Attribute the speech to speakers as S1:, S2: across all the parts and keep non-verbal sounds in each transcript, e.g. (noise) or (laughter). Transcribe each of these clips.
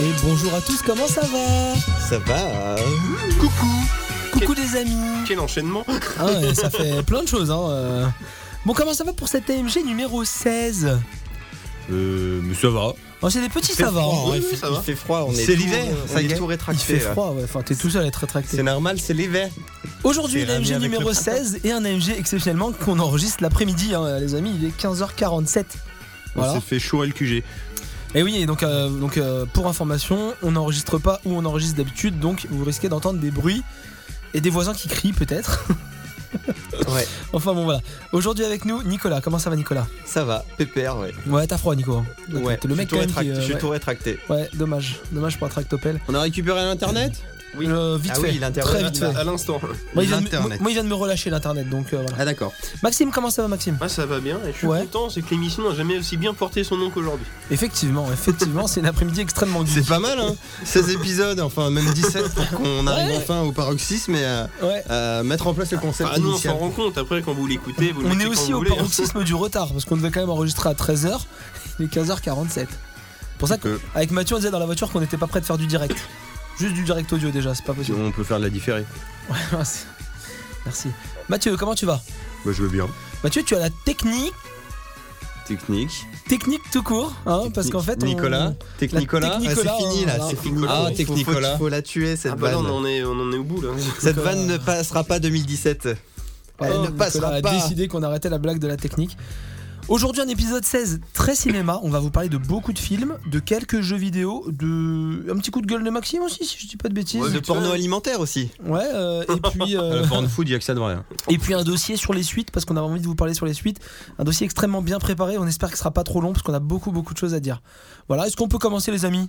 S1: Et bonjour à tous, comment ça va
S2: Ça va hein.
S1: Coucou Coucou les amis
S3: Quel enchaînement
S1: Ah ouais, ça fait (laughs) plein de choses. Hein. euh. Bon, comment ça va pour cette AMG numéro 16
S2: Euh, mais ça va.
S1: Bon, Oh, C'est des petits
S2: Il fait
S1: ça va.
S2: froid,
S1: hein.
S2: hein,
S3: Oui,
S2: il,
S3: oui,
S2: fait,
S3: ça
S2: il
S3: va.
S2: fait froid, on est,
S3: C'est
S2: tout-
S3: l'hiver,
S2: on
S3: ça
S2: est
S3: y est.
S2: tout
S1: Il
S2: rétracté.
S1: fait
S2: là.
S1: froid, ouais. Enfin, t'es tout seul à être rétracté.
S2: C'est normal, c'est l'hiver.
S1: Aujourd'hui,
S2: C'est
S1: l'AMG
S2: ramené avec
S1: numéro
S2: le
S1: 16 et un AMG exceptionnellement qu'on enregistre l'après-midi, hein, les amis. Il est 15h47. Voilà.
S3: On s'est fait chaud à l'QG.
S1: Et oui, et donc, euh, donc euh, pour information, on n'enregistre pas où on enregistre d'habitude, donc vous risquez d'entendre des bruits et des voisins qui crient peut-être. (laughs)
S2: Ouais,
S1: Enfin bon, voilà. Aujourd'hui avec nous, Nicolas. Comment ça va, Nicolas
S2: ça va, pépère, ouais.
S1: Ouais, t'as froid, Nico. hein.
S2: Ouais,
S1: T'es le
S2: je
S1: mec
S2: suis tout
S1: quand même qui,
S2: rétracté.
S1: euh,
S2: je suis
S1: ouais.
S2: tout rétracté.
S1: Ouais, dommage. Dommage pour un tractopelle.
S2: On a récupéré l'internet Oui.
S1: Euh, vite
S2: Ah
S1: fait.
S2: oui, l'internet,
S1: Très
S2: il
S1: vite
S2: a-
S1: fait.
S3: À l'instant.
S1: Moi il, vient de, me-
S2: l'internet.
S1: moi, il vient de me relâcher l'internet, donc euh, voilà.
S2: Ah d'accord.
S1: Maxime, comment ça va, Maxime
S3: Ah, ça va bien. Et je suis
S1: Ouais.
S3: content, c'est que l'émission n'a jamais aussi bien porté son nom qu'aujourd'hui.
S1: Effectivement, effectivement, c'est une après-midi extrêmement dure.
S4: C'est pas mal, hein 16 épisodes, enfin même 17 pour qu'on arrive
S1: Ouais.
S4: enfin au paroxysme et à,
S1: Ouais.
S4: à mettre en place le concept
S3: Ah non, on
S4: initial.
S3: s'en rend compte après quand vous l'écoutez. Vous le
S1: On est
S3: mettez
S1: aussi au
S3: quand vous voulez, hein.
S1: paroxysme du retard parce qu'on devait quand même enregistrer à 13h, il est 15h47. Pour ça
S4: Euh.
S1: qu'avec Mathieu on disait dans la voiture qu'on n'était pas prêt de faire du direct. Juste du direct audio déjà, c'est pas possible. (laughs)
S4: On peut faire de la différée.
S1: Ouais, c'est- Merci. Mathieu, comment tu vas
S4: Bah, je veux bien.
S1: Mathieu, tu as la technique,
S4: Technique.
S1: technique tout court, hein, parce qu'en fait on-
S4: Nicolas.
S1: La
S4: Technicolas.
S1: technique-
S4: Ah,
S1: Nicolas,
S4: c'est fini
S1: hein,
S4: là,
S1: voilà.
S4: c'est fini.
S3: Nicolas,
S4: Ah,
S3: il faut-
S4: Technicolas.
S2: Faut, faut la tuer cette
S3: Ah bah là,
S2: vanne.
S3: on en est, on en est au bout là.
S2: cette
S1: Nicolas.
S2: vanne ne passera pas 2017.
S1: Voilà,
S2: Elle ne
S1: Nicolas
S2: passera
S1: a
S2: pas.
S1: décidé qu'on arrêtait la blague de la technique. Aujourd'hui, un épisode 16, très cinéma. On va vous parler de beaucoup de films, de quelques jeux vidéo, de. Un petit coup de gueule de Maxime aussi, si je dis pas de bêtises.
S3: Ouais,
S2: De
S3: vite
S2: porno
S3: fait.
S2: alimentaire aussi.
S1: Ouais, euh, et puis. euh,
S4: (laughs) porn food, il y a que ça de hein. rien.
S1: Et puis un dossier sur les suites, parce qu'on a envie de vous parler sur les suites. Un dossier extrêmement bien préparé. On espère qu'il sera pas trop long, parce qu'on a beaucoup, beaucoup de choses à dire. Voilà, est-ce qu'on peut commencer, les amis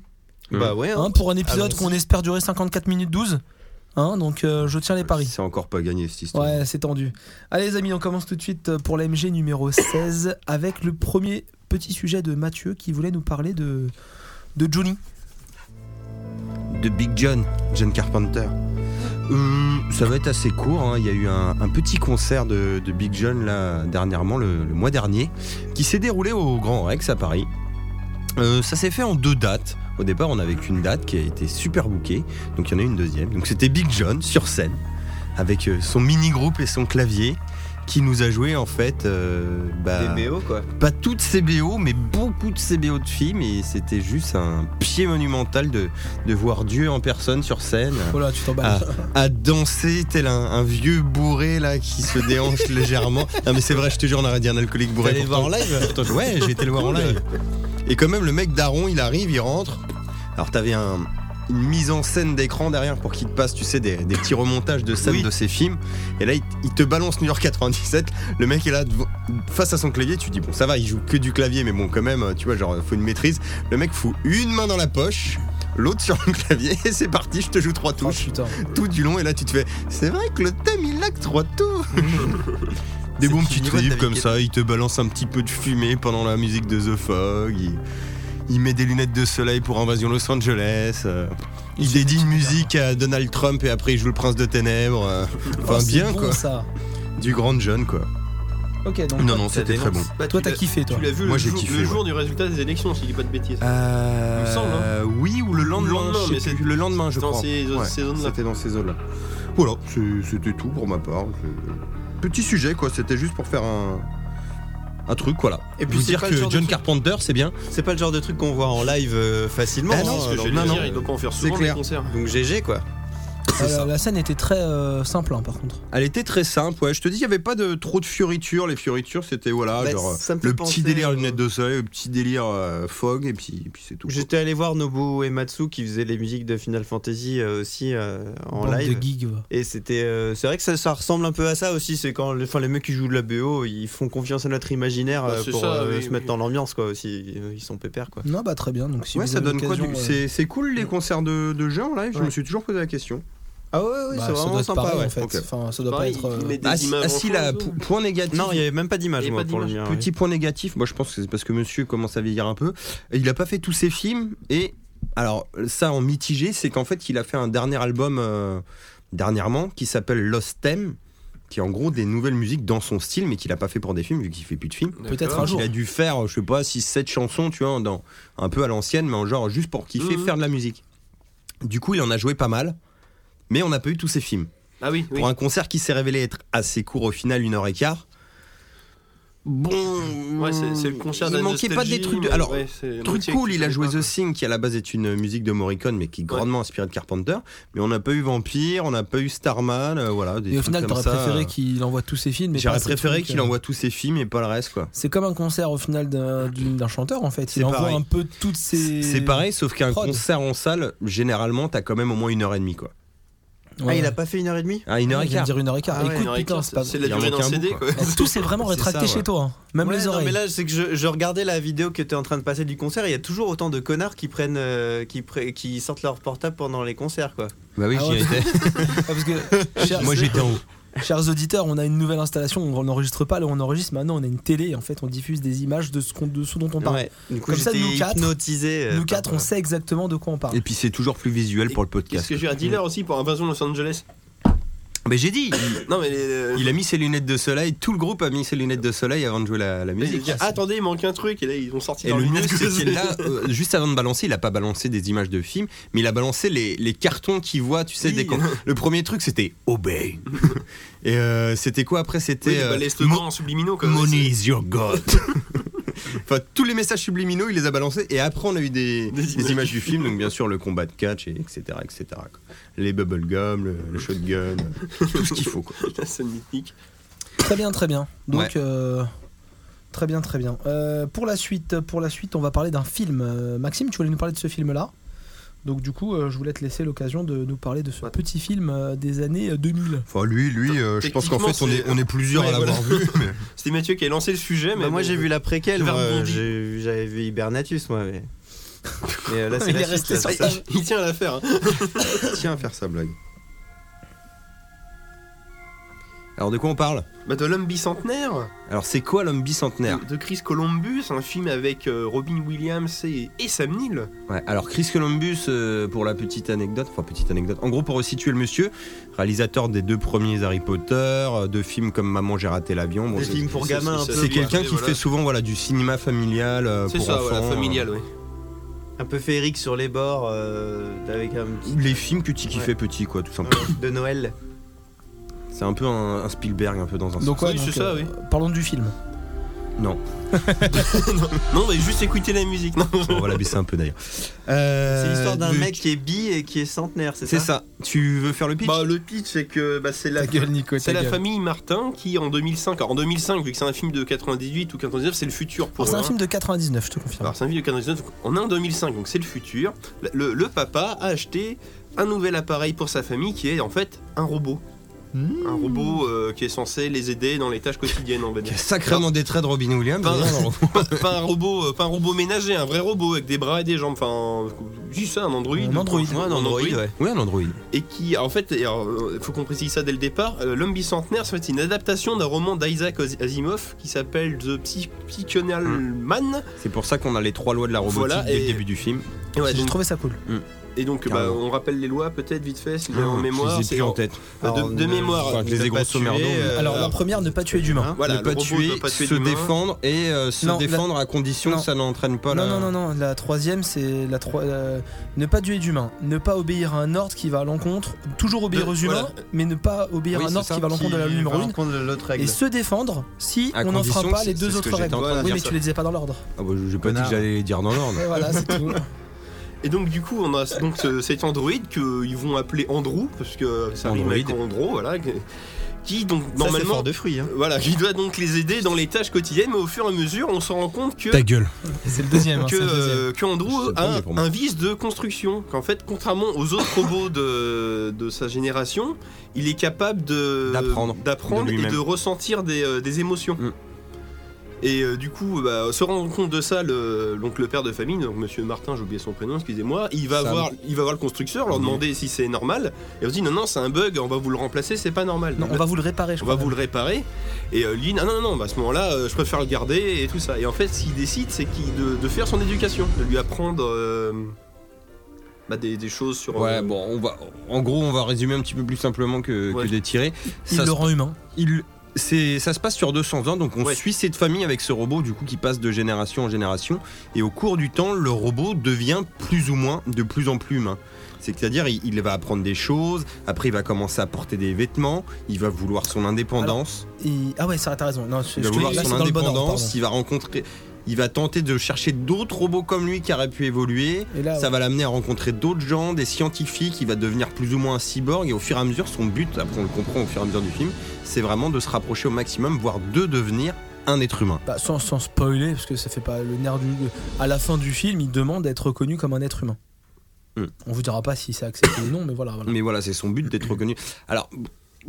S2: Bah ouais. hein.
S1: Hein, Pour un épisode
S2: Allons-y.
S1: qu'on espère durer 54 minutes 12. Hein, donc euh, je tiens les paris.
S4: C'est encore pas gagné cette
S1: Ouais, c'est tendu. Allez, les amis, on commence tout de suite euh, pour l'AMG numéro 16 avec le premier petit sujet de Mathieu qui voulait nous parler de, de Johnny.
S4: de Big John, John Carpenter. Euh, ça va être assez court, hein. il y a eu un, un petit concert de, de Big John là, dernièrement, le, le mois dernier, qui s'est déroulé au Grand Rex à Paris. Euh, ça s'est fait en deux dates. Au départ, on avait qu'une date qui a été super bookée, donc il y en a eu une deuxième. Donc c'était Big John sur scène, avec euh, son mini-groupe et son clavier, qui nous a joué en fait euh, bah,
S2: Des BO quoi.
S4: pas toutes ces BO, mais beaucoup de ces BO de films, et c'était juste un pied monumental de, de voir Dieu en personne sur scène,
S1: Oh là, tu
S4: à,
S1: t'emballes.
S4: à danser tel un, un vieux bourré là qui se déhanche légèrement. Non mais c'est vrai, je te jure, Ah, on aurait dit un alcoolique bourré.
S2: T'es allé
S4: pourtant-
S2: voir en live
S4: pourtant, je- ouais, j'ai été le voir en live. Et quand même, le mec Daron, il arrive, il rentre. Alors t'avais un- une mise en scène d'écran derrière pour qu'il te passe, tu sais, des, des petits remontages de scènes
S2: Oui.
S4: de ses films. Et là, il, il te balance New York 97. Le mec est là devant- face à son clavier. Tu dis, bon, ça va, il joue que du clavier, mais bon, quand même, tu vois, genre, faut une maîtrise. Le mec fout une main dans la poche. L'autre sur le clavier, (laughs) et c'est parti, je te joue trois
S1: (laughs) Oh,
S4: touches
S1: putain.
S4: tout du long, et là tu te fais, c'est vrai que le thème il laque trois (laughs) tours. Des
S2: C'est
S4: bons
S2: le
S4: petits
S2: niveau de
S4: tripes
S2: David
S4: comme
S2: Guetta.
S4: ça, il te balance un petit peu de fumée pendant la musique de The Fog, il, il met des lunettes de soleil pour Invasion Los Angeles, euh, il dédie une musique à Donald Trump et après il joue le Prince de Ténèbres. euh,
S1: Oh,
S4: Enfin
S1: c'est
S4: bien
S1: bon,
S4: quoi,
S1: ça.
S4: du grand John quoi.
S1: Ok, donc.
S4: Non non,
S2: t'as
S4: c'était
S2: des
S4: très bon.
S2: notes.
S3: Bah,
S1: Toi,
S3: tu
S1: t'as
S3: l'as-
S1: kiffé, toi.
S3: Tu l'as vu
S4: Moi,
S3: le,
S4: j'ai
S3: jour,
S4: kiffé,
S3: le jour du résultat des élections, si je dis pas de bêtises.
S4: Euh,
S3: Il me semble,
S2: hein.
S4: Oui ou le lendemain,
S3: lendemain,
S4: je sais
S3: mais c'est-
S4: plus, le lendemain je
S3: dans
S4: crois.
S3: ces- dans ces zones-là.
S4: C'était dans ces zones-là. Voilà, c'est- c'était tout pour ma part. C'est- Petit sujet quoi, c'était juste pour faire un un truc voilà.
S2: Et puis,
S4: vous
S2: c'est
S4: dire
S2: pas
S4: que
S2: le genre de
S4: John
S2: truc-
S4: Carpenter c'est bien.
S2: C'est pas le genre de truc qu'on voit en live euh, facilement.
S4: Ah
S2: hein,
S4: non,
S3: ce
S4: parce
S3: que
S2: donc,
S3: j'allais
S4: non,
S3: dire,
S4: non.
S3: il doit pas en faire
S4: C'est
S3: souvent des
S4: clair.
S3: concerts.
S2: Donc GG quoi.
S1: Ah, la, la scène était très euh, simple, hein, par contre.
S4: Elle était très simple. Ouais, je te dis, il y avait pas de trop de fioritures. Les fioritures c'était voilà
S2: Bah,
S4: genre
S2: ça me fait
S4: le
S2: penser,
S4: petit délire
S2: euh,
S4: lunettes de soleil, le petit délire euh, fog et puis et puis c'est tout. quoi.
S2: J'étais allé voir Nobuo Ematsu qui faisait les musiques de Final Fantasy euh, aussi euh, en
S1: Bande
S2: live.
S1: de gigs, ouais.
S2: Et c'était, euh, c'est vrai que ça, ça ressemble un peu à ça aussi. C'est quand, les- enfin, les mecs qui jouent de la BO, ils font confiance à notre imaginaire
S3: Ah,
S2: euh,
S3: c'est
S2: pour
S3: ça,
S2: euh,
S3: oui,
S2: se
S3: oui.
S2: mettre dans l'ambiance quoi. Aussi, ils sont pépères quoi.
S1: Non, bah très bien. Donc, si
S4: Ouais,
S1: vous
S4: ça
S1: avez
S4: donne quoi du-
S1: l'occasion, euh,
S4: C'est c'est cool les concerts de, de jeux en live. Je
S1: Ouais.
S4: me suis toujours posé la question.
S2: Ah ouais, ouais,
S1: bah,
S2: c'est
S1: ça
S2: vraiment
S1: doit être
S2: sympa.
S1: pareil,
S2: ouais.
S1: en fait.
S4: Ok.
S1: Enfin, ça doit
S3: Pareil,
S1: pas être. euh,
S3: il met des
S4: Ah, si,
S3: images
S4: ah, si,
S3: en
S4: la
S3: fond,
S4: po-
S3: là.
S4: point négatif.
S2: Non, il y avait même pas d'image
S3: Et
S2: moi
S3: pas
S2: pour le
S3: d'image.
S2: mien. ouais.
S4: Petit point négatif, moi je pense que c'est parce que monsieur commence à vieillir un peu. Il a pas fait tous ses films et alors ça en mitigé, c'est qu'en fait il a fait un dernier album euh, dernièrement qui s'appelle Lost Theme qui est en gros des nouvelles musiques dans son style, mais qu'il a pas fait pour des films, vu qu'il fait plus de films.
S1: Peut-être
S3: D'accord.
S1: un jour.
S4: Il a dû faire, je sais pas, 6-7 chansons, tu vois, dans, un peu à l'ancienne, mais en genre juste pour kiffer,
S3: Mhm.
S4: faire de la musique. Du coup, il en a joué pas mal, mais on n'a pas eu tous ses films.
S3: Ah oui, oui.
S4: Pour un concert qui s'est révélé être assez court au final, une heure et quart. Bon,
S3: Ouais, c'est c'est le concert
S4: Il
S3: de la
S4: manquait pas des
S3: nostalgie,
S4: trucs. De...
S3: mais
S4: Alors,
S3: ouais, c'est
S4: truc
S3: moitié
S4: cool, il a
S3: actif,
S4: joué
S3: quoi.
S4: The Thing, qui à la base est une musique de Morricone, mais qui est grandement inspirée de Carpenter. Mais on n'a pas eu Vampire, on n'a pas eu Starman, euh, voilà. Des
S1: Et au
S4: trucs
S1: final,
S4: comme
S1: t'aurais
S4: ça.
S1: préféré qu'il envoie tous ses films. mais
S4: J'aurais
S1: pas ses
S4: préféré
S1: trucs,
S4: qu'il
S1: euh.
S4: envoie tous ses films et pas le reste, quoi.
S1: C'est comme un concert au final d'un d'une- d'un chanteur en fait.
S4: C'est
S1: Il envoie
S4: pareil.
S1: un peu toutes ses.
S4: C'est pareil, sauf qu'un
S1: Prod.
S4: concert en salle, généralement, t'as quand même au moins une heure et demie, quoi.
S1: Ouais.
S2: Ah, il a pas fait une heure et demie
S4: Ah, une heure
S1: Il
S4: et
S1: vient de
S4: quart.
S1: dire une heure et quart.
S3: Ah ouais,
S1: Écoute,
S3: une heure et
S1: putain,
S3: quart,
S1: c'est pas.
S3: c'est la
S4: il en
S3: durée
S4: manque
S3: d'un
S4: un bout,
S3: CD,
S4: quoi.
S3: quoi.
S1: Tout c'est vraiment
S4: C'est
S1: rétracté
S4: ça,
S1: chez
S4: ouais.
S1: toi, hein. même
S2: Ouais,
S1: les
S2: non,
S1: oreilles.
S2: mais là, c'est que je, je regardais la vidéo que tu es en train de passer du concert. Il y a toujours autant de connards qui prennent, euh, qui, pre- qui sortent leur portable pendant les concerts, quoi.
S4: Bah oui,
S1: Ah
S4: j'y
S1: ouais.
S4: étais.
S1: Ah, parce que, chers,
S4: Moi, j'étais en haut.
S1: chers auditeurs, on a une nouvelle installation. On n'enregistre pas, là on enregistre. Maintenant, on a une télé. et En fait, on diffuse des images de ce, qu'on- de ce dont on parle.
S2: Ouais. Du coup,
S1: Comme ça,
S2: j'étais
S1: nous quatre-
S2: hypnotisé. euh,
S1: Nous
S2: par-
S1: quatre, on sait exactement de quoi on parle.
S4: Et puis, c'est toujours plus visuel pour le
S3: Qu'est-ce
S4: podcast.
S3: que j'ai à dealer aussi pour Invasion Los Angeles
S4: Mais j'ai dit,
S3: Non, mais. euh,
S4: il a mis ses lunettes de soleil, tout le groupe a mis ses lunettes de soleil avant de jouer la, la
S3: il a
S4: musique.
S3: dit, Attendez, il manque un truc. Et là, ils ont sorti
S4: Et
S3: leur
S4: le mieux,
S3: lunette. (laughs)
S4: c'est qu'il a, euh, juste avant de balancer, il a pas balancé des images de films, mais il a balancé les, les cartons qu'il voit, tu sais,
S3: Oui.
S4: des con- Le premier truc, c'était Obey. Et euh, c'était quoi après
S3: Oui,
S4: C'était
S3: bah,
S4: euh,
S3: laisse
S4: Mo-
S3: en subliminaux, quoi.
S4: Money is your God. (laughs) enfin, tous les messages subliminaux, il les a balancés. Et après, on a eu des,
S3: Des
S4: des
S3: images.
S4: images du film, donc bien sûr le combat de catch, et etc. etc. quoi. Les bubblegum, le, le shotgun, euh, tout ce qu'il faut. Quoi.
S3: (laughs) C'est- C'est mythique.
S1: Très bien, très bien. Donc,
S4: Ouais.
S1: euh, très bien, très bien. Euh, pour la suite, pour la suite, on va parler d'un film. Euh, Maxime, tu voulais nous parler de ce film-là. Donc, du coup, euh, je voulais te laisser l'occasion de nous parler de ce
S3: Ouais.
S1: petit film euh, des années euh, 2000.
S4: Enfin, lui, lui, euh, je pense qu'en fait, on est, on est plusieurs à
S3: Ouais,
S4: l'avoir vu. mais-
S3: C'était Mathieu qui a lancé le sujet, mais.
S2: Bah, moi,
S3: bon,
S2: j'ai vu la préquelle.
S3: Vers
S2: moi,
S3: Bondi.
S2: j'ai- J'avais vu Hibernatus, moi. Mais, mais, euh, là, c'est
S1: Il
S2: la
S1: est
S2: suite,
S1: resté
S2: là,
S1: sur
S2: c'est
S1: ça.
S3: (laughs) Il tient à la faire. hein.
S4: (laughs) Tiens, à faire sa blague. Alors, de quoi on parle
S3: Bah, de l'homme bicentenaire
S4: Alors, c'est quoi l'homme bicentenaire
S3: de, de Chris Columbus, un film avec euh, Robin Williams et, et Sam Neill.
S4: Ouais, alors Chris Columbus, euh, pour la petite anecdote, enfin petite anecdote, en gros pour resituer le monsieur, réalisateur des deux premiers Harry Potter, euh, de films comme Maman j'ai raté l'avion, bon,
S2: Des
S4: c'est-
S2: films pour
S3: c'est-
S2: gamins, un peu.
S4: c'est quelqu'un qui
S3: voilà.
S4: fait souvent voilà, du cinéma familial euh,
S3: C'est
S4: pour
S3: ça,
S4: enfants,
S3: voilà, familial, ouais. (laughs)
S2: Un peu féerique sur les bords, euh, avec un
S4: euh, les films que tu kiffais petit quoi, tout simplement.
S2: (coughs) de Noël.
S4: C'est un peu un, un Spielberg un peu dans un
S1: Donc, ouais,
S3: Oui,
S1: donc, euh,
S3: c'est ça, oui.
S1: parlons du film.
S3: Non, mais juste écouter la musique. Non.
S4: sens. On va la baisser un peu d'ailleurs.
S2: C'est l'histoire d'un
S1: Euh,
S4: du-
S2: mec qui est bi et qui est centenaire, c'est ça
S4: C'est ça. Tu veux faire le pitch
S3: Bah, le pitch, c'est que bah, c'est la,
S1: Nico.
S3: c'est la famille Martin qui, en 2005, alors en 2005, vu que c'est un film de 98 ou 99, c'est le futur pour
S1: c'est
S3: eux,
S1: un
S3: hein.
S1: film de 99, je te confirme.
S3: Alors Ah bah, c'est un film de 99, donc on est en 2005, donc c'est le futur. Le, le papa a acheté un nouvel appareil pour sa famille qui est en fait un robot.
S1: Mmh.
S3: Un robot euh, qui est censé les aider dans les tâches quotidiennes, on va
S4: Il
S3: dire.
S4: y a sacrément des traits de Robin Williams.
S3: Pas-
S4: d'ailleurs, dans le-
S3: (laughs) pas, pas un robot, euh, pas un robot ménager, un vrai robot avec des bras et des jambes. Enfin, dis ça, un Android.
S1: Un Android.
S3: Ouais, un Android.
S4: (laughs) Oui, un Android.
S3: Et qui, en fait, il faut qu'on précise ça dès le départ. euh, L'homme bicentenaire, c'est en fait une adaptation d'un roman d'Isaac Oz- Asimov qui s'appelle The Psy- Psychonal Man.
S4: C'est pour ça qu'on a les trois lois de la robotique
S3: Voilà,
S4: dès
S3: et-
S4: le début du film.
S3: Et, ouais,
S1: J'ai
S3: donc-
S1: trouvé ça cool.
S3: et donc, bah,
S4: Carrément.
S3: on rappelle les lois peut-être vite fait, Ah, si vous avez en
S4: Je
S3: mémoire.
S4: les ai
S3: c'est-
S4: plus en tête.
S3: Euh, de-
S2: Alors,
S3: de,
S2: ne-
S3: mémoire.
S4: enfin, je les
S3: ne
S4: ai
S3: pas
S4: grosso
S3: tuer,
S4: merdo, mais-
S3: euh,
S1: Alors, la première, ne pas tuer d'humains.
S3: voilà,
S4: ne
S3: le
S4: pas
S3: robot
S4: tuer,
S3: doit pas tuer
S4: se
S3: d'humains.
S4: défendre et euh, se
S1: Non, la-
S4: défendre à condition
S1: Non.
S4: que ça n'entraîne pas
S1: Non,
S4: la...
S1: non, non, non, la troisième, c'est la troi- euh, ne pas tuer d'humains, ne pas obéir à un ordre qui va à l'encontre, toujours obéir
S3: De-
S1: aux humains,
S3: voilà.
S1: mais ne pas obéir
S4: Oui,
S1: à un
S4: c'est
S1: ordre
S4: ça,
S1: qui va à l'encontre de la loi numéro 1
S2: contre l'autre règle.
S1: et se défendre si
S4: À
S1: on n'enfreint
S4: condition,
S1: pas
S4: c'est-
S1: les
S4: c'est
S1: deux
S4: ce que
S1: autres
S4: j'étais
S1: règles.
S4: en train de
S1: Oui,
S4: dire,
S1: mais
S4: ça.
S1: tu les disais pas dans
S4: (laughs)
S1: l'ordre.
S4: Ah bah, J'ai pas dit que
S2: Connard.
S4: j'allais les dire dans l'ordre.
S1: Et voilà, c'est tout.
S3: Et donc du coup, on a c- donc ce- cet androïde que ils vont appeler Andrew parce que ça rime avec Andro, voilà, que- qui donc
S2: Normalement.
S3: normalement
S2: de fruits. Hein.
S3: voilà, (laughs) qui doit donc les aider dans les tâches quotidiennes, mais au fur et à mesure, on se rend compte que
S4: gueule.
S1: C'est le deuxième.
S3: que, euh, que Andrew
S4: C'est
S3: a
S4: dingue pour
S3: un,
S4: moi.
S3: un vice de construction. Qu'en fait, contrairement
S4: (laughs)
S3: aux autres robots de, de sa génération, il est capable de
S4: D'apprendre.
S3: d'apprendre
S4: De
S3: et
S4: lui-même.
S3: de ressentir des, euh, des émotions.
S4: Mm.
S3: Et euh, du coup, bah, se rendre compte de ça, le, donc le père de famille, donc Monsieur Martin, j'ai oublié son prénom, excusez-moi, il va
S4: Sam.
S3: voir, il va voir le constructeur, leur
S4: Mm.
S3: demander si c'est normal, et on dit non non, c'est un bug, on va vous le remplacer, c'est pas normal.
S1: Non, on va vous le réparer, je
S3: On va
S1: crois.
S3: vous le réparer. Et euh, lui, non, non, non, bah, à ce moment-là, euh, je préfère le garder et tout ça. Et en fait, ce qu'il décide, c'est qu'il- de, de faire son éducation, de lui apprendre euh, bah, des, des choses sur.
S4: Ouais,
S3: euh,
S4: bon, on va, en gros, on va résumer un petit peu plus simplement que,
S3: Ouais.
S4: que des tirés.
S1: Il
S4: Ça
S1: le
S4: se-
S1: rend humain.
S4: il- c'est- ça se passe sur 200 ans, donc on
S3: Ouais.
S4: suit cette famille avec ce robot, du coup, qui passe de génération en génération. Et au cours du temps, le robot devient plus ou moins, de plus en plus humain. C'est-à-dire, il, il va apprendre des choses, après, il va commencer à porter des vêtements, il va vouloir son indépendance,
S1: Et- Ah ouais, ça, t'as raison. Non, je-
S4: il
S1: je
S4: va
S1: te-
S4: vouloir
S1: là,
S4: son
S1: c'est dans le bon ordre,
S4: indépendance, il va rencontrer. Il va tenter de chercher d'autres robots comme lui qui auraient pu évoluer.
S1: pardon. Et là,
S4: Ça va l'amener à rencontrer d'autres gens, des scientifiques, il va devenir plus ou moins un cyborg et au fur et à mesure, son but, après on le comprend au fur et à mesure du film, c'est vraiment de se rapprocher au maximum, voire de devenir un être humain.
S1: bah, sans, sans spoiler, parce que ça fait pas le nerf du. le- À la fin du film, il demande d'être reconnu comme un être humain.
S4: Hmm.
S1: On vous dira pas si c'est accepté ou non, mais voilà. voilà.
S4: Mais voilà, c'est son but d'être reconnu. Alors,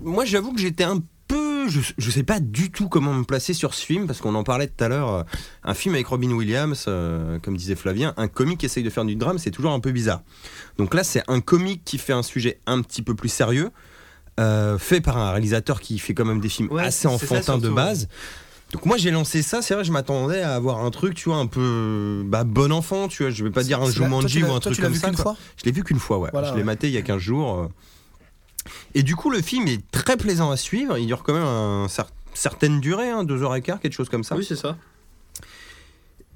S4: moi j'avoue que j'étais un peu... Je, je sais pas du tout comment me placer sur ce film, parce qu'on en parlait tout à l'heure, euh, un film avec Robin Williams, euh, comme disait Flavien, un comique qui essaye de faire du drame, c'est toujours un peu bizarre. Donc là, c'est un comique qui fait un sujet un petit peu plus sérieux, euh, fait par un réalisateur qui fait quand même des films
S2: Ouais,
S4: assez
S2: c'est ça,
S4: enfantins de
S2: surtout,
S4: base. Donc moi j'ai lancé ça, c'est vrai je m'attendais à avoir un truc, tu vois, un peu bah, bon enfant, tu vois, je vais pas dire un
S1: C'est là- toi, tu
S4: Jumanji
S1: l'as-
S4: ou
S1: toi,
S4: un truc
S1: tu l'as
S4: comme
S1: vu
S4: ça.
S1: qu'une
S4: quoi.
S1: fois
S4: Je l'ai vu qu'une fois, ouais.
S1: Voilà,
S4: je l'ai
S1: ouais.
S4: maté il y a 15 jours. euh. Et du coup, le film est très plaisant à suivre. Il dure quand même un cer- certaine durée, hein, deux heures et quart, quelque chose comme ça.
S3: Oui, c'est ça.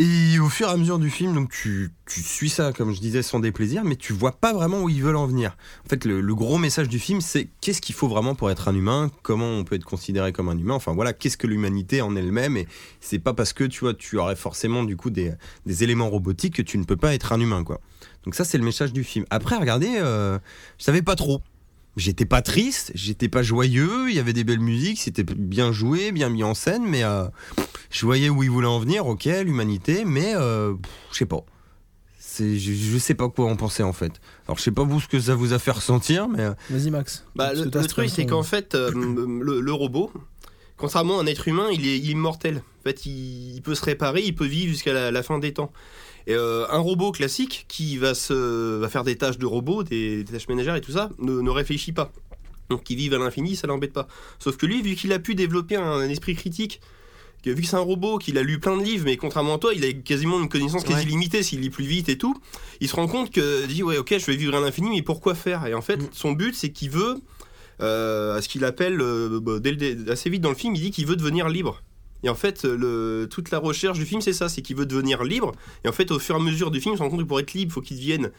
S4: Et au fur et à mesure du film, donc tu, tu suis ça, comme je disais, sans déplaisir, mais tu vois pas vraiment où ils veulent en venir. En fait, le, le gros message du film, c'est qu'est-ce qu'il faut vraiment pour être un humain, comment on peut être considéré comme un humain, enfin voilà, qu'est-ce que l'humanité en elle-même, et c'est pas parce que tu vois, tu aurais forcément du coup des, des éléments robotiques que tu ne peux pas être un humain, quoi. Donc ça, c'est le message du film. Après, regardez, euh, je savais pas trop. J'étais pas triste, j'étais pas joyeux, il y avait des belles musiques, c'était bien joué, bien mis en scène, mais... euh, je voyais où il voulait en venir, ok, l'humanité, mais euh, pff, je sais pas. C'est- Je, je sais pas quoi en penser en fait. Alors je sais pas vous ce que ça vous a fait ressentir, mais euh,
S1: Vas-y, Max.
S3: Bah,
S1: Parce
S3: le,
S1: que toi,
S3: le truc, c'est
S1: ton-
S3: qu'en
S1: (coughs)
S3: fait, euh, le, le robot, contrairement à un être humain, il est immortel. En fait, il, il peut se réparer, il peut vivre jusqu'à la, la fin des temps. Et euh, un robot classique qui va, se, va faire des tâches de robot, des, des tâches ménagères et tout ça, ne, ne réfléchit pas. Donc, qu'il vive à l'infini, ça l'embête pas. Sauf que lui, vu qu'il a pu développer un, un esprit critique, que vu que c'est un robot, qu'il a lu plein de livres, mais contrairement à toi, il a quasiment une connaissance quasi
S2: Ouais.
S3: limitée s'il lit plus vite et tout, il se rend compte que, il dit, ouais, ok, je vais vivre à l'infini, mais pourquoi faire Et en fait,
S2: Mm.
S3: son but, c'est qu'il veut euh, à ce qu'il appelle, euh, bah, dès le dé- assez vite dans le film, il dit qu'il veut devenir libre. Et en fait, le, toute la recherche du film, c'est ça, c'est qu'il veut devenir libre. Et en fait, au fur et à mesure du film, on se rend compte que pour être libre, faut qu'il devienne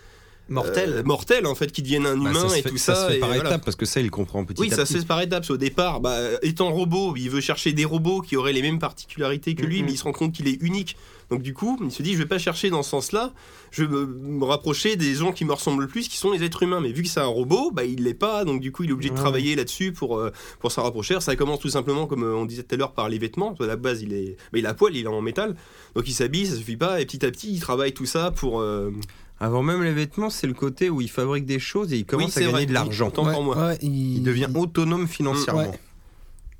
S2: Mortel.
S3: euh, mortel, en fait, qu'il devienne un
S4: bah, ça
S3: humain
S4: se
S3: et
S4: fait,
S3: tout
S4: ça
S3: ça.
S4: se fait
S3: et
S4: par
S3: voilà.
S4: étapes parce que ça il comprend petit
S3: Oui,
S4: à
S3: ça se
S4: petit.
S3: fait par étapes. Au départ, bah, euh, étant robot, il veut chercher des robots qui auraient les mêmes particularités que lui,
S4: Mm-hmm.
S2: Mhm.
S3: mais il se rend compte qu'il est unique. Donc du coup, il se dit, je vais pas chercher dans ce sens-là. Je vais me- me rapprocher des gens qui me ressemblent le plus, qui sont les êtres humains. Mais vu que c'est un robot, bah, il l'est pas. Donc du coup, il est obligé de
S2: Ouais.
S3: travailler là-dessus pour euh, pour s'en rapprocher. Alors, Ça commence tout simplement, comme euh, on disait tout à l'heure, par les vêtements. À la base, il est, bah, il a poil, il est en métal. Donc il s'habille, ça suffit pas. Et petit à petit, il travaille tout ça pour. euh,
S4: Avant même les vêtements, c'est le côté où il fabrique des choses et il commence
S3: c'est
S4: à gagner
S3: vrai.
S4: de l'argent.
S3: Autant pour moi.
S1: ouais, il...
S4: Il devient autonome financièrement.
S1: Ouais.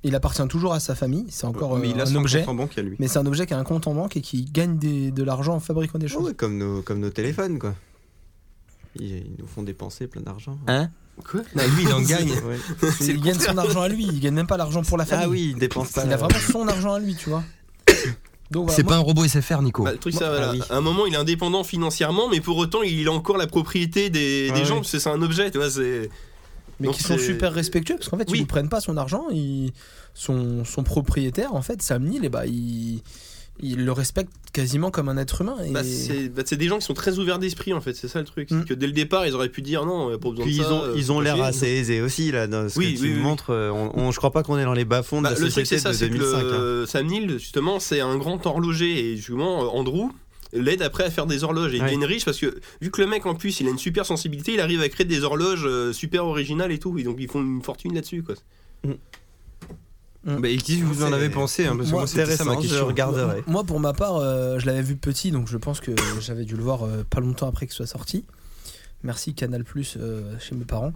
S1: Il appartient toujours à sa famille, c'est encore euh,
S4: mais il a
S1: un
S4: son
S1: objet.
S4: compte en banque à lui.
S1: Mais c'est un objet qui a un compte en banque et qui gagne des- de l'argent en fabriquant des choses.
S2: Ouais, comme, nos, comme nos téléphones, quoi. Ils, ils nous font dépenser plein d'argent.
S4: Hein
S3: Quoi
S4: Ah, Lui
S2: (laughs)
S4: il en gagne.
S2: Ouais.
S1: il gagne son argent à lui, il gagne même pas l'argent pour la famille.
S2: Ah oui, ils dépensent pas.
S1: Il a vraiment son argent à lui, tu vois. Donc voilà,
S4: C'est
S1: moi,
S4: pas un robot SFR, Nico.
S3: Bah, le truc,
S2: Moi-
S3: ça,
S2: ah
S3: voilà.
S2: oui.
S3: À un moment, il est indépendant financièrement, mais pour autant, il a encore la propriété des, des
S2: Ah
S3: gens,
S2: oui.
S3: parce que c'est un objet, tu vois. c'est-
S1: mais
S3: donc
S1: qui sont
S3: c'est-
S1: super respectueux parce qu'en fait,
S3: Oui.
S1: ils ne prennent pas son argent, ils- son, son propriétaire, en fait, Sam Neill, et bah, il, il le respecte quasiment comme un être humain. Et...
S3: bah, c'est bah, c'est des gens qui sont très ouverts d'esprit, en fait, c'est ça le truc.
S1: Mm.
S3: C'est que dès le départ, ils auraient pu dire non, pour besoin
S2: Puis
S3: de
S2: ils
S3: ça,
S2: ont,
S3: euh,
S2: ils ont
S3: pas
S2: l'air
S3: fait.
S2: assez aisés aussi, là, dans ce
S3: Oui,
S2: que
S3: oui,
S2: tu
S3: oui.
S2: me montres. euh, On, on- je crois pas qu'on est dans les bas-fonds
S3: Bah,
S2: de la
S3: le truc,
S2: société
S3: c'est ça,
S2: de
S3: c'est que
S2: 2005. hein.
S3: le- Sam Neill, justement, c'est un grand horloger, et justement, euh, Andrew l'aide après à faire des horloges et il
S2: Ouais.
S3: devient riche parce que vu que le mec en plus il a une super sensibilité il arrive à créer des horloges euh, super originales et tout et donc ils font une fortune là-dessus quoi
S4: Bah, et qu'est-ce que vous en
S2: C'est-
S4: avez pensé hein, Parce que
S1: Moi,
S4: moi, c'était ça ma
S2: intéressant, je
S4: question.
S2: regarde. Garderai.
S1: Moi, pour ma part, euh, je l'avais vu petit, donc je pense que j'avais dû le voir euh, pas longtemps après qu'il soit sorti. Merci Canal Plus euh, chez mes parents.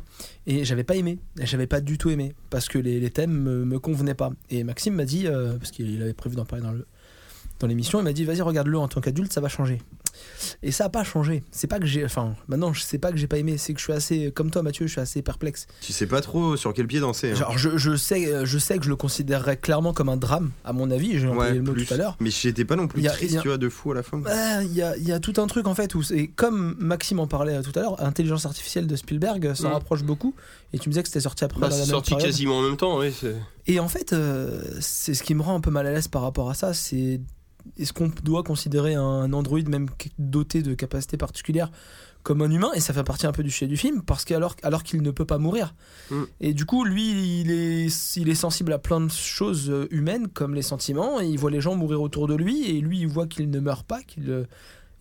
S1: Et j'avais pas aimé, j'avais pas du tout aimé, parce que les, les thèmes me, me convenaient pas. Et Maxime m'a dit, euh, parce qu'il avait prévu d'en parler dans le dans l'émission, il m'a dit vas-y regarde-le en tant qu'adulte, ça va changer. Et ça a pas changé. C'est pas que j'ai. Enfin, maintenant, je sais pas que j'ai pas aimé. C'est que je suis assez. Comme toi, Mathieu, je suis assez perplexe.
S4: Tu sais pas trop sur quel pied danser. hein.
S1: Genre, je, je sais, je sais que je le considérerais clairement comme un drame, à mon avis. J'ai employé
S4: Ouais,
S1: le mot
S4: plus.
S1: tout à l'heure.
S4: Mais j'étais pas non plus
S1: Y a-
S4: triste,
S1: y a-
S4: tu vois, de fou à la fin.
S1: Ah, Il y, a, il y a tout un truc en fait où, c'est comme Maxime en parlait tout à l'heure, Intelligence artificielle de Spielberg s'en
S3: Mm.
S1: rapproche beaucoup. Et tu me disais que c'était sorti après
S3: Bah,
S1: dans la
S3: c'est
S1: même
S3: sorti
S1: période.
S3: quasiment en même temps, oui. c'est-
S1: Et en fait, euh, c'est ce qui me rend un peu mal à l'aise par rapport à ça, c'est est-ce qu'on doit considérer un Android même qui- doté de capacités particulières comme un humain Et ça fait partie un peu du sujet du film, parce qu'alors alors qu'il ne peut pas mourir.
S3: Mm.
S1: Et du coup, lui, il est, il est sensible à plein de choses euh, humaines, comme les sentiments, et il voit les gens mourir autour de lui, et lui, il voit qu'il ne meurt pas, qu'il... euh,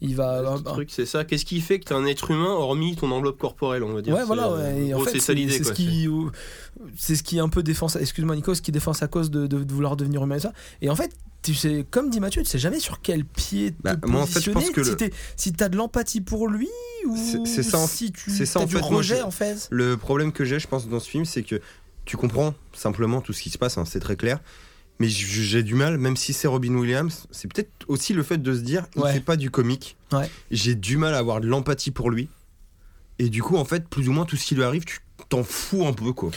S1: Il va...
S3: Le
S1: un- un-
S3: truc, c'est ça. Qu'est-ce Euh, qui fait que t'es un être humain hormis ton enveloppe corporelle, on va dire
S1: Ouais,
S3: C'est,
S1: voilà.
S3: euh,
S1: ouais. Et
S3: en
S1: en
S3: gros,
S1: fait,
S3: c'est ça
S1: c'est
S3: l'idée.
S1: c'est ce
S3: quoi.
S1: qui, euh, c'est ce qui est un peu défense. Excuse-moi, Nico, ce qui défend sa cause de, de- de vouloir devenir humain et ça. Et en fait. Tu sais, comme dit Mathieu, tu sais jamais sur quel pied te
S4: Bah,
S1: positionner.
S4: moi, en fait, je pense que
S1: si
S4: le-
S1: t'es- si t'as de l'empathie pour lui ou
S4: C'est- c'est ça, en-
S1: si tu
S4: c'est ça,
S1: t'as
S4: en
S1: du
S4: fait, moi,
S1: rejet
S4: je-
S1: en fait.
S4: Le problème que j'ai, je pense, dans ce film, c'est que tu comprends simplement tout ce qui se passe, hein, c'est très clair. Mais j- j'ai du mal, même si c'est Robin Williams, c'est peut-être aussi le fait de se dire, il
S1: Ouais.
S4: fait pas du comique.
S1: Ouais.
S4: J'ai du mal à avoir de l'empathie pour lui. Et du coup, en fait, plus ou moins tout ce qui lui arrive, tu t'en fous un peu, quoi.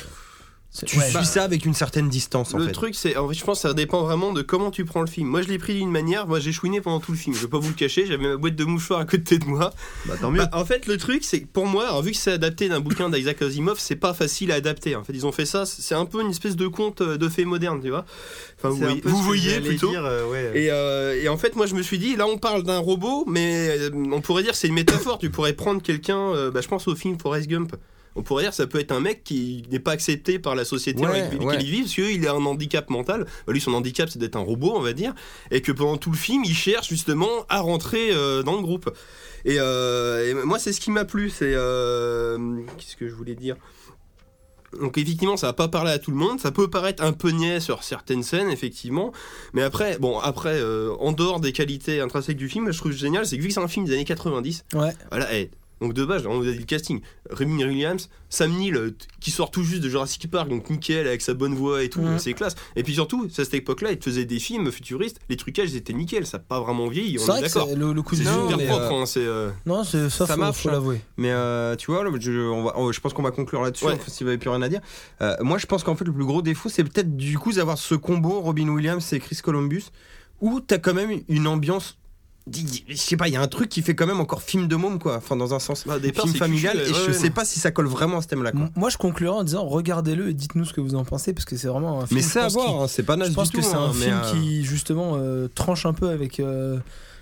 S1: C'est-
S4: Tu
S1: ouais.
S4: suis
S3: Bah,
S4: ça avec une certaine distance, en
S3: Le
S4: fait.
S3: truc, c'est. En fait, je pense que ça dépend vraiment de comment tu prends le film. Moi, je l'ai pris d'une manière. Moi, j'ai chouiné pendant tout le film. Je vais pas vous le cacher. J'avais ma boîte de mouchoirs à côté de moi.
S4: Bah, tant mieux.
S3: Bah, en fait, le truc, c'est que pour moi, alors, vu que c'est adapté d'un bouquin d'Isaac Asimov, c'est pas facile à adapter. En fait, ils ont fait ça. C'est un peu une espèce de conte euh, de fées moderne, tu vois. Enfin, vous
S2: C'est un
S3: voyez,
S2: peu ce
S3: Ah vous
S2: que
S3: voyez
S2: j'allais
S3: plutôt.
S2: dire, euh, ouais.
S3: Et, euh, et en fait, moi, je me suis dit, là, on parle d'un robot, mais euh, on pourrait dire c'est une métaphore. tu pourrais prendre quelqu'un, euh, bah, je pense au film Forrest Gump. On pourrait dire ça peut être un mec qui n'est pas accepté par la société dans
S4: Ouais,
S3: laquelle
S4: ouais.
S3: il vit parce qu'il a un handicap mental. Bah, lui, son handicap, c'est d'être un robot, on va dire, et que pendant tout le film, il cherche justement à rentrer euh, dans le groupe. Et, euh, et moi, c'est ce qui m'a plu. C'est euh, qu'est-ce que je voulais dire donc effectivement, ça va pas parler à tout le monde. Ça peut paraître un peu niais sur certaines scènes, effectivement. Mais après, bon, après, euh, en dehors des qualités intrinsèques du film, je trouve génial, c'est que vu que c'est un film des années 90,
S1: Ouais.
S3: voilà, eh, donc de base, on vous a dit le casting. Rémi Williams, Sam Neill, euh, t- qui sort tout juste de Jurassic Park, donc nickel, avec sa bonne voix et tout,
S1: Mhm.
S3: c'est classe. Et puis surtout, c'est à cette époque-là, il te faisait des films futuristes, les trucages étaient nickel, ça n'a pas vraiment vieilli,
S1: C'est
S3: on est,
S1: vrai que
S3: d'accord.
S1: c'est- le, le coup
S3: C'est
S1: de
S4: Non,
S1: jeu,
S3: super
S1: mais, euh,
S3: propre, hein, c'est... euh,
S1: Non, c'est- ça,
S4: Ça
S1: faut-
S4: marche,
S1: faut
S4: hein.
S1: l'avouer.
S4: Mais euh, tu vois, là, je, on va- oh, je pense qu'on va conclure là-dessus,
S3: Ouais.
S4: en fait, si vous n'avez plus rien à dire. Euh, moi, je pense qu'en fait, le plus gros défaut, c'est peut-être du coup d'avoir ce combo Robin Williams et Chris Columbus, où t'as quand même une ambiance. Je sais pas, il y a un truc qui fait quand même encore film de môme, quoi. Enfin, dans un sens,
S3: bah, au départ,
S4: film
S3: c'est
S4: familial,
S3: cucu,
S4: et
S3: ouais,
S4: je
S3: ouais,
S4: sais pas si ça colle vraiment à ce thème-là, quoi.
S1: M- Moi, je conclurai en disant regardez-le et dites-nous ce que vous en pensez, parce que c'est vraiment un film.
S4: mais
S1: je
S4: ça à
S1: pense, qui-
S4: voir, hein, c'est pas naze
S1: Je pense
S4: du
S1: que
S4: tout,
S1: c'est un
S4: hein, mais,
S1: film
S4: euh,
S1: qui justement euh, tranche un peu avec euh,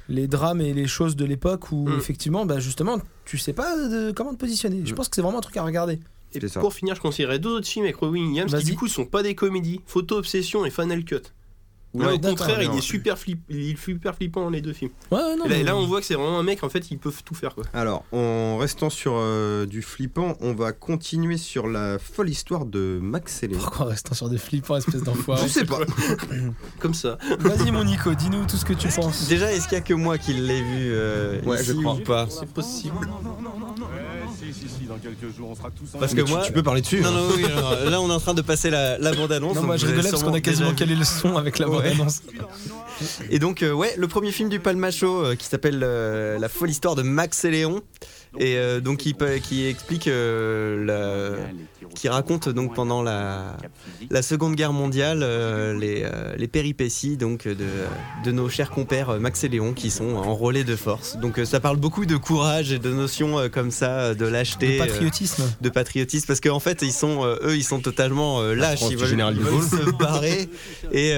S1: les drames et les choses de l'époque où
S3: Mm.
S1: effectivement, bah, justement, tu sais pas de- comment te positionner. Je
S4: Mm.
S1: pense que c'est vraiment un truc à regarder.
S3: Et
S4: C'est ça.
S3: pour finir, je conseillerais deux autres films avec Robin Williams qui
S1: Vas-y.
S3: du coup sont pas des comédies, Photo Obsession et Final Cut. Où là,
S1: Ouais,
S3: au
S1: d'accord,
S3: contraire, il
S4: non.
S3: est super, flipp- il est super flippant dans les deux films.
S1: Ouais, ouais, non,
S3: Et là,
S1: mais-
S3: et là, on voit que c'est vraiment un mec, en fait, ils peuvent tout faire. Quoi.
S4: Alors, en restant sur euh, du flippant, on va continuer sur la folle histoire de Max et Léon.
S1: Pourquoi restant sur des flippants, espèce
S4: Je
S1: d'enfoiré
S3: (laughs)
S4: sais pas.
S3: Comme ça.
S1: (laughs) Vas-y, mon Nico, dis-nous tout ce que tu penses.
S2: Déjà, est-ce qu'il y a que moi qui l'ai vu euh,
S4: Ouais, je
S2: ici
S4: crois.
S2: ou pas
S3: C'est possible.
S5: Ouais, si, si, si, dans quelques jours, on sera tous en
S2: Parce que
S4: Mais tu-
S2: moi- euh,
S4: tu peux parler dessus.
S2: Non,
S4: hein.
S2: non, oui, alors, là, on est en train de passer la, la bande-annonce.
S1: Non,
S2: donc
S1: moi je
S2: vous avez
S1: rigolais parce qu'on
S2: sûrement
S1: a quasiment
S2: déjà vu.
S1: calé le son avec la
S2: Ouais. (laughs)
S1: bande-annonce.
S2: Et donc, euh, ouais, le premier film du Palmacho euh, qui s'appelle euh, La folle histoire de Max et Léon. Et euh, donc, qui, peut- qui explique euh, la, qui raconte donc pendant la- la Seconde Guerre mondiale euh, les, euh, les péripéties donc euh, de, de nos chers compères euh, Max et Léon qui sont en relais de force. Donc euh, ça parle beaucoup de courage et de notions euh, comme ça, euh, de lâcheté,
S1: Le
S2: euh,
S1: patriotisme.
S2: de patriotisme, parce qu'en fait ils sont euh, eux ils sont totalement euh, lâches,
S4: France
S2: ils
S4: du
S2: veulent,
S4: général
S2: ils
S4: de
S2: veulent
S4: Gaulle.
S2: se barrer et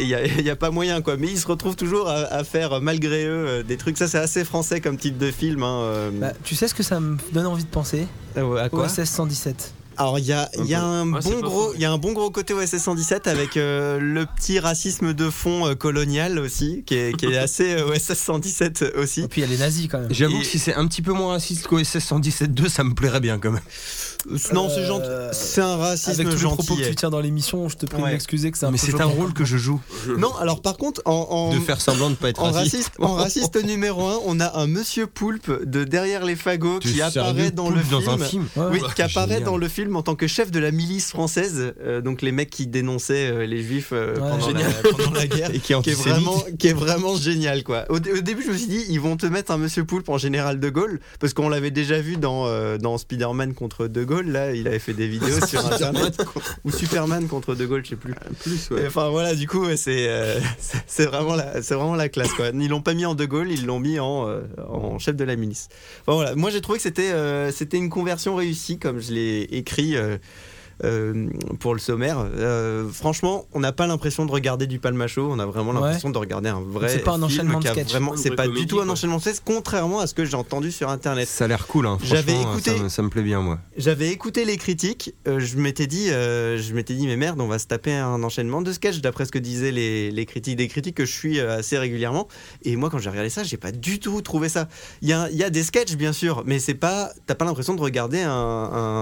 S2: il n'y a, y a pas moyen quoi. Mais ils se retrouvent toujours à, à faire euh, malgré eux euh, des trucs. Ça c'est assez français comme titre de film. hein, euh,
S1: Bah, tu sais ce que ça me donne envie de penser
S4: Ah
S2: euh, à quoi
S1: OSS 117.
S2: Alors il y a, il y a un
S3: Ouais, c'est
S2: bon
S3: pas
S2: gros,
S3: faux.
S2: il y a un bon gros côté OSS 117 avec euh, le petit racisme de fond euh, colonial aussi, qui est, qui est assez euh, OSS 117 aussi.
S1: Et puis il y a les nazis quand même.
S4: J'avoue
S2: Et-
S4: que si c'est un petit peu moins raciste qu'au SS 117.2, ça me plairait bien quand même.
S2: Non, c'est gentil-
S1: Euh,
S2: c'est un racisme
S1: Avec tous les propos
S2: gentil. eh.
S1: que tu tiens dans l'émission, je te prie
S2: Ouais.
S1: de m'excuser que c'est un
S4: Mais
S1: peu
S4: c'est un
S1: choquant.
S4: rôle que je joue,
S2: Non, alors par contre, en, en-
S4: de faire semblant de pas être
S2: en
S4: raciste.
S2: raciste,
S4: (laughs)
S2: en raciste numéro 1, on a un monsieur poulpe de derrière les fagots
S4: Tu
S2: qui
S4: sers
S2: apparaît
S4: du
S2: dans
S4: poulpe
S2: le film.
S4: dans un film.
S1: Ouais.
S2: Oui, qui
S4: Génial.
S2: apparaît dans le film film en tant que chef de la milice française, euh, donc les mecs qui dénonçaient euh, les juifs euh,
S1: Ouais,
S2: pendant, la,
S1: génial.
S2: (laughs) pendant la guerre.
S6: Et qui est,
S2: Qui est,
S6: antisémite.
S2: vraiment, qui est vraiment génial quoi. Au, dé- au début je me suis dit ils vont te mettre un Monsieur Poulpe en général de Gaulle parce qu'on l'avait déjà vu dans, euh, dans Spider-Man contre de Gaulle là il avait fait des vidéos sur internet ou Superman contre de Gaulle je sais plus.
S3: Plus,
S2: Et
S3: ouais.
S2: Enfin voilà, du coup, ouais, c'est euh, c'est- (laughs) c'est vraiment la c'est vraiment la classe quoi. Ils l'ont pas mis en De Gaulle, ils l'ont mis en, euh, en chef de la milice. Enfin, voilà, moi j'ai trouvé que c'était euh, c'était une conversion réussie comme je l'ai écrit euh, euh, pour le sommaire. Euh, franchement, on n'a pas l'impression de regarder du palmacho, on a vraiment
S1: Ouais.
S2: l'impression de regarder un vrai
S1: C'est pas un
S2: film
S1: enchaînement de
S2: qui a
S1: sketch.
S2: vraiment-
S3: Une
S2: c'est
S3: vraie
S2: pas du
S3: comédie,
S2: tout un
S3: quoi.
S2: enchaînement de sketch contrairement à ce que j'ai entendu sur internet.
S6: Ça a l'air cool, hein. franchement,
S2: J'avais écouté-
S6: Ça, me- ça me plaît bien, moi.
S2: J'avais écouté les critiques, euh, je m'étais dit, euh, je m'étais dit, mais merde, on va se taper un enchaînement de sketchs, d'après ce que disaient les, les critiques, des critiques que je suis euh, assez régulièrement. Et moi, quand j'ai regardé ça, j'ai pas du tout trouvé ça. Il y a, il y a des sketchs, bien sûr, mais c'est pas, t'as pas l'impression de regarder un,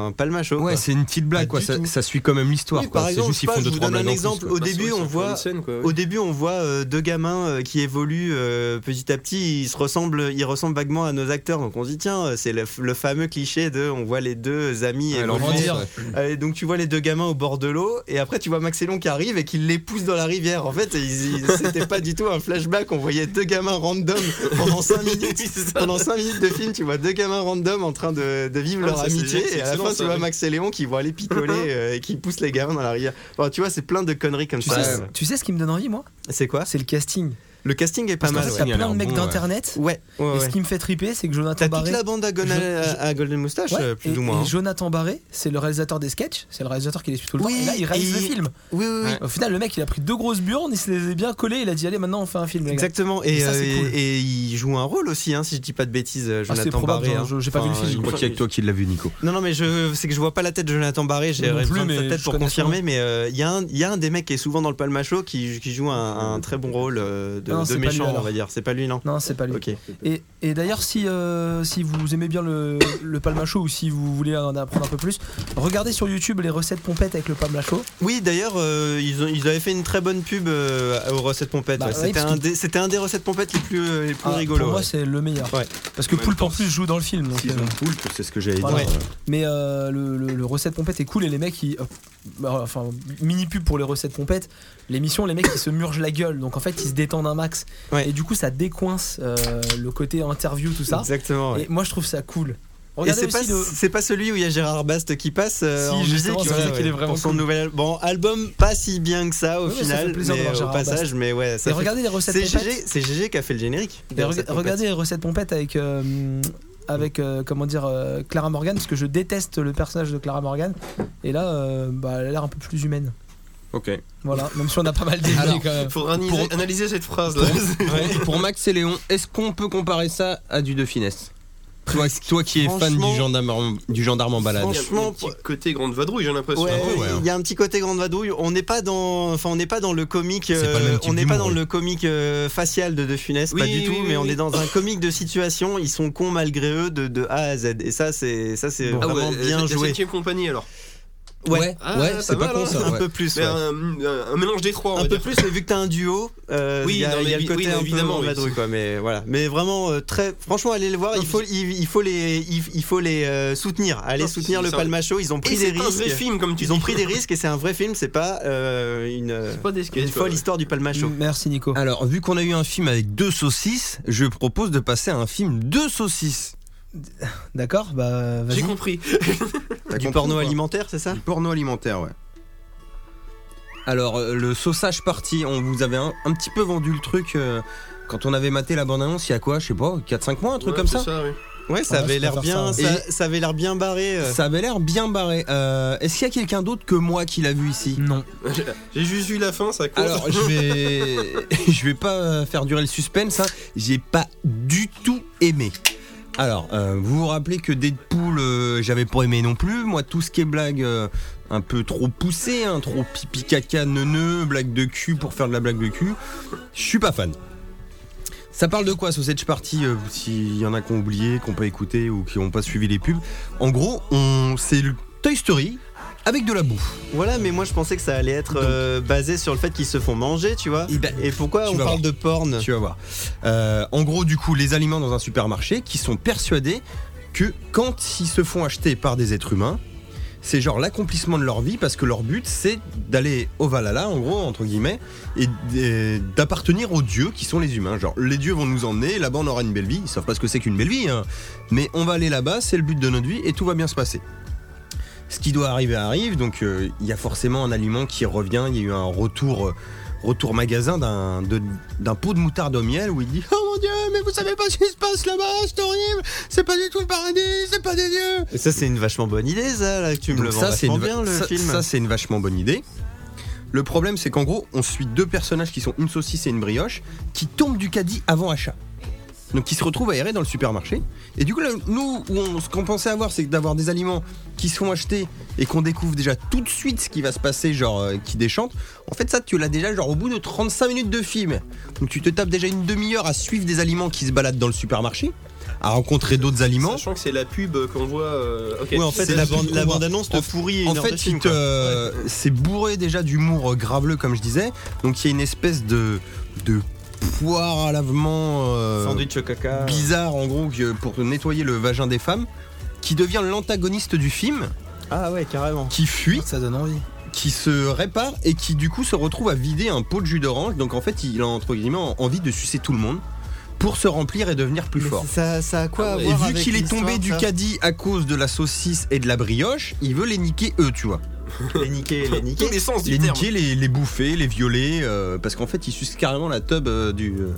S2: un palmacho. quoi.
S6: Ouais, c'est une petite blague,
S2: Pas
S6: quoi.
S2: du
S6: Ça,
S2: tout.
S6: ça suit quand même l'histoire,
S2: Oui,
S6: quoi.
S2: par
S6: C'est
S2: exemple,
S6: juste
S2: je sais
S6: ils
S2: pas,
S6: font
S2: je
S6: deux
S2: vous
S6: trois
S2: donne un
S6: blagues en plus,
S2: exemple.
S6: quoi.
S2: Au début, on voit- Au début, on voit euh, deux gamins euh, qui évoluent euh, petit à petit. Ils se ressemblent, ils ressemblent vaguement à nos acteurs. Donc on se dit tiens, euh, c'est le, le fameux cliché de on voit les deux amis
S6: Ouais,
S2: évoluer.
S6: l'enfance,
S1: grandir.
S6: ouais.
S2: Allez, Euh, donc tu vois les deux gamins au bord de l'eau et après tu vois Maxelon qui arrive et qui les pousse dans la rivière. En fait, ils-
S1: (laughs)
S2: ils- c'était pas du tout un flashback. On voyait deux gamins random pendant
S1: (laughs)
S2: 5 minutes. pendant cinq minutes de film, tu vois deux gamins random en train de, de vivre
S3: Ah,
S2: leur
S3: ça, c'est
S2: amitié
S3: génial, c'est
S2: et à la fin
S3: excellent,
S2: tu
S3: ça,
S2: vois
S3: oui.
S2: Max et Léon qui vont
S1: (laughs)
S2: aller picoler euh, et qui poussent les gamins dans la rivière. Enfin, tu vois, c'est plein de conneries comme
S1: Tu
S2: ça.
S1: sais, tu sais ce qui me donne envie, moi
S2: C'est quoi
S1: C'est le casting.
S2: Le casting est pas
S1: Parce qu'en
S2: mal.
S1: fait,
S2: ouais.
S1: t'as
S6: il a
S1: plein de
S6: l'air
S1: mecs
S6: bon, ouais.
S1: d'internet.
S2: Ouais. ouais,
S1: Et ce
S2: ouais.
S1: qui me fait triper, c'est que Jonathan
S2: T'as toute
S1: Barré.
S2: la bande à, Gona-
S1: Je- je-
S2: à Golden Moustache,
S1: Ouais,
S2: euh, plus
S1: et-
S2: ou moins.
S1: et
S2: hein.
S1: Jonathan Barré, c'est le réalisateur des sketchs, c'est le réalisateur qui les suit tout le
S2: Oui,
S1: temps. Et là, il réalise
S2: et-
S1: le film.
S2: Oui, oui, oui.
S1: Au final, le mec, il a pris deux grosses burnes, il se les a bien collées, il a dit Allez, maintenant, on fait un film. les gars.
S2: Exactement, et,
S1: Et ça, c'est
S2: euh,
S1: cool.
S2: et il joue un rôle aussi, hein, si je dis pas de bêtises, euh,
S1: Ah,
S2: Jonathan
S1: c'est probable,
S2: Barré.
S1: j'en-
S2: hein.
S1: je- j'ai pas
S2: Enfin,
S1: vu le
S6: Je
S1: film.
S6: crois qu'il y a que toi qui l'as vu, Nico.
S2: Non, non, mais je, c'est que je vois pas la tête de Jonathan Barré, j'ai
S1: Non plus,
S2: besoin de sa
S1: mais
S2: tête
S1: je
S2: pour
S1: connais son
S2: confirmer, mais euh, il y, a un- il y a un des mecs qui est souvent dans le palmacho qui, qui joue un, un très bon rôle euh, de,
S1: Ah Non,
S2: de
S1: c'est pas lui,
S2: méchant, on
S1: alors.
S2: va dire. C'est pas lui, non
S1: Non, c'est pas lui.
S2: Ok.
S1: Et, et d'ailleurs, si, euh, si vous aimez bien le, le palmacho ou si vous voulez en apprendre un peu plus, regardez sur YouTube les recettes pompettes avec le palmacho.
S2: Oui, d'ailleurs, euh, ils, ont- ils avaient fait une très bonne pub euh, aux recettes pompettes.
S1: Bah
S2: ouais.
S1: oui,
S2: C'était
S1: parce
S2: un,
S1: que-
S2: des- c'était un des recettes pompettes les plus, euh, les plus
S1: Ah,
S2: rigolos.
S1: pour moi,
S2: ouais.
S1: c'est le meilleur.
S2: Ouais.
S1: Parce que
S3: Ouais,
S1: Poulpe
S3: je
S1: en plus joue dans le film. donc, euh,
S6: poulpe, c'est ce que j'avais
S1: Voilà.
S6: dit.
S1: mais euh, le, le- le recette pompette est cool et les mecs, ils, euh, bah, enfin, mini pub pour les recettes pompettes. L'émission, les mecs, ils se murgent la gueule. Donc en fait, ils se détendent un max.
S2: Ouais.
S1: Et du coup, ça décoince euh, le côté interview, tout ça.
S2: Exactement. ouais.
S1: Et moi, je trouve ça cool.
S2: Et
S1: Regardez
S2: c'est pas,
S1: aussi le-
S2: c'est pas celui où il y a Gérard Bast qui passe euh,
S1: euh, Si,
S2: en musique.
S1: justement, c'est pour ça qu'il est vraiment
S2: pour son
S1: cool.
S2: nouvel bon album, pas si bien que ça au
S1: Oui, mais ça
S2: final,
S1: fait plaisir de
S2: mais
S1: voir
S2: au
S1: Gérard
S2: passage,
S1: Bast.
S2: mais ouais. ça
S1: Et
S2: fait-
S1: regardez les recettes
S2: C'est
S1: pompettes.
S2: GG, c'est GG qui a fait le générique.
S1: Et
S2: des
S1: reg-
S2: recettes pompettes.
S1: regardez les recettes pompettes avec, euh, avec euh, comment dire, euh, Clara Morgan, parce que je déteste le personnage de Clara Morgan. Et là, euh, bah, elle a l'air un peu plus humaine.
S6: Ok.
S1: Voilà, même si on a pas
S2: (laughs)
S1: mal dévié
S4: Alors,
S1: quand même.
S3: Faut analyser,
S4: Pour-
S3: analyser cette phrase là.
S4: Pour Max et Léon, est-ce qu'on peut comparer ça à du De Finesse toi, toi qui es fan
S2: Franchement-
S4: du gendarme, en- du gendarme en balade.
S3: Il y a un
S2: franchement,
S3: petit côté grande vadrouille, j'ai l'impression. Ah
S2: Ouais,
S6: peu, Ah ouais.
S2: il y a un petit côté grande vadrouille. On n'est pas dans, enfin, on n'est pas dans le comique.
S6: C'est pas le même
S2: euh,
S6: type
S2: on n'est pas
S6: d'humour,
S2: dans
S6: oui.
S2: le comique euh, facial de De Funès,
S3: Oui,
S2: pas du
S3: oui,
S2: tout.
S3: oui,
S2: mais on
S3: oui.
S2: est dans un comique de situation. Ils sont cons malgré eux de, de A à Z. Et ça, c'est ça, c'est
S3: Ah ouais,
S2: vraiment
S3: euh,
S2: bien
S3: la
S2: joué.
S3: septième compagnie alors.
S4: Ouais, ouais,
S2: ouais.
S3: Ah, pas
S4: c'est pas
S3: mal,
S4: con
S3: hein.
S4: ça.
S2: Un
S4: ouais.
S2: peu plus.
S3: Mais
S2: ouais.
S3: un, un- un mélange des trois, on
S2: Un
S3: va
S2: peu
S3: dire.
S2: plus, mais vu que t'as un duo, euh,
S3: Oui,
S2: il y a,
S3: non, mais
S2: il y a le
S3: oui,
S2: côté
S3: oui,
S2: un
S3: évidemment,
S2: peu
S3: oui.
S2: madru, quoi. Mais voilà, mais vraiment euh, très, franchement, allez le voir. Il faut, il, il faut les, il, il faut les euh, soutenir. Allez
S3: Non,
S2: soutenir
S3: c'est-
S2: le
S3: c'est un-
S2: Palmacho. Ils ont
S3: Et
S2: pris des
S3: c'est un vrai
S2: risques.
S3: film comme tu
S2: Ils
S3: dis.
S2: ont pris des risques et c'est un vrai film. C'est pas euh, une, euh,
S3: Pas des
S2: une
S3: sketchs, quoi.
S2: folle histoire du Palmacho.
S1: Merci Nico.
S4: Alors, vu qu'on a eu un film avec deux saucisses, je propose de passer à un film deux saucisses.
S1: D'accord, bah vas-y.
S3: J'ai compris.
S2: Du porno alimentaire, c'est ça
S6: Porno alimentaire, ouais.
S4: Alors, euh, le sausage party, on vous avait un, un petit peu vendu le truc euh, quand on avait maté la bande-annonce il y a quoi Je sais pas, 4-5 mois, un truc
S3: Ouais,
S4: comme
S3: c'est
S4: ça
S3: ouais.
S2: Ouais, ça
S1: Ouais,
S2: avait
S1: je
S2: l'air
S1: préfère
S2: bien,
S1: ça, hein.
S2: ça,
S4: ouais.
S2: ça avait l'air bien barré. euh.
S4: Ça avait l'air bien barré. Euh, Est-ce qu'il y a quelqu'un d'autre que moi qui l'a vu ici
S1: Non.
S3: J'ai juste eu la fin, ça compte.
S4: Alors, je vais, (laughs) je vais pas faire durer le suspense. hein. J'ai pas du tout aimé. Alors, euh, vous vous rappelez que Deadpool, euh, j'avais pas aimé non plus. Moi, tout ce qui est blague euh, un peu trop poussée, hein, trop pipi caca neuneu, blague de cul pour faire de la blague de cul, je suis pas fan. Ça parle de quoi, Sausage Party euh, S'il y en a qui ont oublié, qui n'ont pas écouté ou qui n'ont pas suivi les pubs, en gros, on c'est le Toy Story avec de la bouffe.
S2: Voilà, mais moi je pensais que ça allait être euh, basé sur le fait qu'ils se font manger, tu vois.
S4: Et ben,
S2: Et pourquoi
S4: tu
S2: on
S4: vas
S2: parle
S4: voir.
S2: de porn
S4: Tu vas voir. Euh, en gros, du coup, les aliments dans un supermarché qui sont persuadés que quand ils se font acheter par des êtres humains, c'est genre l'accomplissement de leur vie parce que leur but c'est d'aller au Valhalla en gros entre guillemets et d- et d'appartenir aux dieux qui sont les humains. Genre les dieux vont nous emmener, là-bas on aura une belle vie, ils savent pas ce que c'est qu'une belle vie, hein. mais on va aller là-bas, c'est le but de notre vie et tout va bien se passer. Ce qui doit arriver arrive, donc euh, il y a forcément un aliment qui revient, il y a eu un retour. euh, Retour magasin d'un de- d'un pot de moutarde au miel où il dit Oh mon dieu, mais vous savez pas ce qui se passe là-bas, c'est horrible, c'est pas du tout le paradis, c'est pas des dieux.
S2: Et ça, c'est une vachement bonne idée, ça, là, que tu me
S4: Donc
S2: le vends
S4: ça, c'est
S2: vachement
S4: une va-
S2: bien, le
S4: ça-
S2: film.
S4: ça, c'est une vachement bonne idée. Le problème, c'est qu'en gros, on suit deux personnages qui sont une saucisse et une brioche qui tombent du caddie avant achat. Donc qui se retrouvent aérés dans le supermarché. Et du coup, là, nous, où on- ce qu'on pensait avoir, c'est d'avoir des aliments qui sont achetés et qu'on découvre déjà tout de suite ce qui va se passer, genre euh, qui déchante. En fait, ça, tu l'as déjà genre au bout de 35 minutes de film. Donc tu te tapes déjà une demi-heure à suivre des aliments qui se baladent dans le supermarché, à rencontrer d'autres aliments.
S3: Sachant que c'est la pub qu'on voit. euh, ok.
S4: Ouais, en fait,
S2: C'est
S4: c'est
S2: la
S4: juste
S2: bande,
S4: qu'on
S2: la
S4: voit.
S2: bande annonce te
S4: En-
S2: pourrit une
S4: En
S2: heure
S4: fait,
S2: de film,
S4: il te-
S2: quoi.
S4: c'est bourré déjà d'humour euh, graveleux, comme je disais. Donc il y a une espèce de, de poire à lavement euh,
S2: Sandwich au caca.
S4: bizarre, en gros, que- pour nettoyer le vagin des femmes, qui devient l'antagoniste du film,
S2: Ah ouais, carrément.
S4: qui fuit,
S1: Ça donne envie.
S4: qui se répare et qui du coup se retrouve à vider un pot de jus d'orange. Donc en fait, il a entre guillemets envie de sucer tout le monde pour se remplir et devenir plus
S2: Mais
S4: fort.
S2: c'est- Ça, ça a quoi
S3: Ah
S2: à
S3: ouais.
S4: Et
S2: voir
S4: vu
S2: avec
S4: qu'il est tombé
S2: l'histoire,
S4: du
S2: ça
S4: caddie à cause de la saucisse et de la brioche, il veut les niquer eux, tu vois.
S2: Les niquer, les niquer.
S3: Tous les sens du
S4: les
S3: terme.
S4: niquer, les, les bouffer, les violer, euh, parce qu'en fait, il suce carrément la tub euh, du, euh,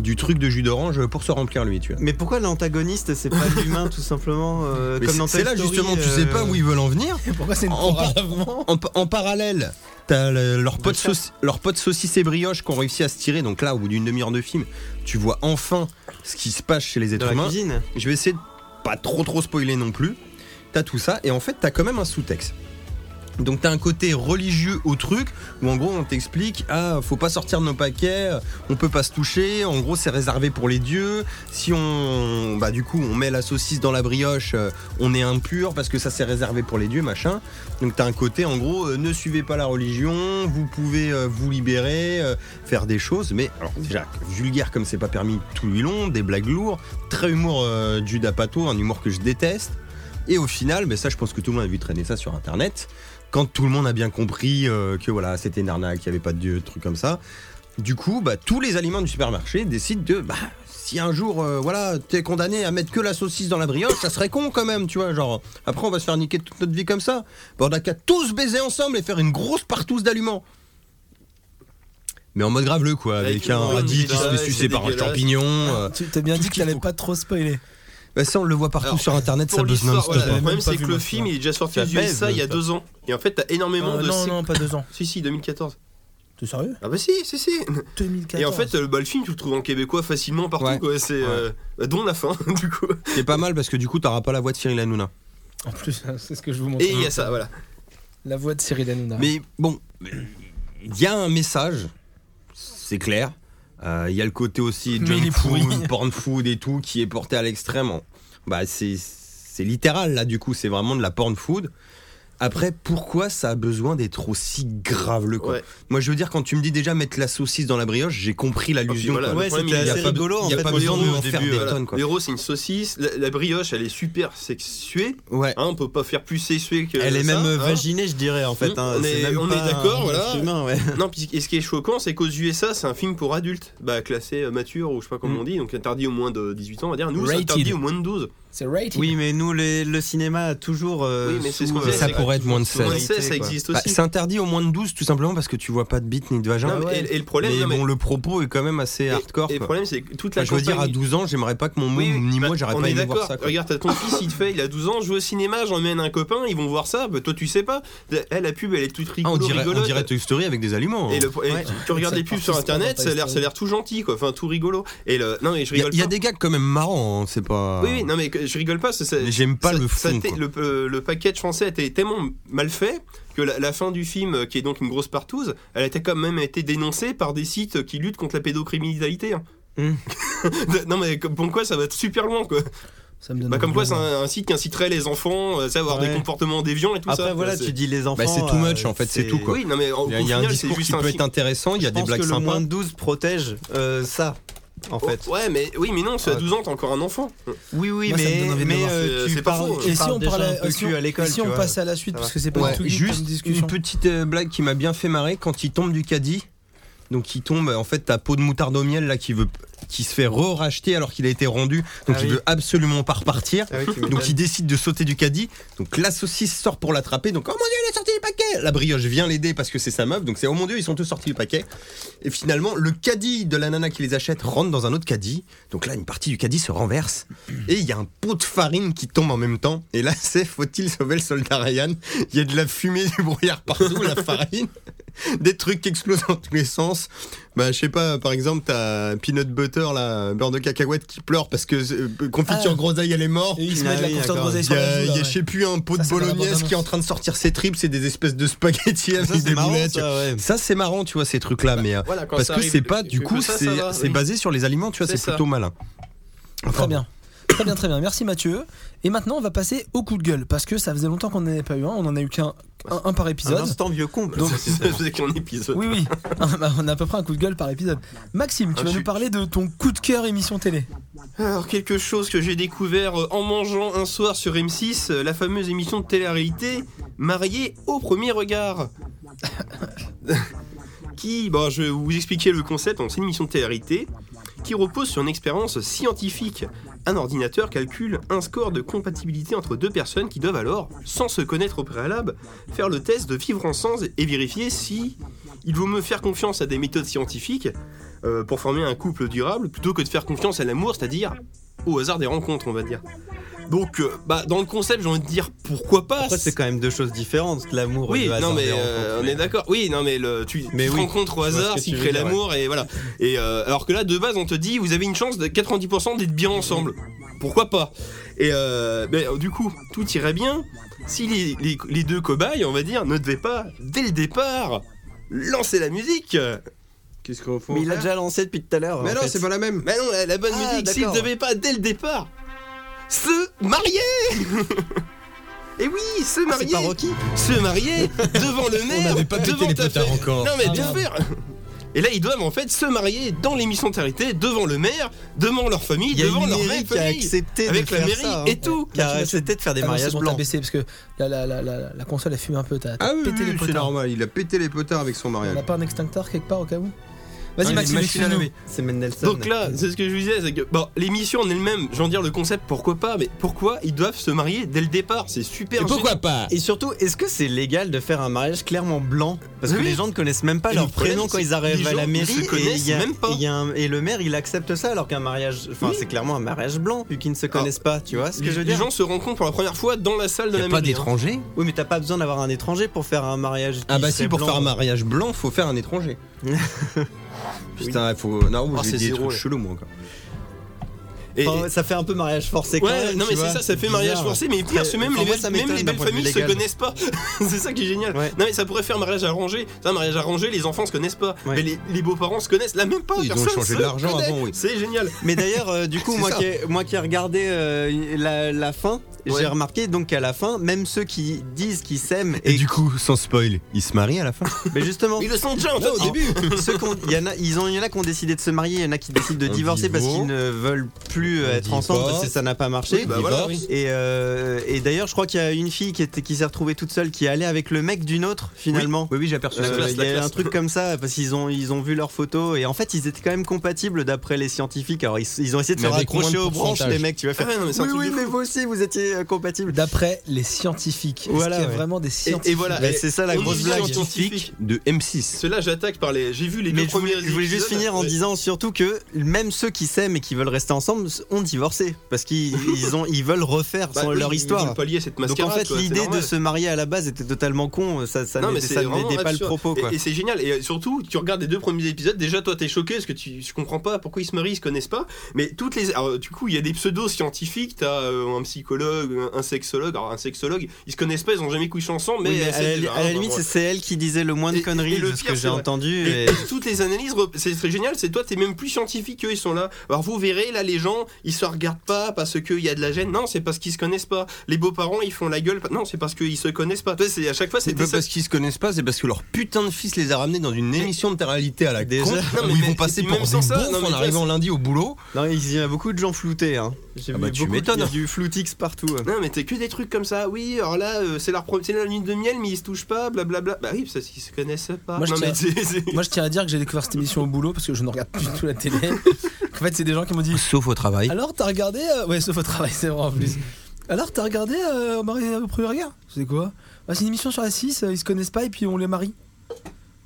S4: du truc de jus d'orange pour se remplir lui, tu vois.
S2: Mais pourquoi l'antagoniste, c'est pas l'humain, tout simplement euh,
S4: Mais
S2: comme
S4: c'est-
S2: dans Toy
S4: c'est là
S2: Story,
S4: justement, tu
S2: euh,
S4: sais pas où ils veulent en
S2: (laughs)
S4: venir.
S1: Pourquoi c'est une
S4: En,
S1: proie
S4: par- en pa- en parallèle, t'as le- leur pote, sauci- leur pote saucisse et brioche qui ont réussi à se tirer. Donc là, au bout d'une demi-heure de film, tu vois enfin ce qui se passe chez les
S2: Dans
S4: êtres
S2: la
S4: humains.
S2: cuisine.
S4: Je vais essayer de pas trop trop spoiler non plus. T'as tout ça et en fait t'as quand même un sous-texte. Donc t'as un côté religieux au truc où en gros on t'explique ah faut pas sortir de nos paquets, on peut pas se toucher, en gros c'est réservé pour les dieux. Si on bah du coup on met la saucisse dans la brioche, euh, on est impur parce que ça c'est réservé pour les dieux machin. Donc t'as un côté en gros euh, ne suivez pas la religion, vous pouvez euh, vous libérer, euh, faire des choses, mais alors déjà vulgaire comme c'est pas permis tout lui long, des blagues lourdes très humour euh, du Dapato, un humour que je déteste. Et au final, mais ça, je pense que tout le monde a vu traîner ça sur Internet. Quand tout le monde a bien compris euh, que voilà, c'était une arnaque, qu'il n'y avait pas de dieu, truc comme ça. Du coup, bah, tous les aliments du supermarché décident de, bah, si un jour, euh, voilà, t'es condamné à mettre que la saucisse dans la brioche, ça serait con quand même, tu vois. Genre, après, on va se faire niquer toute notre vie comme ça. Bah, on a qu'à tous baiser ensemble et faire une grosse partouze d'aliments. Mais en mode graveleux, quoi, avec,
S3: Avec une
S4: un
S3: bonne
S4: radis qui se fait
S3: dégueulasse,
S4: sucer par un
S3: dégueulasse.
S4: champignon. euh,
S1: Tu t'as bien dit que t'allais pas trop spoiler.
S4: bah ça, on le voit partout
S3: Alors,
S4: sur internet, ça
S3: Pour
S4: buzz
S3: l'histoire,
S4: non-stop. hein.
S3: voilà, le
S1: J'avais
S3: problème
S1: même pas
S3: c'est
S1: vu
S3: que le
S1: moi,
S3: film
S1: ça.
S3: il est déjà sorti
S4: Ça
S3: aux
S4: pèse,
S3: USA il y a
S4: ça.
S3: deux ans. Et en fait t'as énormément
S1: Euh,
S3: de.
S1: non,
S3: sé-
S1: non, pas deux ans.
S3: Si si 2014.
S1: T'es sérieux
S3: Ah bah si si si.
S1: 2014.
S3: Et en fait euh, bah, le film tu le trouves en québécois facilement partout
S4: Ouais.
S3: quoi. C'est euh, bah, dont la fin (laughs) du coup.
S4: C'est pas mal parce que du coup, t'auras pas la voix de Cyril Hanouna.
S1: en plus, hein, c'est ce que je vous montre.
S3: Et il y a ça voilà.
S1: La voix de Cyril Hanouna.
S4: Mais bon, il y a un message, c'est clair. Euh, Il y a le côté aussi
S1: Mais il
S4: junk
S1: est pourri.
S4: food, porn food et tout qui est porté à l'extrême. Bah, c'est c'est littéral là, du coup, c'est vraiment de la porn food. Après, pourquoi ça a besoin d'être aussi graveleux quoi
S3: Ouais.
S4: Moi, je veux dire, quand tu me dis déjà mettre la saucisse dans la brioche, j'ai compris l'allusion.
S3: voilà,
S4: quoi.
S3: ouais,
S4: Le
S3: c'était
S4: problème, il y a
S2: assez
S4: pas be-
S2: rigolo, en
S4: Il y a
S2: fait,
S4: pas
S2: au
S4: besoin de
S2: début,
S4: en
S2: au
S4: faire
S2: début,
S4: des
S3: Voilà.
S4: tonnes. Quoi.
S3: L'héros c'est une saucisse. La, la brioche elle est super sexuée.
S4: Ouais.
S3: Hein, on peut pas faire plus sexuée que.
S2: Elle est
S3: ça,
S2: même euh,
S3: hein.
S2: vaginée, je dirais, en fait.
S3: Mmh.
S2: hein.
S3: On
S2: C'est
S3: est-
S2: même
S3: on est
S2: pas
S3: d'accord,
S2: un
S3: voilà.
S2: être humain, ouais.
S3: Non, puis et ce qui est choquant, c'est qu'aux USA, c'est un film pour adultes, bah, classé euh, mature ou je sais pas
S4: Mm.
S3: comment on dit, donc interdit au moins de 18 ans, on va dire. Nous, c'est
S1: Rated.
S3: interdit au moins de 12.
S1: c'est rated.
S2: Oui, mais nous, les- le cinéma a toujours. euh,
S3: Oui, mais c'est ce
S2: sous,
S3: qu'on
S2: euh,
S3: fait,
S4: Ça
S3: c'est
S4: pourrait être moins de
S3: Au moins de
S4: 16.
S3: 16, ça
S2: quoi.
S3: existe
S4: Bah,
S3: aussi.
S4: c'est interdit au moins de 12 tout simplement parce que tu vois pas de bite ni de vagin.
S3: Non, mais- et, et le problème,
S4: mais
S3: non, mais-
S4: bon, le propos est quand même assez
S3: et-
S4: hardcore.
S3: et le
S4: quoi.
S3: problème, c'est que toute
S4: Enfin,
S3: la
S4: je veux dire, à
S3: campagne-
S4: 12 ans, j'aimerais pas que mon môme
S3: Oui, oui,
S4: ni
S3: bah,
S4: moi, j'aurais
S3: on
S4: pas
S3: est
S4: aimé voir
S3: d'accord.
S4: ça. quoi.
S3: Regarde, t'as ton fils, il te fait, il a 12 ans, je vais au cinéma, j'emmène un copain, ils vont voir ça. Bah, toi, tu sais pas. Eh, la pub, elle est toute
S4: Ah,
S3: rigolo,
S4: on, dirait, on
S3: rigolote.
S4: dirait Toy Story avec des aliments.
S3: Et
S4: hein.
S3: le- et tu- tu regardes
S1: Ça
S3: les pubs
S1: participe
S3: sur
S1: pas
S3: internet,
S1: dans
S3: ça a l'air,
S1: Toy
S3: ça a l'air tout gentil, quoi. Enfin, tout rigolo. Et le, non, mais je
S4: Il y a-
S3: rigole
S4: il y, a
S3: pas.
S4: des gags quand même marrants, hein, c'est pas.
S3: Oui, oui, non, mais que- je rigole pas. c'est- c'est-
S4: Mais j'aime pas
S3: ça-
S4: le
S3: ça
S4: fond,
S3: t'est-
S4: quoi.
S3: le, euh, le package français était tellement mal fait que la, la fin du film, euh, qui est donc une grosse partouze, elle était quand même été dénoncée par des sites qui luttent contre la pédocriminalité. hein.
S4: Hmm.
S3: (laughs) non mais comme- pourquoi ça va être super loin quoi
S1: Ça me donne
S3: bah, Comme
S1: envie
S3: quoi
S1: de
S3: c'est
S1: voir.
S3: un, un site qui inciterait les enfants euh, tu sais, à avoir
S2: Ouais.
S3: des comportements déviants et tout ça.
S2: Après, voilà,
S3: Ouais, c'est-
S2: tu dis les enfants.
S4: Bah, c'est too much,
S2: euh,
S4: en fait, c'est tout, quoi.
S3: Oui non mais en-
S4: Il y a,
S3: au
S4: il y a un
S3: final, c'est
S4: discours qui
S3: juste
S4: peut
S3: un
S4: être
S3: film.
S4: intéressant, il y a
S2: Je
S4: des
S2: pense
S4: blagues
S2: que le moins
S4: sympas.
S2: de 12 protège euh, ça. en fait.
S3: Ouais, mais oui, mais non, c'est
S4: Ah.
S3: à 12 ans, t'es encore un enfant.
S2: Oui, oui,
S1: Moi, ça me
S2: mais,
S1: donne envie de
S2: mais
S1: le voir.
S2: euh,
S3: C'est-
S2: tu
S3: c'est pas
S2: parles,
S3: faux.
S2: tu
S1: Et si
S2: parles
S1: on
S2: déjà
S1: parlait
S2: un peu
S1: et si
S2: cul
S1: on-
S2: à l'école.
S1: et si
S2: tu
S1: on
S2: vois.
S1: passait à la suite,
S2: Ça
S1: parce
S2: va.
S1: que c'est pas
S4: Ouais,
S1: du tout geek
S4: juste
S1: comme
S4: une
S1: discussion.
S4: petite euh, blague qui m'a bien fait marrer quand il tombe du caddie. Donc il tombe, en fait, ta peau de moutarde au miel là qui veut, qui se fait re-racheter alors qu'il a été rendu, donc
S2: Ah
S4: il
S2: oui.
S4: veut absolument pas repartir.
S2: Ah oui, tu m'étonnes.
S4: Donc il décide de sauter du caddie. Donc la saucisse sort pour l'attraper. Donc oh mon dieu, il a sorti du paquet. La brioche vient l'aider parce que c'est sa meuf. Donc c'est oh mon dieu, ils sont tous sortis du paquet. Et finalement, le caddie de la nana qui les achète rentre dans un autre caddie. Donc là, une partie du caddie se renverse et il y a un pot de farine qui tombe en même temps. Et là, c'est faut-il sauver le soldat Ryan Il y a de la fumée du brouillard partout, la farine, des trucs qui explosent dans tous les sens. Bah je sais pas, par exemple, t'as peanut butter là, beurre de cacahuète qui pleure parce que euh, confiture
S1: Ah.
S4: groseille elle est morte.
S1: Et il se
S2: Ah
S1: met de la
S2: oui,
S1: confiture de
S2: d'accord.
S1: groseille
S4: Il
S1: sur
S4: y
S1: la
S4: a,
S1: joue,
S4: il y
S1: là,
S4: a
S1: ouais.
S4: je sais plus un pot
S1: Ça,
S4: de
S1: c'est dans la
S4: bolognaise qui est en
S1: bande-annonce.
S4: train de sortir ses tripes, c'est des espèces de spaghettis
S2: Ça,
S4: avec
S2: c'est
S4: des
S2: marrant,
S4: boulettes.
S2: ça, ouais.
S4: Ça c'est marrant, tu vois ces trucs
S1: Bah,
S4: là, mais euh,
S3: Voilà, quand
S4: parce
S3: ça
S4: que
S3: arrive-
S4: c'est pas du
S3: que
S4: coup
S3: ça, ça
S4: c'est
S3: va,
S4: c'est
S3: oui. (laughs)
S4: basé sur les aliments, tu vois,
S3: C'est
S4: c'est
S3: ça.
S4: plutôt malin.
S1: Très bien. Très bien, très bien. Merci Mathieu. Et maintenant, on va passer au coup de gueule parce que ça faisait longtemps qu'on n'en avait pas eu un. On en a eu qu'un un, un par
S2: Un
S1: épisode.
S2: instant vieux con.
S1: Donc-
S3: Ça faisait qu'un épisode.
S1: Oui, oui. on a à peu près un coup de gueule par épisode. Maxime, tu
S3: Ah,
S1: vas
S3: je-
S1: nous parler de ton coup de cœur émission télé. Ah
S3: Alors, quelque chose que j'ai découvert euh, en mangeant un soir sur M6, euh, la fameuse émission de télé-réalité Mariée au premier regard. qui, bon, je vais vous expliquer le concept. Donc, C'est une émission de télé-réalité qui repose sur une expérience scientifique. Un ordinateur calcule un score de compatibilité entre deux personnes qui doivent alors, sans se connaître au préalable, faire le test de vivre ensemble et vérifier si il vaut mieux faire confiance à des méthodes scientifiques euh, pour former un couple durable plutôt que de faire confiance à l'amour, c'est-à-dire au hasard des rencontres, on va dire. Donc, euh, bah, dans le concept, j'ai envie de dire pourquoi pas.
S2: Après, c'est quand même deux choses différentes. L'amour. et
S3: Oui,
S2: le hasard
S3: non mais
S2: des
S3: euh,
S2: rencontres,
S3: on est d'accord. Oui, non mais le, tu,
S2: Mais
S3: tu te
S2: oui,
S3: rencontres au
S2: je vois ce
S3: hasard,
S2: que
S3: si
S2: tu
S3: tu
S2: veux
S3: crées
S2: dire,
S3: l'amour et voilà. Et euh, alors que là, de base, on te dit, vous avez une chance de 90% d'être bien ensemble. Pourquoi pas Et euh, ben, du coup, tout irait bien si les, les- les deux cobayes, on va dire, ne devaient pas dès le départ lancer la musique.
S7: Qu'est-ce qu'on fait
S2: Mais il a déjà lancé depuis tout à l'heure. en fait.
S7: la même.
S3: Mais non, la, la bonne
S2: Ah,
S3: musique, s'ils ne
S2: d'accord.
S3: devaient pas dès le départ se marier. (laughs) Et oui, se
S2: Ah,
S3: marier
S2: C'est pas Rocky.
S3: se marier devant le maire,
S4: n'avait pas pété
S3: devant
S4: les
S3: ta
S4: potards
S3: fête.
S4: encore.
S3: Non mais
S1: Ah,
S3: bien
S1: merde.
S3: faire. Et là, ils doivent en fait se marier dans l'émission de charité, devant le maire, devant leur famille,
S2: Il y a
S3: devant
S2: une
S3: leur
S2: mairie
S3: vraie
S2: qui a
S3: famille,
S2: accepté
S3: avec
S2: de
S3: la
S2: faire
S3: mairie
S2: ça, hein.
S3: et tout.
S2: Qui a
S1: Là, tu-
S2: accepté de faire des
S1: Ah non,
S2: mariages
S1: c'est bon, t'as
S2: blancs.
S1: baissé parce que la, la, la, la, la console a fumé un peu. T'as t'as
S4: Ah oui,
S1: pété
S4: oui,
S1: les
S4: c'est
S1: potards.
S4: normal, il a pété les potards avec son
S1: On
S4: mariage.
S1: n'a pas un extincteur quelque part au cas où Vas-y,
S4: Ah, les
S1: Maxime,
S4: machines à
S1: explique-nous.
S4: laver.
S2: C'est Mendelson.
S3: Donc là, c'est ce que je vous disais, c'est que bon, l'émission en elle-même, j'en dire le concept, pourquoi pas, mais pourquoi ils doivent se marier dès le départ C'est super.
S4: Et pourquoi
S3: Ah.
S4: pas
S2: Et surtout, est-ce que c'est légal de faire un mariage clairement blanc Parce que
S3: Oui.
S2: les gens ne connaissent même pas
S3: Et
S2: leur
S3: le problème,
S2: prénom quand
S3: c'est que
S2: ils
S3: les
S2: arrivent à
S3: gens ne
S2: la
S3: se
S2: mairie. et, il y a-
S3: connaissent même pas.
S2: et il y a un- et le maire, il accepte ça alors qu'un mariage. Enfin,
S3: Oui. Ah.
S2: c'est clairement un mariage blanc vu qu'ils ne se connaissent pas, tu vois ce que
S3: les,
S2: je veux
S3: les
S2: dire
S3: gens se rencontrent pour la première fois dans la salle de
S4: Il
S3: la
S4: a pas
S3: mairie. hein.
S4: d'étranger
S2: Oui, mais t'as pas besoin d'avoir un étranger pour faire un mariage.
S4: Ah
S2: qui
S4: bah
S2: serait
S4: si, pour
S2: blanc.
S4: faire un mariage blanc, faut faire un étranger. Putain, il faut. Non,
S2: Ah,
S4: j'ai
S2: c'est
S4: dit des
S2: zéro,
S4: trucs
S2: là.
S4: chelous, moi, encore.
S3: Et-
S2: Enfin, ça fait un peu mariage forcé quand
S3: Ouais,
S2: même,
S3: non
S2: tu
S3: mais c'est
S2: vois.
S3: ça, ça fait mariage
S2: Bizarre.
S3: forcé, mais
S2: Très-
S3: parce que même
S2: enfin,
S3: les,
S2: moi, ça
S3: même
S2: m'étonne
S3: les
S2: d'un
S3: belles
S2: point de vue
S3: familles se
S2: légal.
S3: connaissent pas. (laughs) c'est ça qui est génial.
S2: Ouais.
S3: Non mais ça pourrait faire mariage arrangé. C'est un mariage arrangé, les enfants se connaissent pas.
S2: Ouais.
S3: Mais les, les beaux-parents se connaissent. Là même pas.
S4: Ils ont
S3: Oh, personne
S4: changé
S3: se
S4: de l'argent
S3: connaît.
S4: avant, oui.
S3: C'est génial.
S2: Mais d'ailleurs, euh, du coup,
S4: C'est
S2: moi
S4: ça.
S2: qui, ai, moi qui ai regardé euh, la, la fin,
S3: Ouais.
S2: j'ai remarqué donc qu'à la fin, même ceux qui disent
S4: (laughs)
S2: qu'ils s'aiment
S4: Et,
S2: et,
S4: du coup, sans spoil, il se marie à la fin.
S2: mais justement,
S3: Ils le sont déjà en fait.
S2: Là, Oh. au début, (laughs) ceux qu'on- il y en a, ils ont, il y en a qui ont décidé de se marier, il y en a qui décident de
S4: On
S2: divorcer
S4: dit
S2: parce
S4: bon.
S2: qu'ils ne veulent plus euh,
S4: On
S2: être
S4: dit
S2: ensemble
S4: pas.
S2: parce que ça n'a pas marché.
S3: Oui, bah voilà, oui.
S2: Et, euh, et d'ailleurs, je crois qu'il y a une fille qui, était- qui s'est retrouvée toute seule, qui est allée avec le mec d'une autre finalement.
S4: Oui, oui, j'ai aperçu
S2: Euh,
S3: La
S2: Il
S3: classe,
S2: y
S3: la
S2: a
S3: classe.
S2: un truc comme ça parce qu'ils ont ils ont vu leurs photos et en fait ils étaient quand même compatibles d'après les scientifiques. Alors ils, ils ont essayé de
S4: Mais
S2: se
S4: avec moins
S2: raccrocher
S4: de
S2: aux branches
S4: pourcentage.
S2: les mecs. Tu vas
S3: Ah
S2: faire.
S3: ouais, non, mais c'est un
S2: oui
S3: truc
S2: oui
S3: de
S2: mais
S3: fou.
S2: vous aussi vous étiez euh, compatibles.
S1: D'après les scientifiques. Est-ce
S2: Voilà,
S1: qu'il y a
S2: ouais.
S1: vraiment des
S3: Et,
S1: scientifiques
S3: et voilà.
S2: Bah,
S3: Et
S2: c'est ça la
S3: on
S2: grosse
S3: dit
S2: blague.
S3: scientifique.
S4: de M6.
S3: Cela j'attaque par les. J'ai vu les
S2: Mais
S3: deux
S2: je voulais,
S3: premiers.
S2: je voulais juste
S3: épisodes.
S2: finir en
S3: Ouais.
S2: disant surtout que même ceux qui s'aiment et qui veulent rester ensemble ont divorcé
S3: (laughs)
S2: parce qu'ils ils ont ils veulent refaire
S3: Bah
S2: son-
S3: oui,
S2: leur
S3: ils
S2: histoire.
S3: veulent pallier cette
S2: Donc en
S3: mascarade,
S2: fait
S3: quoi, c'est
S2: l'idée de
S3: normal.
S2: se marier à la base était totalement con, ça ça
S3: Non, mais
S2: n'était
S3: c'est
S2: ça
S3: vraiment
S2: n'aidait pas le
S3: absurde.
S2: propos quoi.
S3: Et, et c'est génial. Et euh, surtout, tu regardes les deux premiers épisodes. Déjà, toi, t'es choqué parce que tu, je comprends pas pourquoi ils se marient, ils se connaissent pas. Mais toutes les, alors, du coup, il y a des pseudos scientifiques. T'as euh, un psychologue, sexologue, un sexologue. Alors, un sexologue, ils se connaissent pas, ils ont jamais couché ensemble, mais.
S2: Oui, mais
S3: elle
S2: à
S3: sait
S2: la,
S3: déjà,
S2: à
S3: hein,
S2: la
S3: bah,
S2: limite,
S3: voilà.
S2: c'est- c'est elle qui disait le moins de
S3: Et-
S2: conneries
S3: et le
S2: de ce
S3: pire,
S2: que j'ai
S3: c'est-
S2: entendu.
S3: Et
S2: et-
S3: toutes les analyses, rep- c'est très génial, c'est toi, t'es même plus scientifique qu'eux, ils sont là. Alors vous verrez, là, les gens, ils se regardent pas parce qu'il y a de la gêne. Non, c'est parce qu'ils se connaissent pas. Les beaux-parents, ils font la gueule. Non, c'est parce qu'ils se connaissent pas. Tu sais, c'est- à chaque fois, c'est
S4: C'est
S3: des
S4: pas parce qu'ils se connaissent pas, c'est parce que leur putain de fils les a ramenés dans une émission de réalité à la
S2: Déjà.
S4: con.
S2: Non,
S4: où
S3: mais-
S4: ils vont
S3: mais-
S4: passer
S3: et puis
S4: pour
S3: même
S4: des
S3: sans ça,
S4: bouffes
S3: non, mais
S4: en
S3: tu
S4: arrivant lundi au boulot.
S2: Non, il y a beaucoup de gens floutés. Hein. J'ai
S4: Ah bah, tu
S2: beaucoup de-
S4: m'étonnes.
S2: Il y a du floutix partout. hein.
S3: Non mais t'es que des trucs comme ça, oui alors là euh, c'est leur pro- c'est la lune de miel mais ils se touchent pas, blablabla. Bah oui parce qu'ils se connaissent pas.
S1: Moi, je
S3: non, mais
S1: tiens-
S3: c'est- c'est-
S1: Moi, je tiens à dire que j'ai découvert cette émission au boulot parce que je ne regarde plus du tout la télé. (laughs) en fait, c'est des gens qui m'ont dit
S4: Sauf au travail.
S1: Alors, t'as regardé. euh, Ouais, sauf au travail, c'est vrai en plus. Alors, t'as regardé euh, Marie au premier regard C'est quoi Bah, C'est une émission sur la 6, euh, ils se connaissent pas et puis on les marie.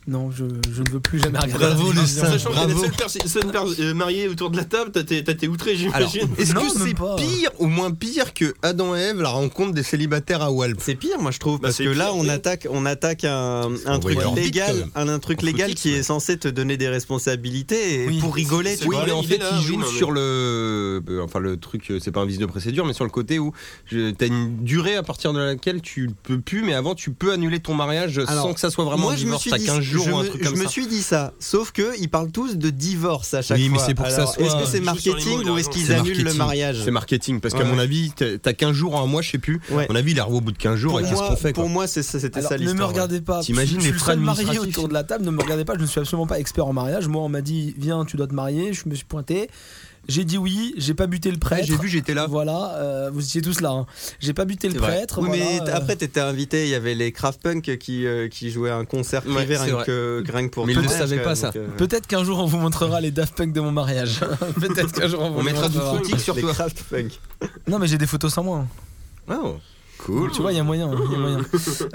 S1: Non, je, je ne veux plus jamais regarder.
S4: Bravo,
S1: la
S4: le
S1: télévision.
S4: singe.
S1: (laughs)
S3: Sachant que t'es
S4: Bravo.
S3: la seule personne seule per- euh, mariée autour de la table, t'as t'es t'as été outré
S4: Alors,
S3: j'imagine.
S4: est-ce
S1: Non,
S4: que
S1: même
S4: c'est
S1: pas.
S4: pire ou moins pire que Adam et Ève, la rencontre des célibataires à Walp
S2: C'est pire, moi je trouve,
S3: Bah,
S2: parce
S3: c'est
S2: que là
S3: pire,
S2: on
S3: oui.
S2: attaque, on attaque un, un
S4: qu'on
S2: truc
S4: voyait leur bite, quand
S2: légal,
S4: même.
S2: un, un truc
S4: En
S2: légal
S4: footix,
S2: qui
S4: ouais.
S2: est censé te donner des responsabilités et
S1: Oui.
S2: pour
S3: C'est-
S2: rigoler, tu
S3: c'est
S4: Oui,
S2: vois.
S3: vrai.
S4: mais en
S3: l'idée,
S4: fait,
S3: là,
S4: il
S3: oui,
S4: joue
S3: non, mais-
S4: sur le. euh, Enfin, le truc, euh, c'est pas un vice de procédure, mais sur le côté où je- t'as une durée à partir de laquelle tu peux plus, mais avant, tu peux annuler ton mariage
S2: Alors,
S4: sans que ça soit vraiment
S2: Moi
S4: un
S2: je me
S4: divorce.
S2: suis
S4: T'as
S2: dit,
S4: 15 jours
S2: je
S4: ou un
S2: me,
S4: truc
S2: je
S4: comme
S2: me
S4: ça.
S2: suis dit ça, sauf que ils parlent tous de divorce à chaque
S4: Oui,
S2: fois.
S4: mais c'est pour que ça
S2: Alors,
S4: soit-
S2: Est-ce que c'est
S3: Ils jouent sur les mots et
S2: marketing ou
S3: l'argent.
S2: est-ce qu'ils
S4: C'est
S2: annulent le
S4: marketing.
S2: mariage
S4: C'est marketing, parce qu'à
S2: Ouais.
S4: mon avis, t'as t'as 15 jours à un mois, je sais plus.
S2: Ouais.
S4: À mon avis, il arrive au bout de 15 jours
S2: Pour
S4: et qu'est-ce
S2: moi,
S4: qu'on fait quoi.
S2: pour moi, c'est- c'était
S1: Alors,
S2: ça
S1: ne me
S2: l'histoire. ouais.
S1: regardez pas.
S4: T'imagines
S1: je suis
S4: les
S1: le
S4: frais
S1: seul marié
S4: administratifs.
S1: autour de la table. Ne me regardez pas. Je ne suis absolument pas expert en mariage. Moi, on m'a dit viens, tu dois te marier. Je me suis pointé. J'ai dit oui. J'ai pas buté le
S4: Ouais,
S1: prêtre.
S4: Ah, J'ai vu, j'étais là.
S1: Voilà, euh, vous étiez tous là. hein. J'ai pas buté le
S4: C'est vrai.
S1: prêtre.
S2: Oui, mais
S1: voilà,
S2: t-
S1: euh,
S2: après, t'étais invité. Il y avait les Kraft Punk qui, euh, qui jouaient un concert
S4: Ouais,
S2: privé
S4: c'est
S2: rien
S4: vrai.
S2: que, rien que pour
S4: Mais ils
S2: toi,
S4: le
S2: donc,
S4: savaient
S2: euh,
S4: pas, ça.
S2: donc, euh,
S1: Peut-être qu'un jour on vous montrera les Daft Punk de mon mariage. (laughs) Peut-être qu'un jour on vous
S4: On mettra
S1: les
S4: du
S1: montrera.
S4: footy sur
S2: les
S4: toi.
S2: Kraft (laughs) Punk.
S1: Non, mais j'ai des photos sans moi. hein.
S4: Oh, cool.
S1: Tu vois, il y a moyen. il y a moyen.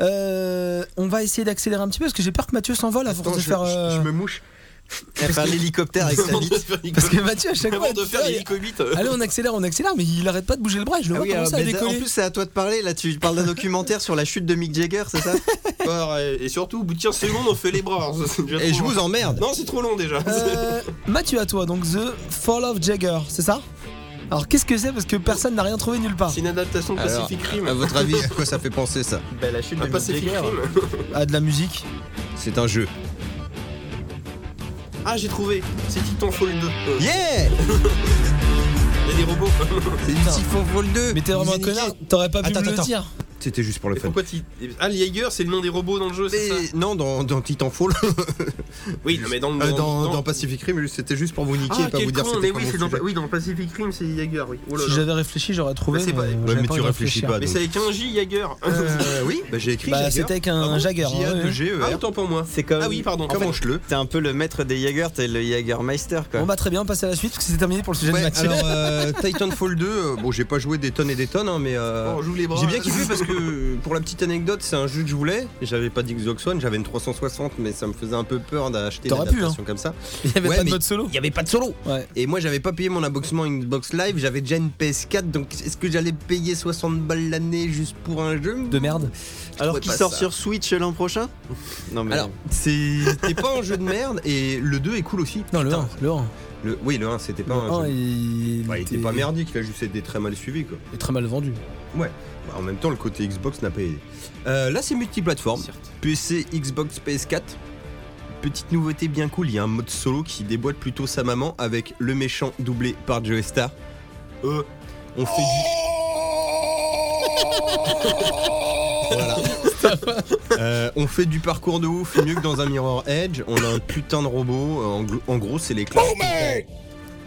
S1: Euh, on va essayer d'accélérer un petit peu parce que j'ai peur que Mathieu s'envole à force de faire. euh,
S4: mouche.
S2: Elle
S4: (laughs)
S2: fait un hélicoptère avec sa
S3: Avant de
S2: bite.
S3: faire
S1: Parce que
S3: l'hélicoptère-
S1: Mathieu, à chaque fois.
S3: avant de faire
S1: putain,
S3: l'hélicobite.
S1: Allez, on accélère, on accélère, mais il arrête pas de bouger le bras. Je le
S2: Ah
S1: vois
S2: oui,
S1: commencer
S2: euh,
S1: à
S2: mais en
S1: décoller.
S2: plus, c'est à toi de parler. Là, tu parles (laughs) d'un documentaire sur la chute de Mick Jagger, c'est ça
S3: Alors, euh, Et surtout au bout de 15 secondes on fait les bras. Alors, ça, c'est déjà
S4: Et je
S3: trop
S4: vous
S3: long.
S4: emmerde.
S3: Non c'est trop long déjà.
S1: Euh, Mathieu, à toi, donc The Fall of Jagger, c'est ça Alors qu'est-ce que c'est Parce que personne n'a rien trouvé nulle part.
S3: C'est une adaptation de
S4: Alors, ah,
S3: Pacific Rim.
S4: À votre avis, à quoi ça fait penser ça
S2: Bah, La chute
S3: Ah, Pacific Rim.
S1: Ah, de la musique.
S4: C'est un jeu.
S3: Ah j'ai trouvé, c'est Titanfall 2. Euh, Il (laughs)
S4: Yeah
S3: y a des robots.
S4: C'est du
S1: Putain.
S4: Siphon Vol 2.
S1: Mais t'es vraiment un connard, t'aurais pas pu
S4: Attends,
S1: me le
S4: attends.
S1: dire.
S4: C'était juste pour le
S3: Et
S4: fun.
S3: pourquoi Tit- Ah le Jaeger c'est le nom des robots dans le jeu, c'est ça
S4: Mais non, dans, dans Titanfall,
S3: Oui, non, mais dans le
S4: euh, dans, dans Pacific Rim, c'était juste pour vous niquer
S3: Ah,
S4: et pas
S3: quel
S4: vous dire
S3: con,
S4: c'était
S3: mais
S4: quoi
S3: oui,
S4: mon
S3: c'est dans,
S4: sujet.
S3: oui, dans Pacific Rim, c'est Jaeger, oui. Oh là
S1: Si
S3: là.
S1: j'avais réfléchi, j'aurais trouvé.
S3: Mais c'est pas-
S1: euh,
S4: Ouais,
S1: j'avais
S4: mais
S1: pas
S4: tu
S1: envie de
S4: réfléchis
S1: réfléchir.
S4: pas.
S3: Mais
S4: donc.
S3: c'est avec un J Jaeger.
S4: Euh, oui, bah, j'ai écrit.
S1: Bah,
S4: Jagger.
S1: c'était avec un,
S4: Pardon,
S1: Jagger. hein, euh,
S4: J A
S1: ouais,
S4: de
S1: ouais.
S4: G E R.
S3: Ah, autant pour moi.
S2: C'est comme.
S3: Ah oui, pardon. En fait,
S4: Commence-le.
S2: T'es un peu le maître des Jaeger, t'es le Jaegermeister, quoi.
S1: Bon bah très bien, on passe à la suite parce que c'est terminé pour le sujet
S4: Ouais,
S1: de Mathieu.
S4: alors euh, Titanfall 2, euh, bon j'ai pas joué des tonnes et des tonnes hein, mais euh,
S3: on joue Oh, les bras.
S2: Oh.
S4: j'ai bien kiffé parce
S2: (laughs)
S4: que pour la petite anecdote c'est un jeu que je voulais, j'avais pas d'Xbox One, j'avais une 360 mais ça me faisait un peu peur d'acheter une
S1: T'aurais pu, hein.
S4: adaptation comme ça.
S1: (laughs) Il y avait
S4: ouais,
S1: pas de
S4: mais-
S1: mode solo.
S4: Il y avait pas de solo
S1: Ouais.
S4: Et moi j'avais pas payé mon abonnement Xbox Live, j'avais déjà une PS4 donc est-ce que j'allais payer 60 balles l'année juste pour un jeu
S1: De merde.
S2: Alors
S4: trouvais
S2: qu'il
S4: pas
S2: sort
S4: ça.
S2: sur Switch
S4: (laughs)
S2: l'an prochain Non, mais.
S4: Alors c'était pas un jeu de merde et le 2 est cool aussi.
S1: Non, le
S4: Putain,
S1: 1. Le 1.
S4: le- Oui le 1 c'était pas
S1: Le
S4: un
S1: 1,
S4: jeu.
S1: il...
S4: Ouais, il était pas merdique, il a juste été très mal suivi quoi.
S1: il est très mal vendu.
S4: Bah, en même temps, le côté Xbox n'a pas aidé. Euh, là, c'est multiplateforme. PC, Xbox, PS4. Petite nouveauté bien cool, il y a un mode solo qui déboîte plutôt sa maman avec le méchant doublé par Joe Star. Euh, on fait du. Voilà. Euh, on fait du parcours de ouf, mieux que dans un Mirror Edge. On a un putain de robot. euh, En, gl- en gros, c'est l'éclat. total.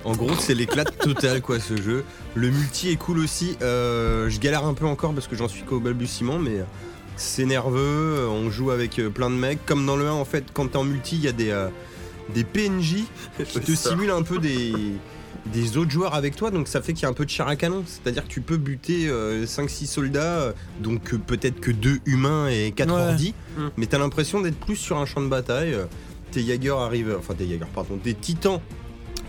S4: En gros, c'est l'éclat total, quoi, ce jeu. Le multi est cool aussi. Euh, je galère un peu encore parce que j'en suis qu'au balbutiement, mais c'est nerveux. On joue avec euh, plein de mecs. Comme dans le 1, en fait, quand t'es en multi, il y a des, euh, des PNJ qui te simulent un peu des, des autres joueurs avec toi. Donc ça fait qu'il y a un peu de char à canon. C'est-à-dire que tu peux buter 5-6 soldats, euh, donc euh, peut-être que 2 humains et 4
S1: Ouais.
S4: ordi.
S3: Mm.
S4: Mais t'as l'impression d'être plus sur un champ de bataille. Euh, Tes Jaeger arrivent, enfin tes Jaeger, pardon, tes titans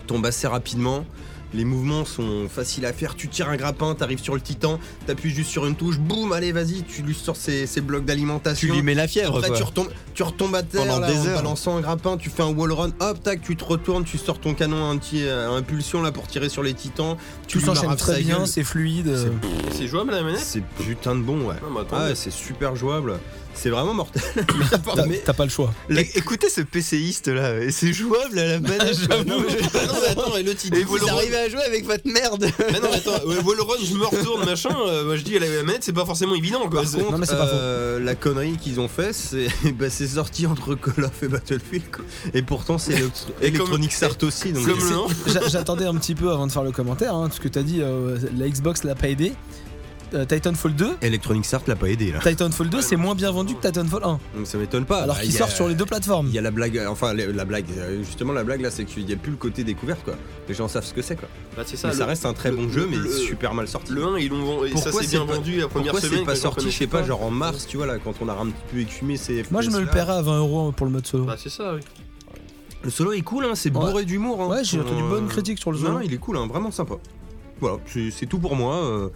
S4: tombent assez rapidement. Les mouvements sont faciles à faire. Tu tires un grappin, t'arrives sur le titan, t'appuies juste sur une touche, boum, allez, vas-y, tu lui sors ses, ses blocs
S2: Tu
S4: d'alimentation.
S2: lui mets la fièvre,
S4: Après,
S2: quoi.
S4: tu retombes, tu retombes à terre
S2: Pendant
S4: là,
S2: des
S4: en
S2: heures.
S4: balançant un grappin, tu fais un wall run, hop, tac, tu te retournes, tu sors ton canon à, un petit- à impulsion là pour tirer sur les titans.
S1: Tout
S4: lui
S1: s'enchaîne
S4: marabes sa
S1: très bien,
S4: gueule.
S1: c'est fluide. euh,
S3: C'est jouable à la manette
S4: C'est putain de bon, ouais.
S3: Non, mais attends.
S4: Ah, ouais, c'est super jouable. C'est vraiment mortel.
S1: T'as t'as pas le choix.
S2: É- Écoutez ce PCiste là, euh, c'est jouable à
S1: (laughs)
S2: la manette.
S3: Non, mais- Ah non, mais attends, et le titre.
S2: Et vous
S3: Wallrun-
S2: arrivez à jouer avec votre merde.
S3: Mais non, mais attends, ouais, Wallrun, je me retourne, machin. euh, moi, je dis, à la manette, c'est pas forcément évident, quoi.
S4: Par contre,
S1: non, mais c'est pas
S4: euh, la connerie qu'ils ont fait, c'est (laughs) bah, c'est sorti entre Call of et Battlefield. quoi. Et pourtant, c'est Electro-
S3: Et comme-
S4: Electronic Arts aussi. Donc
S3: Comme
S4: c'est-
S3: le nom.
S1: J'a- J'attendais un petit peu avant de faire le commentaire, hein, parce que t'as dit euh, la Xbox l'a pas aidé. Euh, Titanfall 2,
S4: Electronic Arts l'a pas aidé là.
S1: Titanfall 2 c'est moins bien vendu que Titanfall 1,
S4: Donc ça m'étonne pas.
S1: alors
S4: Bah,
S1: qu'il
S4: il y a-
S1: sort sur les deux plateformes.
S4: Il y a la blague, enfin le- la blague, euh, justement la blague là, c'est qu'il n'y a plus le côté découverte quoi. Les gens savent ce que c'est quoi.
S3: Bah, c'est ça.
S4: Mais ça
S3: le-
S4: reste un très
S3: le-
S4: bon
S3: le-
S4: jeu, mais
S3: le-
S4: super mal sorti.
S3: Le 1, ils l'ont vendu. et Ça
S4: Pourquoi
S3: s'est
S4: c'est
S3: bien
S4: pas-
S3: vendu la première
S4: Pourquoi
S3: semaine.
S4: c'est pas
S3: que les gens
S4: sorti, je sais pas,
S3: connaissaient
S4: genre en mars, tu vois là, quand on a un petit peu écumé ces.
S1: Moi je me le
S4: FPS là.
S1: paierais à 20€ pour le mode solo.
S3: Bah, c'est ça, oui.
S4: Le solo est cool, hein, c'est
S1: Ouais.
S4: bourré d'humour. Hein.
S1: Ouais, j'ai entendu
S4: Euh,
S1: bonne critique sur le solo.
S4: Non, il est cool, hein, vraiment sympa. Voilà, c'est c'est tout pour moi. euh,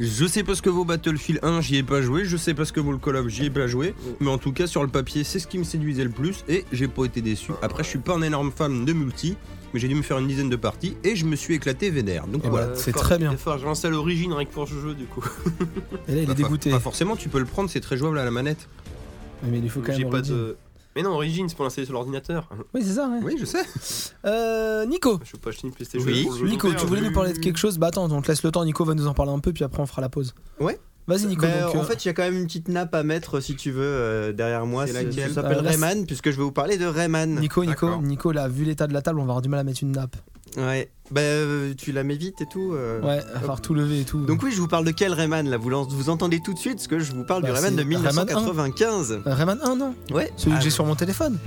S4: je sais pas ce que vaut Battlefield 1, j'y ai pas joué. Je sais pas ce que vaut le Call of, j'y ai pas joué. Mais en tout cas, sur le papier, c'est ce qui me séduisait le plus et j'ai pas été déçu. Après, je suis pas un énorme fan de multi, mais j'ai dû me faire une dizaine de parties et je me suis éclaté vénère. Donc
S1: Et
S4: voilà.
S1: bah, c'est
S3: Fort-
S1: très bien.
S3: fort, Je lance à l'origine rien que pour ce jeu, du coup.
S1: Et là il
S4: Bah,
S1: est
S4: pas-
S1: dégoûté.
S2: Ah.
S1: Ah,
S4: Pas forcément, tu peux le prendre, c'est très jouable à la manette.
S1: Mais il faut quand
S3: J'ai
S1: même.
S3: pas
S1: redire.
S3: de. Mais non, Origin, c'est pour l'installer sur l'ordinateur.
S1: Oui, c'est ça, ouais.
S4: Oui, je sais.
S1: Euh, Nico.
S3: Je peux pas acheter une PlayStation.
S2: Oui.
S3: pour le jeu
S1: Nico,
S3: ouvert,
S1: tu voulais
S3: je-
S1: nous parler de quelque chose Bah attends, on te laisse le temps, Nico va nous en parler un peu, puis après on fera la pause.
S2: Ouais.
S1: Vas-y Nico,
S2: Bah,
S1: donc,
S2: en
S1: euh,
S2: fait, il y a quand même une petite nappe à mettre si tu veux euh, derrière moi.
S4: C'est
S2: Ça
S4: laquelle
S2: ça s'appelle
S1: Euh, là,
S2: Rayman, puisque je vais vous parler de Rayman.
S1: Nico, Nico,
S3: D'accord.
S1: Nico, là, vu l'état de la table, on va avoir du mal à mettre une nappe.
S2: Ouais. Bah, euh, tu la mets vite et tout. euh.
S1: Ouais, à falloir tout lever et tout.
S2: Donc oui, je vous parle de quel Rayman là vous, lance- vous entendez tout de suite ce que je vous parle
S1: Bah,
S2: du Rayman
S1: c'est
S2: de
S1: Rayman
S2: 1995.
S1: Euh, Rayman 1, non
S2: Ouais.
S1: Celui
S2: Ah,
S1: que j'ai sur mon téléphone.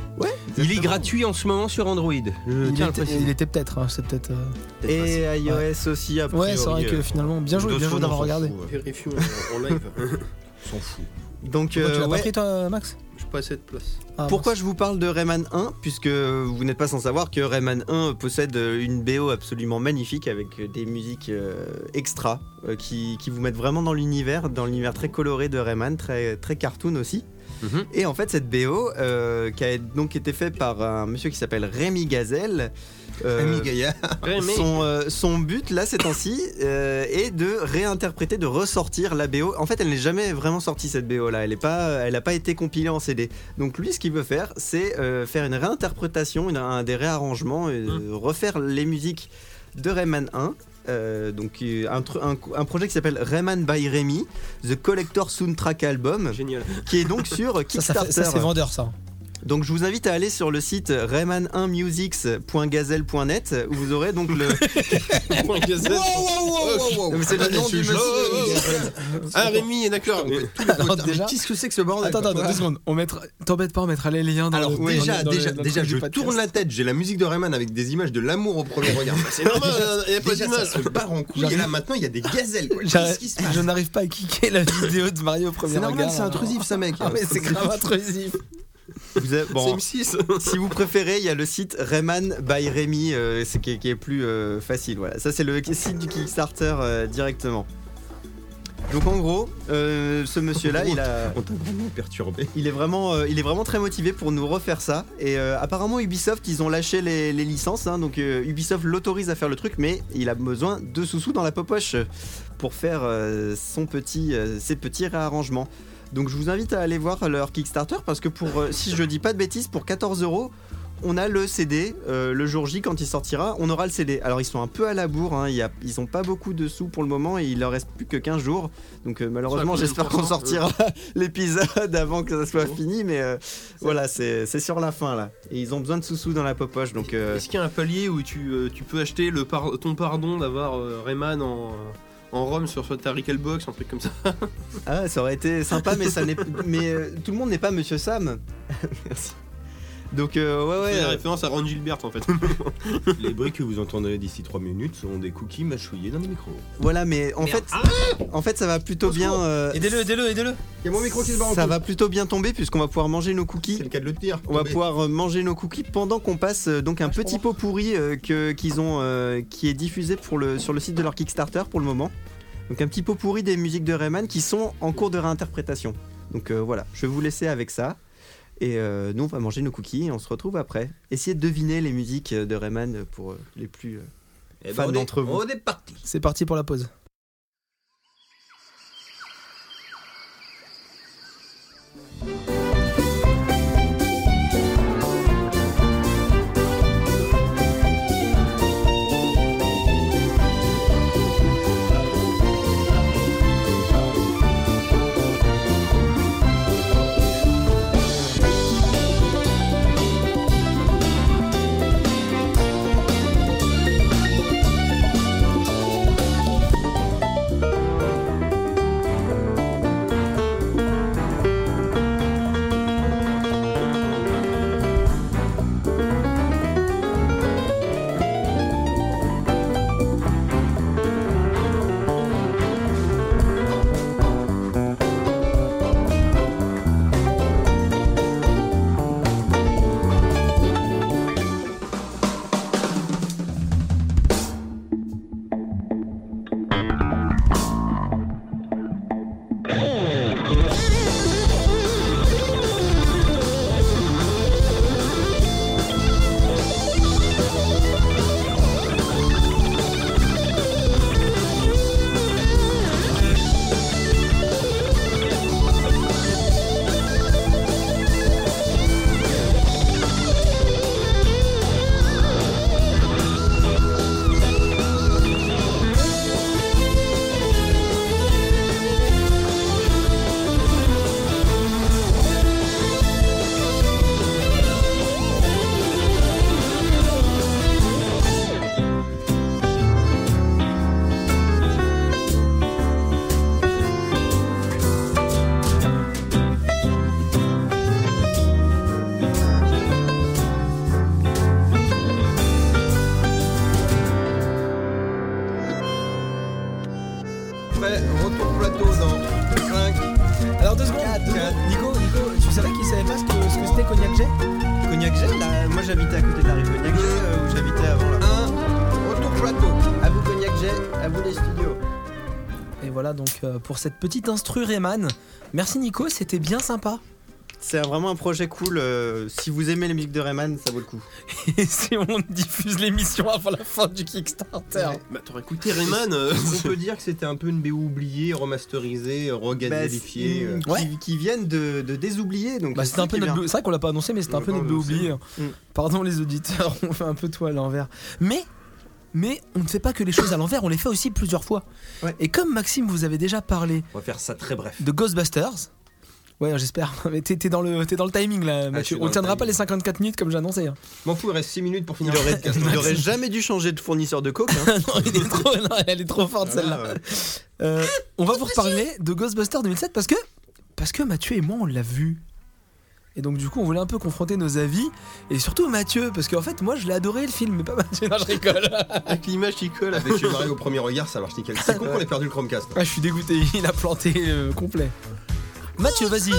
S4: Il est gratuit en ce moment sur Android. Je
S1: Il
S4: tiens à le
S1: était,
S4: préciser.
S1: il était peut-être, hein, c'est peut-être. euh,
S2: Et iOS aussi après.
S1: Ouais, c'est vrai
S2: euh,
S1: que finalement, bien joué, bien joué d'avoir regardé. Pourquoi
S3: Vérifions en- en live.
S4: (laughs) S'en fout.
S2: Donc
S1: tu
S2: euh,
S1: l'as
S2: ouais.
S1: pas pris toi, Max
S3: Je suis pas assez de place.
S1: Ah,
S2: Pourquoi je vous parle de Rayman 1 Puisque vous n'êtes pas sans savoir que Rayman 1 possède euh, une BO absolument magnifique avec des musiques euh, extra euh, qui, qui vous mettent vraiment dans l'univers, dans l'univers très coloré de Rayman, très, très cartoon aussi.
S4: Mhm.
S2: Et en fait, cette BO euh, qui a donc été faite par un monsieur qui s'appelle Rémi Gazelle. euh,
S4: Ami Gaillard.
S2: son, euh, son but là ces temps-ci euh, est de réinterpréter, de ressortir la BO. En fait, elle n'est jamais vraiment sortie cette BO là. Elle n'a pas, elle a pas été compilée en CD. Donc lui, ce qu'il veut faire, c'est euh, faire une réinterprétation, une- un- des réarrangements, euh,
S1: Mmh.
S2: refaire les musiques de Rayman 1. euh, donc euh, un, tru- un- un projet qui s'appelle Rayman by Remy, The Collector Soundtrack Album,
S4: (laughs)
S3: Génial.
S2: qui est donc
S1: (laughs) Ça,
S2: sur
S1: ça, fait-
S2: Kickstarter.
S1: ça, c'est vendeur
S2: (laughs)
S1: ça.
S2: Donc je vous invite à aller sur le site rayman1musics.gazelle.net où vous aurez
S1: (laughs)
S2: donc le
S3: Point gazette.
S2: Non, mais c'est le nom du monsieur.
S3: Ah, Rémi, est d'accord. Mais-
S1: Alors, déjà,
S4: Qu'est-ce que c'est que ce bordel
S1: attends, attends, deux secondes. On mettra- T'embête pas, on mettra les liens dans
S4: Alors
S1: le-
S4: déjà,
S1: dans le-
S4: déjà,
S1: dans le
S4: déjà,
S1: truc
S4: je
S1: du podcast.
S4: tourne la tête, j'ai la musique de Rayman avec des images de l'amour au premier regard.
S3: C'est normal, hein, il a pas
S4: Déjà, ça
S3: d'image.
S4: se barre en couille, et là maintenant il y a des gazelles. quoi. Qu'est-ce qui se
S1: J'arrive-
S4: passe
S1: Je n'arrive pas à kicker la vidéo de Mario au premier
S4: C'est normal,
S1: regard.
S4: c'est intrusif ça mec.
S1: Ah, mais (laughs) c'est grave intrusif.
S2: Vous avez-
S3: C'est
S2: bon,
S1: (laughs)
S3: M6.
S2: si vous préférez, il y a le site Rayman by Rémi euh, c'est- qui, est- qui est plus euh, facile. Voilà, ça c'est le site du Kickstarter euh, directement. Donc en gros, euh, ce monsieur-là, il a,
S4: On t'a vraiment
S2: (laughs)
S4: perturbé.
S2: il est vraiment, euh, il est vraiment très motivé pour nous refaire ça. Et euh, apparemment Ubisoft, ils ont lâché les, les licences, hein, donc euh, Ubisoft l'autorise à faire le truc, mais il a besoin de sous-sous dans la popoche pour faire euh, son petit, euh, ses petits réarrangements. Donc je vous invite à aller voir leur Kickstarter parce que pour, euh, (laughs) si je dis pas de bêtises, pour 14 euros. On a le CD, euh, le jour J quand il sortira, on aura le CD. Alors ils sont un peu à la bourre, hein, il y a- ils ont pas beaucoup de sous pour le moment et il leur reste plus que 15 jours. Donc euh, malheureusement
S3: combien de
S2: j'espère qu'on
S3: pourcents,
S2: sortira (laughs) l'épisode avant que ça soit
S3: Bon.
S2: fini, mais euh, voilà, c'est c'est sur la fin là. Et ils ont besoin de sous-sous dans la popoche, donc... euh,
S3: Est-ce qu'il y a un palier où tu, euh, tu peux acheter le par- ton pardon d'avoir euh, Rayman en, en Rome sur soit ta Box, un truc comme ça
S2: Ah, ça aurait été sympa, mais ça n'est. Mais euh, tout le monde n'est pas Monsieur Sam. (laughs) Merci. Donc, euh, ouais, ouais.
S3: C'est la
S2: euh,
S3: référence à Ron Gilbert en fait.
S4: Les bruits que vous entendrez d'ici 3 minutes seront des cookies mâchouillés dans les micros.
S2: Voilà, mais en fait, en fait, ça va plutôt bien. euh,
S1: Aidez-le, aidez-le, aidez-le.
S4: (laughs) Il y a mon micro qui se barre en
S2: ça va plutôt bien tomber puisqu'on va pouvoir manger nos
S4: C'est
S2: cookies.
S4: le cas de le dire.
S2: On va pouvoir euh, manger nos cookies pendant qu'on passe euh, donc un petit pot pourri euh, que- qu'ils ont euh, qui est diffusé pour le, sur le site de leur Kickstarter pour le moment. Donc un petit pot pourri des musiques de Rayman qui sont en cours de réinterprétation. Donc euh, voilà, je vais vous laisser avec ça. Et euh, nous on va manger nos cookies et on se retrouve après. Essayez de deviner les musiques euh, de Rayman pour euh, les plus. euh, Fan d'entre vous.
S4: Eh ben, On est parti.
S1: C'est parti pour la pause.
S4: Retour plateau dans 5.
S1: Alors deux secondes. deux
S4: Quatre.
S1: secondes. Nico, Nico, tu savais qu'il savait pas ce que, ce que c'était Cognac Jet
S2: Cognac Gel, là, moi j'habitais à côté de la rive Cognac Gel euh, où j'habitais avant là.
S4: Retour plateau.
S2: À vous Cognac Gel, à vous les studios.
S1: Et voilà donc euh, pour cette petite instru Rayman. Merci Nico, c'était bien sympa. (laughs)
S2: C'est vraiment un projet cool. euh, si vous aimez les musiques de Rayman, ça vaut le coup.
S1: Et si on diffuse l'émission avant la fin du Kickstarter.
S3: bah t'aurais écouté Rayman. euh,
S4: On peut dire que c'était un peu une BO oubliée, remasterisée, regadelifiée. euh.
S2: Bah, qui,
S1: Ouais.
S2: qui viennent de, de désoublier. Donc
S1: Bah,
S2: c'est
S1: c'était un
S2: ça
S1: peu
S2: qui est
S1: notre
S2: bien.
S1: bleu- C'est vrai qu'on l'a pas annoncé, mais c'était un peu notre bleu oublié.
S2: Mm.
S1: Pardon les auditeurs, (laughs) on fait un peu tout à l'envers. Mais, mais on ne fait pas que les choses à l'envers, on les fait aussi plusieurs fois.
S2: Ouais.
S1: Et comme Maxime vous avez déjà parlé
S4: On va faire ça très bref.
S1: de Ghostbusters, ouais j'espère, (laughs) mais t'es t'es dans, le- t'es dans le timing là,
S4: Ah, je suis
S1: Mathieu.
S4: dans
S1: on
S4: le
S1: tiendra pas
S4: timing.
S1: les 54 minutes comme j'ai annoncé. hein.
S4: M'en fous, il reste 6 minutes pour finir
S2: Il
S4: le
S2: aurait,
S4: podcast. hein.
S2: il aurait jamais dû changer de fournisseur de coke.
S4: (laughs)
S2: hein.
S1: (laughs) non, il est trop- non, elle est trop forte celle-là. Euh, on va vous reparler de Ghostbusters 2007 parce que parce que Mathieu et moi on l'a vu. Et donc du coup on voulait un peu confronter nos avis et surtout Mathieu parce qu'en fait moi je l'ai adoré le film mais pas Mathieu non je rigole.
S3: Avec l'image qui colle.
S4: Avec Chez Mario au premier regard, ça marche nickel. C'est con qu'on ait perdu le Chromecast.
S1: Ah, je suis dégoûté il a planté euh, complet. Mathieu vas-y.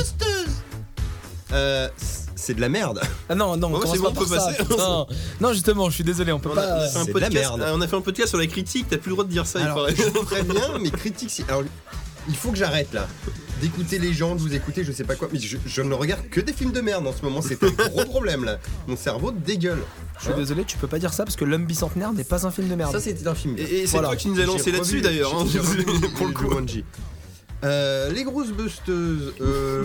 S4: Euh, c- c'est de la merde.
S1: Ah non non on
S3: Ouais,
S1: commence
S3: c'est bon,
S1: pas
S3: on
S1: par
S3: peut
S1: ça,
S3: passer.
S1: putain. Non justement je suis désolé on peut
S3: On a, on
S1: pas. euh,
S3: a fait un
S4: c'est de la
S3: podcast, euh,
S4: merde.
S3: on a fait un podcast sur la critique, t'as plus le droit de dire ça,
S1: (laughs)
S4: Alors,
S3: il
S4: je
S3: paraît.
S4: vous préviens, mais critique. si- Alors, il faut que j'arrête là. D'écouter les gens, de vous écouter, je sais pas quoi. Mais je, je ne regarde que des films de merde en ce moment. C'est un
S3: (laughs)
S4: gros problème là. Mon cerveau dégueule.
S1: Je suis désolé tu peux pas dire ça parce que l'homme bicentenaire n'est pas un film de merde.
S4: Ça, c'était un film.
S3: Et, et c'est
S1: Voilà.
S3: toi qui nous as lancé
S4: J'ai
S3: là-dessus
S4: revu-
S3: d'ailleurs. hein.
S4: j'ai
S3: (laughs)
S4: revu
S3: pour le coup.
S4: Jumanji. Euh, les grosses busteuses.
S3: (laughs)
S4: euh,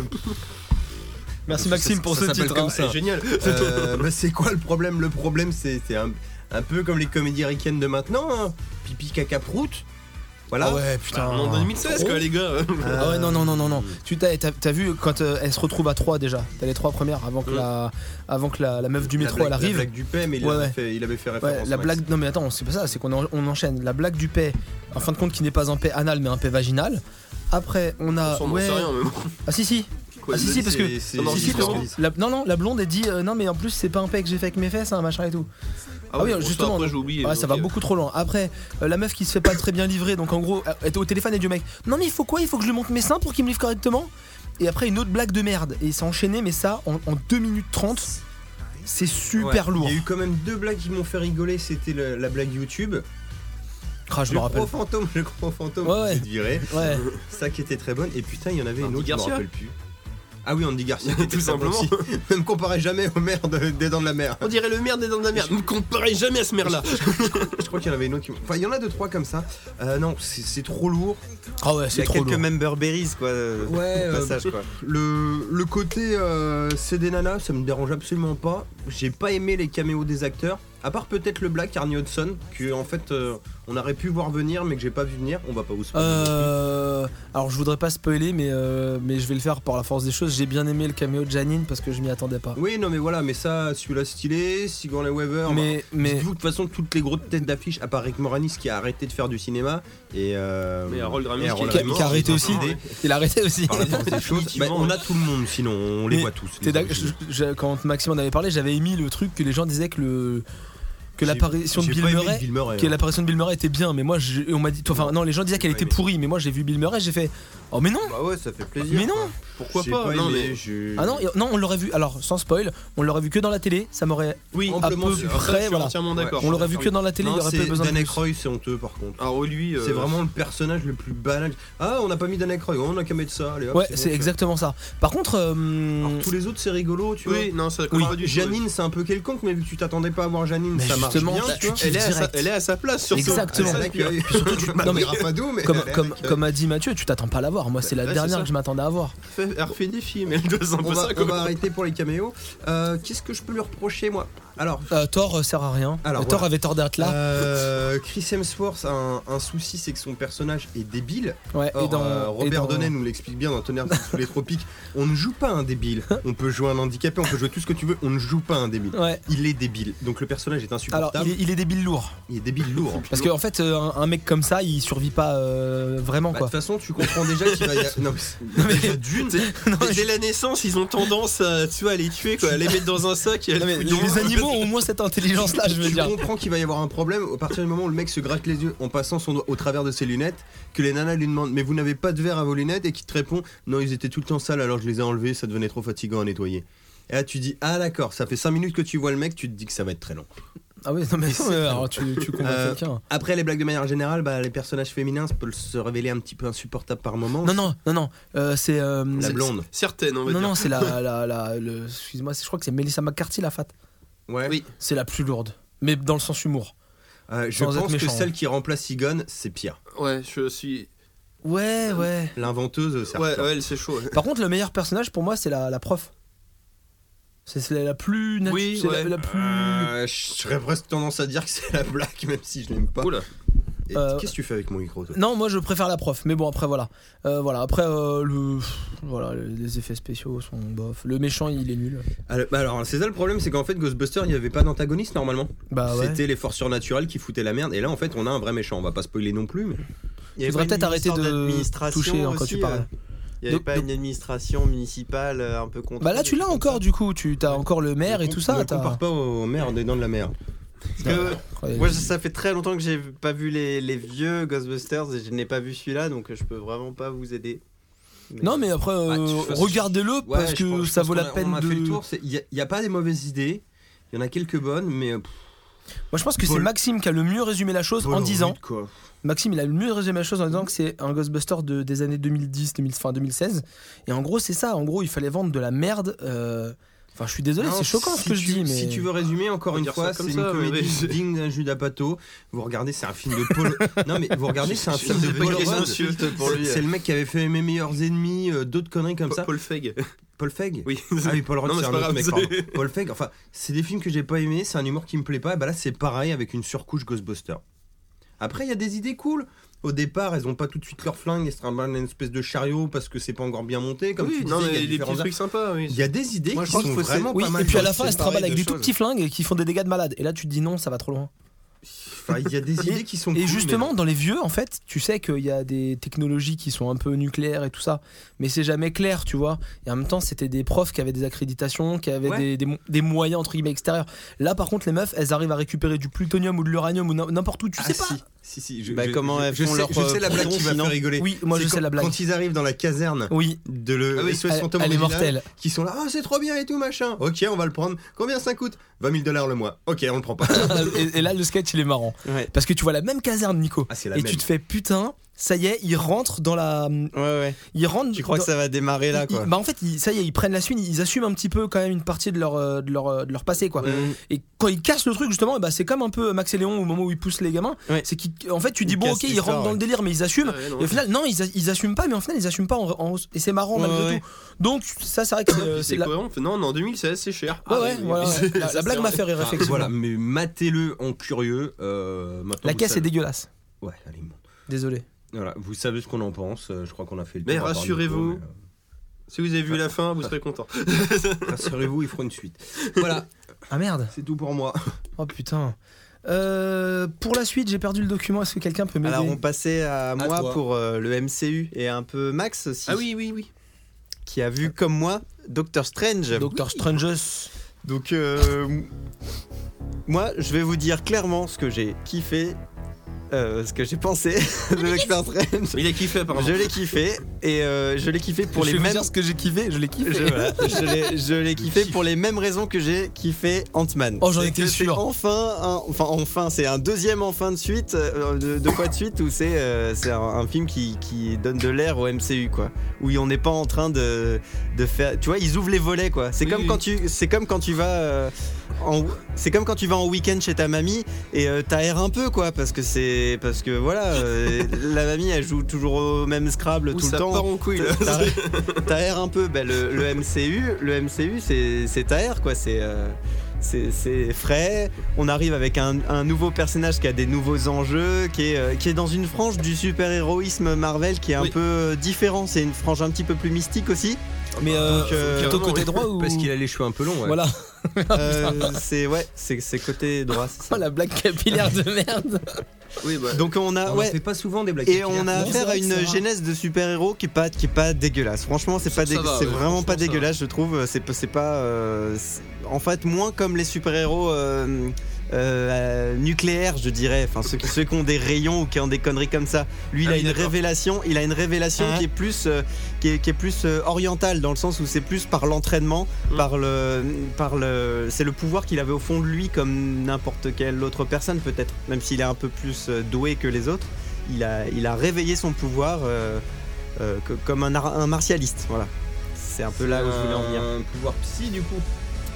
S1: Merci
S4: ça-
S1: Maxime
S4: ça-
S1: pour
S4: ça
S1: ce
S4: s'appelle
S1: titre.
S4: comme
S1: hein.
S4: ça.
S1: (laughs)
S3: Génial.
S4: Euh, bah, c'est quoi le problème Le problème, c'est c'est un, un peu comme les comédies ricaines de maintenant, hein. pipi caca prout. Voilà.
S1: Ah ouais putain.
S3: On est en 2016 quoi les gars. (laughs)
S1: Ah ouais, non, non, non, non, non. Tu t'as, t'as- t'as vu quand euh, elle se retrouve à 3 déjà. T'as les 3 premières avant que,
S3: Mm.
S1: la, avant que la, la meuf du
S4: La
S1: métro
S4: blague-
S1: elle
S4: La
S1: arrive.
S4: blague du paix, mais il,
S1: Ouais,
S4: avait,
S1: ouais.
S4: fait, il avait fait
S1: Ouais,
S4: référence.
S1: la
S4: Max.
S1: blague. Non, mais attends, c'est pas ça, c'est qu'on en- on enchaîne. La blague du paix, en fin de compte, qui n'est pas un paix anal mais un paix vaginal. Après, on a.
S3: On s'en
S1: euh, ouais.
S3: sait rien mais bon.
S1: Ah si, si.
S3: quoi.
S1: Ah, si, si, parce que- Si,
S3: C'est- c'est-
S1: si,
S3: c'est
S1: parce
S3: différent.
S1: que la- non, non, la blonde elle dit euh, non, mais en plus, c'est pas un pec que j'ai fait avec mes fesses, hein, machin et tout.
S3: Ah,
S1: oui,
S3: bon, ça,
S1: justement,
S3: Après, j'ai oublié.
S1: Ouais, ça
S3: ok.
S1: va beaucoup trop loin. Après, euh, la meuf qui se fait pas très bien livrer, donc en gros, elle était au téléphone et du mec Non, mais il faut quoi Il faut que je lui monte mes seins pour qu'il me livre correctement Et après, une autre blague de merde. Et c'est enchaîné, mais ça, en, en 2 minutes 30, c'est super
S4: Ouais.
S1: lourd.
S4: Il y a eu quand même deux blagues qui m'ont fait rigoler. C'était le- la blague YouTube.
S1: Ah, je
S4: le
S1: me rappelle.
S4: gros fantôme, le gros fantôme.
S1: Ouais, ouais.
S4: qui s'est viré.
S1: Ouais.
S4: Ça qui était très bonne. Et putain, il y en avait une autre,
S3: Andy
S4: je me
S3: Garcia
S4: rappelle plus. Ah oui, Andy
S1: (laughs)
S4: Garcia. qui était
S3: Tout
S4: très bonne
S3: simplement.
S4: aussi. (laughs) Ne me comparez jamais au maire de- des Dents de la Mer.
S3: On dirait le merde des dents de la merde. Ne me comparez jamais à ce merde là.
S4: Je crois qu'il y en avait une autre. Qui... Enfin, il y en a deux, trois comme ça. Euh, non, c'est c'est trop lourd.
S1: Ah ouais,
S2: Il y
S1: c'est
S2: a
S1: trop
S2: quelques
S1: lourd.
S2: member berries quoi. euh,
S4: Ouais,
S2: au
S4: euh,
S2: passage quoi.
S4: Le, le côté euh, c'est des nanas, ça me dérange absolument pas. J'ai pas aimé les caméos des acteurs, à part peut-être le Black Arnie Hudson, que en fait euh, on aurait pu voir venir mais que j'ai pas vu venir. On va pas vous spoiler.
S1: Euh, alors je voudrais pas spoiler mais, euh, mais je vais le faire par la force des choses. J'ai bien aimé le caméo de Janine parce que je m'y attendais pas.
S4: Oui, non mais voilà, mais ça, celui-là stylé, Sigourney Weaver. bah,
S1: mais mais
S4: Dites-vous que de toute façon toutes les grosses têtes d'affiche, à part Rick Moranis qui a arrêté de faire du cinéma et. euh,
S3: Mais Harold Ramis
S4: et
S3: qui-
S1: qui a-
S4: Ramis,
S1: qui a arrêté
S4: ils ont
S1: aussi.
S4: arrêté.
S1: il a arrêté aussi.
S4: (laughs) Par la force des choses, bah,
S3: Définitivement,
S4: on a tout le monde, sinon on les
S1: Mais
S4: voit tous.
S1: T'es d'accord je- je- quand Maxime en avait parlé, j'avais émis le truc que les gens disaient que le que l'apparition de
S4: J'ai
S1: Bill
S4: pas aimé
S1: Murray
S4: Bill Murray,
S1: que
S4: hein.
S1: l'apparition de Bill Murray était bien, mais moi je- on m'a dit, enfin non, les gens disaient qu'elle
S4: Ouais,
S1: était
S4: mais-
S1: pourrie, mais moi j'ai vu Bill Murray, j'ai fait oh mais non,
S4: Bah ouais, ça fait plaisir.
S1: mais non,
S3: Pourquoi
S4: J'ai
S3: pas, Non
S4: aimé,
S3: mais.
S4: je-
S1: ah non, et- non on l'aurait vu, alors sans spoil, on l'aurait vu que dans la télé, ça m'aurait,
S3: Oui,
S1: à
S3: amplement
S1: peu
S3: su-
S1: près,
S3: après, je suis
S1: voilà.
S3: entièrement
S4: Ouais.
S3: d'accord.
S1: on l'aurait vu que dans la télé, il y
S4: Non,
S1: aurait
S4: c'est
S1: pas eu besoin
S4: Dan
S1: de plus.
S4: Aykroyd, c'est honteux par contre.
S3: Alors lui, euh,
S4: C'est vraiment le personnage le plus banal. Ah, on n'a pas mis Dan Aykroyd,
S1: Oh,
S4: on a qu'à mettre ça. Allez, hop,
S1: Ouais,
S4: bon,
S1: c'est
S4: ça.
S1: exactement ça. Par contre, euh,
S4: Alors, tous les autres, c'est rigolo, tu
S3: Oui, non, ça
S4: vois.
S3: colle pas du tout. euh,
S4: Janine, c'est un peu quelconque, mais vu que tu t'attendais pas à voir Janine,
S1: Mais
S4: ça marche Ah,
S1: justement,
S4: bien.
S1: là,
S4: tu vois.
S1: tu-
S3: Bah, Elle est, à sa,
S1: direct.
S3: elle est à sa place sur
S1: Exactement.
S3: ce.
S4: Elle est
S3: C'est ça,
S4: avec, (laughs) euh, surtout, tu te
S1: Non, mais-
S4: m'admiras pas d'eau, mais
S1: (laughs) comme,
S4: elle est
S1: comme,
S4: avec, euh,
S1: comme a dit Mathieu, tu t'attends pas à la voir. Moi, c'est la
S3: Ouais, c'est
S1: dernière
S3: ça.
S1: que je m'attendais à voir.
S3: Elle fait- elle refait des films, elle doit un
S4: on
S3: peu
S4: va,
S3: ça
S4: on
S3: comme
S4: va arrêter pour les caméos. Euh, Qu'est-ce que je peux lui reprocher, moi Alors,
S1: Euh, Thor euh, sert à rien.
S4: Alors,
S1: Euh, Thor
S4: voilà.
S1: avait Thor d'être là.
S4: euh, Chris Hemsworth a un, un souci, c'est que son personnage est débile.
S1: ouais,
S4: Or,
S1: et dans,
S4: euh,
S1: et
S4: Robert
S1: dans-
S4: Downey nous l'explique bien dans Tonnerre sous les tropiques. On ne joue pas un débile. On peut jouer un handicapé, on peut jouer tout ce que tu veux. On ne joue pas un débile.
S1: Ouais.
S4: Il est débile. Donc le personnage est
S1: Alors,
S4: insupportable.
S1: il est, il est débile lourd.
S4: il... est débile lourd.
S1: Parce qu'en fait, euh, un, un mec comme ça, il survit pas euh, vraiment
S4: Bah, De
S1: quoi.
S4: toute façon, tu comprends déjà qu'il
S1: (laughs)
S4: va y a- Non, mais... déjà d'une.
S1: Non,
S3: Dès dès la naissance, ils ont tendance à, tu vois, à les tuer, quoi, à les mettre dans un sac et à
S1: non, mais
S3: les foutre
S1: les
S3: dans-
S1: animaux ont au moins cette intelligence là, je veux
S4: Tu
S1: dire.
S4: comprends qu'il va y avoir un problème à partir du moment où le mec se gratte les yeux en passant son doigt au travers de ses lunettes, que les nanas lui demandent mais vous n'avez pas de verre à vos lunettes et qu'il te répond non ils étaient tout le temps sales alors je les ai enlevés ça devenait trop fatigant à nettoyer. Et là tu dis ah d'accord ça fait 5 minutes que tu vois le mec tu te dis que ça va être très long.
S1: Ah oui, non, mais non, mais alors, tu, tu combats
S4: Euh,
S1: quelqu'un.
S4: Après les blagues de manière générale bah, les personnages féminins peuvent se révéler un petit peu insupportables par moment.
S1: Non, non, non, non. euh, c'est. euh,
S4: La
S1: c'est-
S4: blonde.
S3: Certaines, on va
S1: Non,
S3: dire.
S1: non, c'est
S4: (laughs)
S1: la. la, la- le- Excuse-moi, c'est- je crois que c'est Melissa McCarthy la fat.
S4: Ouais.
S3: Oui.
S1: C'est la plus lourde. Mais dans le sens humour.
S4: Euh, je
S1: Sans être
S4: pense que
S1: méchant, hein.
S4: celle qui remplace Sigone c'est pire.
S3: Ouais, je suis.
S1: Ouais, ouais.
S4: L'inventeuse c'est
S3: Ouais,
S4: hardcore.
S3: ouais, elle, c'est chaud. ouais.
S1: Par contre, le meilleur personnage pour moi, c'est la, la prof. C'est c'est la plus. nat-
S3: Oui,
S1: c'est la-
S3: ouais.
S1: la, plus.
S4: Euh, je serais presque tendance à dire que c'est la blague, même si je l'aime pas.
S3: Oula.
S4: Et
S1: Euh,
S4: Qu'est-ce que tu fais avec mon micro toi
S1: Non, moi je préfère la prof, mais bon après voilà, Euh, voilà après euh, le voilà les effets spéciaux sont bof, le méchant il est nul.
S4: Alors, bah alors, c'est ça le problème, c'est qu'en fait, Ghostbusters, il n'y avait pas d'antagoniste normalement.
S1: Bah ouais.
S4: C'était les forces surnaturelles qui foutaient la merde. Et là, en fait, on a un vrai méchant. On va pas spoiler non plus, mais.
S2: Il y
S1: Tu
S2: avait
S1: devrais
S2: pas
S1: peut-être
S2: une
S1: arrêter
S2: histoire
S1: de
S2: d'administration
S1: toucher hein, quand
S2: aussi,
S1: tu parles.
S2: euh, Il n'y avait
S1: De-
S2: pas
S1: de-
S2: une administration municipale euh, un peu contre.
S1: Bah là tu l'as encore du coup, tu t'as encore le maire et
S4: Ne
S1: tout ça.
S4: Ne
S1: t'as-
S4: compare pas aux mères des dents de la mer.
S2: que
S1: Ouais.
S2: moi, je- ça fait très longtemps que j'ai pas vu les, les vieux Ghostbusters et je n'ai pas vu celui-là, donc euh, je peux vraiment pas vous aider.
S1: Non mais après euh,
S4: Ah, de toute façon,
S1: regardez-le
S4: Ouais,
S1: parce
S4: je
S1: que
S4: pense- je
S1: ça
S4: pense
S1: vaut la
S4: qu'on a-
S1: peine
S4: On a
S1: de.
S4: fait le tour. c'est- Il n'y a, pas des mauvaises idées. Il y en a quelques bonnes, mais. euh, pff,
S1: Moi je pense que c'est
S4: Paul-
S1: Maxime qui a le mieux résumé la chose en
S4: Paul
S1: disant.
S4: Rudd, quoi.
S1: Maxime, il a le mieux résumé la chose en disant que c'est un Ghostbuster de, des années 2010, 2000, fin 2016. Et en gros, c'est ça. En gros, il fallait vendre de la merde. euh, Enfin, je suis désolé,
S4: Non,
S1: c'est choquant
S4: si
S1: ce que je
S4: tu-
S1: dis, mais.
S4: Si tu veux résumer, encore
S3: Faut
S4: une
S3: dire
S4: fois,
S3: ça comme
S4: c'est une
S3: ça, mais
S4: comédie
S3: oui.
S4: digne d'un Judas Pato. Vous regardez, c'est un film
S1: (laughs)
S4: de Paul. non, mais vous regardez, c'est un film de Paul
S3: Paul
S4: Rudd.
S3: Rudd.
S2: pour lui.
S3: euh.
S4: C'est le mec qui avait fait Mes meilleurs ennemis, euh, d'autres conneries comme ça.
S3: Paul Feig. (laughs)
S4: Paul Feig
S3: Oui.
S4: Ah oui, Paul Rudd,
S3: Non, mais
S4: c'est
S3: c'est
S4: un
S3: pas
S4: autre
S3: grave,
S4: mec,
S3: c'est-
S4: pardon. Paul Feig, enfin, c'est des films que j'ai pas aimé, c'est un humour qui me plaît pas. Et bah là, c'est pareil avec une surcouche Ghostbuster. Après, il y a des idées cool. Au départ, elles ont pas tout de suite leur flingue, elles se trimballent une espèce de chariot parce que c'est pas encore bien monté. Comme tu
S3: Ah Oui, non,
S4: disais, il y a
S3: mais les
S4: différents
S3: petits trucs sympas, oui.
S4: il y a des idées
S2: Moi, je
S4: qui
S2: crois qu'il
S4: sont
S2: faut se-
S1: (laughs)
S4: vraiment
S1: Oui,
S4: pas mal.
S1: et puis à la
S4: faites.
S1: fin, elle se
S2: pareil
S1: travaille avec
S2: de
S1: du tout
S2: choses.
S1: petit flingue et qui font des dégâts de malade. Et là, tu te dis non, ça va trop loin.
S6: Enfin, il y a des idées qui sont.
S1: Et
S6: cool,
S1: justement, dans les vieux, en fait, tu sais qu'il y a des technologies qui sont un peu nucléaires et tout ça, mais c'est jamais clair, tu vois. Et en même temps, c'était des profs qui avaient des accréditations, qui avaient
S4: Ouais.
S1: des, des mo- des moyens entre guillemets extérieurs. Là, par contre, les meufs, elles arrivent à récupérer du plutonium ou de l'uranium ou n'im- n'importe où, tu
S4: Ah,
S1: sais pas.
S6: Si, si, je,
S2: Bah,
S6: je-
S2: comment
S6: je-
S2: elles
S6: je
S2: font
S6: sais,
S2: leur,
S6: je sais la
S2: euh,
S6: blague qui va
S2: sinon
S6: faire rigoler.
S1: Oui, moi
S6: C'est
S1: je sais
S6: quand-
S1: la blague.
S6: Quand ils arrivent dans la caserne
S1: Oui,
S6: de le
S1: Ah oui,
S6: SOS
S1: elle-
S6: Fantôme
S1: elle est
S6: Ambulance,
S1: mortelle.
S6: qui sont là, oh, c'est trop bien et tout machin. Ok, on va le prendre. Combien ça coûte 20 000 dollars le mois. Ok, on le prend pas.
S1: et, et là, le sketch, il est marrant.
S2: Ouais.
S1: Parce que tu vois la même caserne, Nico.
S6: Ah, c'est la
S1: et
S6: même.
S1: tu te fais putain, ça y est, ils rentrent dans la.
S2: Ouais, ouais.
S1: Ils rentrent
S2: Tu crois
S1: dans-
S2: que ça va démarrer là,
S1: Ils-
S2: quoi.
S1: bah en fait, ils- ça y est, ils prennent la suite, ils assument un petit peu quand même une partie de leur, euh, de leur, euh, de leur passé quoi.
S2: Mhm.
S1: Et quand ils cassent le truc justement, eh bah, c'est comme un peu Max et Léon au moment où ils poussent les gamins.
S2: Ouais.
S1: C'est qu'en fait tu dis
S2: Ils
S1: bon
S2: cassent
S1: ok ils
S2: l'histoire,
S1: rentrent dans le
S2: ouais.
S1: délire mais ils assument.
S3: Ah Ouais, non,
S1: et au final non ils, a- ils assument pas mais en final ils assument pas en- en- et c'est marrant
S2: Ouais,
S1: malgré
S2: ouais.
S1: tout. Donc ça c'est vrai que c'est, euh,
S3: c'est
S1: c'est la...
S3: cohérent. Non, non, en 2016, c'est cher.
S1: Ouais,
S3: Ah,
S1: ouais,
S3: oui,
S1: voilà,
S3: oui,
S1: ouais.
S3: c'est-
S2: (laughs)
S1: La,
S3: ça,
S1: la blague
S3: c'est
S1: m'a
S3: vrai.
S1: fait rire
S2: Ah,
S6: Enfin,
S1: effectivement.
S6: voilà, mais matez-le en curieux. euh, maintenant,
S1: La
S6: vous
S1: caisse est
S6: savez-
S1: dégueulasse.
S6: Ouais, allez, bon.
S1: Désolé.
S6: Voilà, vous savez ce qu'on en pense. euh, Je crois qu'on a fait le.
S3: Mais
S6: tour à part
S3: rassurez-vous.
S6: Nico, mais, euh,
S3: Si vous avez vu la fin, vous serez content.
S6: Rassurez-vous, ils feront une suite. Voilà,
S1: Ah merde.
S6: c'est tout pour moi.
S1: Oh putain. Euh, pour la suite j'ai perdu le document. Est-ce que quelqu'un peut m'aider
S2: Alors, on passait à moi
S6: toi.
S2: pour euh, le MCU et un peu Max aussi,
S3: Ah oui, oui, oui.
S2: qui a vu comme moi Doctor Strange.
S1: Doctor Stranges.
S2: Donc, euh, moi, je vais vous dire clairement ce que j'ai kiffé, euh, ce que j'ai pensé (laughs) de Doctor Strange.
S3: Mais il a kiffé apparemment.
S2: Je l'ai kiffé et euh, je l'ai kiffé pour
S1: Je
S2: les
S1: vais vous
S2: mêmes.
S1: dire ce que j'ai kiffé, je l'ai kiffé.
S2: Je, voilà, je l'ai- je l'ai kiffé pour les mêmes raisons que j'ai kiffé Ant-Man.
S1: Oh, j'en
S2: C'est
S1: étais
S2: que c'est
S1: sûr.
S2: Enfin, un- enfin, enfin, c'est un deuxième enfin de suite, euh, de, de fois de suite où c'est euh, c'est un, un film qui, qui donne de l'air au MCU quoi. Où on n'est pas en train de, de faire, tu vois, ils ouvrent les volets quoi. C'est
S3: Oui,
S2: comme
S3: oui.
S2: quand tu, c'est comme quand tu vas euh, en, c'est comme quand tu vas en week-end chez ta mamie et euh, t'aères un peu quoi parce que c'est parce que
S1: (laughs)
S2: voilà, euh, la mamie elle joue toujours au même Scrabble
S3: Où
S2: tout
S3: ça
S2: le temps.
S3: part en couille. là.
S2: T'as- T'aères un peu bah, le, le MCU. Le MCU, c'est c'est t'aères quoi. C'est euh, c'est- c'est frais. On arrive avec un, un nouveau personnage qui a des nouveaux enjeux, qui est, euh, qui est dans une frange du super-héroïsme Marvel qui est un
S3: Oui.
S2: peu euh, différent. C'est une frange un petit peu plus mystique aussi.
S1: Mais euh,
S2: Donc, euh,
S1: plutôt
S3: carrément,
S1: côté
S3: oui.
S1: droit ou
S6: Parce qu'il a les cheveux un peu longs. ouais.
S1: voilà
S2: Euh, c'est ouais, c'est c'est côté droit. c'est ça.
S1: Oh, la blague capillaire de merde.
S3: Oui, bah.
S2: Donc on a
S6: On en
S2: ouais.
S6: fait pas souvent des blagues.
S2: Et on
S1: Non,
S2: a
S1: c'est
S2: affaire
S1: vrai
S2: à
S1: que
S2: une
S1: c'est rare.
S2: genèse de super-héros qui est pas qui est pas dégueulasse. Franchement, c'est pas
S3: Ça
S2: dégue-
S3: va,
S2: c'est
S3: ouais,
S2: vraiment pas
S3: franchement, ça
S2: dégueulasse, je trouve. C'est pas- c'est pas euh, c'est- en fait moins comme les super-héros euh, euh, nucléaires, je dirais. Enfin ceux qui ceux qui ont des rayons ou qui ont des conneries comme ça. Lui, il
S3: Ah
S2: a
S3: oui,
S2: une
S3: d'accord.
S2: révélation. Il a une révélation
S1: Ah.
S2: qui est plus euh, qui est, qui est plus euh, orientale dans le sens où c'est plus par l'entraînement,
S3: Mm.
S2: par le par le c'est le pouvoir qu'il avait au fond de lui comme n'importe quelle autre personne peut-être. Même s'il est un peu plus euh, doué que les autres il a, il a réveillé son pouvoir euh, euh, co- comme un, ar- un martialiste. Voilà. C'est un peu là où je voulais en venir.
S6: Un Euh, pouvoir psy du coup.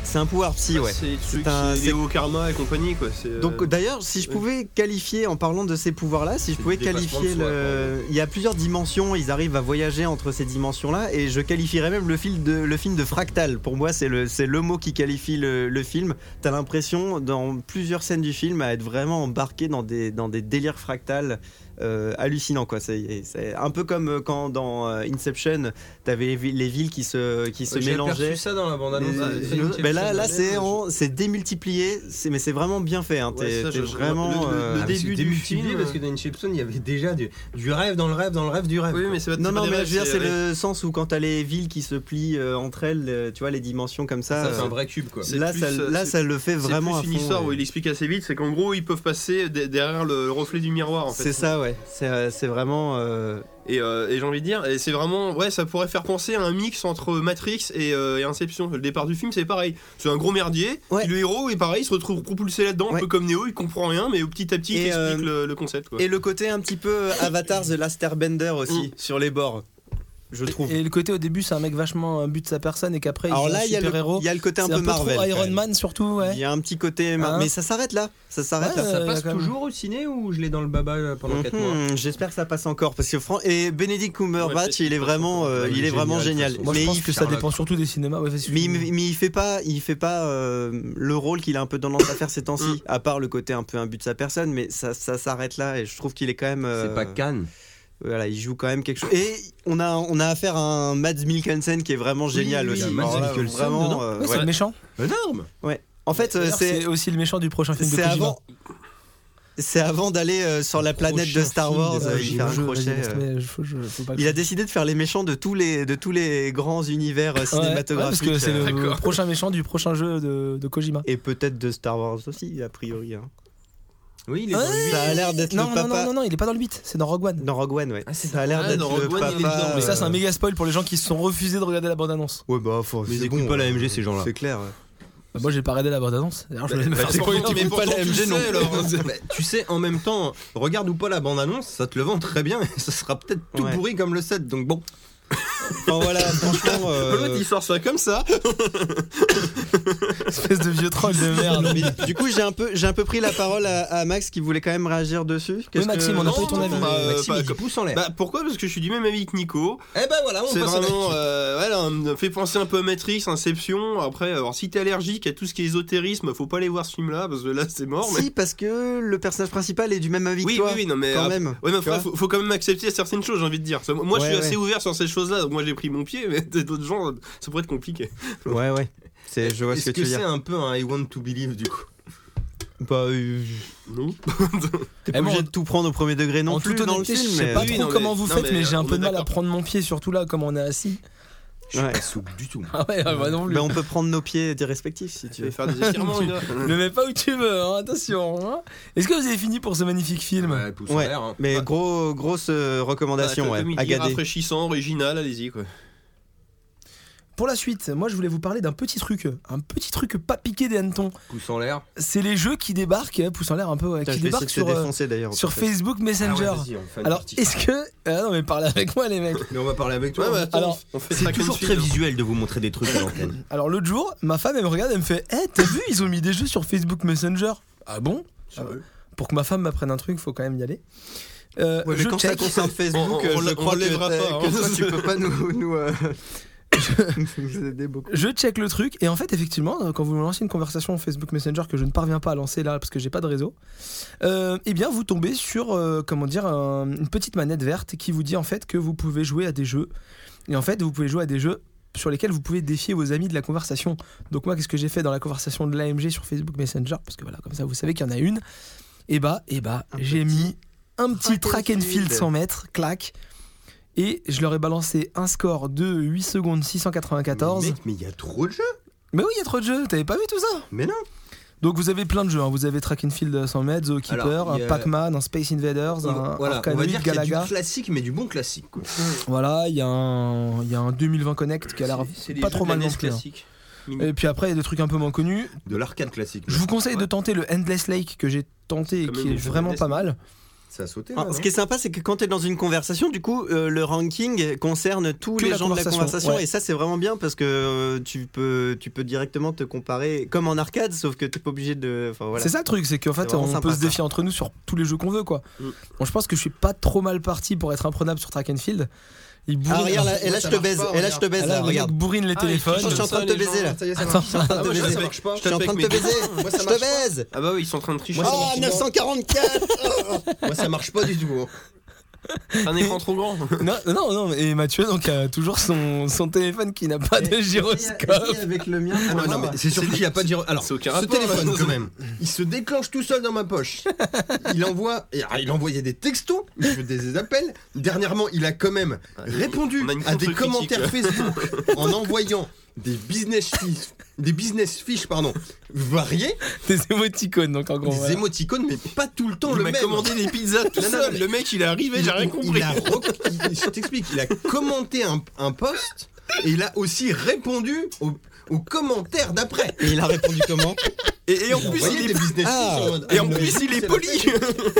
S2: C'est un pouvoir psy, ouais.
S3: C'est ceux
S2: C'est un-
S3: qui
S2: c'est-
S3: c'est au karma et compagnie quoi.
S6: euh,
S3: c'est-
S2: Donc d'ailleurs, si je
S3: oui.
S2: pouvais qualifier, en parlant de ces pouvoirs-là, si je
S6: du
S2: pouvais
S6: dépassement
S2: qualifier
S6: de soi,
S2: le... Il y a plusieurs dimensions, ils arrivent à voyager entre ces dimensions-là, et je qualifierais même le, fil de, le film de Fractal. Pour moi, c'est le, c'est le mot qui qualifie le, le film. T'as l'impression, dans plusieurs scènes du film, à être vraiment embarqué dans des, dans des délires fractales euh, hallucinants. Quoi. C'est, c'est un peu comme euh, quand dans euh, Inception, t'avais les vi- les villes qui se, qui se
S6: J'ai
S2: mélangeaient.
S6: aperçu ça dans la Ah, bande
S3: Ah
S6: annonce.
S2: Mais- euh,
S6: de- de-
S2: mais là, là
S6: de-
S2: c'est en- c'est démultiplié, c'est- mais c'est vraiment bien fait. Hein.
S3: hein. Ouais,
S2: T'es-
S3: ça,
S2: t'es
S3: je- je- le-
S2: vraiment.
S3: le-
S2: euh,
S3: le
S6: Ah, mais c'est
S3: début du
S6: démultiplié
S3: film,
S6: parce que dans Inception, il y avait déjà du, du rêve dans le rêve dans le rêve du rêve.
S3: Oui, mais c'est pas- c'est
S2: Non,
S3: pas
S2: non,
S3: des
S2: mais
S3: rêves,
S2: je veux dire, c'est
S3: ouais.
S2: le sens où quand t'as les villes qui se plient euh, entre elles, euh, tu vois, les dimensions comme ça.
S6: Ça, c'est
S2: euh,
S6: un vrai cube quoi.
S3: c'est
S2: là,
S3: plus,
S2: ça,
S3: euh,
S2: là,
S3: c'est-
S2: ça le fait vraiment
S3: C'est
S2: à
S3: plus une
S2: fond,
S3: histoire
S2: ouais.
S3: où il explique assez vite, c'est qu'en gros ils peuvent passer de- derrière le reflet du miroir en fait.
S2: C'est ça, ouais. C'est euh, c'est vraiment. euh,
S3: Et, euh, et j'ai envie de dire, et c'est vraiment, ouais, ça pourrait faire penser à un mix entre Matrix et, euh, et Inception. Le départ du film, c'est pareil. C'est un gros merdier.
S2: Ouais.
S3: et Le héros est pareil, il se retrouve propulsé là-dedans,
S2: Ouais.
S3: un peu comme Neo. Il comprend rien, mais au petit à petit, il
S2: Et, euh,
S3: explique le, le concept. Quoi.
S2: Et le côté un petit peu euh, Avatar The Last Airbender
S3: Mm.
S6: Mm.
S2: aussi, sur les bords, je trouve.
S1: Et le côté au début c'est un mec vachement un but de sa personne et qu'après
S2: Alors
S1: il
S2: là, il y, a
S1: super
S2: le-
S1: héros.
S2: il y a le côté un peu Marvel.
S1: trop
S2: quand
S1: Iron
S2: même.
S1: Man surtout
S2: Il
S1: ouais.
S2: y a un petit côté. mar-
S1: Hein
S2: mais ça s'arrête là. Ça
S1: Ouais,
S2: s'arrête là.
S1: euh,
S6: Ça passe
S1: quand même.
S6: toujours au ciné ou je l'ai dans le baba euh, pendant 4
S2: Mhm,
S6: mois
S2: J'espère que ça passe encore parce que Fran et Benedict Cumberbatch,
S3: Ouais,
S2: il est vraiment, euh,
S6: Ouais,
S2: il
S6: il
S2: est
S6: est
S2: vraiment génial.
S6: génial, de toute façon.
S1: Moi je
S2: mais
S1: pense
S2: il,
S1: que ça
S6: Sherlock.
S1: dépend surtout des cinémas. Ouais, vas-y,
S2: mais il,
S1: excuse-moi.
S2: mais il fait pas, il fait pas euh, le rôle qu'il a un peu dans l'affaire ces
S1: Mm.
S2: temps-ci. à part le côté un peu imbu de sa personne, mais ça, ça s'arrête là et je trouve qu'il est quand même. euh,
S4: Mm-hmm.
S6: C'est pas Cannes.
S2: Voilà, il joue quand même quelque chose. Et on a, on a affaire à un Mads Mikkelsen qui est vraiment génial
S6: oui,
S2: aussi.
S6: il y a Mads
S2: Alors là,
S6: Mikkelsen dedans.
S2: vraiment. euh,
S1: Ouais, c'est
S2: ouais.
S1: le méchant.
S6: Énorme
S2: En fait, euh,
S1: D'ailleurs,
S2: c'est
S1: c'est aussi le méchant du prochain film de
S2: c'est
S1: Kojima.
S2: avant. c'est avant d'aller euh, sur la planète de Star Wars. euh, il fait un crochet, euh, Il a décidé de faire les méchants de tous les, de tous les grands univers euh,
S1: parce
S2: cinématographiques.
S1: que c'est
S2: euh,
S1: le prochain méchant du prochain jeu de, de Kojima.
S2: Et peut-être de Star Wars aussi, a priori. hein.
S4: Oui, il est
S1: Ouais.
S4: dans le
S2: Ça a l'air d'être
S1: Non,
S2: le
S1: non, non,
S2: papa.
S1: non, non, il est pas dans le 8, c'est dans Rogue One.
S2: Dans Rogue One, ouais. ça a l'air
S3: Ah,
S2: d'être
S3: dans
S2: le
S3: Rogue One, il est
S2: papa,
S3: dedans,
S1: Mais ça,
S2: euh,
S1: c'est un méga spoil pour les gens qui se sont refusés de regarder la bande-annonce.
S2: Ouais, bah, faut-
S4: Mais ils
S2: c'est
S4: écoutent
S2: bon,
S4: pas la
S6: euh,
S2: hein.
S4: MG, ces gens-là.
S2: C'est clair. ouais.
S1: Bah, moi, j'ai pas regardé la bande-annonce. D'ailleurs, je voulais me
S2: bah,
S1: faire
S2: c'est
S1: spoiler.
S2: pourquoi tu mets
S4: Ah,
S2: pas la MG non
S4: (laughs) Euh, bah, tu sais, en même temps, regarde ou pas la bande-annonce, ça te le vend très bien, et (laughs) ça sera peut-être tout
S2: Ouais.
S4: pourri comme le 7, donc bon.
S2: Enfin voilà, franchement. euh,
S3: L'autre, il sort ça comme ça.
S1: espèce de vieux troll de merde.
S2: mais du coup, j'ai un peu, j'ai un peu pris la parole à, à Max qui voulait quand même réagir dessus. Qu'est-ce que-
S1: Maxime, on a
S2: Non,
S1: pas eu ton
S2: non,
S1: avis.
S2: bah, euh,
S4: Maxime,
S3: pas
S4: il dit
S3: que-
S4: pouce en l'air.
S3: (laughs) Bah pourquoi Parce que je suis du même avis que
S2: Oh,
S3: Nico.
S4: eh ben voilà,
S2: bah,
S4: on
S3: C'est
S4: passe à la-
S3: vraiment, euh, ouais, là, me fait penser un peu à Matrix, Inception. Après, alors si t'es allergique à tout ce qui est ésotérisme, faut pas aller voir ce film-là parce que là c'est mort. mais-
S2: Si, parce que le personnage principal est du même avis
S3: Oui,
S2: que toi.
S3: oui, oui, non mais
S2: quand
S3: après-
S2: même.
S3: Ouais, mais
S2: Tu
S3: après,
S2: vois
S3: faut, faut quand même accepter certaines choses, j'ai envie de dire. Ça, Moi, je
S2: Ouais,
S3: suis
S2: ouais.
S3: assez ouvert sur ces choses-là, donc moi j'ai pris mon pied, mais (laughs) d'autres gens, ça pourrait être compliqué.
S2: Ouais, ouais. C'est, je vois ce
S4: Est-ce
S2: que, tu
S4: que
S2: veux
S4: c'est
S2: dire.
S4: un peu un I want to believe du coup
S2: Bah, euh,
S3: Non
S2: t'es
S1: Eh
S2: pas
S1: bon,
S2: obligé de tout prendre au premier degré non
S1: en
S2: plus
S1: toute
S2: dans le
S1: honnêteté,
S2: film.
S1: je
S2: mais- euh,
S1: sais pas
S3: oui,
S1: trop
S3: non, mais-
S1: comment vous
S3: non,
S1: faites,
S3: mais
S1: mais, j'ai
S3: on
S1: un
S3: est
S1: peu de mal à
S3: d'accord.
S1: prendre mon pied, surtout là, comme on est assis.
S4: Je suis
S2: Ouais.
S4: pas souple du tout. moi.
S1: (laughs) Ah ouais, ouais, bah non plus.
S2: Bah, on peut prendre nos pieds respectifs si tu
S3: Tu vas
S2: veux.
S3: faire des étirements, une heure.
S1: Ne mets pas où tu veux, hein, attention. hein. Est-ce que vous avez fini pour ce magnifique film
S4: Ouais, Bah, pouce en
S2: Ouais.
S4: l'air, hein.
S2: Mais gros, grosse euh, recommandation,
S3: Ah,
S2: ouais.
S3: comme il dit,
S2: Agadé.
S3: Rafraîchissant, original, allez-y quoi.
S1: Pour la suite, moi je voulais vous parler d'un petit truc, un petit truc pas piqué des hannetons.
S4: Pouce en l'air.
S1: C'est les jeux qui débarquent, hein, poussant l'air un peu, ouais,
S2: Putain,
S1: qui
S2: je vais essayer
S1: débarquent
S2: de te
S1: sur, euh,
S2: défoncer d'ailleurs.
S1: sur
S2: peut-être.
S1: Facebook Messenger.
S4: Ah ouais, vas-y, on fait une
S1: Alors,
S4: partie.
S1: est-ce que. Ah non, mais parlez avec moi, les mecs.
S4: Mais on va parler avec toi.
S3: Ouais, bah, attends,
S1: Alors,
S3: on fait
S4: C'est
S3: track and
S4: toujours
S3: field.
S4: très visuel de vous montrer des trucs
S1: (laughs)
S4: à l'antenne.
S1: Alors, l'autre jour, ma femme, elle me regarde, elle me fait Eh, t'as vu, ils ont mis des jeux sur Facebook Messenger Ah bon Pour que ma femme m'apprenne un truc, faut quand même y aller. Euh,
S2: Ouais, mais
S1: je
S2: quand ça
S1: check.
S2: concerne Facebook,
S3: On- on-
S2: euh,
S3: on
S2: je
S3: le- on
S2: crois
S3: le
S2: que,
S3: lèvera
S2: t'as-
S3: pas, hein.
S2: que toi, tu peux pas nous, nous, (laughs) euh, nous aider beaucoup.
S1: Je check le truc et en fait effectivement euh, quand vous lancez une conversation Facebook Messenger que je ne parviens pas à lancer là parce que j'ai pas de réseau, euh, eh bien vous tombez sur euh, comment dire un- une petite manette verte qui vous dit en fait que vous pouvez jouer à des jeux et en fait vous pouvez jouer à des jeux sur lesquels vous pouvez défier vos amis de la conversation. Donc moi qu'est-ce que j'ai fait dans la conversation de l'AMG sur Facebook Messenger parce que voilà comme ça vous savez qu'il y en a une. Et bah et bah
S2: Un
S1: j'ai
S2: petit
S1: mis un petit
S2: track
S1: track
S2: and
S1: and field
S2: field.
S1: 100 mètres clac et je leur ai balancé un score de 8 secondes 694.
S4: Mec, mais il y a trop de jeux.
S1: Mais oui, il y a trop de jeux, t'avais pas vu tout ça
S4: Mais non.
S1: Donc vous avez plein de jeux, hein. vous avez Track and Field 100 mètres, Zookeeper,
S4: Alors, il y
S1: un
S4: a-
S1: euh, Pac-Man, un Space Invaders, un
S4: voilà, on va
S1: Arcanoid,
S4: dire qu'il y a du
S1: Galaga.
S4: classique, mais du bon classique. quoi.
S1: Voilà, il y, a un- il y a un 2020 Connect
S3: hein.
S1: qui a l'air
S3: C'est les
S1: pas
S3: jeux
S1: trop
S3: de la
S1: mal
S3: NES
S1: non plus. hein.
S3: classique.
S1: Et puis après, il y a des trucs un peu moins connus.
S4: De l'arcade classique.
S1: Je vous conseille de tenter le Endless Lake que j'ai tenté et
S3: quand
S1: qui
S3: même
S1: est
S3: des jeux
S1: vraiment
S3: NES.
S1: pas mal.
S4: Ça a sauté.
S2: Ah,
S4: là,
S2: ce
S4: non
S2: qui est sympa, c'est que quand tu es dans une conversation, du coup, euh, le ranking concerne tous
S1: Que
S2: les
S1: la
S2: gens de la
S1: conversation,
S2: conversation.
S1: ouais.
S2: Et ça, c'est vraiment bien parce que euh, tu, peux, tu peux directement te comparer comme en arcade, sauf que t'es pas obligé de. Enfin, voilà.
S1: C'est ça le truc, c'est qu'en fait,
S2: C'est vraiment
S1: on
S2: sympa,
S1: peut se
S2: ça.
S1: défier entre nous sur tous les jeux qu'on veut, quoi.
S3: Mm.
S1: Bon, je pense que je suis pas trop mal parti pour être imprenable sur Track and Field. Il bourrine,
S2: Ah, regarde, là, et là, je te baise. Et là, je te baise,
S1: Ah là,
S2: là,
S1: le
S2: regarde.
S1: mec bourrine les téléphones.
S2: je suis en train de te baiser, là.
S4: Ça y est, ça
S1: Attends,
S4: marche. Je suis en train de
S3: Ah,
S4: te
S3: moi, ça
S4: baiser.
S3: marche
S4: Je
S3: pas.
S4: suis en train de te
S3: Moi, ça
S4: baiser. Moi,
S2: Je
S4: ça
S2: te
S4: marche pas.
S2: baise
S3: Ah bah oui, ils sont en train de tricher.
S1: Moi, ça
S4: Oh,
S1: marche pas. (laughs)
S4: 944 Moi, ça marche pas du tout. hein.
S3: C'est un écran trop (laughs) grand.
S1: Non, non, non, et Mathieu donc a toujours son, son téléphone qui n'a pas de
S2: euh,
S1: gyroscope.
S4: avec le mien.
S3: Ah, non, mais
S4: c'est surtout qu'il n'y a pas de gyro- Alors,
S3: c'est aucun
S4: ce
S3: rapport, hein.
S4: téléphone,
S3: là.
S4: quand même, il se déclenche tout seul dans ma poche. Il envoie, et, ah, il envoyait des textos, je fais des appels. Dernièrement, il a quand même répondu
S3: on a une
S4: à des
S3: contre-critique,
S4: commentaires
S3: (laughs)
S4: Facebook en envoyant des business fiches, des business fiches, pardon, variés,
S1: Des émoticônes, donc en gros.
S4: des
S1: voilà.
S4: émoticônes, mais pas tout le temps
S3: Il
S4: le
S3: m'a
S4: même.
S3: commandé des pizzas tout
S4: Non, non,
S3: seul.
S4: mais-
S3: Le mec, il est arrivé, j'ai rien
S4: il-
S3: compris.
S4: il a rec- il- je t'explique, il a commenté un, un post et il a aussi répondu au- aux commentaires d'après.
S2: Et il a répondu comment
S3: Et, et en plus,
S4: envoyé
S3: il
S4: des
S3: est,
S4: business
S2: Ah.
S4: fiches en mode,
S3: et
S4: ah,
S3: en
S4: mais
S3: plus,
S4: c'est
S3: il est
S4: la
S3: poli.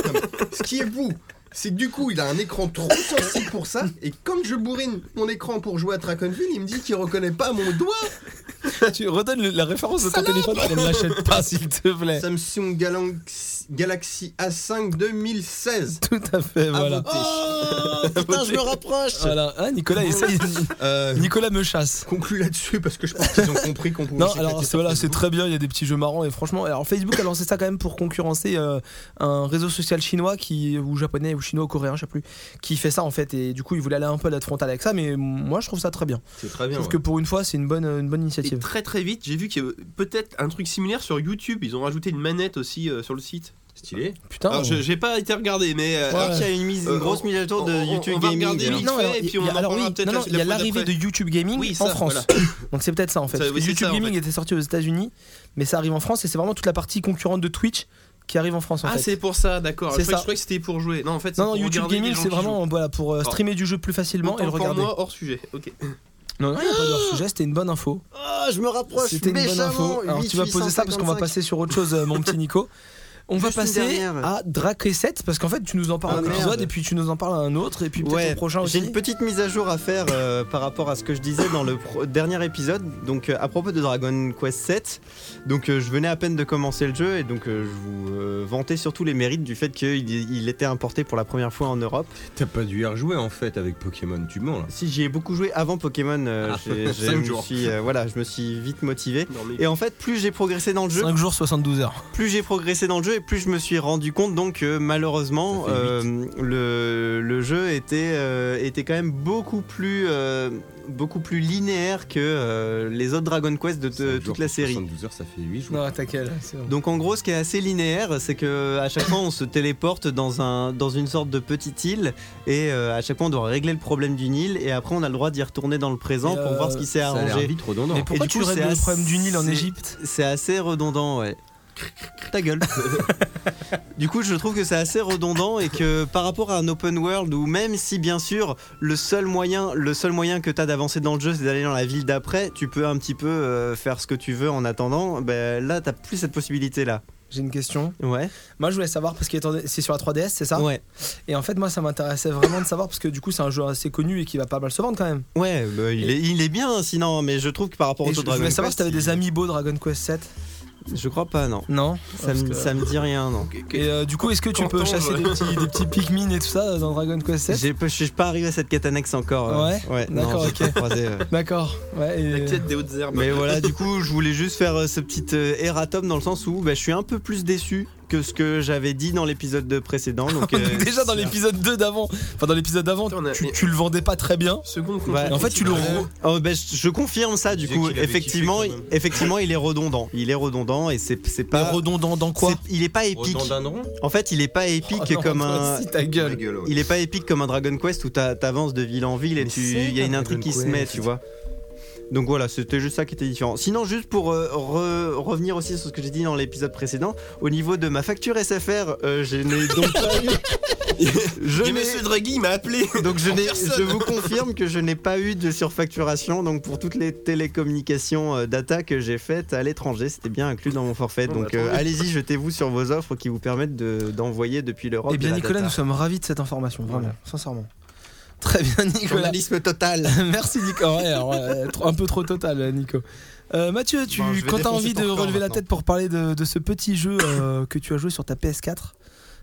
S4: Non, mais Ce qui est fou, c'est que du coup, il a un écran trop sensible pour ça. Et comme je bourrine mon écran pour jouer à Traconville, il me dit qu'il reconnaît pas mon doigt.
S1: Tu redonnes le- la référence de ton téléphone, tu ne l'achète pas, s'il te plaît.
S4: Samsung Galaxy, Galaxy A5 2016.
S1: Tout à fait, voilà.
S2: Oh Putain, je me rapproche
S1: Voilà. Ah, Nicolas, essaye-
S4: Euh,
S1: Nicolas me chasse.
S4: conclue là-dessus parce que je pense qu'ils ont compris qu'on pouvait.
S1: Non,
S4: s'éclater
S1: alors c'est
S4: sur
S1: voilà, c'est
S4: Facebook.
S1: très bien, il y a des petits jeux marrants et franchement, alors Facebook a lancé ça quand même pour concurrencer euh, un réseau social chinois qui ou japonais ou chinois ou coréen, je sais plus, qui fait ça en fait et du coup, ils voulaient aller un peu à la frontale avec ça mais moi je trouve ça très bien.
S4: C'est très
S1: Je
S4: bien.
S1: trouve
S4: ouais.
S1: que pour une fois, c'est une bonne une bonne
S3: Et
S1: initiative.
S3: très très vite, j'ai vu qu'il y avait peut-être un truc similaire sur YouTube. Ils ont rajouté une manette aussi euh, sur le site. Stylé.
S1: Putain.
S3: Alors, je- j'ai pas été regardé, mais. euh,
S1: Oh. Ouais.
S2: Alors qu'il y a une, mise, une
S3: Euh,
S2: grosse
S3: on-
S2: mise à jour de
S3: on- on-
S2: YouTube
S3: on va
S2: Gaming.
S3: regarder
S2: hein.
S3: vite.
S1: Non,
S3: fait,
S1: alors,
S3: et
S1: il
S3: puis
S1: y
S3: on
S1: a-
S3: en
S1: alors oui,
S3: parlera peut-être
S1: non,
S3: la-
S1: non,
S3: la
S1: il y a
S3: fois
S1: l'arrivée de
S3: d'après.
S1: YouTube Gaming
S3: Oui,
S1: en
S3: ça,
S1: France.
S3: voilà.
S1: (laughs) Donc c'est peut-être ça en fait.
S3: Ça,
S1: Parce que
S3: oui, c'est
S1: YouTube
S3: ça, en
S1: Gaming
S3: fait.
S1: était sorti aux États-Unis, mais ça arrive en France et c'est vraiment toute la partie concurrente de Twitch qui arrive en France en
S3: Ah,
S1: fait.
S3: c'est pour ça, d'accord.
S1: C'est
S3: Je croyais que-
S1: ça.
S3: je croyais que c'était pour jouer. Non, en fait, c'est
S1: Non, non,
S3: pour
S1: YouTube
S3: regarder les
S1: Gaming,
S3: gens
S1: c'est
S3: qui
S1: vraiment voilà, pour euh,
S3: Ah.
S1: streamer du jeu plus facilement et
S3: jouent.
S1: le
S3: Autant pour
S1: regarder.
S3: moi, hors sujet. Ok.
S1: Non, non, il n'y a pas de hors-sujet, c'était une bonne info.
S3: Oh,
S2: Ah, je me rapproche.
S1: C'était une bonne info. Alors tu vas poser ça parce qu'on va passer sur autre chose, euh, mon petit Nico. On
S2: Juste
S1: va
S2: une
S1: passer
S2: dernière.
S1: à Drake 7 parce qu'en fait tu nous en parles
S2: Ah,
S1: un
S2: merde.
S1: épisode et puis tu nous en parles à un autre et puis peut-être
S2: Ouais,
S1: au prochain
S2: J'ai
S1: aussi.
S2: une petite mise à jour à faire euh, par rapport à ce que je disais dans le pro- dernier épisode. Donc euh, à propos de Dragon Quest 7, donc euh, je venais à peine de commencer le jeu et donc euh, je vous euh, vantais surtout les mérites du fait qu'il il était importé pour la première fois en Europe.
S4: T'as pas dû y rejouer en fait avec Pokémon, tu mens là.
S2: Si j'y ai beaucoup joué avant Pokémon, euh,
S1: Ah, (laughs)
S2: j'ai- j'ai-
S4: Cinq
S2: je me
S4: jours.
S2: suis, euh, voilà, je me suis vite motivé.
S3: Non, mais-
S2: Et en fait, plus j'ai progressé dans le jeu,
S1: 5 jours, 72 heures.
S2: plus j'ai progressé dans le jeu et plus je me suis rendu compte donc que malheureusement
S4: Ça fait
S2: euh, le, le jeu était, euh, était quand même beaucoup plus, euh, beaucoup plus linéaire que euh, les autres Dragon Quest de, de
S4: Cinq jours
S2: toute la
S4: pour
S2: série.
S4: 72 heures, ça fait 8 jours.
S1: Non, t'inquiète. c'est bon.
S2: Donc en gros, ce qui est assez linéaire, c'est que à chaque fois on se téléporte dans un dans une sorte de petite île et euh, à chaque fois on doit régler le problème d'une île et après on a le droit d'y retourner dans le présent
S1: Et,
S2: pour
S1: euh,
S2: voir ce qui s'est
S4: Ça a l'air
S2: arrangé.
S4: vite redondant.
S1: Mais pourquoi
S2: du
S1: tu
S2: coup,
S1: règles
S2: c'est
S1: le problème du Nil en
S2: assez-
S1: Égypte
S2: C'est assez redondant, ouais.
S1: (laughs)
S2: Ta gueule. du coup, je trouve que c'est assez redondant et que par rapport à un open world où même si bien sûr le seul moyen, le seul moyen que t'as d'avancer dans le jeu, c'est d'aller dans la ville d'après, tu peux un petit peu euh, faire ce que tu veux en attendant. Ben là, t'as plus cette possibilité là.
S1: J'ai une question.
S2: Ouais.
S1: Moi, je voulais savoir parce que étant donné- c'est sur la 3DS, c'est ça
S2: ouais.
S1: Et en fait, moi, ça m'intéressait vraiment de savoir parce que du coup, c'est un jeu assez connu et qui va pas mal se vendre quand même.
S2: Ouais. bah, il, est, il est bien, sinon. Mais je trouve que par rapport
S1: Et
S2: au
S1: je, je
S2: Dragon
S1: voulais savoir si
S2: Quest,
S1: t'avais des
S2: il-
S1: amiibo Dragon Quest 7
S2: Je crois pas, non.
S1: Non.
S2: Ça,
S1: Parce
S2: me,
S1: que-
S2: ça me dit rien, non.
S1: Et euh, du coup, est-ce que tu
S3: Quand
S1: peux
S3: on-
S1: chasser des petits, des petits Pikmin et tout ça euh, dans Dragon Quest 7
S2: J'ai- Je suis pas arrivé à cette quête annexe encore. euh.
S1: Ouais
S2: non,
S1: D'accord,
S2: j'ai
S1: ok.
S2: pas croisé, euh.
S1: D'accord. Ouais, et- (laughs)
S3: La quête des hautes herbes.
S2: Mais voilà, du coup, je voulais juste faire euh, ce petit euh, erratum dans le sens où bah, je suis un peu plus déçu que ce que j'avais dit dans l'épisode de précédent.
S1: (laughs)
S2: Donc, euh,
S1: Déjà dans l'épisode 2 d'avant, enfin dans l'épisode d'avant,
S3: Attends, on a-
S1: tu,
S3: mais-
S1: tu le vendais pas très bien.
S3: Seconde
S2: Ouais.
S1: Ah, Et en fait, tu le re-
S2: oh, bah, je, je confirme ça, du
S8: Disais
S2: coup.
S8: qu'il avait kiffé
S2: Effectivement,
S8: quand même.
S2: effectivement, il est redondant. Il est redondant et c'est c'est
S1: mais
S2: pas.
S1: redondant dans quoi
S2: c'est- il est pas épique.
S4: Rhododendron
S2: En fait, il est pas épique
S1: Oh non,
S2: comme
S1: toi (laughs)
S2: un.
S1: aussi, ta gueule.
S2: Il est pas épique comme un Dragon Quest où t'a- t'avances de ville en ville et
S4: Mais
S2: tu-
S4: c'est
S2: il y a
S4: un
S2: une intrigue
S4: Dragon
S2: qui se met,
S4: Quest.
S2: tu vois. Donc voilà, c'était juste ça qui était différent. Sinon, juste pour euh, re- revenir aussi sur ce que j'ai dit dans l'épisode précédent, au niveau de ma facture SFR, euh, je n'ai donc pas eu.
S3: (laughs)
S2: je
S3: Et
S2: n'ai-
S3: monsieur Draghi il m'a appelé.
S2: donc je, n'ai-
S3: personne.
S2: je vous confirme que je n'ai pas eu de surfacturation. Donc pour toutes les télécommunications euh, data que j'ai faites à l'étranger, c'était bien inclus dans mon forfait.
S3: Bon,
S2: donc
S3: bah, tant
S2: euh,
S3: mieux.
S2: allez-y, jetez-vous sur vos offres qui vous permettent de- d'envoyer depuis l'Europe.
S1: Eh bien,
S2: de la
S1: Nicolas,
S2: data.
S1: nous sommes ravis de cette information, vraiment, sincèrement. Très bien, Nicolas.
S2: Journalisme total.
S1: (laughs) Merci, Nico. Ouais, alors, euh, trop- un peu trop total, euh, Nico. Euh, Mathieu, tu,
S2: Bon, je vais
S1: quand t'as
S2: défoncer
S1: envie
S2: ton
S1: de
S2: corps
S1: relever la
S2: maintenant.
S1: tête pour parler de, de ce petit jeu euh, (coughs) que tu as joué sur ta PS4,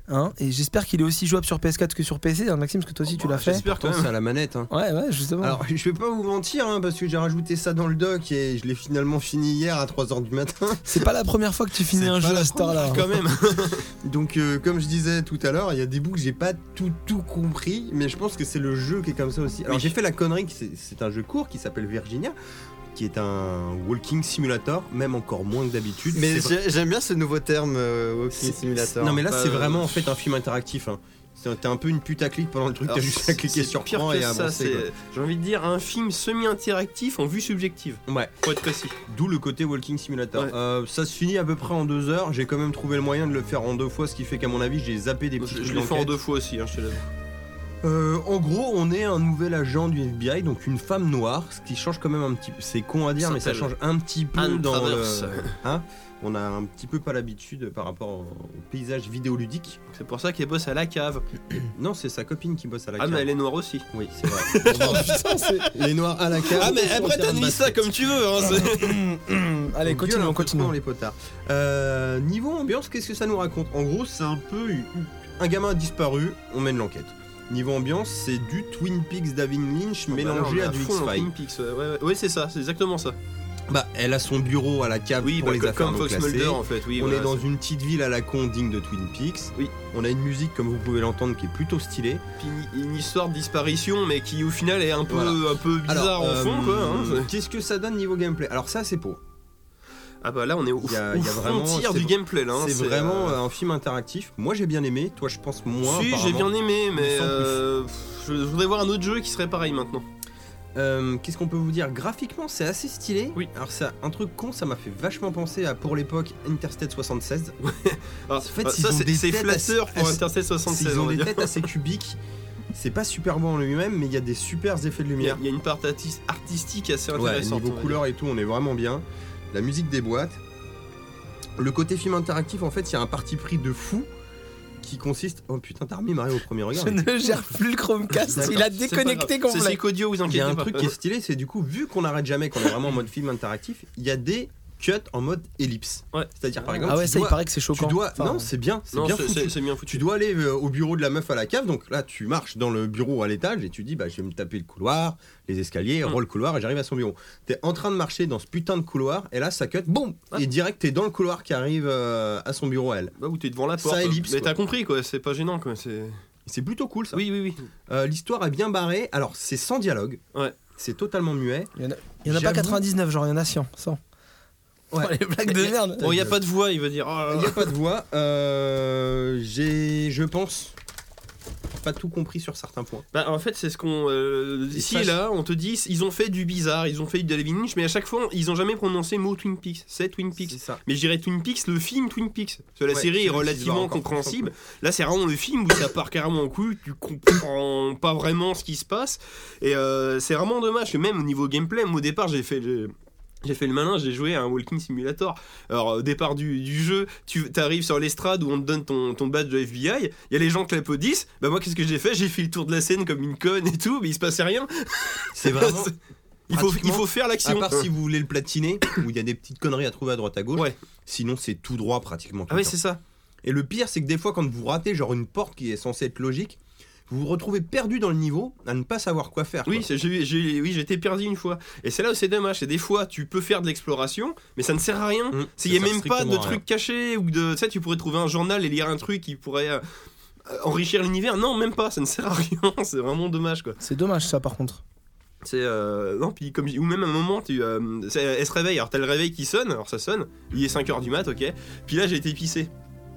S1: hein, et j'espère qu'il est aussi jouable sur PS4 que sur PC, hein, Maxime, parce que toi aussi tu l'as fait.
S3: Oh, bah, J'espère quand
S4: Attends,
S3: même.
S4: c'est à la manette. Hein.
S1: Ouais, ouais, justement.
S4: Alors, je vais pas vous mentir, hein, parce que j'ai rajouté ça dans le doc et je l'ai finalement fini hier à 3h du matin. (laughs)
S1: c'est pas la première fois que tu finis
S4: c'est
S1: un
S4: pas
S1: jeu
S4: la
S1: à cette heure-là. hein.
S3: Quand même.
S4: Donc, euh, comme je disais tout à l'heure, il y a des bouts que j'ai pas tout, tout compris, mais je pense que c'est le jeu qui est comme ça aussi. Alors, j'ai fait la connerie, que c'est c'est un jeu court qui s'appelle Virginia, qui est un walking simulator, même encore moins que d'habitude.
S2: Mais
S4: C'est vrai-
S2: j'ai- j'aime bien ce nouveau terme euh, Walking
S4: c'est-
S2: Simulator.
S4: Non, mais là,
S3: Pas,
S4: c'est
S3: euh,
S4: vraiment en fait un film interactif. hein. C'est- T'es un peu une putaclic pendant le truc, t'as
S3: Alors,
S4: juste à cliquer
S3: c'est
S4: sur
S3: pire
S4: cran
S3: que
S4: et
S3: ça,
S4: avancer.
S3: c'est- J'ai envie de dire un film semi-interactif en vue subjective.
S4: quoi. Ouais.
S3: Pour être précis.
S4: D'où le côté Walking Simulator.
S3: Ouais.
S4: Euh, ça se finit à peu près en deux heures. J'ai quand même trouvé le moyen de le faire en deux fois, ce qui fait qu'à mon avis, j'ai zappé des
S3: Je,
S4: petits
S3: je
S4: trucs
S3: l'ai fait en
S4: d'enquête.
S3: deux fois aussi, hein, je te l'avoue.
S4: Euh, en gros, on est un nouvel agent du FBI, donc une femme noire, ce qui change quand même un petit peu. C'est con à dire, mais ça
S3: S'appelle
S4: change un petit peu
S3: Anne
S4: dans
S3: Travers.
S4: le. (laughs) Hein on a un petit peu pas l'habitude par rapport au au paysage vidéoludique.
S3: C'est pour ça qu'elle bosse à la cave.
S4: Non, c'est sa copine qui bosse à la
S3: Ah,
S4: cave.
S3: mais elle est noire aussi.
S4: Oui, c'est (laughs) vrai. les noirs à la cave.
S3: comme tu veux.
S1: Allez,
S4: On gueule un
S1: continuons,
S4: peu
S1: continuons.
S4: dans les potards. Euh, niveau ambiance, qu'est-ce que ça nous raconte En gros, c'est un peu une- un gamin a disparu, on mène l'enquête. Niveau ambiance, c'est du Twin Peaks d'Avin
S3: Ah,
S4: Lynch
S3: bah
S4: mélangé à du X-Files.
S3: Ouais, ouais, ouais, c'est ça, c'est exactement ça.
S4: Bah, elle a son bureau à la cave
S3: Oui,
S4: pour
S3: bah,
S4: les
S3: co-
S4: affaires
S3: comme
S4: non
S3: Fox
S4: classées.
S3: Mulder en fait. Oui,
S4: on
S3: voilà,
S4: est dans
S3: c'est
S4: une petite ville à la con digne de Twin Peaks.
S3: Oui.
S4: On a une musique, comme vous pouvez l'entendre, qui est plutôt stylée.
S3: une... une histoire de disparition, mais qui au final est un peu,
S4: Voilà.
S3: un peu bizarre en
S4: euh,
S3: fond quoi. hein.
S4: Qu'est-ce que ça donne niveau gameplay Alors ça, c'est pour.
S3: Ah bah là, on est au,
S4: Il y a-
S3: aux
S4: il y a vraiment-
S3: frontières
S4: c'est-
S3: du gameplay là. hein,
S4: c'est vraiment
S3: euh,
S4: euh, un film interactif. Moi j'ai bien aimé, toi je pense moins.
S3: si, j'ai
S4: apparemment.
S3: bien aimé, mais
S4: sens plus.
S3: euh, pff, je je voudrais voir un autre jeu qui serait pareil maintenant.
S4: Euh, Qu'est-ce qu'on peut vous dire Graphiquement, c'est assez stylé.
S3: Oui.
S4: Alors, ça, un truc con, ça m'a fait vachement penser à pour l'époque Interstate
S3: (laughs)
S4: 76.
S3: Ah,
S4: En fait,
S3: ah,
S4: ils
S3: ça,
S4: ont
S3: c'est
S4: des
S3: c'est
S4: têtes
S3: flatteur
S4: assez-
S3: pour Interstate
S4: C'est-
S3: 76.
S4: Ils
S3: on
S4: ont
S3: va
S4: des
S3: dire.
S4: têtes assez cubiques. C'est pas super bon en lui-même, mais il y a des super effets de
S3: Il y, a,
S4: lumière.
S3: il y a une part artis- artistique assez
S4: Ouais,
S3: intéressante.
S4: niveau
S3: on va
S4: couleur et tout, on est vraiment bien. La musique des boîtes. Le côté film interactif, en fait, il y a un parti pris de fou qui consiste. Oh putain, t'as remis Mario au premier regard.
S1: Je ne gère plus le Chromecast,
S4: D'accord,
S1: il a
S3: dire. C'est pas grave.
S1: déconnecté
S3: C'est
S1: complètement.
S3: Slick Audio, vous
S4: Il y
S3: inquiétez
S4: a
S3: pas.
S4: un truc qui est stylé, c'est du coup, vu qu'on n'arrête jamais, qu'on est vraiment en mode film interactif, il y a des cuts en mode ellipse.
S3: Ouais.
S4: C'est-à-dire, par exemple,
S1: Ah ouais,
S4: tu
S1: ça il
S4: dois-
S1: paraît que c'est
S4: tu
S1: choquant.
S4: dois-
S1: Enfin,
S4: non, c'est bien, c'est
S3: Non,
S4: bien
S3: c'est-
S4: foutu.
S3: c'est c'est bien
S4: Tu
S3: foutu.
S4: dois aller euh, au bureau de la meuf à la cave, donc là tu marches dans le bureau à l'étage et tu dis bah je vais me taper le couloir, les escaliers,
S3: Mm.
S4: roule le couloir et j'arrive à son bureau. T'es en train de marcher dans ce putain de couloir et là ça cut, boum
S3: Ouais.
S4: Et direct t'es dans le couloir qui arrive euh, à son bureau à elle.
S3: Bah, ou t'es devant la
S4: Ça
S3: porte.
S4: ellipse,
S3: mais
S4: quoi.
S3: t'as compris quoi, c'est pas gênant quoi. c'est-
S4: C'est plutôt cool ça.
S3: Oui, oui, oui.
S4: Euh, L'histoire est bien barrée, alors c'est sans dialogue,
S3: Ouais.
S4: c'est totalement muet.
S1: Il y en a pas
S4: j'avoue-
S1: 99, genre il y en a 100. 100.
S4: Ouais.
S1: Oh, les blagues de merde.
S3: Bon, il y a pas de voix, il veut dire. oh là
S4: Il
S3: là.
S4: n'y a pas de voix, euh, j'ai je pense pas tout compris sur certains points.
S3: Bah, en fait, c'est ce qu'on. euh,
S4: Et
S3: ici,
S4: ça,
S3: là, on te dit, ils ont fait du bizarre, ils ont fait du David Lynch, mais à chaque fois, ils ont jamais prononcé le mot Twin Peaks. C'est Twin
S4: C'est
S3: Peaks.
S4: ça.
S3: Mais je dirais Twin Peaks, le film Twin Peaks. Parce que la
S4: Ouais,
S3: série
S4: qui
S3: est
S4: va
S3: relativement
S4: encore plus
S3: compréhensible. Là, c'est vraiment le film où ça part carrément en couille, tu comprends pas vraiment ce qui se passe. Et euh, c'est vraiment dommage que même au niveau gameplay, moi au départ, j'ai fait le. J'ai fait le malin, j'ai joué à un Walking Simulator. Alors, au départ du, du jeu, tu arrives sur l'estrade où on te donne ton, ton badge de FBI. Il y a les gens qui l'applaudissent. Bah, moi, qu'est-ce que j'ai fait J'ai fait le tour de la scène comme une conne et tout, mais il se passait rien.
S4: C'est (laughs) vraiment
S3: il, faut, il
S4: pratiquement-
S3: faut faire
S4: À
S3: l'action.
S4: part si vous voulez le platiner, où il y a des petites conneries à trouver à droite à gauche.
S3: Ouais.
S4: Sinon, c'est tout droit pratiquement. tout
S3: Ah,
S4: le
S3: oui,
S4: temps.
S3: c'est ça.
S4: Et le pire, c'est que des fois, quand vous ratez genre une porte qui est censée être logique, vous vous retrouvez perdu dans le niveau à ne pas savoir quoi faire.
S3: Oui,
S4: quoi.
S3: c'est- j'ai j'ai- oui, j'étais perdu une fois. Et c'est là où c'est dommage. C'est des fois, tu peux faire de l'exploration, mais ça ne sert à rien.
S4: Mmh,
S3: S'il n'y a
S4: ça sert
S3: même pas de
S4: strictement à rien.
S3: trucs cachés ou de. Tu sais, tu pourrais trouver un journal et lire un truc qui pourrait euh, euh, enrichir l'univers. Non, même pas, ça ne sert à (laughs) rien. C'est vraiment dommage, quoi.
S1: C'est dommage ça par contre.
S3: C'est. euh, Non, puis comme. Ou même à un moment, tu, euh, c'est- elle se réveille. Alors, t'as le réveil qui sonne, alors ça sonne. Il est 5h du mat, ok. Puis là, j'ai été pissé.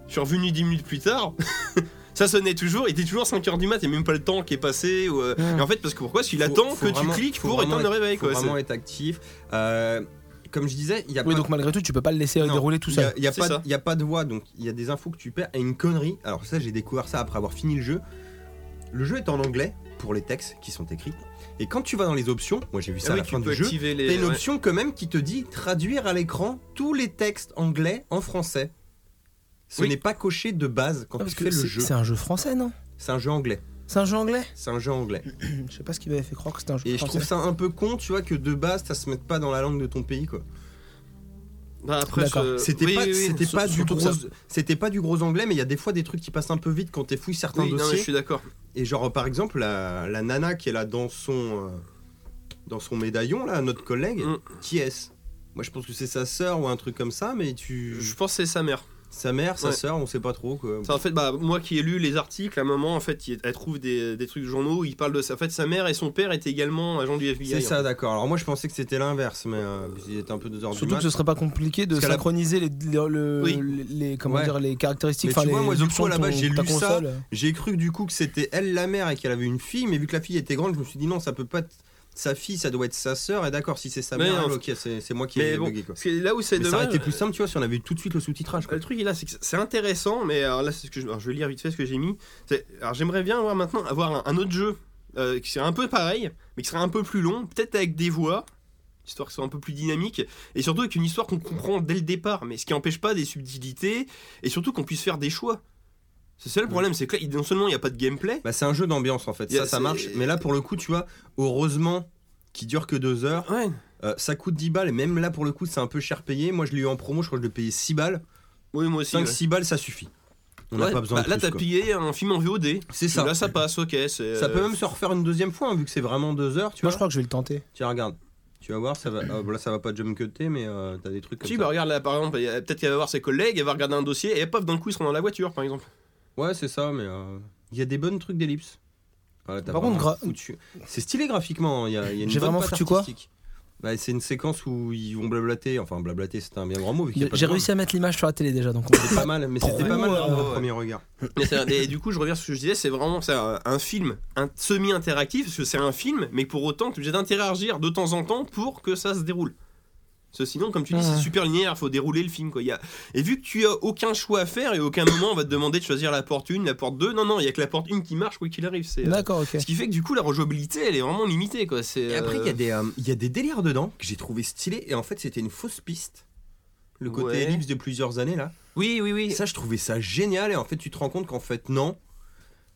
S3: Je suis revenu 10 minutes plus tard. (laughs) Ça sonnait toujours, il était toujours 5h du mat, il n'y a même pas le temps qui est passé. Ou euh,
S1: Mmh.
S3: Et en fait, parce que pourquoi S'il
S4: Ah. Faut-
S3: attend
S4: faut
S3: que
S4: vraiment-
S3: tu cliques
S4: faut
S3: pour
S4: vraiment
S3: éteindre le
S4: être-
S3: réveil,
S4: faut
S3: quoi. c'est-
S4: vraiment être actif. Euh, comme je disais, il n'y a
S1: Oui,
S4: pas
S1: donc malgré tout, tu peux pas le laisser euh,
S4: Non.
S1: dérouler tout
S4: Il y
S1: seul.
S4: a- Il n'y a,
S3: C'est
S4: pas de-
S3: ça.
S4: il y a pas de voix, donc il y a des infos que tu perds et une connerie. Alors ça, j'ai découvert ça après avoir fini le jeu. Le jeu est en anglais pour les textes qui sont écrits. Et quand tu vas dans les options, moi j'ai vu ça
S3: Ah
S4: à
S3: oui,
S4: la
S3: tu
S4: fin
S3: peux
S4: du jeu,
S3: activer les-
S4: t'as une
S3: ouais.
S4: option quand même qui te dit traduire à l'écran tous les textes anglais en français. Ce
S3: Oui.
S4: n'est pas coché de base quand
S1: Ah,
S4: tu
S1: parce que
S4: fais le
S1: c'est-
S4: jeu.
S1: C'est un jeu français, non
S4: C'est un jeu anglais.
S1: C'est un jeu anglais
S4: C'est un jeu anglais.
S1: Je sais pas ce qui m'avait fait croire que c'était un jeu
S4: Et je
S1: français.
S4: trouve ça un peu con, tu vois, que de base, ça se mette pas dans la langue de ton pays, quoi.
S3: Bah, après,
S1: D'accord.
S3: je-
S4: C'était
S3: oui,
S4: pas,
S3: oui, oui.
S4: c'était
S3: S-
S4: pas du
S3: surtout que
S4: gros,
S3: ça-
S4: c'était pas du gros anglais, mais il y a des fois des trucs qui passent un peu vite quand t'es fouilles certains
S3: Oui, non, mais
S4: dossiers.
S3: je suis d'accord.
S4: Et genre par exemple la, la nana qui est là dans son euh, dans son médaillon là, notre collègue,
S3: Mm.
S4: qui est-ce Moi je pense que c'est sa sœur ou un truc comme ça, mais tu
S3: Je pense que c'est sa mère.
S4: sa mère, sa
S3: Ouais.
S4: sœur, on sait pas trop quoi.
S3: Ça, en fait, bah, moi qui ai lu les articles, à un moment, en fait, il- elle trouve des, des trucs de journaux où ils parlent de ça. En fait, sa mère et son père étaient également agents du FBI.
S4: C'est ça, d'accord. Alors moi je pensais que c'était l'inverse, mais euh, il était un peu deux heures du
S1: Surtout que
S4: mat.
S1: ce serait pas compliqué de
S4: Parce qu'à la-
S1: synchroniser les, les, le-
S3: Oui.
S1: les- les- comment
S4: Ouais.
S1: dire, les caractéristiques,
S4: Mais
S1: enfin
S4: tu
S1: les
S4: vois, moi, du coup,
S1: options
S4: à la
S1: de
S4: base,
S1: ton-
S4: j'ai
S1: ta
S4: lu ça.
S1: console.
S4: J'ai cru que du coup que c'était elle la mère et qu'elle avait une fille, mais vu que la fille était grande, je me suis dit non, ça peut pas être sa fille, ça doit être sa sœur. Et d'accord, si c'est sa
S3: Mais
S4: mère,
S3: non,
S4: elle, ok, c'est c'est moi qui
S3: Mais
S4: ai
S3: bon,
S4: bugué quoi.
S3: Parce que là où c'est
S4: Mais ça aurait
S3: dommage.
S4: été plus simple, tu vois, si on avait eu tout de suite le sous-titrage. quoi.
S3: Le truc là, c'est que c'est intéressant, mais alors là, c'est ce que je, alors, je vais lire vite fait ce que j'ai mis. C'est- Alors j'aimerais bien avoir maintenant avoir un, un autre jeu euh, qui serait un peu pareil, mais qui serait un peu plus long, peut-être avec des voix, histoire que ce soit un peu plus dynamique, et surtout avec une histoire qu'on comprend dès le départ, mais ce qui n'empêche pas des subtilités, et surtout qu'on puisse faire des choix. C'est ça le problème, c'est que là, il- non seulement il n'y a pas de gameplay,
S4: Bah, c'est un jeu d'ambiance en fait,
S3: Yeah,
S4: ça ça
S3: c'est-
S4: marche. Mais là pour le coup, tu vois, heureusement qui dure que deux heures,
S3: ouais,
S4: euh, ça coûte 10 balles et même là pour le coup c'est un peu cher payé. Moi je l'ai eu en promo, je crois que je l'ai payé 6 balles.
S3: oui, moi aussi.
S4: 5
S3: ouais.
S4: 6 balles ça suffit. On n'a
S3: Ouais,
S4: pas besoin
S3: bah,
S4: de
S3: Là,
S4: plus,
S3: t'as
S4: quoi.
S3: payé un film en VOD.
S4: C'est ça.
S3: Là, euh, ça passe, ok. Ça
S4: Ça peut même se refaire une deuxième fois hein, vu que c'est vraiment deux heures, tu
S1: Moi, je
S4: vois.
S1: crois que je vais le tenter.
S4: Tiens regarde. Tu vas voir, ça va ah, bon, là ça va pas jump cutter mais euh, t'as des trucs comme
S3: Si, bah
S4: ça.
S3: regarde là, par exemple, il y a- peut-être qu'elle va voir ses collègues, elle va regarder un dossier, et paf, d'un coup, ils seront dans la voiture, par
S4: (laughs)
S3: exemple.
S4: Ouais, c'est ça mais euh, il y a des bonnes trucs d'ellipse. Ah, là, t'as
S1: Par contre,
S4: vraiment
S1: gra-
S4: foutu- c'est stylé graphiquement, hein, il y a, il y a une
S1: J'ai
S4: bonne
S1: vraiment
S4: patte
S1: foutu quoi
S4: artistique. Bah, c'est une séquence où ils vont blablater. Enfin, blablater, c'est un bien grand mot. vu qu'il y a pas de
S1: J'ai
S4: drame.
S1: réussi à mettre l'image sur la télé (laughs) déjà, donc on
S4: C'était pas mal, mais c'était
S1: Trop,
S4: pas mal
S1: euh,
S4: au premier regard.
S3: Mais c'est un- et du coup, je reviens sur ce que je disais, c'est vraiment c'est un, un film un semi-interactif, parce que c'est un film, mais pour autant, tu es obligé d'interagir de temps en temps pour que ça se déroule. Parce que sinon, comme tu dis,
S1: Ouais.
S3: c'est super linéaire, faut dérouler le film. Quoi. Il y a- Et vu que tu as aucun choix à faire, et à aucun moment on va te demander de choisir la porte 1, la porte 2, non, non, il y a que la porte 1 qui marche, quoi qu'il arrive. C'est, euh,
S1: D'accord, ok.
S3: Ce qui fait que du coup, la rejouabilité, elle est vraiment limitée. Quoi. C'est,
S4: Et après, il y, a
S3: euh,
S4: des, euh, il y a des délires dedans que j'ai trouvé stylés. Et en fait, c'était une fausse piste. Le côté
S3: Ouais.
S4: ellipse de plusieurs années, là.
S3: Oui, oui, oui.
S4: Et ça, je trouvais ça génial. Et en fait, tu te rends compte qu'en fait, non.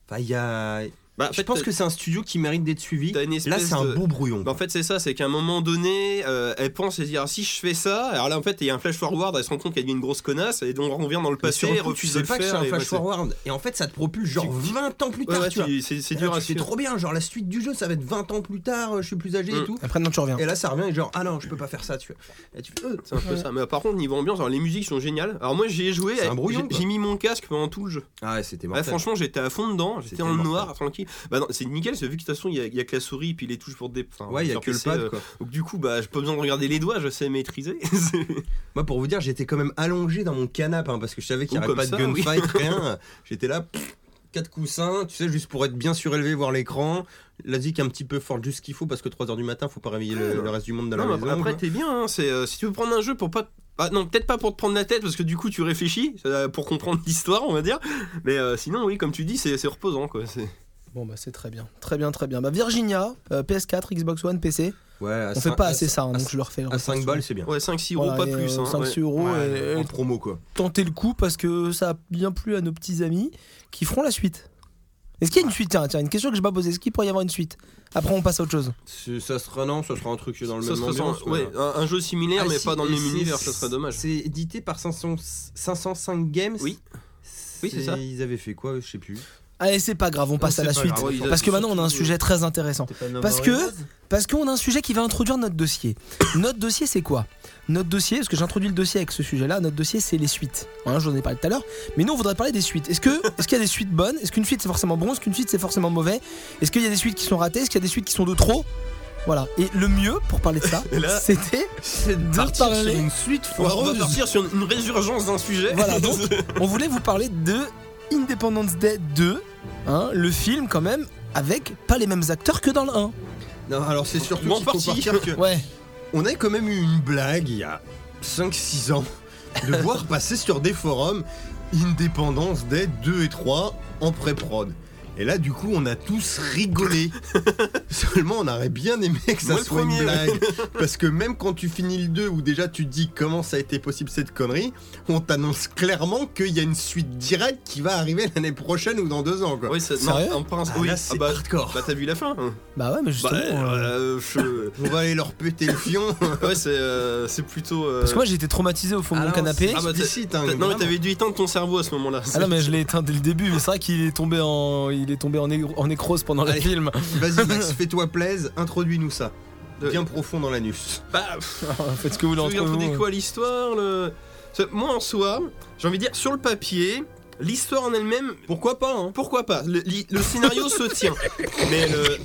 S4: Enfin, il y a.
S3: Bah, en
S4: je
S3: fait,
S4: pense
S3: t'as-
S4: que c'est un studio qui mérite d'être suivi.
S3: t'as une
S4: Là,
S3: espèce
S4: c'est un
S3: de-
S4: beau brouillon.
S3: Bah, en fait, c'est ça, c'est qu'à un moment donné, euh, elle pense et se dit ah, si je fais ça, alors là en fait, il y a un flash forward, elle se rend compte qu'elle est une grosse connasse, et donc on revient dans le
S4: Mais
S3: passé,
S4: surtout,
S3: elle
S4: tu
S3: refuse de
S4: sais
S3: le
S4: pas que c'est
S3: faire.
S4: un
S3: et
S4: flash
S3: ouais, c'est-
S4: forward. Et en fait, ça te propulse genre
S3: Tu-
S4: 20 ans plus
S3: Ouais,
S4: tard,
S3: ouais,
S4: tu vois.
S3: tu- c'est
S4: Et
S3: c'est
S4: là,
S3: dur à
S4: tu fais
S3: suivre.
S4: trop bien. Genre, la suite du jeu, ça va être 20 ans plus tard. euh, Je suis plus âgé
S3: Mm.
S4: et tout.
S1: Après, non, tu reviens.
S4: Et là, ça revient. Et genre, ah non, je peux pas faire ça, tu vois. Et tu fais, euh,
S3: C'est un peu
S1: Ouais.
S3: ça. Mais par contre, niveau ambiance, alors, les musiques sont géniales. Alors moi, j'y ai joué,
S4: C'est un
S3: j'ai-
S4: brouillon, quoi.
S3: j'ai mis mon casque pendant tout le jeu.
S4: Ah, ouais, c'était
S3: Ah,
S4: mortel.
S3: franchement, j'étais à fond dedans, j'étais
S4: C'était
S3: en
S4: mortel.
S3: noir, tranquille. Bah non, c'est nickel, c'est vu que de toute façon, il y, a- il y a que la souris, puis les touches pour des. enfin,
S4: Ouais, il y a
S3: sur
S4: que le
S3: PC, euh,
S4: pad, quoi.
S3: donc du coup, bah, j'ai pas besoin de regarder les doigts, je sais maîtriser. (laughs) C'est-
S4: Moi, pour vous dire, j'étais quand même allongé dans mon canapé hein, parce que je savais qu'il n'y
S3: Ou
S4: aurait
S3: comme
S4: pas de
S3: ça, oui. (laughs)
S4: gunfight, rien. J'étais là, pff, quatre coussins, tu sais, juste pour être bien surélevé, voir l'écran. La zik un petit peu forte, juste ce qu'il faut parce que 3h du matin, faut pas réveiller le, le reste du monde dans
S3: Non,
S4: la
S3: mais
S4: maison.
S3: après, après,
S4: quoi.
S3: t'es bien. hein, c'est, euh, si tu veux prendre un jeu pour pas. Ah, non, peut-être pas pour te prendre la tête parce que du coup tu réfléchis euh, pour comprendre (laughs) l'histoire, on va dire. Mais euh, sinon, oui, comme tu dis, c'est, c'est reposant quoi. C'est...
S1: Bon, bah, c'est très bien. Très bien, très bien. Bah, Virginia, euh, PS4, Xbox One, PC.
S4: ouais, à
S1: On fait
S4: cinq-
S1: pas
S4: à
S1: assez
S4: cinq-
S1: ça, hein,
S4: à
S1: donc je le refais.
S4: À 5 balles, c'est bien.
S3: Ouais, 5-6 euros, pas plus. hein,
S1: 5
S3: ouais.
S1: euh, euros et,
S4: Ouais, en
S1: et
S4: promo, quoi.
S1: tenter le coup parce que ça a bien plu à nos petits amis qui feront la suite. Est-ce qu'il y a une suite Tiens, tiens, une question que j'ai pas posée. Est-ce qu'il pourrait y avoir une suite Après, on passe à autre chose.
S4: C'est- Ça sera, non, ça sera un truc dans le
S3: Ça
S4: même
S3: serait
S4: ambiance.
S3: sans- ouais,
S4: quoi.
S3: un, un jeu similaire,
S4: Ah,
S3: mais
S4: si,
S3: pas dans le
S4: et
S3: même
S4: c'est-
S3: univers, ça serait dommage.
S4: C'est édité par 500 505 Games.
S3: Oui. Oui, c'est ça.
S4: Ils avaient fait quoi Je sais plus.
S1: Allez, c'est pas grave, on passe à
S4: c'est
S1: la
S4: pas
S1: suite.
S4: grave,
S3: ouais, ils a-
S1: Parce que
S3: c'est
S1: maintenant, on a un
S3: surtout,
S1: sujet très intéressant. Parce que, parce qu'on a un sujet qui va introduire notre dossier. notre dossier, c'est quoi Notre dossier, parce que j'introduis le dossier avec ce sujet-là, notre dossier, c'est les suites. Hein, J'en ai parlé tout à l'heure, mais nous, on voudrait parler des suites. Est-ce que, est-ce qu'il y a des suites bonnes Est-ce qu'une suite, c'est forcément bon Est-ce qu'une suite, c'est forcément mauvais Est-ce qu'il y a des suites qui sont ratées Est-ce qu'il y a des suites qui sont de trop Voilà. Et le mieux pour parler de ça,
S3: Là-
S1: c'était de
S3: partir
S1: parler.
S3: sur une
S1: suite
S3: On va repartir sur une résurgence d'un sujet.
S1: Voilà, donc
S3: (laughs)
S1: on voulait vous parler de Independence Day 2, hein, le film quand même, avec pas les mêmes acteurs que dans le 1.
S4: Non, alors c'est surtout
S3: Bon
S4: qu'il faut
S3: parti.
S4: partir que
S1: Ouais.
S4: On a quand même eu une blague il y a 5-6 ans
S3: (laughs)
S4: de voir passer sur des forums Indépendance des 2 et 3 en pré-prod. Et là, du coup, on a tous
S3: (laughs)
S4: rigolé. Seulement, on aurait bien aimé que ça
S3: Moi, le
S4: soit
S3: premier.
S4: une
S3: (laughs)
S4: blague. Parce que même quand tu finis le 2, où déjà tu te dis comment ça a été possible cette connerie, on t'annonce clairement qu'il y a une suite directe qui va arriver l'année prochaine ou dans deux ans. Quoi.
S3: Oui, ça,
S1: Sérieux
S3: non, en principe,
S4: Ah,
S3: oui.
S4: là,
S3: Ah
S4: c'est
S3: bah,
S4: hardcore.
S3: bah, t'as vu la fin hein.
S1: Bah ouais, mais
S3: Bah,
S1: justement. euh,
S3: euh, je- (laughs)
S4: On va aller leur péter le fion.
S3: Ouais, c'est, euh, c'est plutôt. euh,
S1: Parce que moi j'étais traumatisé au fond de mon canapé.
S3: (laughs) Ah bah, t'as-
S4: Explicite, hein,
S3: t'as- non, mais
S4: vraiment.
S3: t'avais dû éteindre ton cerveau à ce moment-là.
S1: Ah non mais je l'ai éteint dès le début mais c'est vrai qu'il est tombé en il est tombé en, négro- en nécrose pendant le
S4: Allez.
S1: film.
S4: Vas-y Max, fais-toi plaise, introduis-nous ça. Bien profond dans l'anus.
S3: (laughs) Bah, pff,
S1: Faites ce que vous voulez
S3: Tu veux
S1: entre
S3: raconter
S1: vous. euh,
S3: quoi l'histoire le... Ça, Moi en soi, j'ai envie de dire sur le papier, l'histoire en elle-même,
S4: Pourquoi pas hein
S3: pourquoi pas Le, li- le scénario se tient, mais le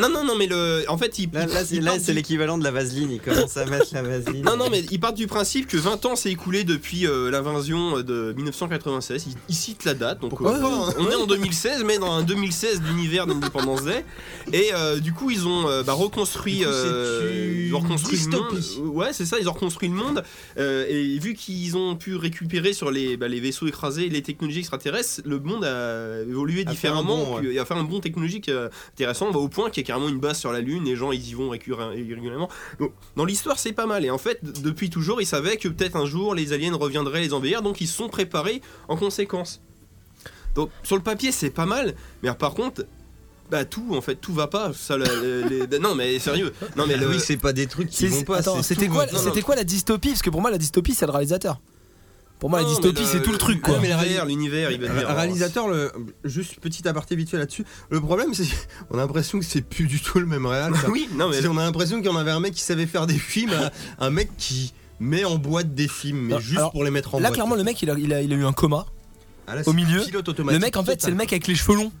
S3: non non non mais le en fait il,
S2: Là,
S3: il-
S2: là,
S3: il
S2: c'est-
S3: part
S2: là, c'est
S3: du-
S2: l'équivalent de la vaseline. Il commence à mettre la (laughs) vaseline.
S3: non non mais il part du principe que 20 ans s'est écoulé depuis euh, l'invasion de 1996. Il, il cite la date donc
S4: Pourquoi
S3: euh,
S4: pas, hein
S3: on est en 2016 mais dans un 2016 d'univers d'indépendance Day et euh, du coup ils ont euh, bah, reconstruit
S4: Du coup, c'est
S3: euh, ils ont
S4: une
S3: reconstruit le monde.
S4: dystopie.
S3: ouais c'est ça ils ont reconstruit le monde euh, et vu qu'ils ont pu récupérer sur les, bah, les vaisseaux écrasés les technologies extraterrestres le monde a évolué
S4: A fait un
S3: différemment
S4: bond, ouais.
S3: puis, euh, il a fait un bon technologique euh, intéressant on va au point qu'il y a carrément une base sur la lune les gens ils y vont récurré- régulièrement donc dans l'histoire c'est pas mal et en fait d- depuis toujours ils savaient que peut-être un jour les aliens reviendraient les envahir donc ils se sont préparés en conséquence donc sur le papier c'est pas mal mais par contre bah tout en fait tout va pas ça la- les-
S4: (laughs)
S3: les- non mais sérieux non mais le-
S4: Ah oui, c'est pas des trucs qui
S1: C'est-
S4: vont pas.
S1: Attends,
S4: c'est
S1: c'était
S4: tout.
S1: quoi
S3: non,
S1: c'était
S3: non.
S1: quoi la dystopie parce que pour moi la dystopie c'est le réalisateur. Pour moi la
S3: Non, mais
S1: dystopie c'est tout le truc quoi.
S4: non, mais la
S3: L'univers, l'univers, il va
S4: Le
S3: dire. oh,
S4: réalisateur, le, juste petit aparté vite fait là-dessus. Le problème, c'est (laughs) qu'on a l'impression que c'est plus du tout le même réal. quoi.
S3: Oui, non mais
S4: C'est- On a l'impression qu'on avait un mec qui savait faire des films, à un mec qui met en boîte des films, mais
S1: Non,
S4: juste
S1: alors,
S4: pour les mettre en
S1: Là
S4: boîte.
S1: clairement le mec il a, il a- il a eu un coma.
S4: Ah, là,
S1: au
S4: c'est
S1: milieu,
S4: pilote automatique
S1: Le mec en fait c'est
S4: total.
S1: le mec avec les cheveux longs.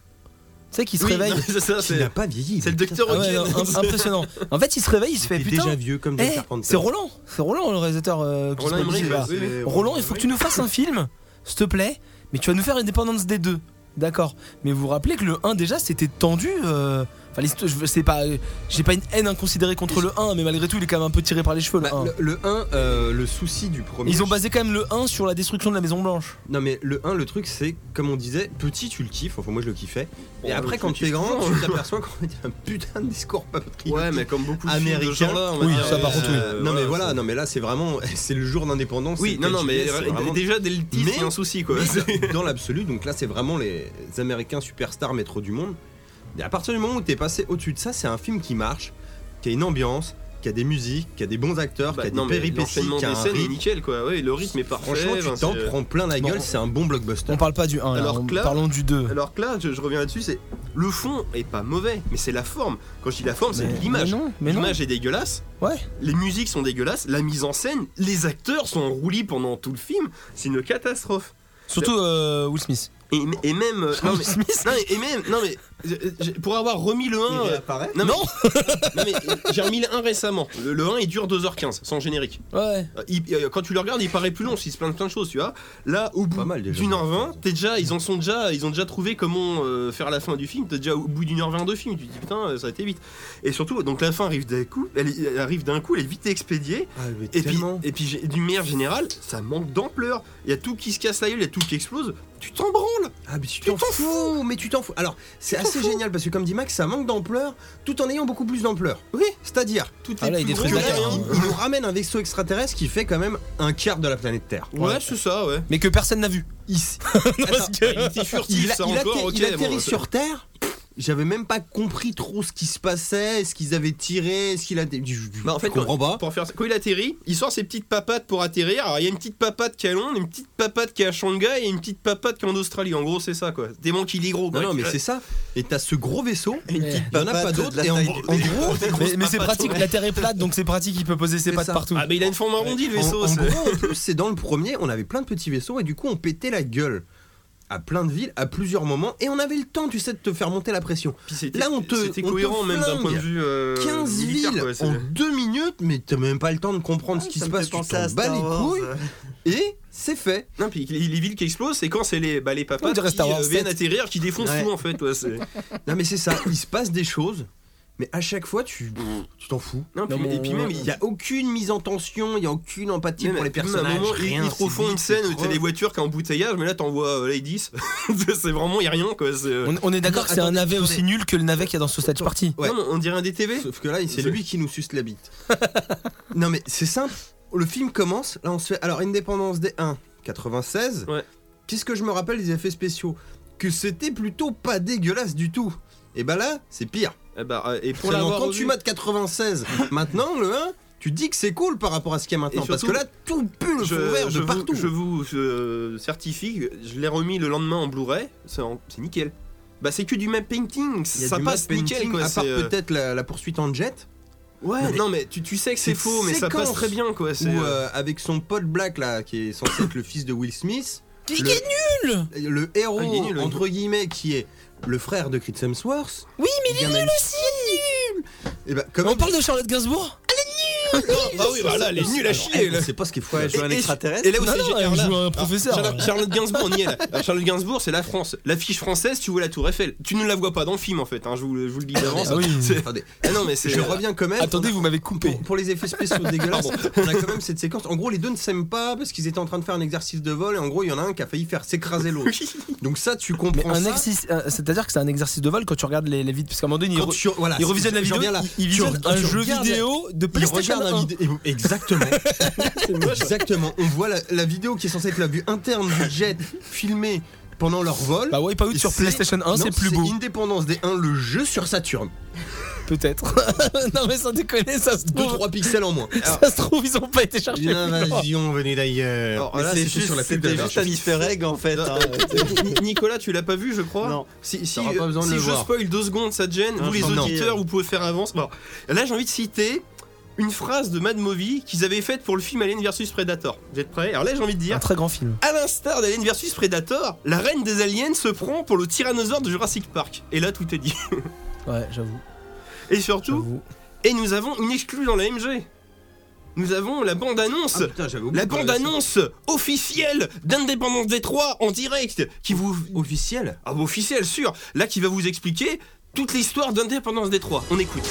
S1: sais qu'il se
S3: Oui,
S1: réveille.
S3: non, c'est ça,
S4: Il
S3: c'est-
S4: n'a pas vieilli.
S3: c'est le
S4: il
S3: docteur
S1: Ah ouais,
S3: Hogan.
S1: non, im- impressionnant. En fait, il se réveille, il se
S4: est
S1: fait
S4: déjà
S1: putain.
S4: vieux comme
S1: eh,
S4: John Carpenter.
S1: c'est Roland, c'est Roland le réalisateur. euh, qui
S3: Roland
S1: se produit,
S3: Emmerich,
S1: là.
S3: ouais, c'est-
S1: Roland, il faut que tu nous fasses un film, s'il te plaît, mais tu vas nous faire Independence Day 2. D'accord. Mais vous vous rappelez que le 1 déjà c'était tendu. euh, Enfin, l'histo- je veux- c'est pas, j'ai pas une haine inconsidérée contre le 1, mais malgré tout, il est quand même un peu tiré par les cheveux. Le
S4: Bah,
S1: 1.
S4: le, le 1, euh, le souci du premier.
S1: hein. Ils ont basé quand même le 1 sur la destruction de la Maison Blanche.
S4: Non mais le 1, le truc c'est, comme on disait, petit tu le kiffes, enfin moi je le kiffais. Et
S3: Bon,
S4: après
S3: je
S4: quand
S3: le
S4: t'es
S3: kiffe
S4: grand,
S3: toujours,
S4: tu
S3: (laughs)
S4: t'aperçois qu'on a un putain de discours patriotique.
S3: Ouais, mais comme beaucoup de films de
S4: Américain.
S3: genre là, on va
S1: Oui,
S3: dire,
S1: ça, par contre, oui.
S3: euh,
S4: non mais voilà,
S3: ça-
S4: non mais là c'est vraiment, (laughs) c'est le jour d'indépendance.
S3: Oui,
S4: c'est
S3: non,
S4: le
S3: non, mais
S4: KGB, c'est vraiment-
S3: déjà dès le titre,
S4: Mais-
S3: il y a un souci quoi. Ah,
S4: Mais (laughs) dans- dans l'absolu, donc là c'est vraiment les Américains superstars métro du monde. Et à partir du moment où t'es passé au-dessus de ça, c'est un film qui marche, qui a une ambiance, qui a des musiques, qui a des bons acteurs,
S3: Bah,
S4: qui a
S3: non,
S4: des
S3: mais
S4: péripéties,
S3: l'enchaînement
S4: qui a
S3: des
S4: un
S3: scènes est
S4: rythme.
S3: nickel quoi. Ouais, le rythme est parfait.
S4: hein, Franchement, tu
S3: enfin,
S4: t'en
S3: c'est-
S4: prends plein la
S1: Bon,
S4: gueule, c'est un bon blockbuster.
S1: On parle pas du 1, là,
S3: Alors
S1: on-
S3: que là-
S1: parlons du 2.
S3: Alors que là, je, je reviens là-dessus, c'est le fond est pas mauvais, mais c'est la forme. Quand je dis la forme, c'est
S1: Mais-
S3: l'image.
S1: mais non, mais non.
S3: L'image est dégueulasse.
S1: Ouais.
S3: Les musiques sont dégueulasses. La mise en scène, les acteurs sont en roulis pendant tout le film. C'est une catastrophe.
S1: Surtout euh, Will Smith.
S3: Et, et même, euh, non, mais, non, mais- et même, non mais, euh, j'ai- pour avoir remis le 1, euh, non, mais- non, mais, euh, j'ai remis le 1 récemment. Le, le 1 il dure 2h15 sans générique.
S1: Ouais.
S3: Euh, il- euh, quand tu le regardes, il paraît plus long, s'il se plaint de plein de choses, tu vois. Là, au bout
S4: Pas mal, déjà.
S3: d'une heure vingt, t'es déjà, ils en sont déjà, ils ont déjà trouvé comment euh, faire la fin du film. T'es déjà au bout d'une heure vingt de film, tu te dis putain, euh, ça a été vite. Et surtout, donc la fin arrive d'un coup, elle, est- elle arrive d'un coup, elle est vite expédiée.
S4: Ah,
S3: Et puis, et puis j'ai- d'une manière générale, ça manque d'ampleur. Il y a tout qui se casse la gueule, il y a tout qui explose. Tu t'en branles.
S4: Ah, mais tu
S3: Tu
S4: t'en
S3: t'en
S4: fous, mais tu t'en fous. Alors, c'est
S3: t'en
S4: assez
S3: fous.
S4: génial parce que, comme dit Max, ça manque d'ampleur tout en ayant beaucoup plus d'ampleur.
S3: Oui.
S4: C'est-à-dire, tout
S1: Ah
S4: est
S1: là, il
S4: plus
S1: détruit
S4: gros
S3: la
S4: que
S3: Terre,
S4: rien.
S1: hein.
S4: Il nous ramène un vaisseau extraterrestre qui fait quand même un quart de la planète Terre.
S3: Ouais, c'est ça, ouais.
S1: Mais que personne n'a vu.
S3: (laughs)
S4: Ici.
S1: Parce que-
S3: C'est furtif,
S4: il, a-
S3: ça
S4: il
S3: encore,
S4: atter-
S3: ok,
S4: il atterrit
S3: bon,
S4: sur Terre. pff, J'avais même pas compris trop ce qui se passait, ce qu'ils avaient tiré, ce qu'il a. Je, je-
S3: Bah, en fait,
S4: je comprends pas.
S3: Pour faire ça. Quand il atterrit, il sort ses petites papates pour atterrir. Alors il y a une petite papate qui est à Londres, une petite papate qui est à Shanghai et une petite papate qui est en Australie. En gros, c'est ça quoi. Des manques il est gros quoi.
S4: Non, non, mais c'est ça. Et t'as ce gros vaisseau,
S1: Ouais.
S4: il y en a pas d'autre, et en, en gros,
S3: (laughs)
S1: Mais, mais c'est pratique, la terre est plate donc c'est pratique, il peut poser ses
S4: C'est
S1: pattes
S4: ça.
S1: partout.
S3: Ah, mais il a une forme arrondie le vaisseau.
S4: En, en
S3: c'est-
S4: gros, en plus, c'est dans le premier, on avait plein de petits vaisseaux et du coup, on pétait la gueule à plein de villes, à plusieurs moments, et on avait le temps, tu sais, de te faire monter la pression.
S3: Puis c'était-
S4: là, on te-
S3: C'était
S4: on te
S3: cohérent même d'un
S4: flingue.
S3: point de vue. euh,
S4: 15
S3: militaire,
S4: villes
S3: quoi, c'est-
S4: en deux minutes, mais t'as même pas le temps de comprendre
S2: Ah,
S4: ce qui
S2: ça
S4: se
S2: me
S4: passe,
S2: fait
S4: tu
S2: penser à
S4: t'en bats
S2: Star
S4: les
S2: Wars.
S4: couilles, et c'est fait.
S3: Non, puis les les villes qui explosent, et quand c'est les, bah, les
S1: On
S3: papates
S1: dirait
S3: qui
S1: Star Wars
S3: euh, viennent
S1: 7.
S3: atterrir, qui défoncent
S4: Ouais.
S3: tout en fait.
S4: (laughs)
S3: ouais, c'est-
S4: Non, mais c'est ça, il se passe des choses, mais à chaque fois, tu tu t'en fous.
S3: Non, puis-
S1: Non, mais
S3: et puis
S1: on-
S3: même,
S4: Il n'y a aucune mise en tension, il n'y a aucune empathie
S3: Même
S4: pour les
S3: même
S4: personnages.
S3: à un moment,
S4: rien,
S3: ils, ils te
S4: c'est
S3: refont
S4: vide,
S3: une scène
S4: c'est
S3: où t'as des
S4: creux.
S3: voitures qui ont embouteillage, mais là t'en vois euh, les 10. (laughs) c'est vraiment, y a rien quoi. c'est, euh,
S1: On, on est d'accord que c'est un navet aussi nul que le navet qu'il y a dans Sausage Party.
S4: Ouais.
S3: Non, mais on dirait un DTV.
S4: Sauf que là, c'est
S3: C'est-
S4: lui qui nous suce la bite. (laughs) non, mais c'est simple. Le film commence. Là, on se fait. Alors, Indépendance des 1, 96.
S3: Ouais.
S4: Qu'est-ce que je me rappelle des effets spéciaux Que c'était plutôt pas dégueulasse du tout. Et bah là, c'est pire.
S3: Eh bah, euh, et pour
S4: Seulement,
S3: l'avoir
S4: quand
S3: revu-
S4: tu mates
S3: (laughs)
S4: 96, maintenant, le 1, tu te dis que c'est cool par rapport à ce qu'il y a maintenant.
S3: Et
S4: parce que
S3: surtout,
S4: là, tout pue le
S3: je,
S4: fond vert
S3: je
S4: de
S3: vous,
S4: partout.
S3: je vous euh, certifie, je l'ai remis le lendemain en Blu-ray, c'est en- c'est nickel. Bah c'est que du map painting,
S4: Il y a
S3: ça
S4: du
S3: passe
S4: matte
S3: nickel
S4: painting,
S3: quoi.
S4: à part
S3: c'est, euh,
S4: peut-être la, la poursuite en jet.
S3: Ouais,
S4: Non, mais-
S3: non mais tu, tu sais que c'est
S4: Cette
S3: faux, mais ça passe
S4: séquence
S3: très bien quoi.
S4: Ou
S3: c'est, euh,
S4: euh, avec son pote Black là, qui est censé être le fils de Will Smith.
S1: Il
S4: Le-
S1: est nul
S4: le
S3: Ah, il est
S4: héros
S3: nul, oui.
S4: entre guillemets qui est le frère de Chris Hemsworth.
S1: Oui,
S4: mais il est nul aussi. Et bah comment
S1: On parle de Charlotte Gainsbourg
S3: ah
S4: (laughs)
S3: oui, bah là, elle est nulle à chier. là.
S4: C'est pas ce qu'il faut.
S3: Et- et-
S2: extraterrestre
S3: Et là où
S1: Non,
S3: c'est
S1: non,
S3: génial,
S1: elle
S3: là-
S1: joue un
S3: Ah,
S1: professeur.
S3: Charlotte- Charlotte Gainsbourg, on y est là. Alors, Charlotte Gainsbourg, c'est la France. L'affiche française, tu vois la Tour Eiffel. Tu ne la vois pas dans le film en fait, hein, je, vous, le- je vous le dis d'avance.
S1: Ah oui.
S3: C'est-
S4: Attendez,
S3: Ah non, mais c'est.
S4: je reviens quand même.
S1: Attendez,
S4: On a-
S1: vous m'avez coupé.
S4: Pour, pour les
S1: (laughs)
S4: effets spéciaux dégueulasses, on a quand même cette séquence. En gros, les deux ne s'aiment pas parce qu'ils étaient en train de faire un exercice de vol et en gros, il y en a un qui a failli faire
S1: (laughs)
S4: s'écraser l'autre. Donc ça, tu
S1: Mais
S4: comprends
S1: un
S4: ça.
S1: exercice, euh, c'est-à-dire que c'est un exercice de vol quand tu regardes les, les vides, parce qu'à un moment donné, il,
S4: Quand
S1: re-
S4: tu- voilà,
S1: il
S4: c'est-
S1: revisionne la
S4: j'en
S1: vidéo,
S4: viens là.
S1: il, il
S4: Tu-
S1: visionne
S4: quand
S1: un
S4: tu
S1: jeu
S4: regardes la-
S1: vidéo de
S4: Il
S1: PlayStation
S4: regarde la
S1: 1.
S4: vidéo.
S1: (laughs)
S4: Exactement. Exactement. On voit la, la vidéo qui est censée être la vue interne du jet filmée pendant leur vol.
S1: Bah Wipeout
S4: Et
S1: sur
S4: c'est-
S1: PlayStation 1,
S4: Non,
S1: c'est plus beau,
S4: Indépendance des 1, le jeu sur Saturne.
S1: peut-être. (laughs) non mais sans déconner, ça se
S4: 2
S1: trouve,
S4: 3
S1: (laughs)
S4: pixels en moins.
S1: ça se trouve ils ont pas été cherchés.
S4: Une invasion venue d'ailleurs.
S2: Alors
S4: Mais
S2: là,
S4: c'est
S2: c'est juste,
S4: sur la pub
S2: c'était
S4: de la
S2: juste un easter egg, en fait. hein.
S3: Ni- Nicolas, tu l'as pas vu, je crois
S2: Non.
S3: Si, si,
S4: T'auras pas besoin de
S3: si
S4: le
S3: je
S4: voir.
S3: spoil deux secondes, ça te gêne.
S2: Non,
S3: vous, les
S2: je- non.
S3: auditeurs, vous pouvez faire avance. Bon, là, j'ai envie de citer une phrase de Mad Movie qu'ils avaient faite pour le film Alien vs Predator. Vous êtes prêts Alors là, j'ai envie de dire,
S1: Un très grand film.
S3: à l'instar d'Alien vs Predator, la reine des aliens se prend pour le tyrannosaure de Jurassic Park. Et là, tout est dit.
S1: Ouais, j'avoue.
S3: Et surtout,
S1: j'avoue.
S3: et nous avons une exclue dans la MG. Nous avons la bande-annonce.
S4: putain, j'avais oublié
S3: la
S4: de parler de ça.
S3: bande-annonce officielle d'Indépendance des Trois en direct qui vous
S4: officielle
S3: Ah bah officiel, sûr Là, qui va vous expliquer toute l'histoire d'indépendance des trois. On écoute.
S9: (laughs)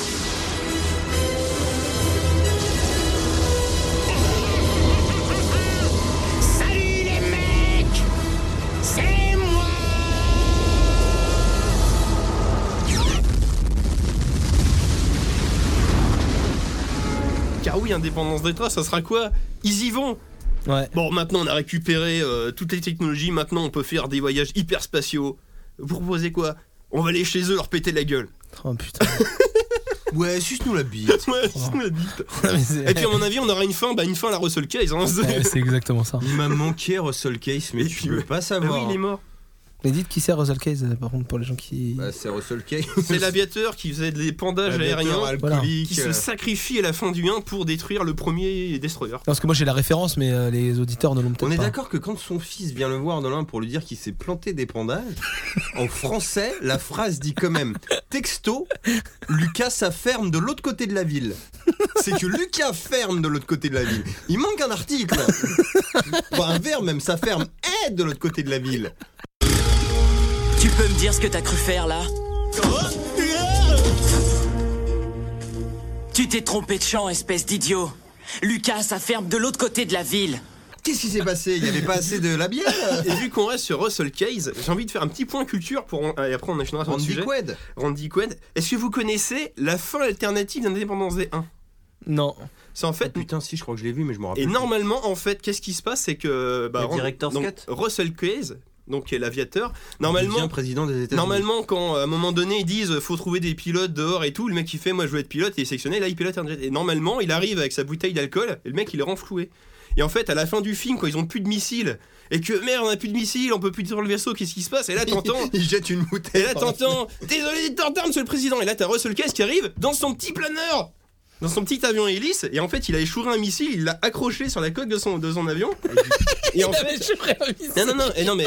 S9: Salut les mecs C'est moi
S3: Car oui, indépendance des trois, ça sera quoi Ils y vont
S1: Ouais.
S3: Bon, maintenant, on a récupéré euh, toutes les technologies. Maintenant, on peut faire des voyages hyperspatiaux. Vous proposez quoi on va aller chez eux leur péter la gueule. (laughs)
S1: Oh (laughs) putain.
S4: Ouais, suce-nous la bite.
S3: Ouais, c'est une addict.
S1: Mais c'est-
S3: Et puis à mon avis, on aura une fin, bah une fin à la Russell Case. hein.
S1: (laughs) Ouais, c'est exactement (laughs) ça.
S4: Il m'a manqué Russell Case, mais
S3: Et
S4: tu
S3: puis,
S4: veux
S3: ouais.
S4: pas
S3: Ah (laughs) oui,
S4: savoir.
S3: il est mort.
S1: Mais dites qui c'est Russell Case, euh, par contre, pour les gens qui.
S4: Bah, c'est Russell Case.
S3: C'est l'aviateur qui faisait des pandages
S4: L'aviateur
S3: aériens,
S1: Voilà.
S4: alcoolique,
S3: qui se
S4: euh,
S3: sacrifie à la fin du 1 pour détruire le premier destroyer.
S1: Non, parce que moi j'ai la référence, mais euh, les auditeurs ne l'ont peut-être pas.
S4: On est d'accord que quand son fils vient le voir dans l'un pour lui dire qu'il s'est planté d'épandage, en français, la phrase dit quand même texto, Lucas sa ferme de l'autre côté de la ville. C'est que Lucas ferme de l'autre côté de la ville. Il manque un article. Enfin, un verbe même, sa ferme est de l'autre côté de la ville.
S10: Tu peux me dire ce que t'as cru faire là Tu t'es trompé de champ, espèce d'idiot. Lucas, ça ferme de l'autre côté de la ville.
S4: Qu'est-ce qui s'est passé Il n'y avait pas assez de la bière
S3: Et vu qu'on reste (laughs) sur Russell Case, j'ai envie de faire un petit point culture pour en- et après on affinera sur le
S4: Randy
S3: sujet.
S4: Quaid
S3: Randy Quaid. Est-ce que vous connaissez la fin alternative d'Indépendance des 1
S1: Non.
S3: C'est en fait
S4: Ah, Putain, si, je crois que je l'ai vu, mais je m'en rappelle.
S3: et
S4: plus.
S3: normalement en fait qu'est-ce qui se passe c'est que
S4: Le
S3: Ran-
S4: director's
S3: donc,
S4: cut.
S3: Russell Case donc qui est l'aviateur
S4: Il devient
S3: normalement
S4: président des États-Unis. (laughs)
S3: normalement quand à un moment donné ils disent faut trouver des pilotes dehors et tout le mec il fait moi je veux être pilote et il est sectionné là il pilote un jet et normalement il arrive avec sa bouteille d'alcool et le mec il est renfloué et en fait à la fin du film quand ils ont plus de missiles et que merde on a plus de missiles on peut plus détruire le vaisseau qu'est-ce qui se passe
S4: (laughs)
S3: et là t'entends
S4: il jette une bouteille.
S3: Et là, t'entends Désolé d'être monsieur le président. Et là, t'as Russell Case qui arrive dans son petit planeur dans son petit avion hélice, et en fait, il a échouré un missile, il l'a accroché sur la coque de son, de son avion. Et en fait. Non, non, non, et non, mais.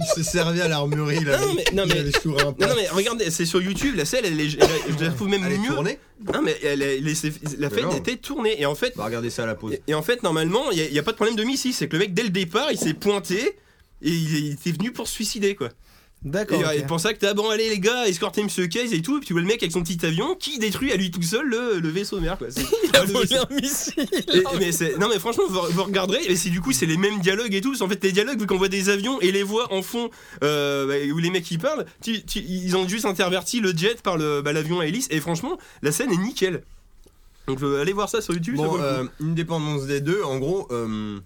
S4: Il se servait à l'armurerie là.
S3: Non, non, mais- non,
S4: il
S3: mais-
S4: avait souri un peu.
S3: Non, non, mais regardez, c'est sur YouTube, la scène, elle est- elle est- je la trouve même
S4: Elle est
S3: mieux.
S4: tournée
S3: Non, mais elle est- elle est- la
S4: Mais
S3: fête
S4: non.
S3: était tournée, et en fait,
S4: Bah, regardez ça à la pause.
S3: et, et en fait, normalement, il n'y a, pas de problème de missile, c'est que le mec, dès le départ, il s'est pointé, et il, il était venu pour se suicider, quoi. Et, euh,
S1: D'accord. ok.
S3: et pour ça que t'as bon allez les gars escortez Monsieur Case et tout et puis tu vois le mec avec son petit avion qui détruit à lui tout seul le, le vaisseau mère
S1: (laughs)
S3: quoi. C'est- Ah, le vaisseau. Et- mais c'est- non mais franchement vous, vous regarderez et c'est du coup c'est les mêmes dialogues et tout parce qu'en fait les dialogues vu qu'on voit des avions et les voix en fond euh, bah, où les mecs qui parlent tu- tu- ils ont juste interverti le jet par le bah, l'avion à hélice et franchement la scène est nickel. Donc euh, allez voir ça sur YouTube. ça vaut
S4: Bon,
S3: le coup.
S4: euh, Indépendance des deux, en gros, euh,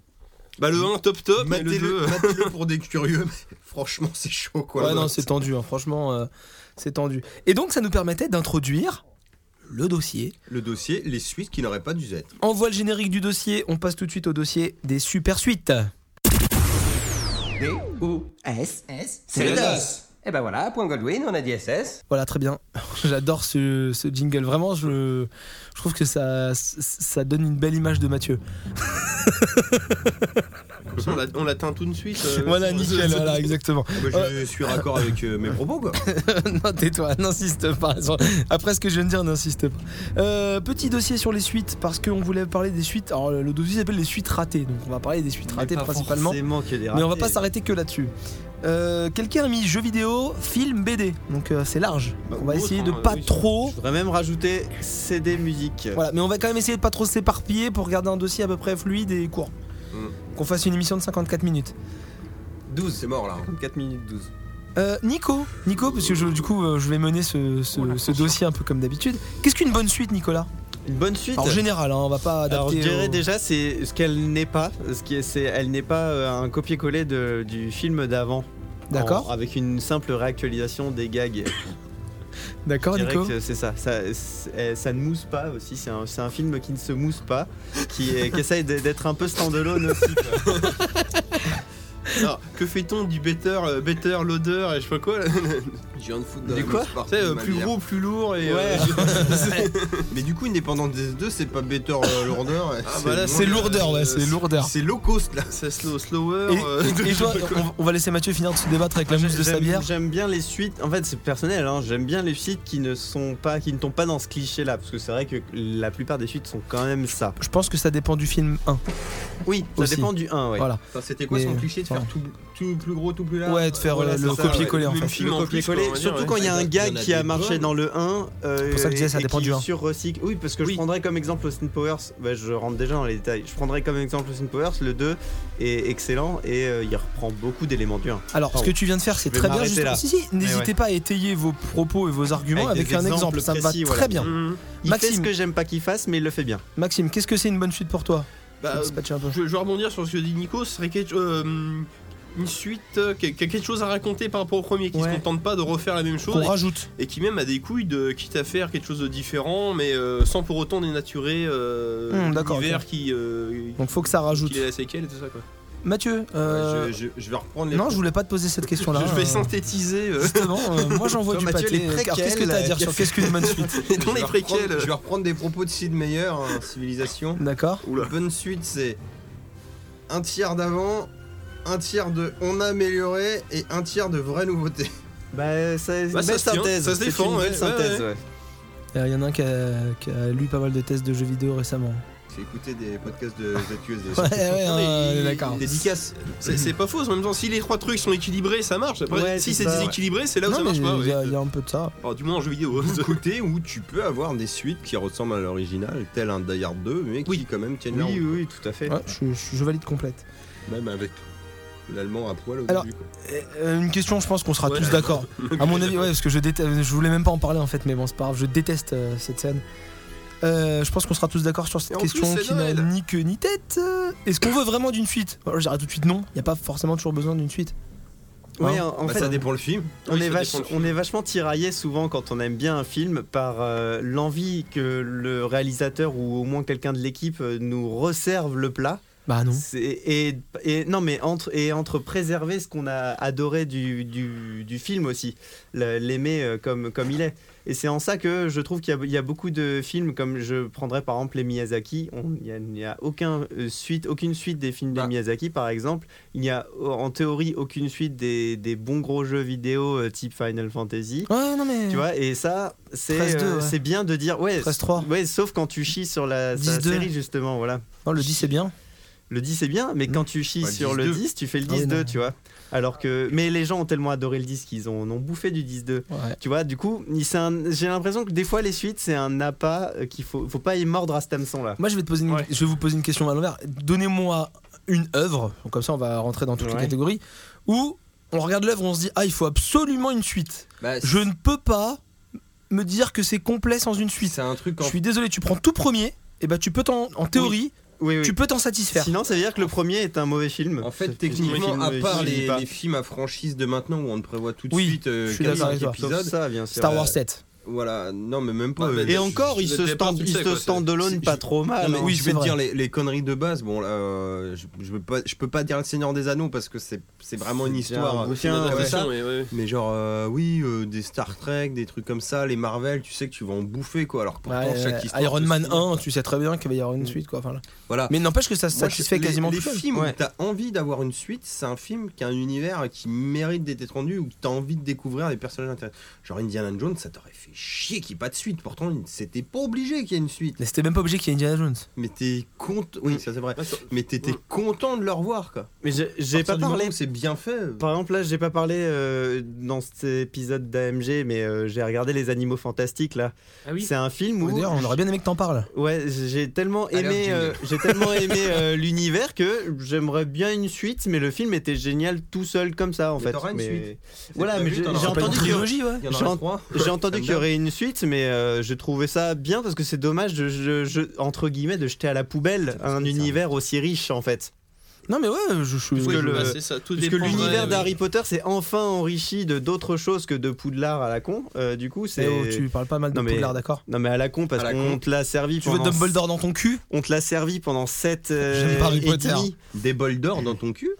S3: bah le 1 top top mais le euh,
S4: matez-le
S3: 2
S4: matez-le
S3: (laughs)
S4: pour des curieux, mais franchement, c'est chaud quoi.
S1: Ouais, non, c'est tendu, hein, franchement, euh, c'est tendu. Et donc, ça nous permettait d'introduire le dossier.
S4: Le dossier, les suites qui n'auraient pas dû être.
S1: On voit le générique du dossier, on passe tout de suite au dossier des super suites.
S11: S.
S4: C'est le DOS
S11: Et ben voilà, point Goldwyn, on a dit SS.
S1: Voilà, très bien. (laughs) J'adore ce, ce jingle, vraiment, je, je trouve que ça, ça donne une belle image de Mathieu.
S3: on l'a- on l'atteint tout de suite. euh,
S1: Voilà,
S3: sur-
S1: nickel, voilà, exactement.
S4: Ah, bah, Je suis raccord avec euh, mes propos
S3: (laughs)
S4: quoi.
S1: (laughs) non, tais-toi, n'insiste pas. sur- Après ce que je viens de dire, n'insiste pas. Euh, petit dossier sur les suites, parce qu'on voulait parler des suites. Alors, le dossier s'appelle les suites ratées, donc on va parler des suites ratées principalement. Mais on va pas s'arrêter que là-dessus. Euh, Quelqu'un a mis jeux vidéo, film, BD. Donc euh, c'est large.
S3: Bah,
S1: on va
S3: ou
S1: essayer
S3: autre,
S1: de
S3: hein,
S1: pas
S3: oui.
S1: trop.
S2: Je voudrais même rajouter CD musique.
S1: Voilà, mais on va quand même essayer de pas trop s'éparpiller pour garder un dossier à peu près fluide et court.
S3: Mm.
S1: Qu'on fasse une émission de 54 minutes.
S4: 12, c'est mort là.
S2: 4 minutes 12.
S1: Euh, Nico, Nico, parce que je- du coup euh, je vais mener ce,
S3: Oh,
S1: ce- ce dossier un peu comme d'habitude. Qu'est-ce qu'une bonne suite, Nicolas
S2: Une bonne suite.
S1: En général, hein, on va pas adapter.
S2: Alors je dirais
S1: au-
S2: déjà c'est ce qu'elle n'est pas, ce qui est, c'est elle n'est pas euh, un copier-coller de- du film d'avant.
S1: D'accord.
S2: En- Avec une simple réactualisation des gags.
S1: D'accord,
S2: Je dirais
S1: Oh, Nico.
S2: que c'est ça. Ça, c'est- eh, ça ne mousse pas aussi. C'est un, c'est un film qui ne se mousse pas, qui, est- qui essaye d'- d'être un peu standalone aussi. quoi.
S3: Alors, que fait-on du better, euh, better l'odeur et je sais pas quoi là
S12: Giant Foot dans
S2: Du
S12: la
S2: quoi
S12: même sport,
S3: Tu sais, euh,
S12: de
S3: plus
S12: manière.
S3: gros, plus lourd et.
S2: Ouais.
S4: Mais du coup, Independence 2, c'est pas Better euh, Lourder.
S3: Ah,
S4: c'est- Euh,
S3: bah là,
S1: C'est lourdeur, là, c'est lourdeur.
S4: C'est low cost là.
S3: C'est slow, slower.
S1: Et,
S3: euh,
S1: et- et toi, on, on va laisser Mathieu finir de se débattre avec la mousse de sa
S2: J'aime-
S1: bière.
S2: J'aime bien les suites. En fait, c'est personnel. hein, J'aime bien les suites qui ne sont pas, qui ne tombent pas dans ce cliché-là, parce que c'est vrai que la plupart des suites sont quand même ça.
S1: Je pense que ça dépend du film 1.
S2: Oui, ça
S1: Aussi.
S2: dépend du 1, ouais.
S1: Voilà.
S12: Attends, C'était quoi
S1: Mais,
S12: son cliché de
S1: pardon.
S12: faire tout, tout plus gros, tout plus large
S1: Ouais, de faire
S12: Voilà,
S1: euh,
S12: c'est
S1: le
S12: ça,
S1: copier-coller
S12: ouais.
S1: en
S12: Même
S1: fait.
S12: film en plus,
S2: Copier-coller,
S12: quoi, on va dire,
S2: surtout
S12: ouais.
S2: quand il y a un
S12: Il
S2: gars
S12: en
S2: qui a
S12: des
S2: marché
S12: bonnes.
S2: dans le 1 euh,
S1: pour ça que je disais, ça
S2: et
S1: dépend
S2: qui
S1: du 1.
S2: surrecycle. Oui, parce que je
S3: Oui.
S2: prendrais comme exemple Austin Powers, bah, je rentre déjà dans les détails. Je prendrais comme exemple Austin Powers, le 2 est excellent et euh, il reprend beaucoup d'éléments du 1.
S1: Alors, ce
S2: Pardon.
S1: que tu viens de faire, c'est
S2: Je vais
S1: très bien.
S2: m'arrêter
S1: justement.
S2: là.
S1: Si, si, n'hésitez
S2: Mais ouais.
S1: pas à étayer vos propos et vos arguments
S2: Avec
S1: avec,
S2: des
S1: un exemple.
S2: exemples
S1: Ça me va
S2: précis,
S1: très
S2: voilà.
S1: bien.
S4: Mm-hmm.
S3: Mhm.
S2: Il fait ce
S1: Maxime,
S2: que j'aime pas qu'il fasse, mais il le fait bien.
S1: Maxime, qu'est-ce que c'est une bonne suite pour toi
S3: Bah,
S1: Faut dispatcher un peu.
S3: je, je vais rebondir sur ce que dit Nico, ce serait quelque, euh, une suite euh, qui a, qui a quelque chose à raconter par rapport au premier, qui
S1: Ouais.
S3: se contente pas de refaire la même chose
S1: Qu'on rajoute.
S3: et, et qui même a des couilles de quitte à faire quelque chose de différent, mais euh, sans pour autant dénaturer euh,
S1: Hmm, d'accord,
S3: l'univers qui, euh,
S1: Donc, faut que ça rajoute.
S3: qui est la séquelle et tout ça. Quoi.
S1: Mathieu, euh,
S12: Je, je- je vais reprendre les.
S1: non, je voulais pas te poser cette question-là.
S3: (laughs) je, je vais
S1: euh, (laughs)
S3: synthétiser euh,
S1: Justement, euh, moi j'envoie
S4: Toi,
S1: du
S4: Mathieu,
S1: pâté.
S4: les préquels,
S1: Car qu'est-ce que t'as à dire sur qu'est-ce qu'une bonne suite
S3: dans
S4: Je
S3: les
S4: vais reprendre-
S3: préquels.
S4: Je vais reprendre des propos de Sid Meier, hein, (laughs) Civilisation.
S1: D'accord.
S3: Oula.
S4: Bonne suite, c'est un tiers d'avant, un tiers de on a amélioré et un tiers de
S12: (laughs)
S4: vraie nouveauté.
S2: Bah, ça,
S3: Bah, ça
S2: belle
S3: se tient,
S2: synthèse.
S3: ça se
S2: C'est
S3: défend,
S2: une
S3: ouais,
S2: belle
S3: ouais,
S2: synthèse,
S3: ouais.
S2: ouais.
S1: Euh, Il y en a un qui a, qui a lu pas mal de tests de jeux vidéo récemment.
S4: J'ai écouté des podcasts de ZQSD.
S1: Ouais, ouais,
S3: mais
S1: euh,
S3: il-
S1: d'accord.
S4: Dédicace.
S3: C'est c'est pas faux, en même temps, si les trois trucs sont équilibrés, ça marche. Après,
S2: Ouais,
S3: si
S2: c'est
S3: c'est
S2: ça, ouais.
S3: déséquilibré, c'est là où
S1: Non,
S3: ça
S1: mais
S3: marche pas.
S1: il y, a-
S3: ouais.
S1: il y a un peu de ça.
S3: Alors, du moins en jeu vidéo.
S4: Côté où tu peux avoir des suites qui ressemblent à l'original, tel un Die Hard 2, mais qui quand même tiennent leur
S2: Oui,
S4: route,
S2: oui, oui, tout à fait.
S1: Ouais, je, je- je valide complète.
S4: même avec l'allemand à poil au
S1: Alors,
S4: début. quoi.
S1: Euh, une question, je pense qu'on sera
S3: Ouais.
S1: tous
S3: (laughs)
S1: d'accord. À mon avis, ouais, parce que je déteste, je voulais même pas en parler en fait, mais bon, c'est pas grave, je déteste euh, cette scène. Euh, je pense qu'on sera tous d'accord sur
S3: Et
S1: cette
S3: en
S1: question
S3: plus, c'est
S1: qui n'a
S3: Noël.
S1: ni queue ni tête. Euh, Est-ce qu'on veut vraiment d'une suite Alors, Je dirais tout de suite non, il n'y a pas forcément toujours besoin d'une suite. Hein
S2: Ouais, en, en
S4: Bah,
S2: fait,
S4: ça dépend le film.
S2: On,
S3: Oui,
S2: est
S3: ça
S2: vache-
S3: dépend du
S2: on est vachement tiraillé souvent quand on aime bien un film par euh, l'envie que le réalisateur ou au moins quelqu'un de l'équipe euh, nous resserve le plat.
S1: Bah non.
S2: C'est- Et, et- non, mais entre, et entre préserver ce qu'on a adoré du, du- du film aussi, le- l'aimer euh, comme, comme il est. Et c'est en ça que je trouve qu'il y a- il y, a beaucoup de films, comme je prendrais par exemple les Miyazaki, on- il n'y a, il n'y a aucun, euh, suite, aucune suite des films des
S12: Bah.
S2: Miyazaki par exemple. Il n'y a o- en théorie aucune suite des, des bons gros jeux vidéo euh, type Final Fantasy.
S1: Ouais, non mais.
S2: Tu vois, et ça, c'est
S1: 13-2,
S2: euh,
S1: Mmh. ouais.
S2: c'est bien de dire, ouais,
S1: 13-3.
S2: ouais, sauf quand tu chies sur la, sa
S1: 10-2.
S2: série justement, voilà.
S1: Non, le 10 c'est bien.
S2: Le 10 c'est bien, mais quand tu chies
S4: Bah, le Ah,
S2: sur le
S4: 10-2.
S2: 10, tu fais le
S1: Mmh. Ah oui,
S2: 10-2,
S1: non.
S2: tu vois. Alors que. Mais les gens ont tellement adoré le 10 qu'ils ont, en ont bouffé du 10-2.
S1: Ouais.
S2: Tu vois, du coup, il- c'est un- j'ai l'impression que des fois, les suites, c'est un appât euh, qu'il faut, faut pas y mordre à cet hameçon-là.
S1: Moi, je vais, te poser une-
S3: Ouais.
S1: je vais vous poser une question à l'envers. Donnez-moi une œuvre, donc comme ça on va rentrer dans toutes les
S2: Ouais.
S1: catégories, où on regarde l'œuvre, on se dit Ah, il faut absolument une suite.
S12: Bah,
S1: Je ne peux pas me dire que c'est complet sans une
S12: c'est-
S1: suite.
S12: c'est un truc
S1: Je
S12: en
S1: suis désolé, tu prends tout premier, et bah tu peux t'en. En théorie,
S2: Oui, oui.
S1: tu peux t'en satisfaire.
S2: Sinon, ça veut dire que le premier est un mauvais film.
S4: En fait,
S2: C'est-
S4: techniquement,
S2: film,
S4: à
S2: euh,
S4: part
S2: je dis
S4: les,
S2: pas.
S4: les films à franchise de maintenant où on ne prévoit tout de
S1: Oui,
S4: suite euh,
S1: je suis
S4: quatre,
S1: d'accord
S4: cinq
S1: avec toi.
S2: Sauf
S4: épisodes,
S2: ça, bien sûr.
S1: Star
S2: Euh,
S1: Wars 7.
S4: voilà, non, mais même pas.
S3: Ouais, mais
S4: euh,
S2: Et
S3: je-
S2: encore,
S3: je-
S2: il
S3: je
S2: se
S3: l'ai pas
S2: stand,
S3: tout
S2: il
S3: fait,
S2: se
S3: quoi,
S2: stand alone
S4: c'est-
S2: pas trop
S4: Ah,
S2: mal. hein.
S4: mais
S1: non,
S4: oui,
S1: c'est
S4: je vais te
S1: vrai.
S4: dire les, les conneries de base. Bon, là, euh, je, je, veux pas, je peux pas dire le Seigneur des Anneaux parce que c'est c'est vraiment une
S2: C'est un
S4: histoire. euh,
S2: bouquin,
S4: C'est une adaptation.
S3: Attention, mais ouais.
S4: Mais genre, euh, oui, euh, des Star Trek, des trucs comme ça, les Marvel, tu sais que tu vas en bouffer quoi. Alors que pourtant,
S1: Ouais,
S4: chaque histoire.
S1: Iron
S4: te
S1: Man
S4: suit.
S1: 1, tu sais très bien qu'il va y avoir une suite. Quoi. Enfin, là.
S4: Voilà.
S1: Mais n'empêche que ça
S4: Moi, je-
S1: satisfait
S4: les-
S1: quasiment
S4: les,
S1: tout le monde.
S4: films
S2: Ouais.
S4: où t'as envie d'avoir une suite, c'est un film qui a un univers qui mérite d'être étendu, où t'as envie de découvrir des personnages intéressants. Genre Indiana Jones, ça t'aurait fait chier qu'il n'y ait pas de suite. Pourtant, c'était pas obligé qu'il y ait une suite.
S1: Mais C'était même pas obligé qu'il y ait Indiana Jones.
S4: Mais t'es content. Oui, ça c'est vrai. Mais t'étais content de le revoir quoi.
S2: Mais j'ai-
S4: À
S2: j'ai
S4: partir
S2: pas
S4: du moment
S2: parlé
S4: où C'est bien fait. euh,
S2: Par exemple, là, j'ai pas parlé euh, dans cet épisode d'AMG, mais euh, j'ai regardé Les Animaux Fantastiques, là.
S12: Ah oui.
S2: C'est un film où.
S1: D'ailleurs, on aurait bien aimé que t'en parles.
S2: Ouais, j'ai tellement
S12: Alerte
S2: aimé,
S12: jingle.
S2: euh, j'ai tellement aimé euh, (laughs) l'univers que j'aimerais bien une suite, mais le film était génial tout seul comme ça, en
S4: Mais
S2: fait.
S4: t'auras une suite.
S2: Voilà,
S4: pas
S2: mais
S4: vu,
S2: j'ai
S4: t'en auras
S2: j'ai
S4: pas
S2: entendu
S4: vu.
S2: qu'il y aurait-
S1: Trilogie, ouais.
S4: Il y en
S2: J'en-
S4: a trois.
S2: j'ai entendu
S4: J'aime
S2: qu'il y
S4: bien.
S2: aurait une suite, mais euh, je trouvais ça bien parce que c'est dommage de, je- je- entre guillemets de jeter à la poubelle un univers aussi riche en fait.
S1: Non, mais ouais, je suis.
S3: Parce que, le-
S1: je-
S3: c'est ça, tout
S2: Parce que
S3: dépend,
S2: l'univers
S3: ouais,
S2: d'Harry
S3: ouais.
S2: Potter s'est enfin enrichi de d'autres choses que de Poudlard à la con. Euh, du coup, c'est.
S1: Eh oh, tu parles pas mal de
S2: Non, mais-
S1: Poudlard, d'accord
S2: Non mais à la con parce
S4: À la
S2: qu'on
S4: con.
S2: te l'a servi
S1: Tu veux
S2: pendant
S1: Dumbledore dans ton cul
S2: on te l'a servi pendant 7
S1: J'aime pas Harry
S2: et
S1: Potter.
S2: demi.
S4: Des bols d'or dans ton cul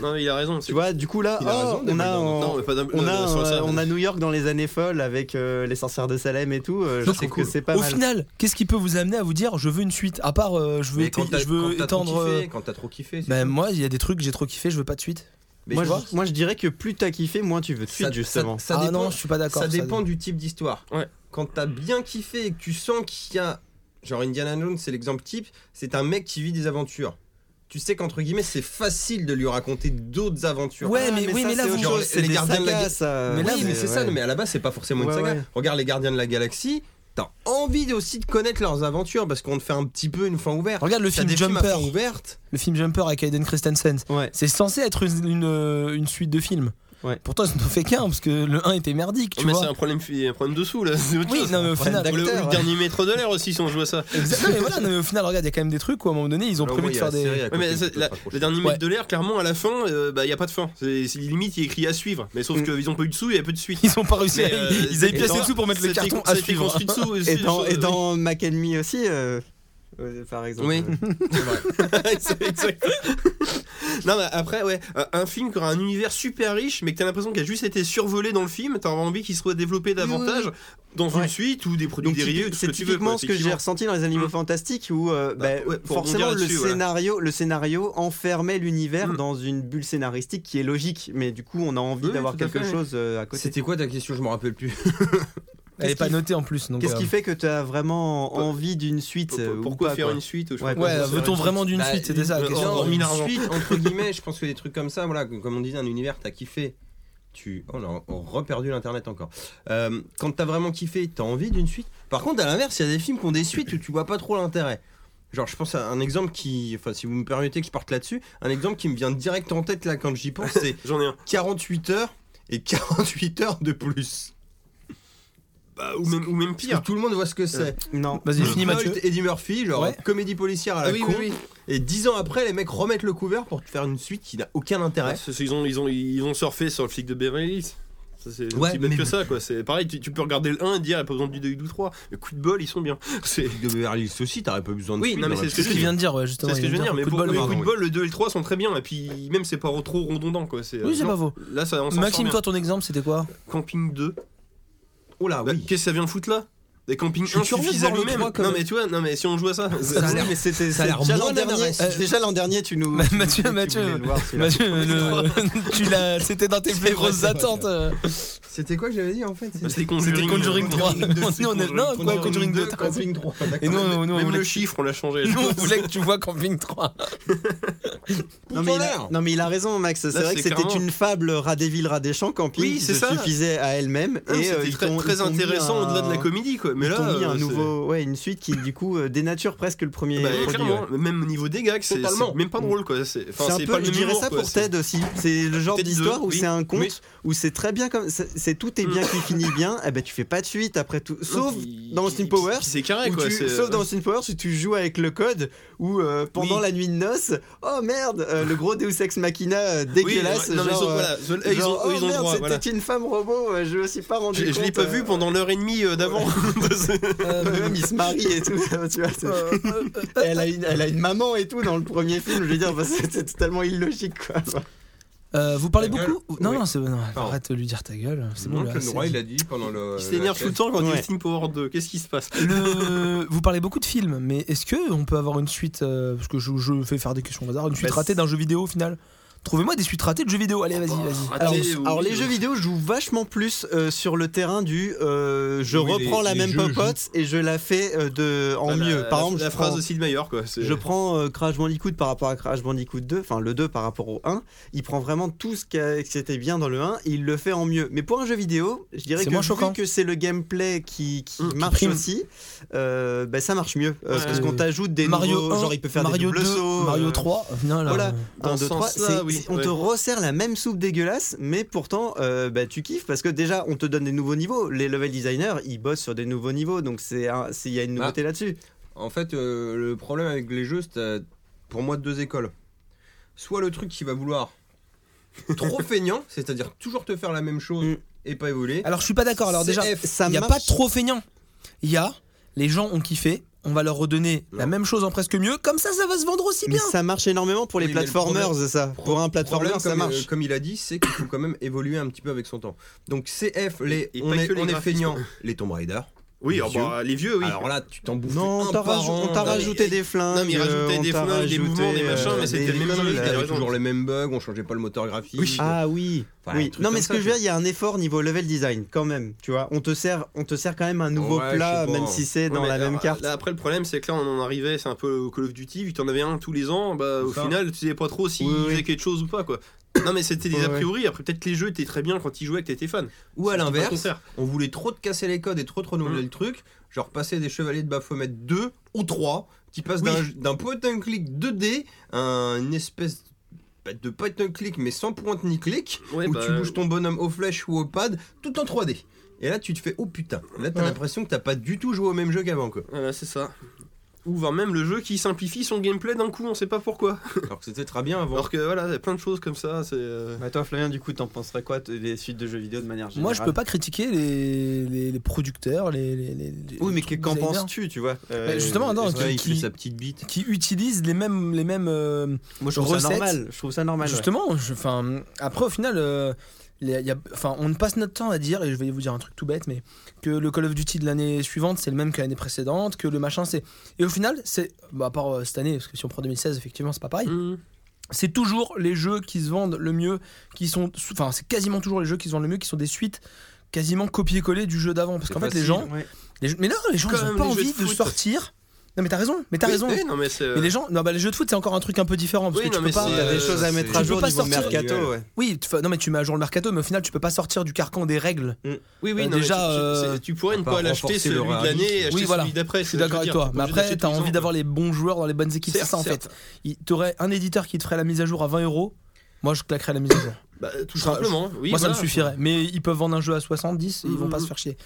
S3: Non, mais il a raison. c'est-
S2: Tu vois, du coup là,
S3: il a
S2: oh,
S3: raison.
S2: on a,
S3: Dumbledore.
S2: en-
S3: Non, mais pas Dumbledore,
S2: on, a,
S3: sur
S2: euh,
S3: ça,
S2: on a
S3: mais-
S2: New York dans les années folles avec euh, les sorcières de Salem et tout. euh, je
S1: Donc,
S2: trouve que c'est pas
S1: Au
S2: mal.
S1: final, qu'est-ce qui peut vous amener à vous dire je veux une suite À part euh, je veux,
S4: Mais quand
S1: éti-
S4: t'as-
S1: je veux
S4: quand t'as trop
S1: étendre.
S4: kiffé,
S1: euh,
S4: Quand t'as trop kiffé. c'est
S1: Ben,
S4: tout.
S1: moi, il y a des trucs que j'ai trop kiffé, je veux pas de suite.
S4: Mais
S2: moi,
S4: tu
S2: je,
S4: vois,
S2: moi, je dirais que plus t'as kiffé, moins tu veux de
S4: ça-
S2: suite justement.
S4: Ça, ça
S1: ah
S4: dépend,
S1: non, je suis pas d'accord.
S4: ça dépend du type d'histoire.
S3: Ouais.
S4: Quand t'as bien kiffé et que tu sens qu'il y a. Genre Indiana Jones, c'est l'exemple type, c'est un mec qui vit des aventures. Tu sais qu'entre guillemets, c'est facile de lui raconter d'autres aventures.
S1: Ouais, Ah, mais, oui,
S2: ça,
S1: mais là,
S2: c'est
S1: vous.
S2: autre
S4: genre,
S2: chose, c'est
S4: les
S2: des
S4: gardiens de la
S2: sagas,
S4: ga-
S2: ça.
S1: Mais
S4: Mais
S1: là,
S4: là,
S1: vous-
S4: mais c'est ça, non, mais à la base, c'est pas forcément
S2: Ouais,
S4: une saga.
S2: ouais.
S4: Regarde les gardiens de la galaxie, t'as envie aussi de connaître leurs aventures parce qu'on te fait un petit peu une fin ouverte.
S1: Regarde le
S4: T'as
S1: film
S4: des films à
S1: Jumper.
S4: fin ouverte.
S1: Le film Jumper avec Hayden Christensen.
S2: Ouais.
S1: C'est censé être une, une- une suite de films.
S2: Ouais.
S1: Pourtant, ils n'en ont fait qu'un parce que le 1 était merdique, tu
S3: mais c'est
S1: vois.
S3: un problème, fi- un problème de sous là. (laughs) C'est autre
S1: Oui,
S3: chose.
S1: non, mais au
S3: Un problème
S1: final-
S3: d'acteur, le, le
S2: ouais.
S3: dernier maître de l'air aussi, si on joue à ça.
S1: Exact- non, mais voilà, non, mais au final, regarde, il y a quand même des trucs où à un moment donné, ils ont
S4: Alors,
S1: prévu
S4: moi,
S1: de
S4: il y a
S1: faire
S4: la série
S1: des.
S4: à
S3: Ouais,
S4: côté
S3: mais
S4: qui
S3: ça,
S4: peut
S3: la-
S4: t'accrocher.
S3: le dernier
S1: Ouais.
S3: maître de l'air, clairement, à la fin, il bah, y a pas de fin. C'est c'est limite, il est écrit à suivre. Mais sauf
S2: Mm.
S3: qu'ils ont pas eu de sous, il y a peu de suite.
S1: (laughs) Ils ont pas réussi. à-
S3: Mais, euh,
S1: ils avaient
S3: et
S1: pièce
S3: dans-
S1: sous pour mettre le
S3: c'était-
S1: carton à
S3: c'était
S1: suivre.
S3: construit dessous,
S2: Et
S3: aussi,
S2: dans,
S3: sur-
S2: et dans Mac and Me aussi, euh, euh, par exemple.
S4: Oui.
S3: C'est exact. (laughs) non, mais après, ouais, un- un film qui aura un univers super riche, mais que t'as l'impression qu'il a juste été survolé dans le film, t'as envie qu'il soit développé davantage dans une
S2: Ouais.
S3: suite ou des produits
S2: Donc,
S3: dérivés,
S2: typi-
S3: ou tout ce
S2: c'est
S3: que tu veux.
S2: typiquement
S3: quoi,
S2: ce que j'ai
S3: effectivement.
S2: ressenti dans les animaux fantastiques où euh, bah,
S3: pour- ouais, pour
S2: forcément
S3: rebondir
S2: le
S3: là-dessus, voilà.
S2: scénario, le scénario enfermait l'univers
S3: Mm.
S2: dans une bulle scénaristique qui est logique, mais du coup on a envie
S3: Oui,
S2: d'avoir
S3: tout à
S2: quelque
S3: fait.
S2: chose euh, à côté.
S4: C'était quoi ta question Je me rappelle plus.
S1: Elle est
S2: Qu'est-ce
S1: pas
S2: qui-
S1: notée en plus. donc,
S2: Qu'est-ce
S1: euh,
S2: qui fait que tu as vraiment
S3: Pour-
S2: envie d'une suite euh, ou
S3: Pourquoi
S2: pas,
S3: faire
S2: quoi
S3: une suite ou je sais
S2: Ouais,
S3: pas
S1: Ouais,
S3: comment faire
S1: veut-on
S3: une
S1: vraiment d'une
S4: Bah,
S1: suite C'était ça la
S3: euh,
S1: question.
S3: en-
S4: Non,
S3: en
S4: une
S3: mille argent.
S4: suite, entre guillemets, je pense que des trucs comme ça, voilà, comme on disait, un univers, t'as kiffé. Tu... On a on a reperdu l'internet encore. Euh, quand t'as vraiment kiffé, t'as envie d'une suite. Par contre, à l'inverse, il y a des films qui ont des suites où tu vois pas trop l'intérêt. Genre, je pense à un exemple qui. Enfin, si vous me permettez que je parte là-dessus, un exemple qui me vient direct en tête là quand j'y pense,
S3: (laughs)
S4: c'est
S3: J'en ai un.
S4: 48 heures et 48 heures de plus.
S3: Bah, ou, même, ou même
S4: Parce
S3: pire. Euh,
S4: que tout le monde voit ce que c'est.
S2: Non.
S1: Vas-y, finis
S4: Holt,
S1: Mathieu. Ah
S4: Eddie Murphy, genre
S1: Ouais.
S4: comédie policière
S3: Ah
S4: à la con. Et dix ans après, les mecs remettent le couvert pour te faire une suite qui n'a aucun intérêt.
S3: Parce qu'ils ont, ils ont, ils ont surfé sur le flic de Beverly Hills. Ça, C'est
S4: Ouais,
S3: aussi bête
S4: mais-
S3: que ça, quoi. C'est pareil, tu, tu peux regarder le 1 et dire, il a pas besoin du 2 ou du 3. Mais coup de bol, ils sont bien. (laughs) C'est
S4: de Beverly Hills aussi, t'aurais pas besoin de
S3: Oui,
S4: suite
S3: non, mais
S4: dans
S3: c'est
S4: la
S3: ce
S1: C'est ce
S4: petite
S1: que je viens de dire, ouais,
S3: c'est
S1: justement.
S3: ce que
S1: il
S3: je veux
S1: vient
S3: dire. Mais
S1: coup de
S3: pour
S1: bol,
S3: le
S1: pardon,
S3: coup de
S1: oui.
S3: bol, le 2 et le 3 sont très bien. Et puis, même, c'est pas trop redondant, quoi. C'est,
S1: Oui,
S3: euh,
S1: c'est
S3: non.
S1: pas faux.
S3: Là, ça, on s'en sort
S1: Maxime,
S3: bien.
S1: toi, ton exemple, c'était quoi
S3: Camping 2.
S4: Oh là,
S3: Bah,
S4: oui.
S3: Qu'est-ce que ça vient foutre là Des campings
S1: Je suis curieux de
S3: insuffisants
S1: voir le
S3: lui-même.
S1: trois, quand
S3: Non,
S1: même.
S3: mais tu vois, non, mais si on joue
S2: (laughs)
S3: à (laughs) ça.
S4: Ça a l'air-
S2: mais c'était
S4: ça a l'air
S2: déjà
S4: moins
S2: l'an dernier.
S4: nanar.
S2: euh, déjà l'an dernier,
S4: (laughs)
S2: tu nous.
S1: Mathieu,
S2: tu nous disais que tu
S1: Mathieu.
S2: voulais le voir, celui-là.
S1: Mathieu, le- (laughs) tu l'as, c'était dans tes plus grosses attentes. euh.
S4: C'était quoi que j'avais dit en fait
S3: Bah, C'était
S1: C'était Conjuring 3. Nous, on est- (laughs) non, quoi, Conjuring 2, t'as raison.
S4: Camping 3.
S1: Et nous, on- nous, on
S3: Même
S1: voulait
S3: (laughs) le
S1: que-
S3: chiffre, on l'a changé.
S1: nous, on voulait que tu vois Camping 3.
S2: Non mais, il a, non, mais il a raison Max, c'est
S3: Là,
S2: vrai
S3: c'est
S2: que c'était
S3: clairement-
S2: une fable rat des villes, rat des champs, camping,
S3: Oui,
S2: qui
S3: c'est
S2: se
S3: ça.
S2: suffisait à elle-même
S3: Ah,
S2: et euh,
S3: C'était
S2: ils
S3: très,
S2: t'ont-
S3: très
S2: ils t'ont mis
S3: intéressant
S2: un-
S3: au-delà de la comédie, quoi. Mais
S2: ils
S3: là,
S2: t'ont mis
S3: euh,
S2: un
S3: c'est-
S2: nouveau, ouais, une suite qui du coup euh, dénature presque le premier.
S3: Bah,
S2: produit,
S3: clairement,
S2: ouais.
S3: même au niveau des gags, c'est
S4: Totalement.
S3: c'est même pas drôle quoi. C'est enfin,
S2: c'est un
S3: c'est
S2: peu,
S3: pas le
S2: je
S3: même
S2: dirais
S3: humour,
S2: ça
S3: quoi.
S2: pour
S3: C'est-
S2: Ted aussi. C'est le genre
S3: Ted deux,
S2: d'histoire où
S3: oui.
S2: c'est un conte,
S3: Oui.
S2: où c'est très bien comme, c'est c'est tout est bien qui finit bien. Eh ben tu fais pas de suite après tout,
S3: Non,
S2: sauf
S3: puis-
S2: dans
S3: puis-
S2: Austin
S3: puis-
S2: Powers.
S3: puis C'est carré
S2: où
S3: quoi.
S2: tu-
S3: c'est- euh,
S2: sauf dans Austin Powers où tu joues avec le code où euh, pendant
S3: Oui.
S2: la nuit de noces oh merde euh, le gros Deus Ex Machina euh,
S3: Oui,
S2: dégueulasse
S3: non, mais
S2: genre,
S3: sauf,
S2: euh,
S3: voilà, eux, ils
S2: genre,
S3: ont, eux, ils
S2: oh
S3: ont le
S2: merde
S3: droit.
S2: c'était
S3: voilà.
S2: une femme robot euh, je me suis pas rendu
S3: Je,
S2: compte
S3: je l'ai pas
S2: euh,
S3: vu pendant l'heure et demie euh, d'avant. (laughs)
S2: (laughs) même il se marie et tout tu vois c'est- elle, a une, elle a une maman et tout dans le premier film je veux dire enfin, c'est c'est totalement illogique quoi
S1: Euh, vous parlez
S4: Ta gueule.
S1: beaucoup Non,
S4: Oui.
S1: non, c'est non,
S4: Pardon.
S1: arrête de lui dire ta gueule. C'est bon, là, c'est
S4: il
S1: dit.
S4: a dit pendant le.
S3: Il s'énerve tout le temps quand on dit Austin Powers 2. Qu'est-ce qui se passe
S1: Le- Vous parlez beaucoup de films, mais est-ce que on peut avoir une suite euh, Parce que je, je fais faire des questions au hasard, une suite
S2: Bah,
S1: ratée d'un jeu vidéo au final Trouvez-moi des suites ratées de jeux vidéo. Allez, vas-y, vas-y.
S2: Alors,
S3: Raté,
S2: alors,
S3: oui,
S2: les
S3: euh,
S2: jeux vidéo jouent vachement plus euh, sur le terrain du euh, je
S4: Oui, les-
S2: reprends la
S4: les
S2: même
S4: jeux
S2: popote et je la fais euh, de en
S3: Ah, la-
S2: mieux. Par
S3: la-
S2: exemple,
S3: la
S2: je
S3: phrase
S2: prends-
S3: aussi de meilleur quoi. c'est-
S2: Je prends euh, Crash Bandicoot par rapport à Crash Bandicoot 2, enfin le 2 par rapport au 1. Il prend vraiment tout ce qui a- qui était bien dans le 1 et il le fait en mieux. Mais pour un jeu vidéo, je dirais
S1: C'est
S2: que
S1: moins
S2: vu
S1: choquant.
S2: que c'est le gameplay qui, qui
S1: Mm, qui
S2: marche
S1: prime.
S2: aussi, euh, bah, ça marche mieux. Euh,
S3: Ouais.
S2: Parce qu'on t'ajoute des
S1: Mario
S2: nouveaux,
S1: 1,
S2: genre il peut faire
S1: Mario
S2: des doubles
S1: 2,
S2: sauts,
S1: Mario
S2: euh,
S1: 3. Non, là,
S2: voilà.
S3: Dans
S2: un,
S3: ce
S2: deux, trois,
S3: sens-là,
S2: c'est-
S3: oui,
S2: c'est- on
S3: ouais.
S2: te resserre la même soupe dégueulasse, mais pourtant euh, bah, tu kiffes parce que déjà on te donne des nouveaux niveaux. Les level designers ils bossent sur des nouveaux niveaux, donc c'est un- c'est- il y a une
S4: Bah.
S2: nouveauté
S4: (laughs)
S2: là-dessus. euh,
S4: En fait, euh, le problème avec les jeux, c'est euh, pour moi deux écoles. soit le truc qui va vouloir trop feignant, c'est-à-dire toujours te faire la même chose
S2: Mm.
S4: et pas évoluer.
S1: Alors je suis pas d'accord. Alors déjà,
S4: CF,
S2: ça
S1: il n'y a
S2: marche.
S1: pas trop feignant. Il y a les gens ont kiffé. On va leur redonner la même chose en presque mieux. Comme ça, ça va se vendre aussi
S2: Mais
S1: bien.
S2: ça marche énormément pour les
S4: Oui, mais le
S2: platformers, ça. Pour un
S4: Le problème,
S2: platformer, ça
S4: comme,
S2: marche.
S4: euh, comme il a dit, c'est qu'il faut quand même évoluer un petit peu avec son temps. Donc CF, les,
S3: Et
S4: on
S3: pas
S4: est,
S3: que les
S4: on est
S3: graphismes.
S4: feignants, les Tomb Raider.
S3: Oui,
S4: Les
S3: alors,
S4: vieux.
S3: bah, les vieux, oui.
S4: Alors là, tu t'en bouffes
S2: Non, on
S4: un
S2: t'a
S4: par
S2: raj-
S4: an. euh,
S2: on t'a
S4: Non, mais-
S2: rajouté des flingues.
S3: non, mais il rajoutait
S2: euh, on
S3: des
S2: t'a
S3: flingues, des mouvements, des
S2: rajouté,
S3: machins,
S2: euh,
S3: mais c'était
S2: des
S3: le même
S2: trucs.
S3: jeu,
S4: Ils
S3: t'as
S4: avaient
S3: raison.
S4: toujours les mêmes bugs, on changeait pas le moteur graphique.
S2: Ah oui.
S4: Enfin, un
S2: oui.
S4: truc
S2: Non, mais
S4: comme
S2: ce
S4: ça,
S2: que je veux
S4: quoi.
S2: dire, il y a un effort niveau level design quand même. Tu vois, on te sert, on te sert quand même un nouveau
S4: Ouais, je
S2: plat,
S4: sais pas.
S2: même si c'est dans
S3: Ouais,
S2: la
S3: mais
S2: même
S3: alors,
S2: carte.
S3: Là, après, le problème, c'est que là, on en arrivait, c'est un peu Call of Duty, vu que t'en avais un tous les ans, bah, au
S4: C'est ça.
S3: final, tu savais pas trop s'il
S2: Oui, oui.
S3: faisait quelque chose ou pas, quoi. (coughs) Non, mais c'était des
S2: Ouais,
S3: a
S2: ouais.
S3: priori, après, peut-être que les jeux étaient très bien quand ils jouaient, que t'étais fan.
S4: Ou à
S3: C'était pas le
S4: l'inverse,
S3: contraire.
S4: on voulait trop te casser les codes et trop te renouveler
S3: Mm.
S4: le truc, genre passer des chevaliers de Baphomet 2 ou 3, qui passent
S3: Oui.
S4: d'un- d'un point and click 2D à une espèce bah, de point and click mais sans pointe ni clic,
S3: Ouais,
S4: où
S3: bah,
S4: tu
S1: euh,
S4: bouges ton bonhomme aux flèches ou au pad, tout en 3D. Et là tu te fais oh putain, là t'as
S3: Ouais.
S4: l'impression que t'as pas du tout joué au même jeu
S1: (laughs)
S4: qu'avant quoi.
S3: Voilà, c'est ça. Ou voire même le jeu qui simplifie son gameplay d'un coup, on sait pas
S2: (laughs)
S3: pourquoi.
S4: Alors que c'était très bien avant.
S3: Alors que voilà, y a plein de choses comme ça, c'est. euh,
S12: Bah toi Flavien, du coup, t'en penserais quoi t- des suites de jeux vidéo de manière générale
S1: Moi, je peux pas critiquer les, les- les producteurs, les. les- les- les-
S12: Oui, mais
S1: les
S12: que- qu'en
S1: designers
S12: penses-tu, tu vois Euh,
S1: Mais Bah, justement, non,
S12: est-ce
S1: qui-
S12: qu'il
S1: qui-
S12: fait sa petite bite.
S1: qui utilisent les mêmes les mêmes. euh,
S12: Moi, je trouve ça
S1: recettes.
S12: normal. Je trouve ça normal. ouais.
S1: Justement, je- enfin, après au final, euh, les- y a- enfin, on passe notre temps à dire, et je vais vous dire un truc tout bête, mais que le Call of Duty de l'année suivante c'est le même que l'année précédente, que le machin c'est. Et au final, c'est, bah, à part euh, cette année, parce que si on prend 2016, effectivement, c'est pas pareil.
S3: hmm.
S1: C'est toujours les jeux qui se vendent le mieux, qui sont, sou- enfin, c'est quasiment toujours les jeux qui se vendent le mieux, qui sont des suites quasiment copier-coller du jeu d'avant, parce
S4: C'est
S1: qu'en fait les
S4: facile,
S1: gens,
S12: ouais.
S1: les gens- mais non, les gens ils
S3: Comme
S1: ont pas
S3: les jeux de
S1: envie de,
S3: foot.
S1: sortir. Non mais t'as raison, mais t'as
S3: Oui,
S1: raison.
S3: oui, non, mais c'est. euh,
S1: Mais les gens, non bah les jeux de foot c'est encore un truc un peu différent parce
S3: Oui,
S1: que tu
S3: non,
S1: peux
S3: mais
S1: pas.
S3: c'est,
S2: T'as des
S3: euh,
S2: choses à
S4: c'est-
S2: mettre
S1: tu
S2: à
S1: peux
S2: jour
S1: pas
S2: niveau
S1: sortir-
S2: mercato, ouais.
S1: Oui, tu fais- non mais tu mets à jour le mercato, mais au final tu peux pas sortir du carcan des règles.
S3: Oui, oui,
S1: Euh,
S3: non, mais
S1: déjà,
S3: tu- tu-
S1: euh,
S3: c'est- tu pourrais ne
S4: à part
S3: pas l'acheter
S4: renforcer
S3: celui
S4: le
S3: de l'année et
S1: réalisme.
S3: acheter
S1: Oui, voilà.
S3: celui d'après.
S1: Je suis d'accord avec toi. Mais après, t'as envie d'avoir les bons joueurs dans les bonnes équipes. C'est ça en fait. Il- T'aurais un éditeur qui te ferait la mise à jour à 20 euros. Moi, je claquerais la mise à jour.
S3: Bah, tout
S1: Je serais-
S3: simplement. oui,
S1: Moi, ça me
S3: voilà.
S1: suffirait. Mais ils peuvent vendre un jeu à 70 et ils vont pas
S3: Mhm.
S1: se faire chier.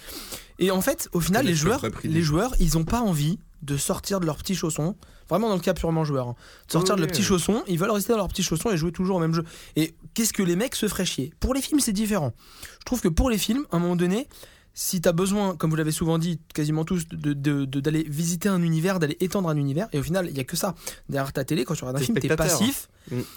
S1: Et en fait, au final,
S4: Connaître
S1: les
S4: le
S1: joueurs,
S4: vrai prix
S1: les
S4: des
S1: joueurs, ils ont pas envie de sortir de leurs petits chaussons. Vraiment dans le cas purement joueur. hein. De sortir de
S4: Oui,
S1: leurs petits
S4: oui.
S1: chaussons, ils veulent rester dans leurs petits chaussons et jouer toujours au même jeu. Et qu'est-ce que les mecs se feraient chier Pour les films, c'est différent. Je trouve que pour les films, à un moment donné, si t'as besoin, comme vous l'avez souvent dit, quasiment tous, d'aller de, de- d'aller visiter un univers, d'aller étendre un univers, et au final, il y a que ça. Derrière ta télé, quand tu regardes un
S2: T'es
S1: film, t'es
S2: spectateur.
S1: passif,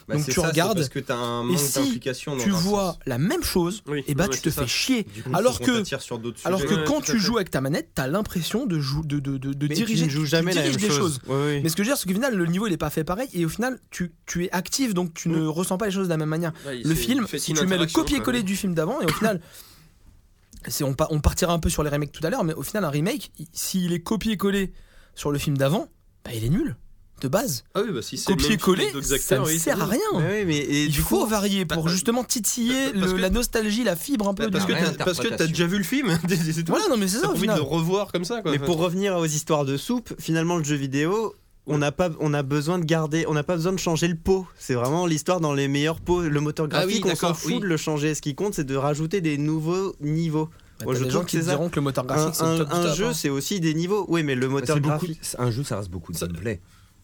S4: Bah,
S1: Donc
S4: c'est
S1: tu
S4: ça, c'est
S1: regardes,
S4: parce que t'as un manque
S1: si
S4: d'implication. dans
S1: tu
S4: un
S1: vois
S4: sens.
S1: la même chose,
S3: Oui,
S1: et bah
S3: non, mais
S1: tu te
S3: c'est ça.
S1: fais chier.
S4: Du coup,
S1: alors
S4: faut qu'on
S1: que-
S4: t'attire sur d'autres
S1: Alors que
S4: sujets.
S3: Ouais,
S1: quand
S3: tout à
S1: tu
S3: fait.
S1: joues avec ta manette, t'as l'impression de, jou- de, de, de, de
S2: Mais
S1: diriger.
S2: tu ne joues jamais
S1: tu
S2: la même
S1: diriges des choses.
S2: chose. Ouais, ouais.
S1: Mais ce que je veux dire, c'est qu'au final, le niveau il est pas fait pareil, et au final, tu, tu es actif, donc tu ne ressens pas les choses de la même manière.
S3: Ouais, Bah, il
S1: Le
S3: fait-
S1: film,
S3: il fait
S1: si
S3: une
S1: tu mets le
S3: interaction,
S1: copier-coller du film d'avant, et au
S3: (coughs)
S1: final, c'est- on, pa- on partira un peu sur les remakes tout à l'heure, mais au final, un remake, il- s'il est copier-collé sur le film d'avant, bah, il est nul, de base.
S3: Ah oui, bah si c'est le même film
S1: Copier-coller,
S3: avec d'autres
S1: ça
S3: acteurs,
S1: ne
S3: oui,
S1: sert à
S3: oui.
S1: rien.
S2: Ouais, mais et
S1: Il
S2: du
S1: faut
S2: coup,
S1: varier pour
S3: bah,
S1: justement titiller
S3: parce
S1: le-
S3: que-
S1: la nostalgie, la fibre un peu.
S3: Bah, Parce que
S1: de-
S12: Ouais,
S3: t'as- parce que t'as
S12: interprétation.
S3: déjà vu le film, (laughs) c'est tout.
S1: Voilà, non, mais c'est
S3: T'as
S1: ça
S3: pas
S1: au
S3: envie de
S1: final.
S3: le revoir comme ça, quoi.
S2: mais
S3: Enfin,
S2: pour revenir aux histoires de soupe, finalement le jeu vidéo, on n'a pas, on a besoin de garder, on n'a pas besoin de changer le pot. C'est vraiment l'histoire dans les meilleurs pots. Le moteur
S3: Ah oui,
S2: graphique, on s'en
S3: d'accord,
S2: fout
S3: oui.
S2: de le changer. Ce qui compte, c'est de rajouter des nouveaux niveaux.
S1: Bah,
S2: Moi,
S1: t'as
S2: je
S1: des
S2: trouve
S1: gens
S2: que
S1: qui te
S2: c'est ça.
S1: diront que le moteur
S2: Un,
S1: graphique, c'est le
S2: un-
S1: top du
S2: un
S1: top,
S2: jeu,
S1: hein.
S2: c'est aussi des niveaux. Oui, mais le
S4: Bah,
S2: moteur
S4: c'est beaucoup-
S2: graphique.
S4: un jeu, ça reste beaucoup de
S3: Ça-
S4: gameplay.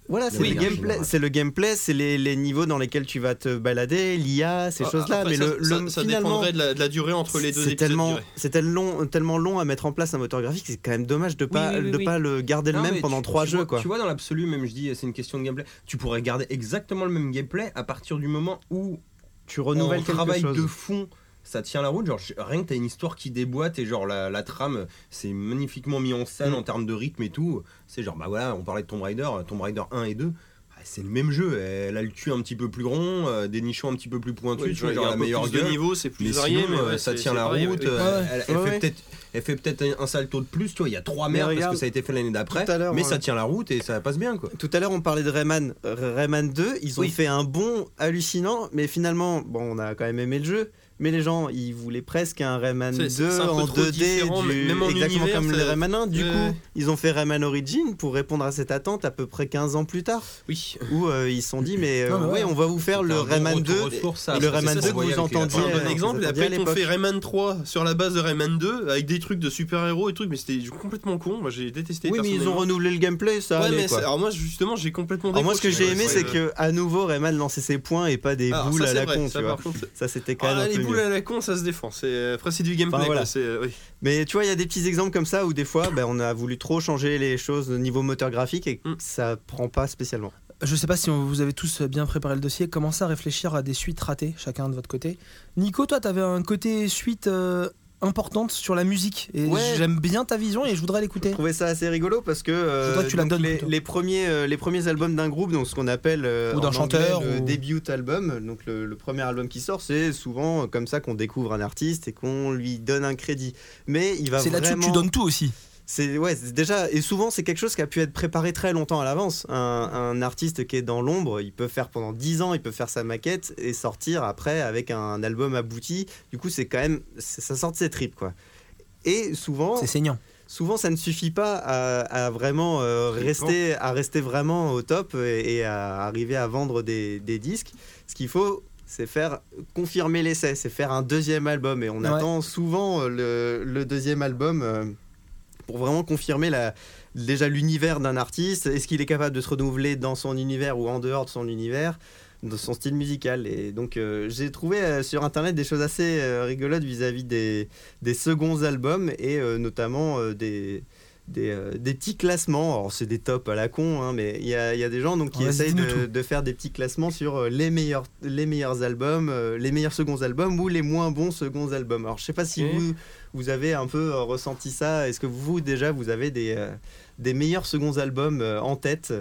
S2: Voilà, c'est
S4: Oui,
S2: le
S4: oui.
S2: gameplay, c'est le gameplay, c'est les, les niveaux dans lesquels tu vas te balader, l'IA, ces
S3: ah,
S2: choses-là.
S3: après,
S2: Mais
S3: ça-
S2: le,
S3: ça-
S2: le-
S3: ça
S2: finalement,
S3: dépendrait de la, de la durée entre les deux épisodes,
S2: c'est
S3: je
S2: tellement,
S3: dirais.
S2: c'est tellement long, tellement long à mettre en place un moteur graphique. C'est quand même dommage de pas,
S4: oui, oui,
S2: de
S4: oui.
S2: pas le garder le
S4: Non,
S2: même
S4: mais
S2: pendant
S4: tu-
S2: trois
S4: tu
S2: jeux,
S4: vois-
S2: quoi.
S4: Tu vois, dans l'absolu, même je dis, euh, c'est une question de gameplay. Tu pourrais garder exactement le même gameplay à partir du moment où
S2: Tu
S4: on
S2: renouvelles quelque
S4: travail
S2: chose.
S4: de fond. Ça tient la route, genre je- rien que t'as une histoire qui déboîte et genre la, la trame c'est magnifiquement mis en scène
S2: Mm.
S4: en termes de rythme et tout. C'est genre bah voilà, on parlait de Tomb Raider, euh, Tomb Raider 1 et 2, ah, c'est le même jeu. Elle a le cul un petit peu plus rond, euh, des nichons un petit peu plus pointus,
S3: Oui,
S4: tu vois,
S3: il y a
S4: genre
S3: un
S4: la
S3: peu
S4: meilleure
S3: plus de
S4: gueule.
S3: niveau, c'est plus
S4: Mais
S3: varié,
S4: sinon,
S3: mais
S4: euh,
S3: ouais,
S4: ça
S3: c'est-
S4: tient
S3: c'est
S4: la
S3: pareil,
S4: route.
S3: oui.
S4: euh,
S1: Ouais,
S4: elle, elle
S2: ouais.
S4: fait peut-être, elle fait peut-être un- un salto de plus. Tu vois, il y a trois
S2: Mais
S4: merdes parce
S2: regarde,
S4: que ça a été fait l'année d'après.
S2: tout à l'heure,
S4: Mais
S2: on-
S4: ça tient la route et ça passe bien quoi.
S2: Tout à l'heure, on parlait de Rayman. Euh, Rayman 2, ils ont
S4: Oui.
S2: fait un bond hallucinant, mais finalement, bon, on a quand même aimé le jeu. mais les gens, ils voulaient presque un Rayman
S3: C'est-
S2: 2
S3: c'est un peu
S2: en
S3: trop
S2: 2D,
S3: différent,
S2: du-
S3: mais même en
S2: exactement
S3: univers,
S2: comme
S3: ça-
S2: le Rayman 1. Du
S3: Ouais, ouais.
S2: coup, ils ont fait Rayman Origin pour répondre à cette attente à peu près 15 ans plus tard,
S3: Oui.
S2: où euh, ils se sont dit, mais euh,
S1: Non, mais
S2: ouais,
S1: ouais.
S2: on va vous faire
S4: C'est
S2: le
S4: un bon
S2: Rayman
S4: retour
S2: 2.
S4: aux sources,
S2: et
S4: ça,
S2: le
S4: parce que
S2: Rayman
S4: ça,
S2: 2
S4: ça
S2: que
S4: voyait
S2: vous
S4: avec les-
S2: entendiez.
S3: C'est un bon
S2: euh,
S3: exemple. Et
S2: vous
S3: après,
S2: entendiez à
S3: ils ont
S2: l'époque.
S3: fait Rayman 3 sur la base de Rayman 2 avec des trucs de super-héros et trucs, mais c'était complètement con. Moi, j'ai détesté.
S2: Oui, mais ils ont
S3: personnellement.
S2: renouvelé le gameplay, ça.
S3: Ouais,
S2: allait,
S3: mais
S2: quoi.
S3: c'est- alors moi, justement, j'ai complètement
S2: Alors moi, ce que
S3: décroché.
S2: j'ai aimé,
S3: Ouais,
S2: c'est
S3: ouais.
S2: que à nouveau, Rayman lançait ses points et pas des
S3: Ah,
S2: boules
S3: ça,
S2: à
S3: c'est
S2: la
S3: vrai,
S2: con,
S3: ça,
S2: tu vois.
S3: par
S2: (laughs)
S3: contre, c'est-
S2: Ça, c'était quand même
S3: Ah,
S2: un
S3: les
S2: peu
S3: boules
S2: mieux.
S3: à la con, ça se défend. C'est- euh, Après, c'est du gameplay.
S2: Enfin, voilà.
S3: quoi, c'est- euh, oui.
S2: Mais tu vois, il y a des petits exemples comme ça où des fois, ben, on a voulu trop changer les choses au niveau moteur graphique et que
S3: Mm.
S2: ça prend pas spécialement.
S1: Je sais pas si on- vous avez tous euh, bien préparé le dossier. Commencez à réfléchir à des suites ratées, chacun de votre côté. Nico, toi, t'avais un côté suite euh, importante sur la musique. Et
S2: Ouais.
S1: j'aime bien ta vision et je voudrais
S2: Je
S1: l'écouter.
S2: trouvais ça assez rigolo parce que, euh,
S1: voudrais que tu la
S2: donc,
S1: donnes
S2: les,
S1: plutôt.
S2: les premiers, euh, les premiers albums d'un groupe, donc ce qu'on appelle euh,
S1: Ou d'un
S2: en anglais
S1: chanteur,
S2: le
S1: ou-
S2: debut album, donc le, le premier album qui sort, c'est souvent euh, comme ça qu'on découvre un artiste et qu'on lui donne un crédit. Mais il va
S1: C'est là-dessus que tu
S2: vraiment-
S1: donnes tout aussi.
S2: C'est ouais, c'est déjà et souvent c'est quelque chose qui a pu être préparé très longtemps à l'avance. Un, un artiste qui est dans l'ombre, il peut faire pendant 10 ans, il peut faire sa maquette et sortir après avec un album abouti. Du coup, c'est quand même c'est- ça sort de ses tripes quoi. Et souvent,
S1: C'est saignant.
S2: souvent ça ne suffit pas à, à vraiment euh, rester à rester vraiment au top et, et à arriver à vendre des, des disques. Ce qu'il faut c'est faire confirmer l'essai, c'est faire un deuxième album et on
S1: Ouais.
S2: attend souvent euh, le, le deuxième album euh, pour vraiment confirmer la, déjà l'univers d'un artiste. Est-ce qu'il est capable de se renouveler dans son univers ou en dehors de son univers, dans son style musical Et donc euh, j'ai trouvé euh, sur internet des choses assez euh, rigolotes vis-à-vis des, des seconds albums et euh, notamment euh, des. Des, euh, des petits classements, alors c'est des tops à la con, hein, mais il y a, il y a des gens donc, qui
S1: Ouais,
S2: essayent
S1: Ah, dis-nous
S2: de, de faire des petits classements sur euh, les, meilleurs, les meilleurs albums, euh, les meilleurs seconds albums ou les moins bons seconds albums. Alors je sais pas si
S3: Ok.
S2: vous, vous avez un peu euh, ressenti ça Est-ce que vous, déjà, vous avez des, euh, des meilleurs seconds albums euh, en tête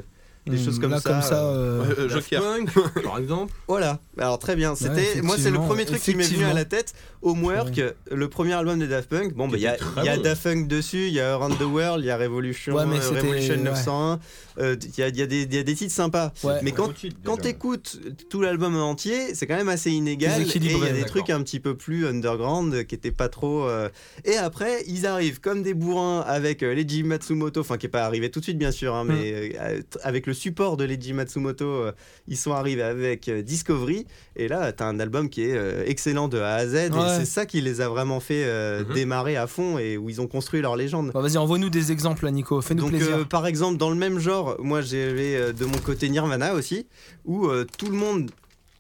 S2: Des choses comme
S1: Hmm, Mmh, Là,
S2: ça,
S1: Comme ça euh,
S3: (laughs) Ouais, euh, Joker.
S4: Punk, (laughs) par exemple.
S2: Voilà. Alors, très bien. C'était, moi, c'est le
S1: effectivement,
S2: premier truc qui m'est venu à la tête. Homework,
S1: C'est
S2: le premier album de Daft Punk. Bon, bah, il y a,
S4: était très
S2: il y a
S4: bon.
S2: Daft Punk dessus, il y a Around the World, il y a Revolution,
S1: Ouais, mais
S2: euh,
S1: c'était-
S2: Revolution
S1: ouais.
S2: 901. euh, Il y, a, il y a des- il y a des titres sympas.
S1: ouais.
S2: Mais quand quand t'écoutes tout l'album entier, c'est quand même assez inégal. Et il y
S1: Déséquilibré,
S2: a des
S4: d'accord.
S2: trucs un petit peu plus underground euh, qui étaient pas trop. euh, Et après, ils arrivent comme des bourrins avec euh, Leiji Matsumoto, enfin qui est pas arrivé tout de suite bien sûr, hein, mais euh, avec le support de Leiji Matsumoto, euh, ils sont arrivés avec euh, Discovery. Et là, t'as un album qui est euh, excellent de A à Z. Et
S1: Ouais.
S2: c'est ça qui les a vraiment fait euh,
S12: Mhm.
S2: démarrer à fond et où ils ont construit leur légende.
S1: Bon, Vas-y, envoie-nous des exemples, là, Nico. Fais-nous
S2: Donc,
S1: plaisir.
S2: euh, par exemple, dans le même genre, moi j'avais euh, de mon côté Nirvana aussi, où euh, tout le monde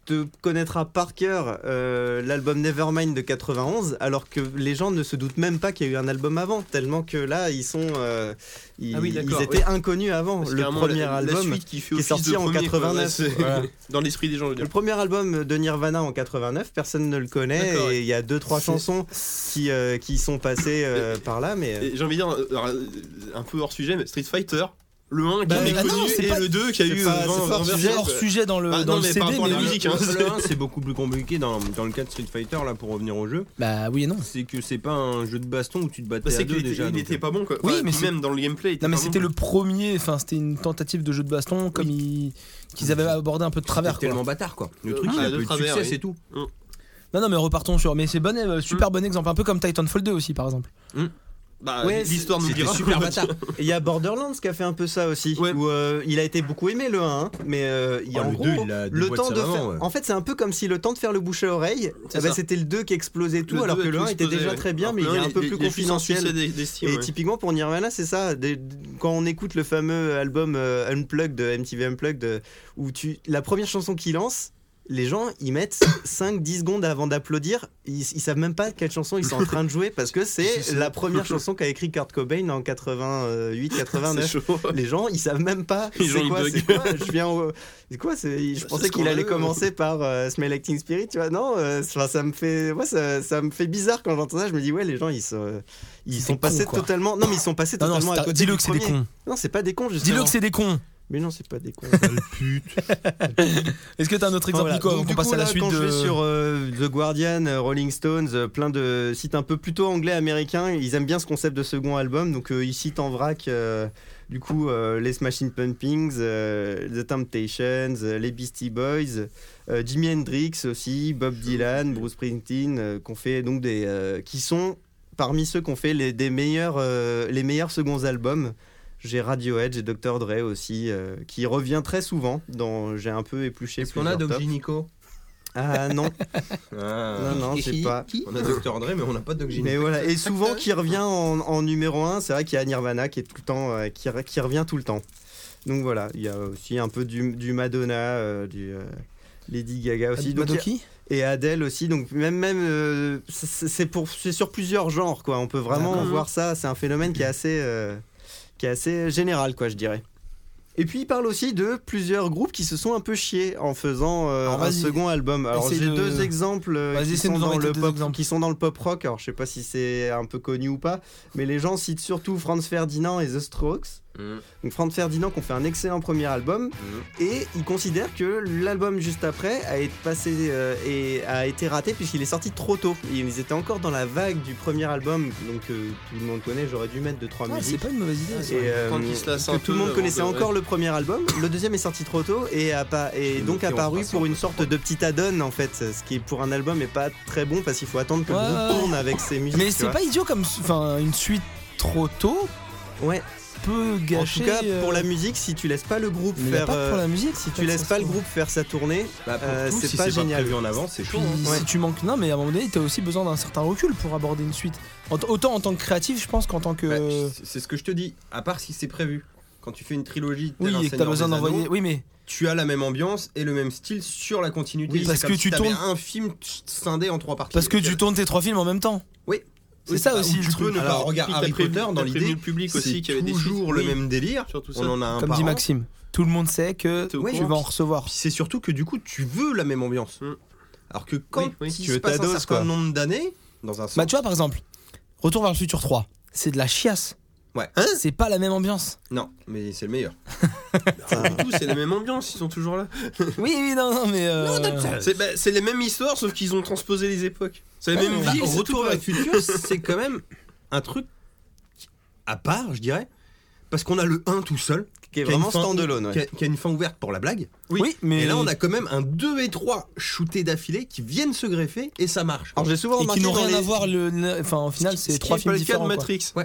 S2: te connaîtra par cœur euh, l'album Nevermind de 91, alors que les gens ne se doutent même pas qu'il y a eu un album avant, tellement que là ils sont, euh, ils,
S3: Ah oui, d'accord,
S2: ils étaient inconnus avant
S3: Parce
S2: le
S3: qu'à un moment,
S2: premier
S3: la- la
S2: album.
S3: suite qui, fait
S2: qui est
S3: office
S2: sorti
S3: de
S2: en
S3: premier, quoi.
S2: 89.
S3: Ouais, c'est- (laughs) Dans l'esprit des gens, je veux
S2: le
S3: dire.
S2: premier album de Nirvana en 89, personne ne le connaît
S3: D'accord,
S2: et il y a deux trois
S1: C'est-
S2: chansons qui euh, qui sont passées euh, par là, mais
S3: Et J'ai envie de dire, euh, alors, euh, un peu hors sujet, mais Street Fighter, le 1 qui
S1: Bah,
S3: est
S1: ah non,
S3: connu
S1: c'est
S3: et
S1: pas-
S3: le 2 qui a
S2: c'est
S3: eu
S2: pas-
S3: euh,
S2: c'est
S3: 20
S2: pas hors
S3: 20
S2: sujet,
S3: versions.
S1: hors sujet dans le,
S3: Ah,
S1: dans le
S3: non, mais
S1: CD,
S3: par rapport à
S1: mais
S3: la
S1: oui.
S3: musique, hein,
S4: Le 1, c'est beaucoup plus compliqué dans, dans le cas de Street Fighter, là, pour revenir au jeu.
S1: Bah oui et non.
S4: C'est que c'est pas un jeu de baston où tu te battais
S3: Bah,
S4: à
S3: c'est
S4: deux
S3: qu'il
S4: déjà.
S3: était, il
S4: donc,
S3: était
S4: euh,
S3: pas bon quoi.
S1: Oui,
S3: Enfin,
S1: mais
S3: puis
S1: c'est-
S3: même dans le gameplay. il était
S1: Non mais
S3: pas bon,
S1: c'était
S3: quoi.
S1: le premier, enfin c'était une tentative de jeu de baston comme ils- qu'ils avaient abordé un peu de travers
S4: t'es
S1: quoi.
S4: tellement bâtard, quoi. Le
S3: Euh,
S4: truc,
S3: ah,
S4: il a
S3: de
S4: peu de
S3: travers,
S4: succès,
S3: oui.
S4: c'est tout.
S1: Non non mais repartons sur mais c'est bon
S3: Mmh.
S1: euh, super bon exemple un peu comme Titanfall 2 aussi par exemple.
S3: Bah,
S2: Ouais,
S3: l'histoire nous
S4: C'était
S3: dira.
S4: super
S3: (laughs)
S4: bâtard.
S2: Et Il y a Borderlands qui a fait un peu ça aussi,
S3: Ouais. Ah,
S2: où euh, il a été beaucoup aimé le 1, hein, mais euh, il y a
S4: Oh,
S2: en
S4: le
S2: gros
S4: 2, il a
S2: le
S4: déboîté
S2: temps
S4: sa
S2: de
S4: maman,
S2: faire.
S4: ouais.
S2: En fait, c'est un peu comme si le temps de faire le bouche à oreille,
S3: C'est
S2: eh ben,
S3: ça.
S2: c'était le 2 qui explosait tout,
S3: Le
S2: alors
S3: deux
S2: que
S3: a
S2: le
S3: tout
S2: 1 était
S3: explosé,
S2: déjà
S3: ouais.
S2: très bien,
S3: Alors
S2: mais
S3: que
S2: il est
S3: le un,
S2: un peu plus
S3: les puissances succès
S2: confidentiel.
S3: des- des Steam,
S2: Et
S3: ouais.
S2: typiquement pour Nirvana, c'est ça. Des- quand on écoute le fameux album euh, Unplugged de MTV Unplugged, euh, où tu la première chanson qu'ils lancent, les gens ils mettent (coughs) 5-10 secondes avant d'applaudir. Ils, ils savent même pas quelle chanson ils sont en train de jouer parce que c'est la première chanson qu'a écrit Kurt Cobain en 88-89.
S3: C'est chaud.
S2: Les gens, ils savent même pas
S3: Ils ont
S2: c'est
S3: une
S2: quoi,
S3: bug.
S2: c'est quoi. Je viens, au- c'est quoi, c'est- Je
S3: Bah,
S2: pensais
S3: c'est
S2: qu'il allait
S3: scandaleux.
S2: commencer par euh, Smell Acting Spirit, tu vois. Non, euh, enfin, ça me fait, moi, ça, ça me fait bizarre quand j'entends ça. Je me dis ouais, les gens, ils sont, euh, ils
S1: C'est
S2: sont
S1: des
S2: passés
S1: cons, quoi.
S2: totalement. Non, mais ils sont passés
S1: Non non
S2: totalement à
S1: c'est-
S2: côté.
S1: dis-le
S2: du
S1: que c'est des
S2: premier.
S1: cons.
S2: Non, c'est pas des cons justement.
S1: Dis-le que c'est des cons.
S2: Mais non, c'est pas
S1: (laughs)
S2: des cons.
S6: Sale pute.
S1: Est-ce que t'as un autre
S2: Enfin,
S1: exemple
S2: voilà.
S1: Nico,
S2: Donc,
S1: avant
S2: du
S1: qu'on
S2: coup,
S1: passe à la
S2: là,
S1: suite
S2: quand je
S1: de.
S2: vais sur euh, The Guardian, euh, Rolling Stones, euh, plein de sites un peu plutôt anglais américains, ils aiment bien ce concept de second album, donc euh, ils citent en vrac euh, du coup euh, les Smashing Pumpkins, euh, The Temptations, euh, les Beastie Boys, euh, Jimi Hendrix aussi, Bob Dylan, Bruce Springsteen, euh, qu'on fait donc des euh, qui sont parmi ceux qu'on fait les des meilleurs euh, les meilleurs seconds albums. J'ai Radiohead, j'ai Dr Dre aussi, euh, qui revient très souvent. Dans, j'ai un peu épluché.
S4: Est-ce qu'on a
S2: plusieurs tops.
S4: Doggy Nico
S2: Ah non,
S4: Ah.
S2: non, non, c'est pas.
S4: On a Docteur André, mais on n'a pas Doggy
S2: Mais
S4: Nico.
S2: voilà, et souvent qui revient en, en numéro 1, c'est vrai qu'il y a Nirvana qui est tout le temps, euh, qui, re- qui revient tout le temps. Donc voilà, il y a aussi un peu du, du Madonna, euh, du euh, Lady
S1: Ah,
S2: Gaga aussi, donc,
S1: Madoki
S2: et Adele aussi. Donc même même, euh, c'est c'est pour c'est sur plusieurs genres quoi. On peut vraiment
S1: D'accord.
S2: voir ça. C'est un phénomène qui est assez euh, qui est assez général quoi, je dirais. Et puis il parle aussi de plusieurs groupes qui se sont un peu chiés en faisant euh,
S1: Alors,
S2: un
S1: vas-y.
S2: second album. Alors
S1: Essaye
S2: j'ai
S1: de-
S2: deux exemples euh,
S1: Vas-y,
S2: qui,
S1: essaie de
S2: sont
S1: nous en
S2: dans
S1: mettre
S2: le
S1: deux
S2: pop,
S1: exemples.
S2: qui sont dans le pop rock. Alors je sais pas si c'est un peu connu ou pas, mais les gens citent surtout Franz Ferdinand et The Strokes.
S12: Mm.
S2: Donc Franz Ferdinand qui ont fait un excellent premier album
S1: Mhm.
S2: et ils considèrent que l'album juste après a été passé euh, et a été raté puisqu'il est sorti trop tôt. Ils étaient encore dans la vague du premier album, donc euh, tout le monde connaît. J'aurais dû mettre deux trois
S1: Ah,
S2: musiques.
S1: C'est pas une mauvaise idée. ça.
S2: Et, euh,
S12: Quand il se lasse
S2: que
S12: un
S2: tout le
S12: peu
S2: monde
S12: avant
S2: connaissait
S12: de-
S2: encore le premier album. Le deuxième est sorti trop tôt et a pas
S12: Et
S2: et donc
S12: noté en
S2: apparu
S12: passant.
S2: pour une sorte de petit add-on en fait, ce qui pour un album est pas très bon parce qu'il faut attendre que
S1: Ouais,
S2: le
S1: ouais,
S2: groupe
S1: ouais.
S2: tourne avec ses musiques.
S1: Mais
S2: tu
S1: c'est
S2: vois.
S1: pas idiot comme. Enfin, une suite trop tôt
S2: ouais.
S1: peut
S2: En
S1: gâcher.
S2: tout cas pour
S1: euh,
S2: la musique, si tu laisses pas le groupe
S1: mais y a
S2: faire,
S1: pas pour
S2: euh,
S1: la musique.
S2: si tu laisses pas le groupe faire sa tournée,
S4: Bah, pour
S2: Euh,
S4: tout,
S2: c'est
S4: si
S2: pas génial.
S4: prévu en avant, c'est
S1: Puis
S4: chaud. hein.
S2: Ouais.
S1: si tu manques. Non, mais à un moment donné, t'as aussi besoin d'un certain recul pour aborder une suite. En- Autant en tant que créatif, je pense, qu'en tant que.
S4: Bah, c'est- c'est ce que je te dis, à part si c'est prévu. Quand tu fais une trilogie, tel
S1: oui,
S4: un
S1: et que t'as
S4: Seigneur
S1: besoin
S4: des
S1: d'envoyer.
S4: Anneaux,
S1: Oui, mais.
S4: Tu as la même ambiance et le même style sur la continuité.
S1: Oui,
S4: C'est
S1: parce
S4: comme
S1: que
S4: si
S1: tu
S4: t'avais
S1: tournes-
S4: un film scindé en trois parties.
S1: Parce que
S4: Et
S1: tu tournes tes trois films en même temps.
S4: Oui.
S1: C'est ça
S4: Ou
S1: aussi
S4: tu
S1: le
S4: peux
S1: truc.
S4: ne pas
S1: Alors,
S4: regarder
S3: Puis t'as
S4: Harry
S3: prévenu-
S4: Potter dans
S3: t'as prévenu
S4: l'idée.
S3: le public aussi
S4: C'est
S3: qu'il y avait des
S4: toujours
S3: suites.
S4: le
S3: Oui,
S4: même délire.
S3: sur tout ça.
S4: On en a un
S1: Comme
S4: par
S1: dit
S4: an.
S1: Maxime, tout le monde sait que
S3: T'es au
S1: tu
S3: courant.
S1: vas en recevoir.
S4: Puis c'est surtout que du coup, tu veux la même ambiance.
S3: Mm.
S4: Alors que quand
S3: Oui, oui.
S4: il
S2: Tu
S4: se
S2: veux ta
S4: passe un
S2: dose,
S4: certain
S2: quoi.
S4: nombre d'années, dans un sens,
S1: Bah, tu vois, par exemple, Retour vers le futur 3, c'est de la chiasse.
S4: Ouais.
S1: c'est pas la même
S4: (laughs)
S1: ambiance.
S4: non, mais c'est le meilleur.
S3: Du coup, c'est la même ambiance, ils sont toujours là.
S1: Oui, oui, non, non, mais. euh,
S3: C'est bah, c'est les mêmes histoires, sauf qu'ils ont transposé les époques. C'est la
S1: Ouais,
S3: même euh.
S1: bah,
S3: ville, c'est tout
S4: Retour à
S3: pareil.
S4: la futur, c'est quand même un truc à part, je dirais. Parce qu'on a le 1 tout seul,
S2: qui est
S4: qui a une
S2: vraiment
S4: fin-
S2: standalone. ouais.
S4: qui a- qui a une fin ouverte pour la blague.
S1: oui, mais.
S4: Et là, on a quand même un 2 et 3 shootés d'affilés qui viennent se greffer et ça marche.
S2: Alors j'ai souvent
S1: Et qui
S2: remarqué
S1: n'ont
S2: dans
S1: rien
S2: les,
S1: à voir. Le... le- Enfin, au final,
S3: Ce
S1: c'est
S3: qui
S1: trois
S3: est
S1: films
S3: pas le cas de
S1: différents. quoi.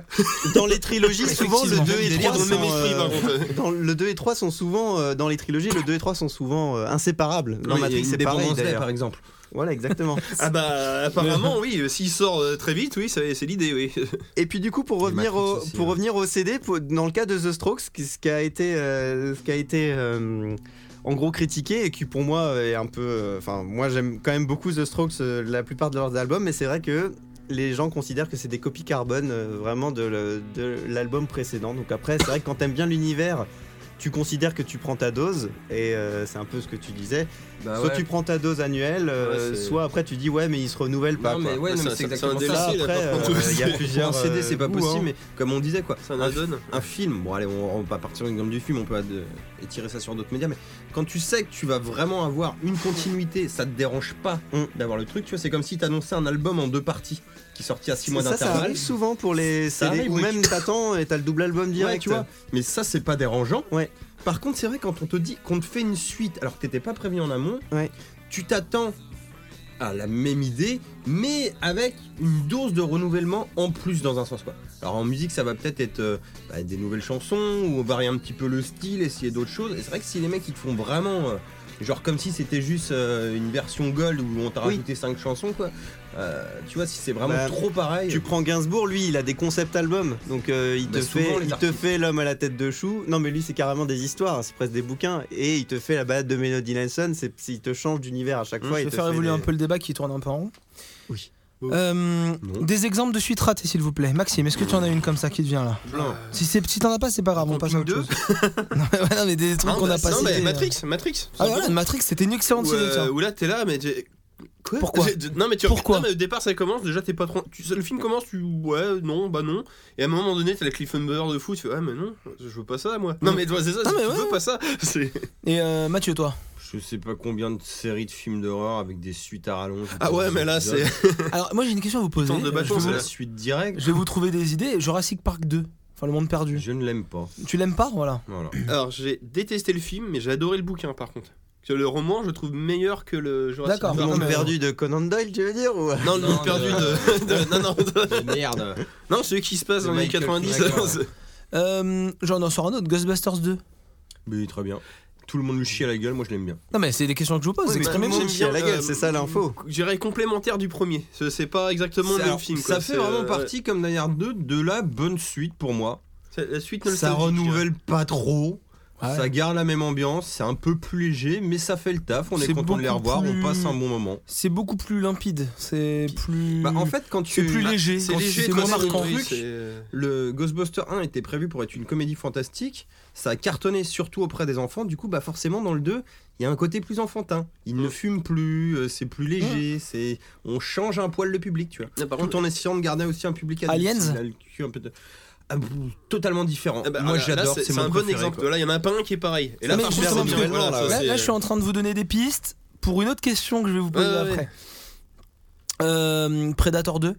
S3: Matrix.
S2: dans les
S4: (laughs)
S2: trilogies, souvent le
S1: Effectivement.
S2: 2 et
S1: Les trois
S2: 3
S3: Dans le même
S1: sont,
S3: esprit, par contre.
S4: hein.
S2: Dans le 2 et 3 sont souvent euh, dans les trilogies, le 2 et 3 sont souvent euh, inséparables.
S4: Oui, il y
S2: Dans
S4: a
S2: Matrix,
S4: une
S2: c'est
S4: dépendance
S2: pareil
S4: là,
S2: d'ailleurs.
S4: par exemple.
S2: Voilà, exactement.
S3: Ah bah apparemment oui, euh, s'il sort euh, très vite, oui, ça- c'est l'idée, oui.
S2: Et puis du coup pour revenir
S4: Matrix
S2: au
S4: aussi,
S2: pour
S4: ouais.
S2: revenir au CD pour- dans le cas de The Strokes, qui- ce qui a été euh, ce qui a été euh, en gros critiqué et qui pour moi euh, est un peu euh, enfin moi j'aime quand même beaucoup The Strokes euh, la plupart de leurs albums mais c'est vrai que les gens considèrent que c'est des copies carbone euh, vraiment de, le- de l'album précédent. Donc après c'est vrai que quand t'aimes bien l'univers tu considères que tu prends ta dose et euh, c'est un peu ce que tu disais.
S4: Bah
S2: soit tu prends ta dose annuelle, euh,
S12: Ouais, c'est-
S2: soit après tu dis ouais mais ils se renouvellent pas.
S4: Non, mais
S2: quoi.
S4: ouais, non,
S3: Ça,
S4: mais c'est
S3: ça- c'est
S4: exactement
S3: un
S4: ça.
S3: délire.
S2: Là,
S3: facile,
S2: après,
S3: là, par
S2: euh,
S3: contre.
S2: il y a plusieurs.
S4: un CD, c'est
S2: euh,
S4: pas
S2: goûts,
S4: possible,
S2: hein.
S4: mais comme on disait quoi.
S3: C'est un
S4: un
S3: add-on.
S4: un film, bon allez, on, on va partir sur exemple du film, on peut euh, étirer ça sur d'autres médias, mais quand tu sais que tu vas vraiment avoir une continuité, ça te dérange pas
S2: Mm.
S4: d'avoir le truc, tu vois, c'est comme si t'annonçais un album en deux parties qui sortit à 6 mois
S2: ça, ça
S4: d'intervalle.
S2: arrive souvent pour les
S4: Ça
S2: CD
S4: arrive,
S2: ou
S4: oui.
S2: même t'attends et t'as le double album direct,
S4: Ouais,
S2: tu vois.
S4: Mais ça, c'est pas dérangeant.
S2: Ouais.
S4: Par contre, c'est vrai quand on te dit qu'on te fait une suite alors que t'étais pas prévenu en amont,
S2: Ouais.
S4: tu t'attends à la même idée, mais avec une dose de renouvellement en plus dans un sens quoi. Alors en musique, ça va peut-être être, euh, bah, des nouvelles chansons ou varier un petit peu le style, essayer d'autres choses. Et c'est vrai que si les mecs ils te font vraiment euh, genre comme si c'était juste euh, une version gold où on t'a
S2: Oui.
S4: rajouté cinq chansons quoi, euh, tu vois si c'est vraiment
S2: Bah,
S4: trop pareil. euh,
S2: Tu prends Gainsbourg, lui, il a des concept albums, donc euh, il,
S4: Bah,
S2: te
S4: souvent,
S2: fait,
S4: les
S2: il te
S4: artistes.
S2: fait l'homme à la tête de chou. Non, mais lui, c'est carrément des histoires, c'est presque des bouquins. Et il te fait la balade de Melody Nelson, c'est il te change d'univers à chaque
S1: Je
S2: fois.
S1: vais
S2: il te
S1: faire
S2: fait
S1: évoluer
S2: des-
S1: un peu le débat qui tourne un peu en rond.
S4: Oui.
S1: Euh,
S4: Non.
S1: des exemples de suites ratées, s'il vous plaît. Maxime, est-ce que tu en as une comme ça qui te vient là
S3: Plein.
S1: Si, c'est- si t'en as pas, c'est pas grave, on passe à autre
S3: Camping
S1: chose. (laughs) non, mais, ouais, non, mais des trucs
S3: Hein,
S1: qu'on
S3: bah,
S1: a pas
S3: non, mais
S1: cités. euh.
S3: Matrix, Matrix.
S1: Ah voilà, Matrix, c'était une excellente
S3: Où,
S1: série.
S3: euh,
S1: tiens.
S3: où là, t'es là, mais t'es-
S1: Pourquoi
S3: C'est- Non mais tu
S1: Pourquoi
S3: non, mais au départ ça commence déjà t'es pas trop tu- le film commence tu ouais non bah non et à un moment donné t'as la cliffhanger de fou tu fais ah mais non je veux pas ça moi non mais tu vois, c'est ça
S1: Non,
S3: tu
S1: Ah, mais
S3: veux
S1: ouais.
S3: pas ça (laughs) c'est
S1: Et euh, Mathieu,
S3: (laughs)
S1: toi
S4: Je sais pas combien de séries de films d'horreur avec des suites à rallonge.
S3: ah ouais mais là c'est
S1: Alors, moi j'ai une question à vous poser. Euh,
S3: Tente de bâton,
S1: je, vais
S3: c'est
S1: vous,
S3: la- (laughs)
S4: la suite directe.
S1: je vais vous trouver des idées. Jurassic Park 2, enfin le monde perdu.
S4: Je ne l'aime pas.
S1: Tu l'aimes pas
S4: (laughs)
S1: Voilà.
S4: Voilà.
S3: alors j'ai détesté le film mais j'ai adoré le bouquin par contre Parce que le roman je le trouve meilleur que le Jurassic
S1: D'accord.
S3: Park.
S2: Le monde
S1: mais-
S2: perdu de Conan Doyle, tu veux dire ou...
S3: non le monde perdu de, de- non non de-
S4: Merde.
S3: non celui qui se passe
S4: De
S3: dans les années
S4: Michael
S3: 90
S4: Flanagan.
S3: (laughs) c'est-
S1: Euh, J'en sors un autre, Ghostbusters 2.
S4: Oui, très bien. Tout le monde lui chie à la gueule, moi je l'aime bien.
S1: Non, mais c'est des questions que je vous pose.
S2: Ouais, mais tout le
S1: exprimez-vous.
S2: monde chie à la
S3: bien,
S2: gueule,
S3: euh,
S2: c'est ça l'info.
S3: je dirais complémentaire du premier C'est- c'est pas exactement le
S4: Ça-
S3: même film quoi.
S4: ça
S3: C'est,
S4: fait
S3: euh,
S4: vraiment partie, comme d'ailleurs 2, de la bonne suite pour moi.
S3: c'est la suite
S4: Ça
S3: nostalgique,
S4: renouvelle pas trop.
S1: Ouais.
S4: Ça garde la même ambiance, c'est un peu plus léger, mais ça fait le taf. On est,
S1: C'est
S4: content de les
S1: beaucoup
S4: revoir,
S1: plus-
S4: on passe un bon moment.
S1: C'est beaucoup plus limpide. C'est plus.
S4: Bah, en fait, quand
S1: c'est
S4: tu.
S1: plus léger.
S3: C'est
S1: quand-
S3: léger,
S1: C'est
S3: quand
S1: moins marquant.
S3: oui,
S4: truc.
S3: hein, c'est- euh,
S4: Le Ghostbuster 1 était prévu pour être une comédie fantastique. Ça a cartonné surtout auprès des enfants. Du coup, bah forcément, dans le 2, il y a un côté plus enfantin. Il
S3: Mm.
S4: ne fume plus, euh, c'est plus léger, c'est on change un poil le public, tu vois.
S3: Ah, par
S4: Tout
S3: contre,
S4: en essayant de garder aussi un public adulte.
S1: Aliens
S4: Il a le cul un peu de- Ah, pff, totalement différent.
S3: ah bah,
S4: Moi,
S3: là,
S4: j'adore,
S3: là,
S4: c'est
S3: un
S4: mon
S3: bon
S4: préféré,
S3: exemple.
S4: quoi.
S3: Là, il y en a pas un qui est pareil. Et là,
S1: Mais
S3: par
S1: justement,
S3: contre,
S1: parce que
S3: c'est nouvellement,
S2: voilà,
S3: là,
S1: Là,
S3: c'est- euh,
S1: là, je suis en train de vous donner des pistes pour une autre question que je vais vous poser
S3: Ouais, ouais,
S1: après. Euh, Predator 2.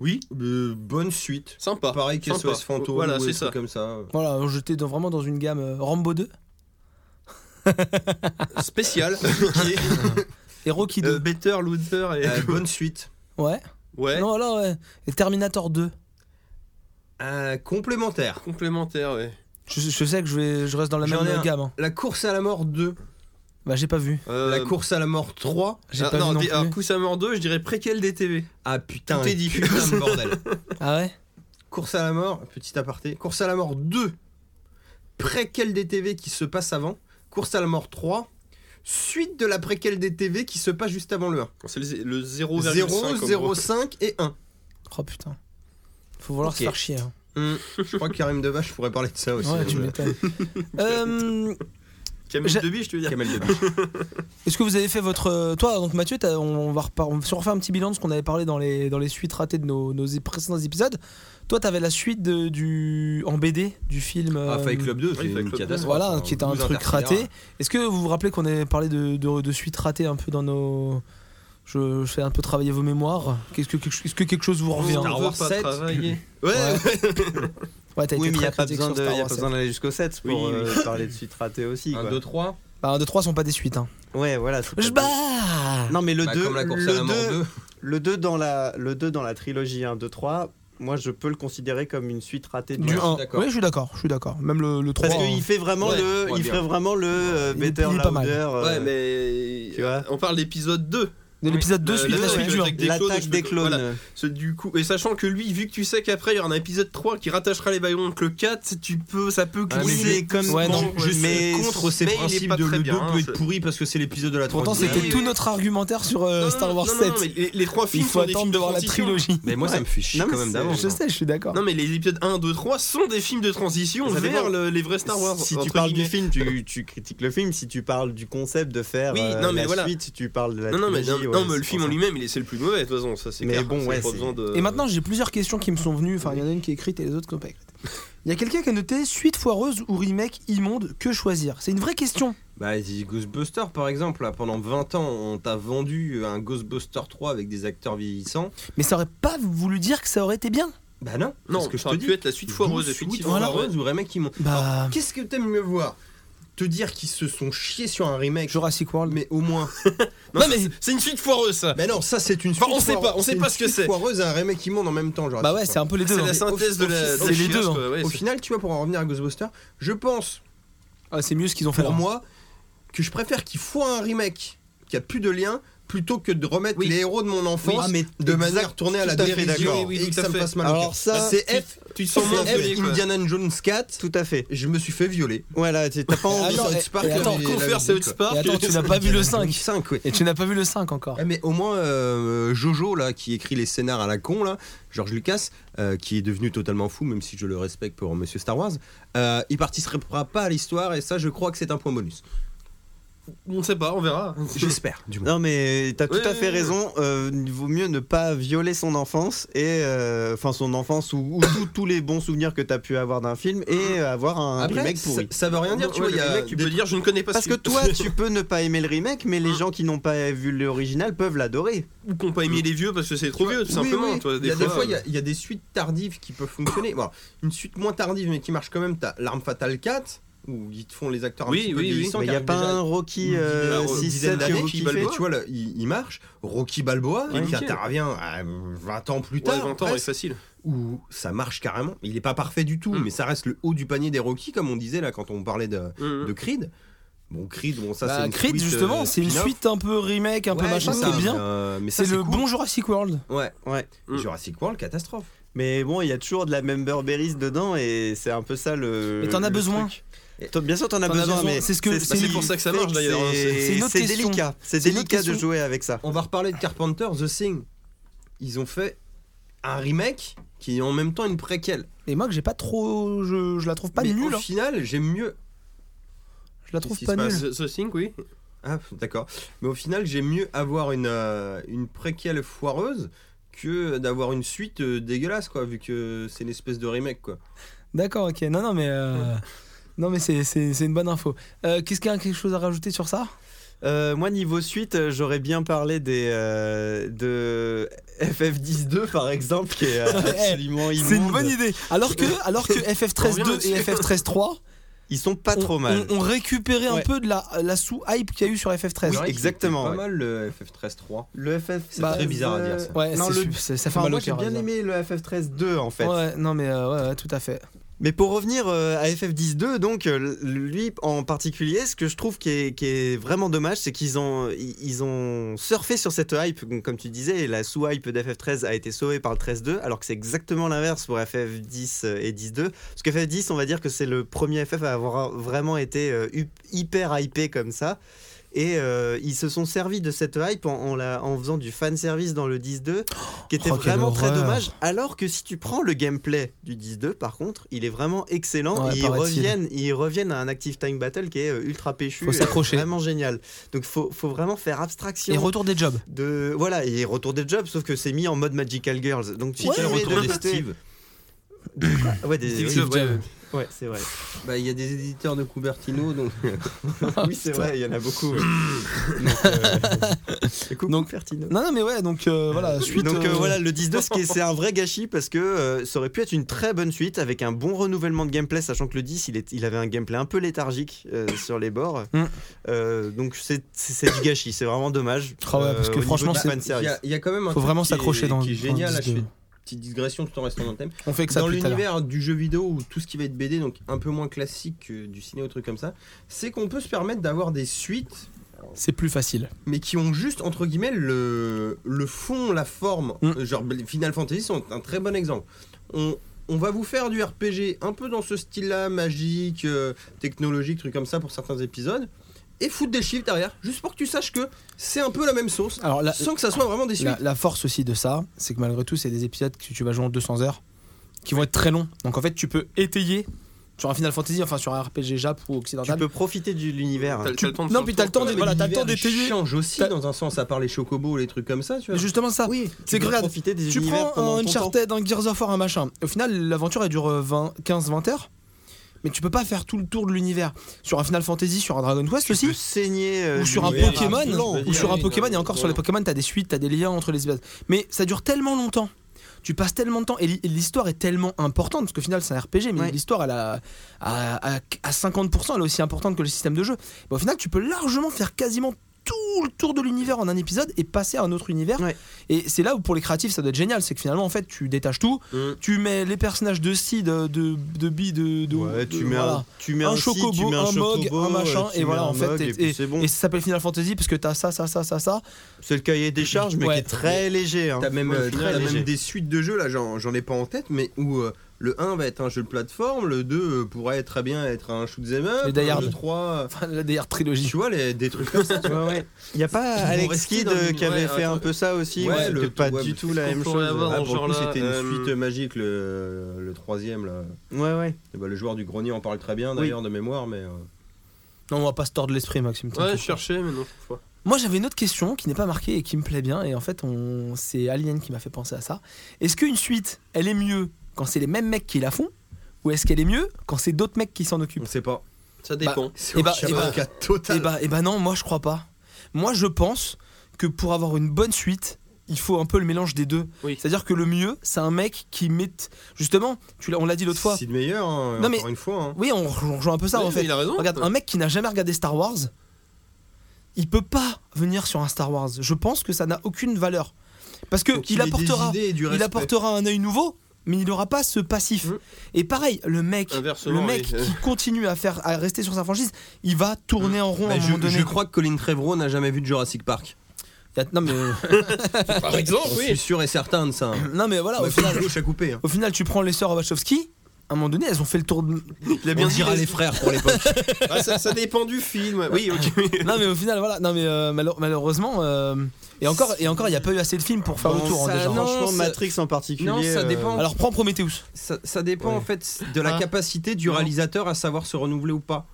S3: Oui,
S4: Euh, bonne suite.
S3: sympa.
S4: Pareil qu'SOS
S3: Sympa.
S4: Fantôme
S3: Voilà,
S4: ou
S3: c'est
S4: des trucs
S3: ça.
S4: comme ça.
S1: Voilà, j'étais dans- vraiment dans une gamme euh, Rambo 2,
S4: (laughs)
S3: Spécial.
S1: Hero Kid.
S3: Euh, Better, Looter et. (laughs)
S4: Euh, bonne suite.
S1: ouais.
S3: Ouais.
S1: Non, alors ouais. Et Terminator 2.
S4: Euh, complémentaire.
S3: Complémentaire, ouais.
S1: Je, je sais que je, vais, je reste dans la
S4: J'en
S1: même
S4: ai un.
S1: gamme. hein.
S4: La course à la mort 2.
S1: Bah, j'ai pas
S4: (laughs)
S1: vu.
S3: Euh,
S4: La course à la mort 3.
S1: J'ai
S3: ah,
S1: pas
S3: non,
S1: vu non
S3: des-
S1: plus.
S3: alors, Coup à mort 2, je dirais préquel des TV.
S4: Ah putain,
S3: Tout est dit.
S4: putain (laughs) de bordel.
S1: Ah ouais
S4: Course à la mort, petit aparté. Course à la mort 2, préquel des TV qui se passe avant. Course à la mort 3, suite de la préquel des TV qui se passe juste avant le 1.
S3: C'est le, le 0,5.
S4: 0,
S3: en
S4: 0,
S3: gros.
S4: 5 et 1.
S1: Oh putain. Faut vouloir se faire chier. hein.
S4: Je crois que Karim Devache pourrait parler de ça aussi.
S1: Ouais, tu
S4: Euh, (laughs)
S1: m'étonnes. Euh,
S3: Camille
S1: J'a-
S3: Debi, je te veux dire.
S4: Kamel Devache.
S1: Est-ce que vous avez fait votre. euh, Toi, donc Mathieu, t'as- on, on va repar- on se refait un petit bilan de ce qu'on avait parlé dans les, dans les suites ratées de nos, nos é- précédents épisodes. Toi, t'avais la suite de- du, en BD du film.
S4: Ah,
S1: euh,
S4: Fight Club 2, c'est
S3: oui, Fight
S4: une
S3: Club 2,
S4: catastrophe.
S1: Voilà,
S4: hein,
S1: qui était un
S4: 12
S1: truc
S4: interstellaires.
S1: raté. Est-ce que vous vous rappelez qu'on avait parlé de, de, de suites ratées un peu dans nos. Je, je fais un peu travailler vos mémoires. Qu'est-ce que, quelque- est-ce que quelque chose vous revient
S4: Star
S3: On
S4: Wars
S3: veut pas
S4: 7.
S3: travailler.
S1: Ouais, (laughs) Ouais, t'as été
S2: Oui, mais il n'y
S1: très
S2: a pas
S1: critique sur
S2: besoin de-
S1: Star
S2: y a
S1: Wars,
S2: pas besoin d'aller jusqu'au 7 pour
S3: Oui,
S2: euh, parler de suite ratée aussi.
S4: 1,
S2: quoi.
S4: 2, 3.
S1: Bah, un, deux, trois sont pas des suites. Hein.
S2: Ouais, voilà. c'est
S1: Je
S2: pas-
S1: barre
S2: Non, mais le
S4: Bah,
S2: 2,
S4: comme la course à la
S2: le,
S4: mort 2.
S2: 2, le 2 dans la, le 2 dans la trilogie 1, 2, 3, moi je peux le considérer comme une suite ratée de
S1: Du
S4: je suis
S1: un.
S4: d'accord.
S1: Oui, je suis d'accord. Je suis d'accord. Même le, le hein. 3.
S2: Parce qu'il fait vraiment
S4: Ouais,
S2: le,
S4: ouais,
S2: il
S4: bien.
S2: ferait vraiment le euh,
S1: Il est-
S2: better
S1: il est pas mal.
S2: louder, euh,
S3: Ouais, mais.
S2: Tu vois
S3: On parle d'épisode 2.
S1: De l'épisode
S3: Oui.
S1: 2,
S3: Le-
S1: suite
S3: le
S1: la
S3: deux,
S1: suite
S3: avec
S1: du un.
S3: des clones,
S2: L'attaque
S3: je
S2: des
S3: peux-
S2: clones.
S3: voilà. Ce- du coup, et sachant que lui, vu que tu sais qu'après il y en a un épisode 3 qui rattachera les wagons avec le 4, tu peux, ça peut
S4: Ah, mais
S2: Oui,
S3: glisser.
S2: c'est comme
S1: Ouais, non,
S2: bon,
S4: Je suis
S2: mais-
S4: contre ces
S3: mais il est
S4: principes
S3: pas
S4: de
S3: très
S4: le 2
S3: bien, hein,
S4: peut être
S3: c'est-
S4: pourri parce que c'est l'épisode de la
S1: Pourtant,
S4: troisième.
S1: c'était
S3: oui,
S1: tout
S3: oui.
S1: notre argumentaire sur euh,
S3: Non, non,
S1: Star Wars
S3: non, non,
S1: 7.
S3: mais les, les trois films
S1: Il faut
S3: sont des
S1: attendre
S3: films
S1: de
S3: de
S1: voir la
S3: transition.
S1: trilogie.
S4: Mais moi, ça me fait chier
S2: Non, mais
S4: quand même
S2: c'est-
S4: d'avance.
S1: Je
S4: hein.
S1: sais, je suis d'accord.
S3: hein. Non mais les épisodes 1, 2, 3 sont des films de transition
S2: Ça
S3: vers
S2: dépend.
S3: le- les vrais Star Wars.
S2: Si tu
S3: entre
S2: parles
S3: guillemets.
S2: du film, tu, tu critiques le film. Si tu parles du concept de faire
S3: Oui,
S2: euh,
S3: non, mais
S2: la
S3: voilà.
S2: suite, si tu parles de la
S3: Non, non, mais, non,
S2: trilogie,
S3: non,
S2: ouais,
S3: mais le
S2: c'est
S3: film en
S2: pour ça.
S3: lui-même, il est c'est le plus mauvais, de toute façon, ça c'est
S2: Mais
S3: clair.
S2: bon,
S3: c'est
S2: ouais,
S3: pas
S2: c'est-
S3: besoin de-
S1: Et maintenant, j'ai plusieurs questions qui me sont venues. Enfin, il y en a une qui est écrite et les autres qui n'ont pas écrite. Il y a quelqu'un qui a noté suite foireuse ou remake immonde, que choisir C'est une vraie question.
S4: Bah, les Ghostbusters, par exemple, là, pendant 20 ans, on t'a vendu un Ghostbuster 3 avec des acteurs vieillissants.
S1: Mais ça aurait pas voulu dire que ça aurait été bien.
S4: Bah non,
S3: Non,
S4: parce que je
S3: ça
S4: te
S3: aurait
S4: dis.
S3: pu être la suite foireuse, effectivement.
S4: Voilà.
S3: ouais.
S4: Foireuse ou remake qui m'ont.
S1: Bah,
S4: Qu'est-ce que t'aimes mieux voir Te dire qu'ils se sont chiés sur un remake,
S1: Jurassic World.
S4: mais au (laughs) moins.
S3: Non,
S1: Non,
S3: c'est-
S1: mais-
S3: C'est une suite foireuse, ça.
S4: bah non, ça c'est une.
S3: Enfin,
S4: suite
S3: on sait
S4: foireuse.
S3: pas, on sait
S4: une
S3: pas ce que
S4: suite
S3: c'est.
S4: foireuse et un remake immonde en même temps, genre.
S1: Bah ouais, c'est un peu les deux.
S3: C'est la
S1: hein.
S3: synthèse de la.
S1: c'est
S3: de la
S1: les
S3: chiasse,
S1: deux, hein.
S3: quoi, ouais,
S4: Au
S3: c'est-
S4: final, tu vois, pour en revenir à Ghostbusters, je pense
S1: Ah, c'est mieux ce qu'ils ont fait
S4: pour
S1: là.
S4: moi que je préfère qu'ils foient un remake qui a plus de lien plutôt que de remettre
S3: Oui.
S4: les héros de mon enfance
S2: Ah, mais
S4: de manière tournée à la
S2: tout à fait
S4: dérision
S2: d'accord.
S4: et
S3: Oui, oui,
S4: que
S3: tout
S4: ça
S3: à
S4: me
S3: fait.
S4: fasse mal au
S2: Alors
S4: cœur.
S2: ça,
S4: Bah, c'est F,
S3: Tu te sens moins
S4: c'est F,
S3: envoyé, quoi.
S4: Indiana Jones 4
S2: Tout à fait.
S4: je me suis fait violer
S2: Voilà, tu-
S4: (laughs)
S2: t'as pas
S1: Ah,
S2: envie.
S1: non, et-
S4: South Park,
S1: et attends,
S4: mais-
S3: Qu'on
S4: la
S3: faire, c'est
S4: musique,
S3: Hot
S1: et
S3: Park.
S1: attends,
S4: (laughs)
S1: tu n'as pas vu le 5.
S4: 5 ouais.
S1: Et tu n'as pas vu le 5 encore.
S4: Ah, mais au moins euh, Jojo là qui écrit les scénars à la con là George Lucas euh, qui est devenu totalement fou même si je le respecte pour Monsieur Star Wars euh, il participera pas à l'histoire et ça je crois que c'est un point bonus
S3: On sait pas, on verra.
S4: J'espère, du moins.
S2: Non mais t'as tout
S3: Oui,
S2: à fait
S3: oui, oui.
S2: raison. euh, il vaut mieux ne pas violer son enfance et euh, enfin son enfance ou, ou tout- tous les bons souvenirs que t'as pu avoir d'un film et euh, avoir un
S4: Après,
S2: remake
S4: ça,
S2: pourri.
S4: ça veut rien dire, tu
S3: Ouais,
S4: vois. il y
S3: le
S4: a
S3: mec, tu
S4: des-
S3: peux dire, je ne connais pas
S2: Parce
S3: ce
S2: que toi, tu peux ne pas aimer le remake, mais
S3: Ah.
S2: les gens qui n'ont pas vu l'original peuvent l'adorer.
S3: Ou qu'on pas aimé les vieux parce que c'est trop vieux, tout
S4: Oui,
S3: simplement.
S4: oui.
S3: toi,
S4: il y a des fois, il y,
S3: euh,
S4: a- il y a des suites tardives qui peuvent fonctionner. Bon, alors, une suite moins tardive, mais qui marche quand même. T'as l'arme fatale 4, où ils te font les acteurs
S3: Oui,
S4: un petit peu
S3: oui, oui.
S4: vieillissants
S2: Mais
S4: qui
S2: il n'y a
S4: arrivent
S2: pas
S4: déjà
S2: un Rocky euh,
S3: une dizaine-
S2: 6,
S3: dizaine
S2: 7 que
S3: d'années
S2: vous
S3: qui
S2: kiffez
S3: valent
S4: Mais tu vois, là, il, il marche. Rocky Balboa,
S3: Ouais,
S4: qui
S3: nickel.
S4: intervient à 20 ans plus
S3: Ouais,
S4: tard,
S3: 20 ans,
S4: presque,
S3: est facile.
S4: où ça marche carrément. Il n'est pas parfait du tout,
S3: Mm.
S4: mais ça reste le haut du panier des Rocky, comme on disait là quand on parlait de,
S3: Mm.
S4: de Creed. Bon, Creed, bon, ça
S1: Bah,
S4: c'est. une
S1: Creed,
S4: suite, euh,
S1: justement, c'est une
S4: spin-off.
S1: suite un peu remake, un peu
S4: Ouais,
S1: machin,
S4: c'est
S1: qui est
S4: ça, mais,
S1: bien.
S4: euh, mais ça,
S1: C'est le
S4: cool.
S1: bon Jurassic World.
S4: Ouais, ouais.
S3: Mm.
S4: Jurassic World, catastrophe.
S2: Mais bon, il y a toujours de la Memberberries dedans et c'est un peu ça le.
S4: Euh,
S1: Mais t'en as
S2: le
S1: besoin.
S2: truc. T'en- Bien sûr, t'en as
S1: T'en as
S2: besoin,
S1: besoin.
S2: mais
S1: C'est ce que- c'est
S2: ce qui
S1: pour
S3: ça que ça
S2: fait
S3: marche, d'ailleurs, hein, c'est-
S1: c'est une autre
S2: C'est
S1: question.
S2: délicat. C'est
S1: C'est une autre
S2: délicat de
S1: question.
S2: jouer avec ça.
S4: On va reparler de Carpenter, The Thing. Ils ont fait un remake qui est en même temps une préquelle.
S1: Et moi, que j'ai pas trop. Je, je la trouve pas
S4: mais
S1: nulle.
S4: au
S1: hein.
S4: final, j'aime mieux.
S1: Je la trouve
S4: qu'est-ce
S1: pas
S4: qui
S3: Bah,
S1: nulle.
S3: ce, ce Sync, oui.
S4: Ah, d'accord. Mais au final, j'aime mieux avoir une, euh, une préquelle foireuse que d'avoir une suite euh, dégueulasse, quoi, vu que c'est une espèce de remake, quoi.
S1: D'accord, ok. Non, non, mais. euh, Non, mais c'est- c'est c'est une bonne info. Euh, Qu'est-ce qu'il y a quelque chose à rajouter sur ça
S2: Euh, moi, niveau suite, euh, j'aurais bien parlé des, euh, de FF10-2, par exemple, qui
S4: (laughs)
S2: est euh, absolument immonde.
S1: C'est une bonne idée. Alors que, alors que
S3: On revient
S1: FF13-2 et FF13-3
S2: Ils sont pas trop
S1: ont,
S2: mal.
S1: ont- ont récupéré un
S2: Ouais.
S1: peu de la, la sous-hype qu'il y a eu sur FF13.
S4: C'est vrai qu'il
S2: exactement,
S4: était Pas
S2: ouais.
S4: mal le FF13-3.
S2: Le FF...
S4: C'est très bizarre à dire ça.
S1: Bah, Ouais,
S2: Bah, euh, Non,
S1: c'est su-
S2: le-
S1: c'est- ça fait
S2: Enfin,
S1: un
S2: moi,
S1: au
S2: j'ai
S1: cœur,
S2: bien
S1: ça.
S2: aimé le FF13-2, en fait.
S1: Ouais, non, mais euh, ouais, ouais, tout à fait.
S2: Mais pour revenir euh, à FF10-2, donc euh, lui en particulier, ce que je trouve qui est, qui est vraiment dommage, c'est qu'ils ont ils, ils ont surfé sur cette hype, donc, comme tu disais, et la sous-hype d'FF13 a été sauvée par le 13-2, alors que c'est exactement l'inverse pour FF10 euh, et 10-2. Parce que FF10, on va dire que c'est le premier FF à avoir vraiment été euh, hu- hyper hypé comme ça. Et euh, ils se sont servis de cette hype en, en la- en faisant du fan service dans le 10-2, qui était
S1: Oh, quelle
S2: vraiment très
S1: horreur.
S2: dommage. Alors que si tu prends le gameplay du 10-2, par contre, il est vraiment excellent.
S1: Ouais,
S2: et ils
S1: paraît-il.
S2: reviennent, ils reviennent à un Active Time Battle qui est euh, ultra péchu.
S1: Faut
S2: et
S1: s'accrocher.
S2: Vraiment génial. Donc faut, faut vraiment faire abstraction.
S1: Et retour des jobs.
S2: de voilà et retour des jobs sauf que c'est mis en mode Magical Girls donc si
S1: Ouais,
S2: tu
S4: le
S2: mets
S4: retour
S2: de
S4: des
S2: côté-
S4: Steve.
S2: ouais des
S3: Steve
S2: oui,
S3: Jobs, ouais.
S2: ouais, c'est vrai
S4: Bah, il y a des éditeurs de
S1: (laughs)
S4: Cupertino, donc. bah,
S2: oui c'est vrai il y en a beaucoup ouais. donc, euh, coucou
S1: Donc-
S2: Pertino.
S1: Non, non, mais ouais, donc euh, voilà, suite.
S2: Donc euh,
S1: euh,
S2: voilà, le 10-2, ce qui est- c'est un vrai gâchis parce que euh, ça aurait pu être une très bonne suite avec un bon renouvellement de gameplay, sachant que le 10, il, est, il avait un gameplay un peu léthargique euh, sur les bords.
S1: Mm.
S2: Euh, donc c'est c'est- c'est du gâchis, c'est vraiment dommage. euh,
S1: Ah ouais, parce que
S2: au niveau
S1: franchement,
S2: du
S1: c'est-
S4: Il y
S2: fanservice.
S4: a- il y, a quand même un
S1: Faut
S4: truc
S1: vraiment
S4: qui est-
S1: s'accrocher dans-
S4: qui est
S1: dans
S4: génial.
S1: le
S4: Là, je
S1: disque.
S4: fais une petite digression tout en restant dans le thème.
S1: on fait que ça
S4: dans
S1: plus tard.
S4: l'univers du jeu vidéo ou tout ce qui va être BD, donc un peu moins classique que du ciné ou truc comme ça, c'est qu'on peut se permettre d'avoir des suites,
S1: C'est plus facile.
S4: mais qui ont juste entre guillemets le, le fond, la forme.
S1: Mm.
S4: Euh, Genre Final Fantasy sont un très bon exemple. On, on va vous faire du RPG un peu dans ce style-là, magique, euh, technologique, truc comme ça pour certains épisodes. Et foutre des chiffres derrière, juste pour que tu saches que c'est un peu la même sauce,
S1: Alors la,
S4: sans que ça soit vraiment des suites.
S1: la, la force aussi de ça, c'est que malgré tout, c'est des épisodes que tu vas jouer en 200 heures qui vont être très longs. Donc en fait, tu peux étayer sur un Final Fantasy, enfin sur un RPG Jap ou
S2: Tu
S1: occidental.
S2: peux profiter de l'univers.
S3: T'as le- t'as le temps de
S1: Non,
S3: faire
S1: puis
S3: le
S1: t'as le temps
S3: tour,
S1: d'être-
S3: quoi.
S1: voilà, t'as le
S4: L'univers,
S1: temps d'étayer.
S4: il change aussi
S1: T'as-
S4: dans un sens, à part les chocobos, les trucs comme ça, tu vois.
S1: Mais Justement ça.
S2: Oui,
S1: C'est
S2: tu
S1: que
S2: peux
S1: regarde,
S2: profiter des
S1: Tu
S2: univers
S1: prends
S2: pendant
S1: un
S2: ton temps.
S1: Uncharted, un Gears of War, un machin. Au final, l'aventure elle dure euh, 15-20 heures. Mais tu peux pas faire tout le tour de l'univers. Sur un Final Fantasy, sur un Dragon Quest
S2: Tu peux
S1: aussi.
S2: saigner euh,
S1: Ou sur un
S2: l'univers.
S1: Pokémon.
S2: Ah, blanc.
S1: Ou sur un
S3: oui,
S1: Pokémon,
S3: non,
S1: et encore sur les
S3: voilà.
S1: Pokémon, t'as des suites, t'as des liens entre les espèces. Mais ça dure tellement longtemps. Tu passes tellement de temps et li- et l'histoire est tellement importante parce qu'au final c'est un RPG, mais
S2: Ouais.
S1: l'histoire elle a, à, à- à 50% elle est aussi importante que le système de jeu. Bah, au final, tu peux largement faire quasiment tout le tour de l'univers en un épisode et passer à un autre univers.
S2: Ouais.
S1: Et c'est là où pour les créatifs ça doit être génial, c'est que finalement en fait tu détaches tout,
S3: Mm.
S1: tu mets les personnages de Sid, de, de, de Bi, de, de-
S2: Ouais,
S1: de-
S2: tu mets
S1: Euh, voilà.
S2: un, tu mets
S1: Un
S2: un, site,
S1: chocobo,
S2: tu mets
S1: un mog,
S2: chocobo, euh,
S1: un machin,
S2: tu
S1: et voilà,
S2: mets un
S1: en fait,
S2: mog,
S1: et-
S2: et puis c'est bon.
S1: Et ça s'appelle Final Fantasy parce que t'as ça, ça, ça, ça, ça.
S2: C'est le cahier des charges, mais
S1: Ouais.
S2: qui est très léger. hein.
S4: T'as même,
S2: Ouais,
S4: euh,
S2: très
S4: t'as
S2: léger.
S4: même des suites de jeux, là, j'en j'en ai pas en tête, mais où euh, le 1 va être un jeu de plateforme, le 2 euh, pourrait très bien être un shoot'em up,
S1: Les Die Hard.
S4: le 3. euh,
S1: Enfin, la DR trilogie.
S4: Tu vois, les, des trucs comme
S1: (laughs)
S4: ça, tu vois.
S2: Il n'y a pas
S4: vont
S2: Alex
S4: rester
S2: Kidd
S4: dans
S2: euh,
S4: une-
S2: qui avait
S3: ouais,
S2: fait
S3: attends.
S2: un peu ça aussi
S4: Ouais,
S2: ouais,
S4: le-
S2: C'était pas
S4: ouais,
S2: du
S4: mais
S2: tout la
S3: qu'est-ce
S2: même
S3: qu'on pourrait
S2: chose.
S3: avoir
S4: Ah,
S3: dans ce
S4: pour le coup,
S3: genre-là,
S4: c'était une
S3: euh,
S4: suite magique, le, le troisième, là. Eh ben,
S2: Ouais, ouais.
S4: Et bah, le joueur du grenier en parle très bien, d'ailleurs, de mémoire, mais. euh,
S1: Non, on va pas se tordre l'esprit, Maxime.
S3: Ouais,
S1: t'inquiète
S3: je cherchais, mais non. faut pas.
S1: Moi, j'avais une autre question qui n'est pas marquée et qui me plaît bien. Et en fait, on... c'est Alien qui m'a fait penser à ça. Est-ce qu'une suite, elle est mieux quand c'est les mêmes mecs qui la font Ou est-ce qu'elle est mieux quand c'est d'autres mecs qui s'en occupent
S12: On sait pas.
S3: Ça dépend.
S1: Eh bah,
S6: C'est
S1: eh bah,
S6: un cas total.
S1: Eh bah, eh bah non, moi je crois pas. Moi je pense que pour avoir une bonne suite, il faut un peu le mélange des deux.
S3: Oui.
S1: C'est-à-dire que le mieux, c'est un mec qui met. Justement, tu l'as- on l'a dit l'autre fois.
S6: C'est le meilleur, hein,
S1: Non,
S6: encore
S1: mais-
S6: une fois. hein.
S1: Oui, on, re- on rejoint un peu ça
S3: Ouais,
S1: en fait.
S3: Il a raison.
S1: Regarde, un mec qui n'a jamais regardé Star Wars, il peut pas venir sur un Star Wars. Je pense que ça n'a aucune valeur. Parce que
S6: Donc,
S1: il
S6: ait des
S1: apportera,
S6: idées et du
S1: il
S6: respect.
S1: apportera un œil nouveau, mais il n'aura pas ce passif.
S3: Mhm.
S1: Et pareil, le mec, le
S3: Inversement,
S1: mec
S3: oui.
S1: qui continue à faire, à rester sur sa franchise, il va tourner en rond à
S6: Bah,
S1: un
S6: je,
S1: moment donné.
S6: je crois que Colin Trevorrow n'a jamais vu de Jurassic Park.
S1: Y a- Non mais,
S3: Par exemple,
S6: Je suis sûr et certain de ça. hein.
S1: non mais voilà.
S6: Bah,
S1: Ah, Au
S6: faut
S1: final,
S6: la gauche à couper. hein.
S1: au final, tu prends les sœurs Wachowski. À un moment donné, elles ont fait le tour. De...
S3: Il a
S4: Eh
S6: On
S3: bien dit.
S6: dira
S3: les-
S6: les frères pour l'époque.
S3: Ah, ça, ça dépend du film. ouais. Oui, ok.
S1: non mais au final, voilà. Non mais euh, malheure- malheureusement. euh, Et encore, et encore, il n'y a pas eu assez de films pour faire le
S12: Bon,
S1: tour hein,
S12: ça,
S1: déjà.
S12: non,
S2: Franchement,
S12: ça-
S2: Matrix en particulier.
S12: non, ça
S2: euh,
S12: dépend.
S1: Alors prends Prometheus.
S4: Ça, ça dépend
S2: Ouais.
S4: en fait de la
S3: Ah.
S4: capacité du
S12: Non.
S4: réalisateur à savoir se renouveler ou pas.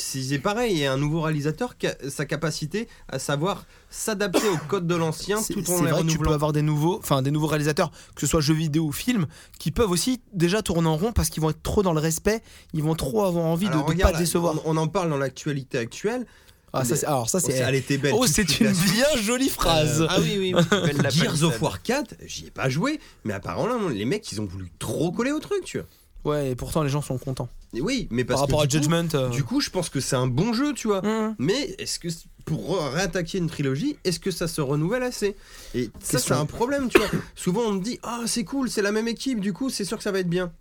S4: C'est c'est pareil, il y a un nouveau réalisateur qui a sa capacité à savoir s'adapter au code de l'ancien
S1: C'est
S4: tout
S1: c'est
S4: en les
S1: vrai que tu peux
S4: renouvelant.
S1: avoir des nouveaux, enfin des nouveaux réalisateurs, que ce soit jeux vidéo ou films, qui peuvent aussi déjà tourner en rond parce qu'ils vont être trop dans le respect, ils vont trop avoir envie de-
S4: Alors,
S1: de ne
S4: regarde,
S1: pas décevoir.
S4: On, on en parle dans l'actualité actuelle.
S1: Ah, ça, c'est- alors ça c'est.
S4: Elle était belle.
S1: Oh,
S4: tout de
S1: c'est
S4: suite, Euh,
S1: une
S4: la
S1: bien jolie phrase.
S12: Ah oui, oui. Belle la
S4: Gears
S12: palissade.
S4: of War 4, j'y ai pas joué, mais apparemment les mecs ils ont voulu trop coller au truc, tu vois.
S1: Ouais, et pourtant les gens sont contents.
S4: Et oui, mais
S1: Par
S4: parce que
S1: rapport à
S4: du coup-
S1: Judgment. euh,
S4: Du coup, je pense que c'est un bon jeu, tu vois.
S1: hum.
S4: Mais est-ce que c'est- pour réattaquer une trilogie, est-ce que ça se renouvelle assez Et ça, c'est
S1: Question.
S4: un problème, tu vois. (coughs) Souvent, on me dit Ah, c'est cool, c'est la même équipe, du coup, c'est sûr que ça va être bien.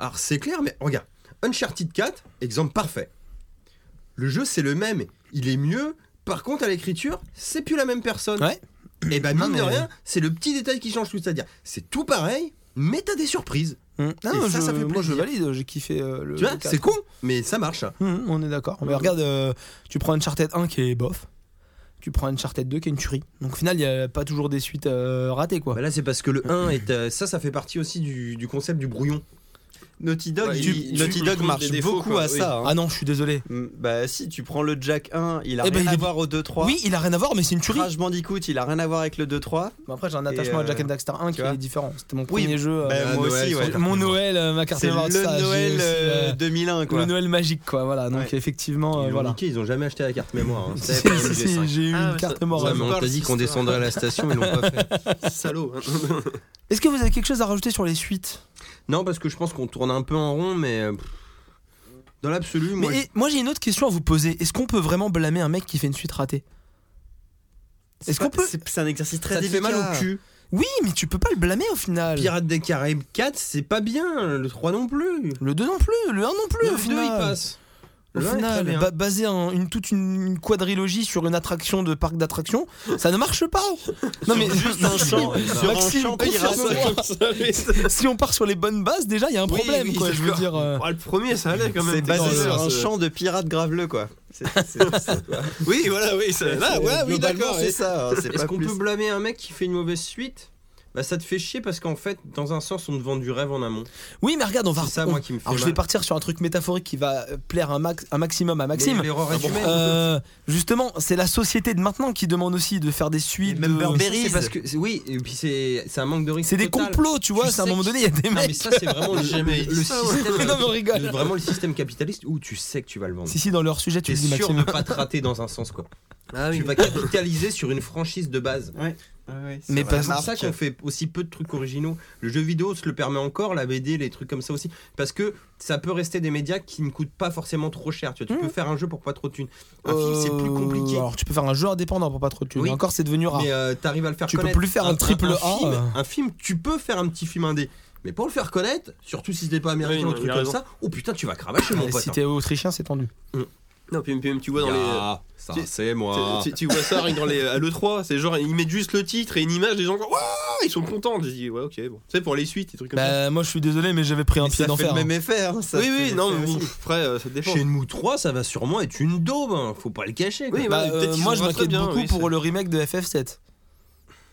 S4: Alors, c'est clair, mais regarde, Uncharted 4, exemple parfait. Le jeu, c'est le même, il est mieux. Par contre, à l'écriture, c'est plus la même personne.
S1: Ouais.
S4: (coughs) Et bah,
S1: Non,
S4: mine de
S1: mais-
S4: rien, c'est le petit détail qui change tout. C'est-à-dire, c'est tout pareil, mais t'as des surprises.
S1: Hum. Ah,
S4: Et
S1: non,
S4: ça,
S1: je-
S4: ça fait
S1: moi je
S4: plaisir.
S1: valide, j'ai kiffé euh, le.
S4: Tu vois,
S1: le quatre.
S4: c'est con, mais ça marche.
S1: Hum, on est d'accord. Mais
S4: Ouais.
S1: regarde, euh, tu prends Uncharted 1 qui est bof, tu prends Uncharted 2 qui est une tuerie. Donc au final, il n'y a pas toujours des suites euh, ratées quoi.
S4: Bah là, c'est parce que le 1 est. euh, ça, ça fait partie aussi du, du concept du brouillon.
S2: Naughty Dog,
S3: Ouais,
S2: tu-
S3: il-
S2: Naughty
S3: il
S2: Dog
S3: trouve
S2: marche
S3: des défauts,
S2: beaucoup
S3: quoi,
S2: à
S3: oui.
S2: ça. hein.
S1: Ah non, je suis désolé.
S2: Mm, Bah si, tu prends le Jack 1, il a
S1: Eh ben,
S2: rien
S1: il
S2: à
S1: est-
S2: voir au 2-3.
S1: Oui, il a rien à voir, mais c'est une tuerie.
S2: Crash Bandicoot, il a rien à voir avec le 2-3.
S1: Bon, après, j'ai un
S2: Et,
S1: attachement à
S2: euh,
S1: Jack and Daxter 1 qui
S2: vois.
S1: est différent. C'était mon
S2: Oui,
S1: premier jeu. euh,
S2: bah,
S4: Ah,
S2: moi
S4: Noël,
S2: aussi,
S4: sur
S2: ouais.
S4: carte
S1: mon
S4: mémoire.
S1: Noël, euh, ma carte
S2: C'est le
S1: mémoire, tout ça, j'ai
S2: Noël
S1: aussi,
S2: euh,
S1: euh,
S2: 2001
S1: le
S2: quoi.
S1: Noël magique, quoi. Voilà, donc
S2: Ouais.
S1: effectivement, euh,
S4: Ils
S1: (laughs)
S4: l'ont
S1: voilà.
S4: niqué, ils ont jamais acheté la carte mémoire. hein. (laughs)
S1: Si,
S4: C'est pas
S1: si,
S4: obligé, ça.
S1: si, J'ai eu
S12: Ah,
S1: une
S12: ouais,
S1: carte
S12: ça-
S1: mémoire.
S4: Ouais, mais on t'a dit qu'on descendrait à la station, ils l'ont pas fait.
S2: (laughs)
S3: Salaud. hein.
S1: Est-ce que vous avez quelque chose à rajouter sur les suites
S4: Non, parce que je pense qu'on tourne un peu en rond, mais. euh, pff, Dans l'absolu, moi.
S1: Mais et- moi, j'ai une autre question à vous poser. Est-ce qu'on peut vraiment blâmer un mec qui fait une suite ratée Est-ce
S2: pas-
S1: qu'on peut
S2: C'est c'est un exercice très
S4: Ça te fait
S2: délicat.
S4: mal au cul.
S1: Oui, mais tu peux pas le blâmer au final.
S4: Pirates des Caraïbes 4, c'est pas bien. Le 3 non plus.
S1: Le 2 non plus, le 1 non plus. au
S4: Le 2,
S1: final.
S4: il passe.
S1: Au
S4: Le un est
S1: final,
S4: très bien.
S1: ba- baser un- une, toute une, une quadrilogie sur une attraction de parc d'attractions, ça ne marche pas. Non mais (laughs)
S2: Juste un champ, sur un
S1: Maxime, (laughs)
S2: champ pirate.
S1: confirme-moi. si on part sur les bonnes bases, déjà il y a un
S3: Oui,
S1: problème.
S3: oui,
S1: quoi, je veux
S3: d'accord.
S1: dire, euh,
S3: Ah, le premier, ça allait quand même.
S2: C'est basé
S1: dans
S2: sur
S1: le-
S2: un champ de pirates grave-le quoi. C'est- c'est- c'est-
S3: Oui, voilà, oui. Ça... Ah, ouais, oui,
S2: globalement,
S3: d'accord.
S2: c'est ça. hein,
S4: (laughs)
S2: c'est
S4: Est-ce
S2: pas
S4: qu'on
S2: plus.
S4: peut blâmer un mec qui fait une mauvaise suite bah ça te fait chier parce qu'en fait dans un sens on te vend du rêve en amont.
S1: Oui, mais regarde, on va.
S4: C'est ça
S1: on-
S4: moi qui me fait
S1: alors je vais
S4: mal.
S1: partir sur un truc métaphorique qui va euh, plaire un, max, un maximum à Maxime.
S4: Mais L'erreur
S3: Ah
S4: est humaine.
S1: Euh, justement, c'est la société de maintenant qui demande aussi de faire des suites. de-
S4: Berberis, c'est parce que c'est- oui, et puis c'est c'est un manque de risque.
S1: C'est des
S4: total.
S1: complots, tu vois.
S4: Tu
S1: C'est à un
S4: sais
S1: moment
S4: qui-
S1: donné, il y a des
S4: Non,
S1: mecs.
S4: mais ça, c'est vraiment le,
S3: Jamais
S4: le
S3: dit ça, ouais.
S4: système.
S1: (laughs) Non, mais on rigole.
S4: le- vraiment le système capitaliste où tu sais que tu vas le vendre.
S1: Si, si, dans leur sujet, tu
S4: tu es
S1: le dis,
S4: sûr
S1: Maxime.
S4: de pas te rater dans un sens quoi.
S3: Ah
S4: Tu vas capitaliser sur une franchise de base.
S2: Ah
S1: Mais
S4: C'est
S1: parce
S4: pour ça qu'on fait aussi peu de trucs originaux. Le jeu vidéo se le permet encore, la BD, les trucs comme ça aussi. Parce que ça peut rester des médias qui ne coûtent pas forcément trop cher. Tu, vois, tu peux faire un jeu pour pas trop de thunes. Un film, c'est plus
S1: Mmh. Euh,
S4: compliqué.
S1: Alors, tu peux faire un jeu indépendant pour pas trop de thunes.
S4: Oui.
S1: Encore, c'est devenu rare.
S4: Mais euh, t'arrives à le faire
S1: Ah. Tu peux
S4: connaître.
S1: plus faire un triple A,
S4: film-
S1: euh.
S4: Un film, tu peux faire un petit film indé. Mais pour le faire connaître, surtout si t'es pas américain
S3: Oui,
S4: ou
S3: non,
S4: un truc
S3: il a
S4: comme
S3: raison.
S4: ça, oh putain, tu vas cravacher mon
S1: Et
S4: pote.
S1: Euh, si
S4: hein.
S1: t'es autrichien, c'est tendu.
S3: Non, puis puis même, tu vois dans les.
S4: Ah, ça,
S3: Tu-
S4: c'est
S13: Ah.
S4: moi.
S3: Tu, tu- tu vois ça rien que dans les à l'E3, c'est genre ils mettent juste le titre et une image, les gens Ouah ils sont contents. J'ai dit ouais ok bon. C'est pour les suites et trucs comme ça.
S1: Bah, moi, je suis désolé, mais j'avais pris un
S2: Mais
S1: pied
S2: ça fait
S1: d'enfer.
S2: le
S1: hein.
S2: même effet. hein, ça
S3: oui
S2: fait
S3: oui
S2: l'effet
S3: non mais
S2: aussi.
S3: bon après euh, ça dépend.
S4: Shenmue 3, ça va sûrement être une daube. hein. Faut pas le cacher. quoi.
S3: Oui,
S1: Bah,
S3: ouais, peut-être
S1: euh,
S3: qu'ils
S1: moi,
S3: sont
S1: je
S3: pas très
S1: m'inquiète
S3: bien,
S1: beaucoup
S3: oui,
S1: pour
S3: c'est-
S1: le remake de FF7.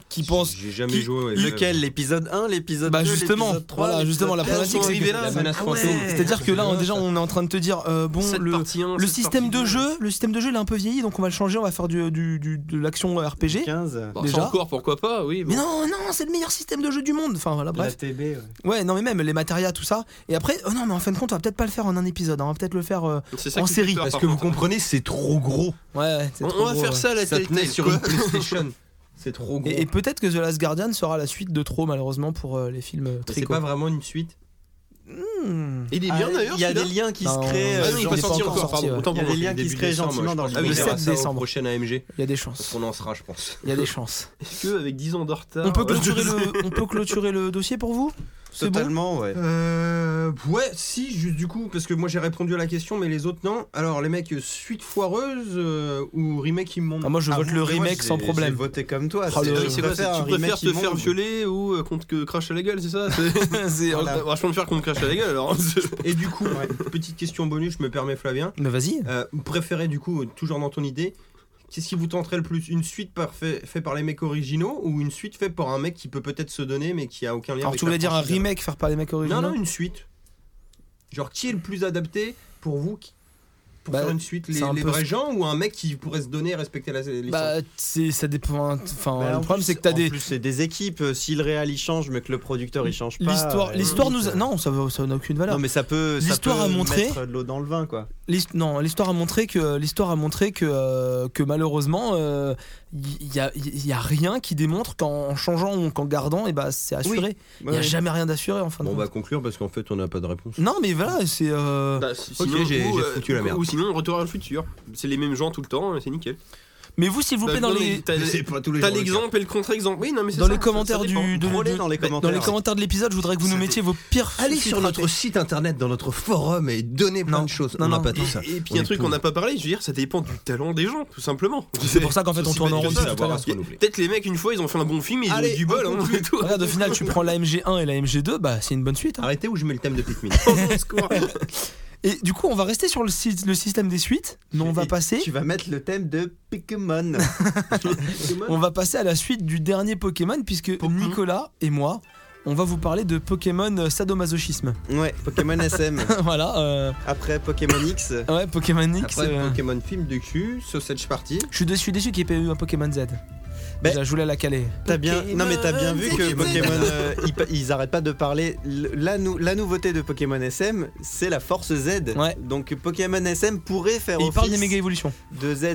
S2: qui pense
S4: J'ai jamais
S2: qui-
S4: joué. ouais,
S2: lequel l'épisode 1 l'épisode
S1: Bah
S2: 2
S1: justement,
S2: l'épisode 3,
S1: voilà, justement la
S2: l'épisode quatre,
S1: problématique
S2: on
S1: c'est que
S2: arrivait là,
S1: la
S2: ça-
S1: menace
S2: ah ouais.
S1: fantôme. c'est-à-dire que là on- déjà on est en train de te dire euh, bon
S13: Cette
S1: le,
S13: partie un,
S1: le
S13: cette
S1: système
S13: partie
S1: de
S13: deux.
S1: jeu, le système de jeu il est un peu vieilli donc on va le changer, on va faire du, du- du- de l'action euh, RPG.
S13: 15.
S3: Bon,
S1: Déjà
S3: ça encore, Bah, pourquoi pas, oui.
S1: Mais
S3: bon.
S1: non, non, c'est le meilleur système de jeu du monde. Enfin
S13: La
S1: voilà, bref.
S13: TB, ouais.
S1: Ouais, non mais même les matérias tout ça et après oh non mais en fin de compte on va peut-être pas le faire en un épisode, hein, on va peut-être le faire euh,
S3: C'est ça
S1: en
S3: qui fait
S1: série,
S3: peur,
S4: Parce
S3: par
S4: que vous
S3: contre.
S4: comprenez, c'est trop gros.
S1: Ouais, ouais, c'est
S3: On,
S1: trop
S3: on va
S1: gros,
S3: faire
S1: ouais.
S3: ça à Ah, la
S4: Ça tenait
S3: Telltale,
S4: sur
S3: quoi.
S4: une PlayStation. C'est trop gros.
S1: Et, et peut-être que The Last Guardian sera la suite de trop malheureusement pour euh, les films euh,
S4: c'est
S1: Trico.
S4: pas vraiment une suite.
S1: Hmm.
S3: Il est bien d'ailleurs,
S2: Ah, il y a des
S3: celui-là.
S2: liens qui
S1: Non,
S2: se créent
S1: non,
S2: euh,
S3: Ah non, il est
S1: J'en
S3: pas
S1: ai pas
S3: sorti
S1: encore
S3: encore,
S1: sorti,
S3: pardon.
S1: ouais.
S3: Autant
S2: Il y a
S3: pour
S2: des
S3: moi.
S2: liens qui se créent gentiment dans le
S1: Ah,
S2: jeu.
S1: le
S4: verra
S1: 7
S4: ça au
S1: décembre.
S4: prochain AMG.
S1: Il y a des chances.
S4: On lancera, je pense.
S1: Il y a des chances.
S3: Est-ce que avec 10 ans de retard.
S1: On peut
S3: euh,
S1: clôturer le, on peut clôturer le dossier pour vous C'est bon
S2: Totalement, ouais.
S4: Euh, ouais, si, juste du coup, parce que moi j'ai répondu à la question, mais les autres non. Alors, les mecs, euh, suite foireuse euh, ou remake immonde
S1: Ah, Moi je
S2: Ah,
S1: vote le
S2: moi,
S1: remake
S2: j'ai-
S1: sans
S2: J'ai
S1: problème.
S2: voté comme toi.
S1: Ah, le-
S3: Ah oui, c'est quoi, c'est-
S2: un
S3: tu préfères
S2: remake
S3: te faire
S2: immonde.
S3: violer ou euh, contre que crash à la gueule, c'est ça C'est- (laughs)
S1: C'est-
S3: Voilà. Vachement le faire contre crash à la gueule alors.
S4: Et du coup, (laughs) petite question bonus, je me permets, Flavien.
S1: Mais vas-y.
S4: Euh, vous préférez du coup, toujours dans ton idée, qu'est-ce qui vous tenterait le plus Une suite par fait, fait par les mecs originaux ou une suite faite par un mec qui peut peut-être se donner mais qui a aucun lien
S1: Alors
S4: avec
S1: tu
S4: la
S1: voulais dire un
S4: franchise
S1: remake faire par les mecs
S4: Non,
S1: originaux
S4: non, une suite. Genre, qui est le plus adapté pour vous qui- pour
S1: Bah,
S4: faire une suite Les,
S1: c'est un
S4: les
S1: peu-
S4: vrais gens ou un mec qui pourrait se donner et respecter la licence
S1: Bah c'est ça dépend. hein, Enfin
S2: Bah, en
S1: le problème
S2: plus-
S1: c'est que t'as
S2: en
S1: des
S2: plus, c'est des équipes. euh, Si le réal il change, mais que le producteur il change pas.
S1: l'histoire.
S2: euh,
S1: L'histoire
S2: limite,
S1: nous a-
S2: euh,
S1: non ça veut- ça n'a aucune valeur.
S2: Non mais ça peut. ça
S1: L'histoire
S2: peut
S1: a montré-
S2: mettre de l'eau dans le vin quoi.
S1: L'hist- Non, l'histoire a montré que l'histoire a montré que euh, que malheureusement euh, il n'y y, a, il y a rien qui démontre qu'en changeant ou qu'en gardant et bah c'est assuré. Il n'y a jamais rien d'assuré en fin de
S4: Bon, on
S2: bah,
S4: va
S1: compte.
S4: conclure parce qu'en fait, on n'a pas de réponse.
S1: Non mais voilà c'est euh,
S2: Bah,
S3: Bah,
S4: j'ai- j'ai foutu la merde.
S3: euh, Ou sinon, retour à le futur. C'est les mêmes gens tout le temps, c'est nickel.
S1: mais vous s'il vous plaît
S3: Bah,
S1: dans
S3: non,
S1: les
S3: mais t'as-
S4: pas tous les
S3: T'as
S4: jours le cas.
S3: l'exemple et le contre-exemple. Oui, non, mais c'est
S1: dans
S3: ça,
S1: les
S3: ça-
S1: commentaires
S3: ça
S1: du
S3: dépend.
S1: de-
S2: Troller
S1: de-
S2: dans les
S1: dans
S2: commentaires.
S1: les commentaires de l'épisode je voudrais que vous nous
S2: C'était-
S1: mettiez vos pires
S4: Allez
S1: soucis
S4: sur notre
S1: ratés.
S4: site internet, dans notre forum et donnez plein
S1: Non,
S4: de choses.
S1: non,
S4: on n'a
S1: non.
S4: pas tout ça.
S3: Et, et puis
S4: On
S3: un
S4: est
S3: truc
S4: plus-
S3: qu'on n'a pas parlé, je veux dire, ça dépend du talent des gens, tout
S4: (laughs)
S3: simplement.
S1: C'est pour ça qu'en fait on
S3: Ceci
S1: tourne en
S3: m'a
S1: rond
S3: dit
S1: depuis
S3: aussi,
S1: tout à
S4: avoir
S1: l'heure.
S4: à se renouveler.
S3: Peut-être les mecs, une fois, ils ont fait un bon film et ils ont
S4: Allez,
S3: eu du
S4: on
S3: bol. hein,
S4: conclut.
S3: et tout. (laughs)
S1: Regarde, au final, tu prends la MG1 et la MG2, bah c'est une bonne suite. hein.
S4: Arrêtez ou je mets le thème
S1: (laughs)
S4: de Pikmin.
S3: Oh, mon secours.
S1: Et du coup, on va rester sur le, sy- le système des suites, mais on va
S2: Et
S1: passer,
S2: Tu vas mettre le thème de Pokémon.
S1: on va passer à la suite du dernier Pokémon, puisque Nicolas et moi, on va vous parler de Pokémon euh, sadomasochisme. (laughs)
S2: ouais, Pokémon SM.
S1: voilà, euh,
S2: Après Pokémon X.
S1: ouais, Pokémon X.
S4: Après,
S1: euh,
S4: Pokémon film de cul, Sausage Party.
S1: Je suis déçu, déçu qu'il n'y ait pas eu un Pokémon Z.
S2: Ben-
S1: Déjà, je voulais la caler.
S2: T'as bien, non mais t'as bien vu que Pokémon, euh, ils, pa- ils arrêtent pas de parler. L- La, nou- la nouveauté de Pokémon SM, c'est la Force Z.
S1: Ouais.
S2: Donc Pokémon SM pourrait faire
S1: Et il parle
S2: office
S1: des méga évolutions.
S2: de Z.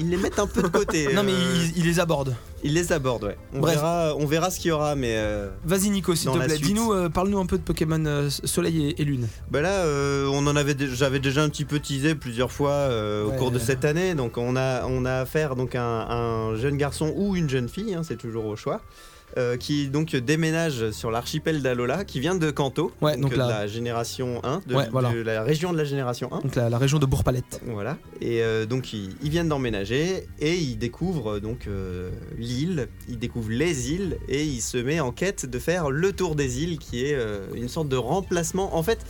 S2: Ils les mettent un peu de côté.
S1: (laughs) Non,
S2: euh,
S1: mais il, il les aborde.
S2: ils les abordent, ouais. On
S1: Bref.
S2: verra, on verra ce qu'il y aura, mais euh,
S1: Vas-y, Nico, s'il
S2: Dans
S1: te
S2: la
S1: plaît.
S2: suite.
S1: Dis-nous, euh, parle-nous un peu de Pokémon euh, Soleil et, et Lune.
S2: bah là, euh, on en avait, dé- j'avais déjà un petit peu teasé plusieurs fois euh,
S1: Ouais.
S2: au cours de cette année. Donc on a, on a affaire donc à un, un jeune garçon ou une jeune fille, hein, c'est toujours au choix. euh, qui donc déménage sur l'archipel d'Alola, qui vient de Kanto,
S1: Ouais, donc
S2: euh,
S1: là-
S2: de la génération 1, de,
S1: Ouais, voilà.
S2: de la région de la génération 1.
S1: Donc, la, la région de Bourg-Palette.
S2: Voilà. Et euh, donc ils, ils viennent d'emménager et ils découvrent euh, donc euh, l'île, ils découvrent les îles et ils se met en quête de faire le tour des îles qui est euh, une sorte de remplacement. En fait,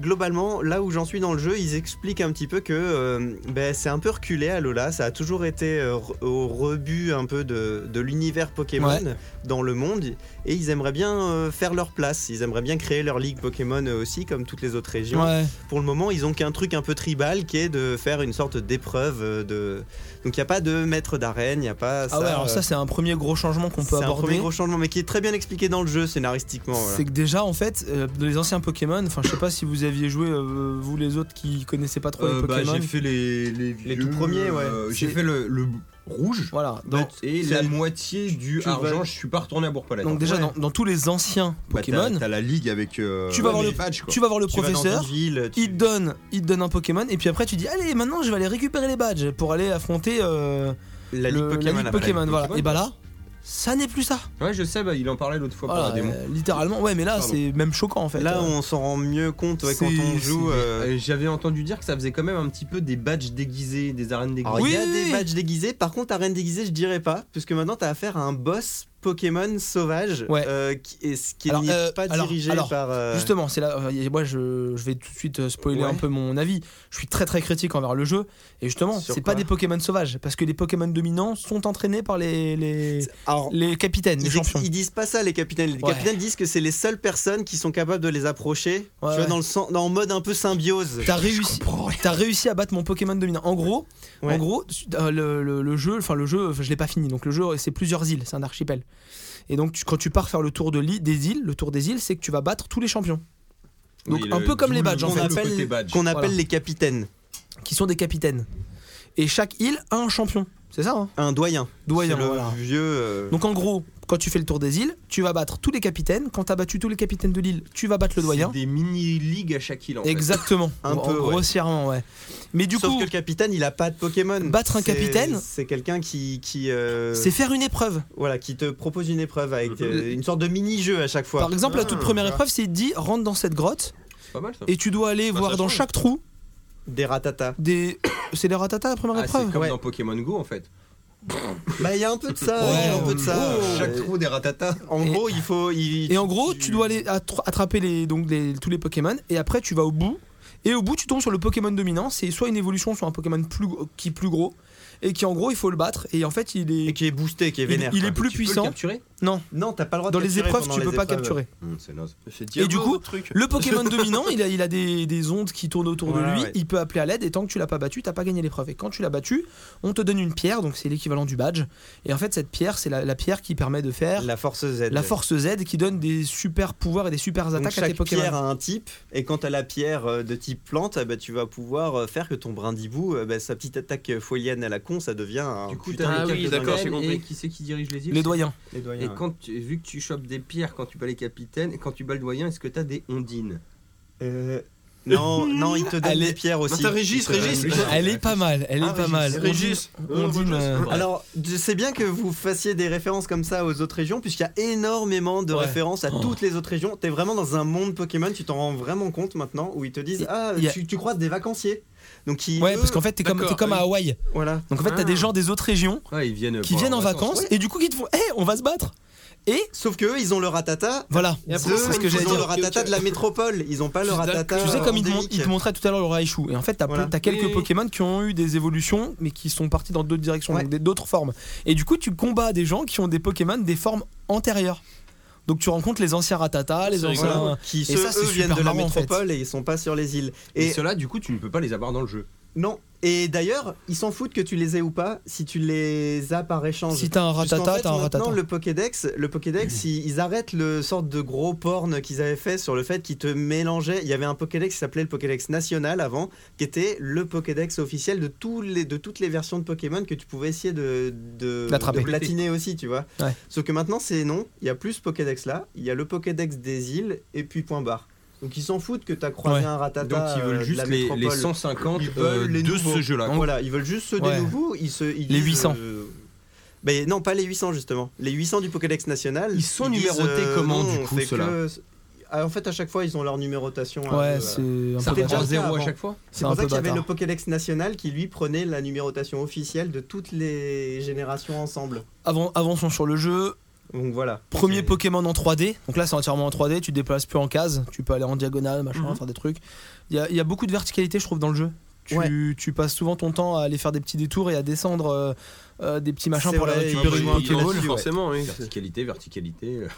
S2: globalement, là où j'en suis dans le jeu, ils expliquent un petit peu que euh, ben, c'est un peu reculé à Lola. Ça a toujours été euh, re- au rebut un peu de, de l'univers Pokémon
S1: Ouais.
S2: dans le monde et ils aimeraient bien euh, faire leur place. Ils aimeraient bien créer leur ligue Pokémon euh, aussi comme toutes les autres régions
S1: Ouais.
S2: pour le moment, ils ont qu'un truc un peu tribal qui est de faire une sorte d'épreuve euh, de. Donc il n'y a pas de maître d'arène, il n'y a pas. Ça,
S1: Ah ouais, alors
S2: euh,
S1: ça c'est un premier gros changement qu'on peut
S2: c'est un
S1: aborder.
S2: premier gros changement, mais qui est très bien expliqué dans le jeu scénaristiquement. voilà.
S1: C'est que déjà en fait, euh, dans les anciens Pokémon, enfin je sais pas si vous aviez joué, euh, vous les autres qui connaissez pas trop
S2: Euh,
S1: les
S2: bah,
S1: Pokémon.
S4: Euh, bah, j'ai fait les, les,
S2: tout
S4: vieux,
S2: premiers, ouais.
S4: euh, j'ai
S1: C'est-
S4: fait le, le rouge Bah,
S1: voilà, dans-
S4: et
S2: c'est-
S4: la moitié du
S2: tu
S4: argent.
S2: vas-
S4: Je suis pas retourné à Bourg-Palais. Bah,
S1: donc déjà dans, dans tous les anciens Pokémon,
S4: t'as la ligue avec. euh,
S1: Tu vas voir
S4: les
S1: le-
S4: patchs, quoi.
S1: tu vas voir le
S2: Tu vas dans
S1: professeur,
S2: une ville, tu-
S1: il te donne, il te donne un Pokémon et puis après tu dis allez maintenant je vais aller récupérer les badges pour aller affronter euh,
S2: la ligue
S1: le-
S2: Pokémon.
S1: la Ligue
S2: après.
S1: Pokémon, voilà.
S4: Pokémon.
S1: Et bah là, ça n'est plus ça.
S4: Ouais, je sais, bah, il en parlait l'autre fois
S1: Voilà,
S4: par la démo.
S1: euh, littéralement, ouais mais là
S4: Pardon.
S1: c'est même choquant en fait.
S2: Là,
S1: Euh,
S2: on s'en rend mieux compte ouais, quand
S4: C'est-
S2: on
S4: c'est-
S2: joue.
S4: mais,
S2: euh,
S4: euh, J'avais entendu dire que ça faisait quand même un petit peu des badges déguisés, des arènes déguisées.
S2: Alors, il y a
S1: Oui, oui,
S2: des
S1: oui.
S2: badges déguisés, par contre, arène déguisée, je dirais pas, puisque maintenant t'as affaire à un boss Pokémon sauvage,
S1: Ouais.
S2: euh, qui, et ce qui
S1: Alors,
S2: n'est
S1: euh,
S2: pas
S1: alors,
S2: dirigé
S1: alors,
S2: par. euh,
S1: Justement, c'est là. euh, Moi, je, je vais tout de suite euh, spoiler
S2: Ouais.
S1: un peu mon avis. Je suis très très critique envers le jeu. Et justement,
S2: Sur
S1: c'est pas
S2: quoi
S1: des Pokémon sauvages. Parce que les Pokémon dominants sont entraînés par les, les,
S2: alors,
S1: les capitaines, les
S2: ils, ex-
S1: champions.
S2: ils disent pas ça, les capitaines. Les
S1: Ouais.
S2: capitaines disent que c'est les seules personnes qui sont capables de les approcher.
S1: Ouais,
S2: tu vois,
S1: ouais.
S2: dans le sens- dans- en mode un peu symbiose.
S1: T'as réussi, t'as réussi à battre mon Pokémon dominant. En gros,
S2: Ouais.
S1: en gros, euh, le, le- le jeu, enfin le jeu, enfin, je l'ai pas fini. Donc le jeu, c'est plusieurs îles, c'est un archipel. Et donc tu- quand tu pars faire le tour de l'île, des îles, le tour des îles, c'est que tu vas battre tous les champions, Donc, un peu comme les badges, en
S2: Qu'on
S1: fait, le
S2: appelle, qu'on appelle
S1: Voilà.
S2: les capitaines.
S1: qui sont des capitaines. Et chaque île a un champion. C'est ça. Hein
S2: Un doyen.
S1: Doyen.
S2: C'est le
S1: voilà.
S2: vieux. euh,
S1: Donc en gros, quand tu fais le tour des îles, tu vas battre tous les capitaines. Quand t'as battu tous les capitaines de l'île, tu vas battre le doyen.
S4: Des mini-ligues à chaque île en fait.
S1: Exactement.
S2: Un
S1: En-
S2: peu, ouais.
S1: grossièrement, ouais. Mais du
S2: Sauf
S1: coup,
S2: que le capitaine, il a pas de Pokémon.
S1: Battre un
S2: C'est-
S1: capitaine
S2: c'est quelqu'un qui, qui euh,
S1: c'est faire une épreuve.
S2: voilà, qui te propose une épreuve avec euh, une sorte de mini-jeu à chaque fois.
S1: Par exemple, la toute
S3: Ah,
S1: première
S3: tu vois.
S1: épreuve, c'est il te dit rentre dans cette grotte
S4: C'est pas mal ça.
S1: et tu dois aller
S12: Bah,
S1: voir
S12: ça
S1: dans
S12: change.
S1: chaque trou
S2: Des ratatas.
S1: des. (coughs) C'est les ratata la première
S4: Ah, c'est
S1: épreuve
S4: comme
S2: Ouais.
S4: dans Pokémon Go en fait.
S2: Bah, il y a un peu de ça.
S1: Ouais,
S2: il y a un peu de ça.
S1: oh,
S2: Euh,
S4: Chaque trou des ratatas.
S2: En
S1: Et-
S2: gros, il faut. il-
S1: Et en gros, tu dois aller attra- attraper les, donc les- tous les Pokémon et après tu vas au bout. Et au bout, tu tombes sur le Pokémon dominant. C'est soit une évolution, soit un Pokémon plus, gros- qui est plus gros. Et qui en gros, il faut le battre. Et en fait, il
S2: Et
S1: est,
S2: qui est boosté, qui est
S1: il,
S2: vénère.
S1: il est
S2: quoi.
S1: plus
S4: Tu peux le
S1: puissant.
S4: capturer
S1: Non,
S2: Non, t'as pas le droit de
S1: dans les
S2: capturer
S1: épreuves,
S2: pendant
S1: tu
S2: les
S1: peux pas
S2: épreuves.
S1: capturer.
S4: Hum, C'est naze.
S12: Et
S1: du coup,
S12: truc.
S1: Le Pokémon dominant, il a, il a des, des ondes qui tournent autour
S2: Voilà,
S1: de lui,
S2: ouais.
S1: il peut appeler à l'aide et tant que tu l'as pas battu, t'as pas gagné l'épreuve. Et quand tu l'as battu, on te donne une pierre, donc c'est l'équivalent du badge. Et en fait, cette pierre, c'est la, la pierre qui permet de faire la,
S2: La force Z.
S1: force Z qui donne des super pouvoirs et des super
S2: Donc,
S1: attaques à tes
S2: chaque
S1: Pokémon.
S2: pierre a un type, et quand t'as la pierre euh, de type plante, eh ben, tu vas pouvoir euh, faire que ton brindibou, euh, ben, sa petite attaque folienne à la con, ça devient un.
S4: Du coup,
S2: putain
S4: t'as
S2: de
S12: ah
S4: les
S12: oui,
S4: capitaines
S12: d'accord, j'ai
S4: Et
S12: compris.
S4: qui c'est qui dirige les îles
S1: Les
S4: c'est-
S1: doyens.
S2: les doyens,
S4: Et
S2: ouais.
S4: quand tu- vu que tu chopes des pierres quand tu bats les capitaines, et quand tu bats le doyen, est-ce que t'as des ondines
S2: Euh,
S1: (laughs)
S2: Non, non, il te donne
S1: Allez.
S2: les pierres aussi.
S3: Attends, Régis,
S2: Il te donne
S3: Régis.
S2: les pierres.
S1: Elle est pas mal, elle est
S2: Ah,
S1: pas
S2: Régis,
S1: mal.
S3: Régis.
S1: On dit, on dit, euh,
S2: Alors, je- c'est bien que vous fassiez des références comme ça aux autres régions, puisqu'il y a énormément de
S1: Ouais. Oh.
S2: références à toutes les autres régions. T'es vraiment dans un monde Pokémon, tu t'en rends vraiment compte maintenant, où ils te disent
S1: Il-
S2: Ah,
S1: il y a-
S2: tu, tu croises des vacanciers. Donc, ils,
S1: Ouais,
S2: eux,
S1: parce qu'en fait, t'es comme,
S12: D'accord,
S1: t'es comme à
S12: oui.
S1: Hawaï.
S2: Voilà.
S1: Donc en fait, t'as
S12: Ah.
S1: des gens des autres régions
S4: Ah, ils viennent.
S1: qui
S2: bah,
S4: pour
S1: viennent en
S4: leurs
S1: vacances et du coup, qui te font Hé, on va se battre
S2: Sauf qu'eux, ils ont leur ratata.
S1: Voilà.
S2: Eux,
S1: C'est ce que
S2: ils
S1: j'allais
S2: ont
S1: dire.
S2: leur ratata de la métropole. Ils ont pas leur
S12: Je suis
S2: ratata.
S12: d'accord.
S1: Tu sais, comme
S2: euh,
S1: il te, mon-
S2: endémique.
S1: il te montrait tout à l'heure le Raichu, et en fait, t'as
S2: Voilà.
S1: plein- t'as quelques
S12: Oui.
S1: Pokémon qui ont eu des évolutions, mais qui sont partis dans d'autres directions,
S2: Ouais.
S1: donc des- d'autres formes. Et du coup, tu combats des gens qui ont des Pokémon des formes antérieures. Donc tu rencontres les anciens Ratata, les
S12: C'est
S1: anciens.
S2: Voilà. Qui, ceux,
S1: ça, c'est
S2: eux, viennent
S1: super
S2: de la
S1: marrant, en fait.
S2: métropole et ils sont pas sur les îles.
S4: Et,
S2: Et
S4: ceux-là, du coup, tu ne peux pas les avoir dans le jeu.
S2: non. Et d'ailleurs, ils s'en foutent que tu les aies ou pas si tu les as par échange.
S1: Si t'as un
S2: Puisqu'en
S1: Ratata,
S2: fait,
S1: t'as un Mm. Ratata.
S2: Maintenant, le Pokédex, le Pokédex ils, ils arrêtent le sorte de gros porn qu'ils avaient fait sur le fait qu'ils te mélangeaient. Il y avait un Pokédex qui s'appelait le Pokédex national avant, qui était le Pokédex officiel de, tous les, de toutes les versions de Pokémon que tu pouvais essayer de, de,
S1: D'attraper.
S2: de platiner aussi, tu vois.
S1: Ouais.
S2: Sauf que maintenant, c'est non. Il y a plus ce Pokédex là, il y a le Pokédex des îles, et puis point barre. Donc ils s'en foutent que t'as croisé
S1: Ouais.
S2: un Ratata.
S4: Donc, ils
S2: euh,
S4: veulent
S2: de
S4: juste
S2: la
S4: les,
S2: métropole.
S4: les 150
S2: Ils
S4: euh,
S2: veulent les
S4: de
S2: nouveaux.
S4: ce jeu-là. quoi.
S2: Voilà, ils veulent juste ceux
S1: Ouais.
S2: des nouveaux. Ils se, ils
S1: Les
S2: disent,
S1: 800.
S2: euh, ben non, pas les 800 justement. Les 800 du Pokédex national.
S4: Ils sont
S2: disent, euh,
S4: numérotés comment,
S2: non,
S4: du
S2: on
S4: coup,
S2: fait
S4: ceux-là
S2: que- Ah, En fait, à chaque fois, ils ont leur numérotation. hein,
S1: Ouais,
S2: de-
S1: c'est un
S4: Ça
S1: peu
S2: C'était
S4: reprend
S1: bâtard.
S2: déjà le cas
S4: zéro à
S2: avant.
S4: chaque fois
S1: C'est
S2: C'est pour
S1: un
S2: ça
S1: peu
S2: qu'il y avait
S1: bâtard.
S2: le Pokédex national qui lui prenait la numérotation officielle de toutes les générations ensemble.
S1: Avant- avançons sur le jeu.
S2: Donc voilà.
S1: Premier
S2: C'est-
S1: Pokémon en 3D. Donc là, c'est entièrement en 3D. Tu te déplaces plus en case. Tu peux aller en diagonale, machin, faire des trucs. Il y a, il y a beaucoup de verticalité, je trouve, dans le jeu. Tu, tu passes souvent ton temps à aller faire des petits détours et à descendre euh, euh, des petits machins
S2: C'est
S1: pour
S2: vrai,
S1: aller
S2: il y a
S1: récupérer
S2: beaucoup
S1: une
S2: de
S1: Pokéball.
S2: là-dessus, ouais.
S12: forcément, oui.
S4: Verticalité, verticalité. euh,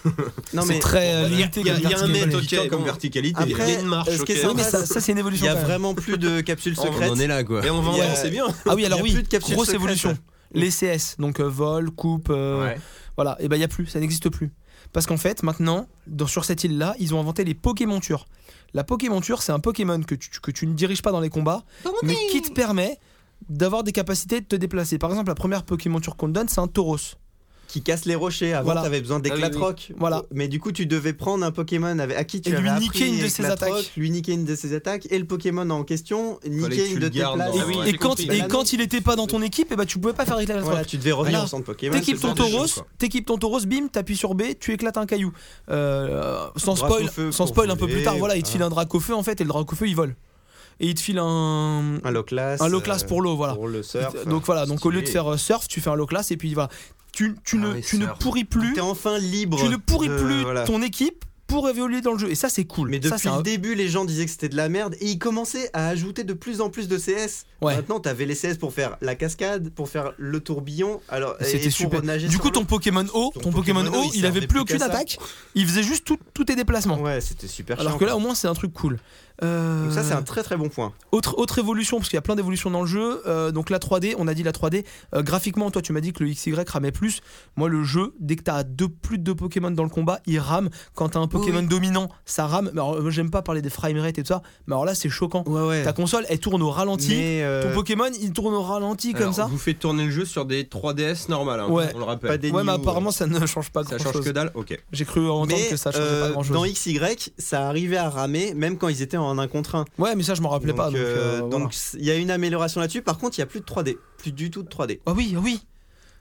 S2: Non
S1: C'est
S2: mais
S1: très euh,
S3: Il y a-
S1: limité.
S3: il y a-
S1: comme
S3: il y a un
S1: verticalité.
S3: net, ok.
S4: putain, comme
S3: bon.
S4: verticalité.
S2: après,
S3: Il y a une marche,
S2: euh, ce qui est
S3: ok.
S1: Oui, mais ça,
S2: sympa,
S1: ça, c'est une
S2: il
S1: évolution.
S2: y a
S1: quand même.
S2: vraiment plus de capsules
S3: On en
S2: secrètes.
S4: On en est là, quoi.
S3: Et on va
S1: Il y a-
S3: en c'est bien.
S1: Ah oui, alors
S2: Il y a
S1: oui,
S2: plus de capsules
S1: grosse
S2: secrètes.
S1: évolution. Les CS, donc euh, vol, coupe, euh,
S4: Ouais.
S1: voilà. Et ben il y a plus, ça n'existe plus. Parce qu'en fait, maintenant, dans, sur cette île-là, ils ont inventé les Pokémontures. La Pokémonture, c'est un Pokémon que tu, que tu ne diriges pas dans les combats, mais qui te permet d'avoir des capacités de te déplacer. Par exemple, la première Pokémonture qu'on te donne, c'est un Tauros.
S2: qui casse les rochers. Avant,
S1: Voilà.
S2: t'avais besoin
S12: Ah oui, oui.
S2: d'éclatroc.
S1: Voilà.
S2: Mais du coup, tu devais prendre un Pokémon avec, à qui tu
S1: Et lui
S2: avais appris
S1: niquer une de ses
S2: Éclatroc,
S1: attaques.
S2: Lui niquer une de ses attaques et le Pokémon en question
S4: que
S2: niquer
S4: tu
S2: une
S4: le
S2: de tes
S4: gardes
S2: places.
S4: dans- Ah oui,
S1: et
S12: j'ai
S1: quand,
S12: compris.
S1: et
S2: Bah là,
S1: quand il était pas dans ton équipe, et ben tu pouvais pas faire éclater
S2: Voilà, tu devais revenir
S1: Alors,
S2: au centre Pokémon.
S1: T'équipes
S2: c'est
S1: ton
S2: le genre de
S1: tauros,
S2: jeu, quoi.
S1: t'équipes ton tauros, bim, t'appuies sur B, tu éclates un caillou. Euh, sans
S2: Drac au
S1: spoil,
S2: feu
S1: sans
S2: pour
S1: spoil un peu
S2: voler,
S1: plus tard, voilà, il te
S2: voilà.
S1: file un drac au feu en fait et le drac au feu il vole. et il te file un,
S2: Un low class.
S1: un low class
S2: euh,
S1: pour l'eau, voilà.
S2: Pour le surf.
S1: donc voilà, donc au lieu de
S2: stylé.
S1: faire euh, surf, tu fais un low class et puis voilà. Tu, tu,
S6: Ah
S1: ne,
S6: ouais,
S1: tu ne
S6: surf.
S1: pourris plus,
S2: T'es enfin libre.
S1: tu ne pourris
S2: de-
S1: plus
S2: voilà.
S1: ton équipe pour évoluer dans le jeu. Et ça, c'est cool.
S2: Mais
S1: ça,
S2: depuis
S1: c'est un-
S2: le début, les gens disaient que c'était de la merde et ils commençaient à ajouter de plus en plus de CS.
S1: Ouais.
S2: Maintenant, t'avais les CS pour faire la cascade, pour faire le tourbillon. Alors, et
S1: C'était
S2: pour
S1: super.
S2: nager
S1: Du
S2: sur
S1: coup,
S2: l'eau.
S1: ton Pokémon O,
S2: Ton
S1: ton Pokémon
S2: Pokémon O,
S1: O,
S2: il
S1: il avait plus
S2: servait plus qu'à
S1: aucune
S2: ça.
S1: attaque. Il faisait juste tout- tous tes déplacements.
S2: Ouais, c'était super
S1: Alors
S2: chiant,
S1: que là,
S2: quoi.
S1: au moins, c'est un truc cool. Euh,
S2: Donc ça, c'est un très très bon point.
S1: autre, autre évolution, parce qu'il y a plein d'évolutions dans le jeu. euh, donc la 3D, on a dit la 3D. euh, graphiquement, toi, tu m'as dit que le XY ramait plus. Moi, le jeu, dès que t'as deux, plus de deux Pokémon dans le combat, il rame. Quand t'as un Pokémon dominant, ça rame. Mais alors, euh, j'aime pas parler des framerates et tout ça. Mais alors là, c'est choquant.
S2: Ouais, ouais.
S1: Ta console, elle tourne au ralenti.
S2: Mais, euh,
S1: Ton Pokémon, il tourne au ralenti comme
S6: Alors,
S1: ça.
S6: Vous faites tourner le jeu sur des 3DS normales, hein,
S1: Ouais.
S6: on le rappelle.
S2: pas des euh,
S1: Ouais, mais
S2: news,
S1: apparemment, ça ne change pas
S6: ça
S1: grand
S6: change que
S1: chose.
S6: dalle Ok.
S1: J'ai cru entendre
S2: Mais
S1: que ça changeait
S2: euh,
S1: pas grand chose.
S2: dans XY, ça arrivait à ramer même quand ils étaient en 1 contre 1.
S1: Ouais, mais ça, je m'en rappelais
S2: donc
S1: pas. Donc,
S2: euh,
S1: euh,
S2: donc,
S1: voilà.
S2: c- il y a une amélioration là-dessus. Par contre, il n'y a plus de 3D. Plus du tout de 3D.
S1: Ah oui, ah oui.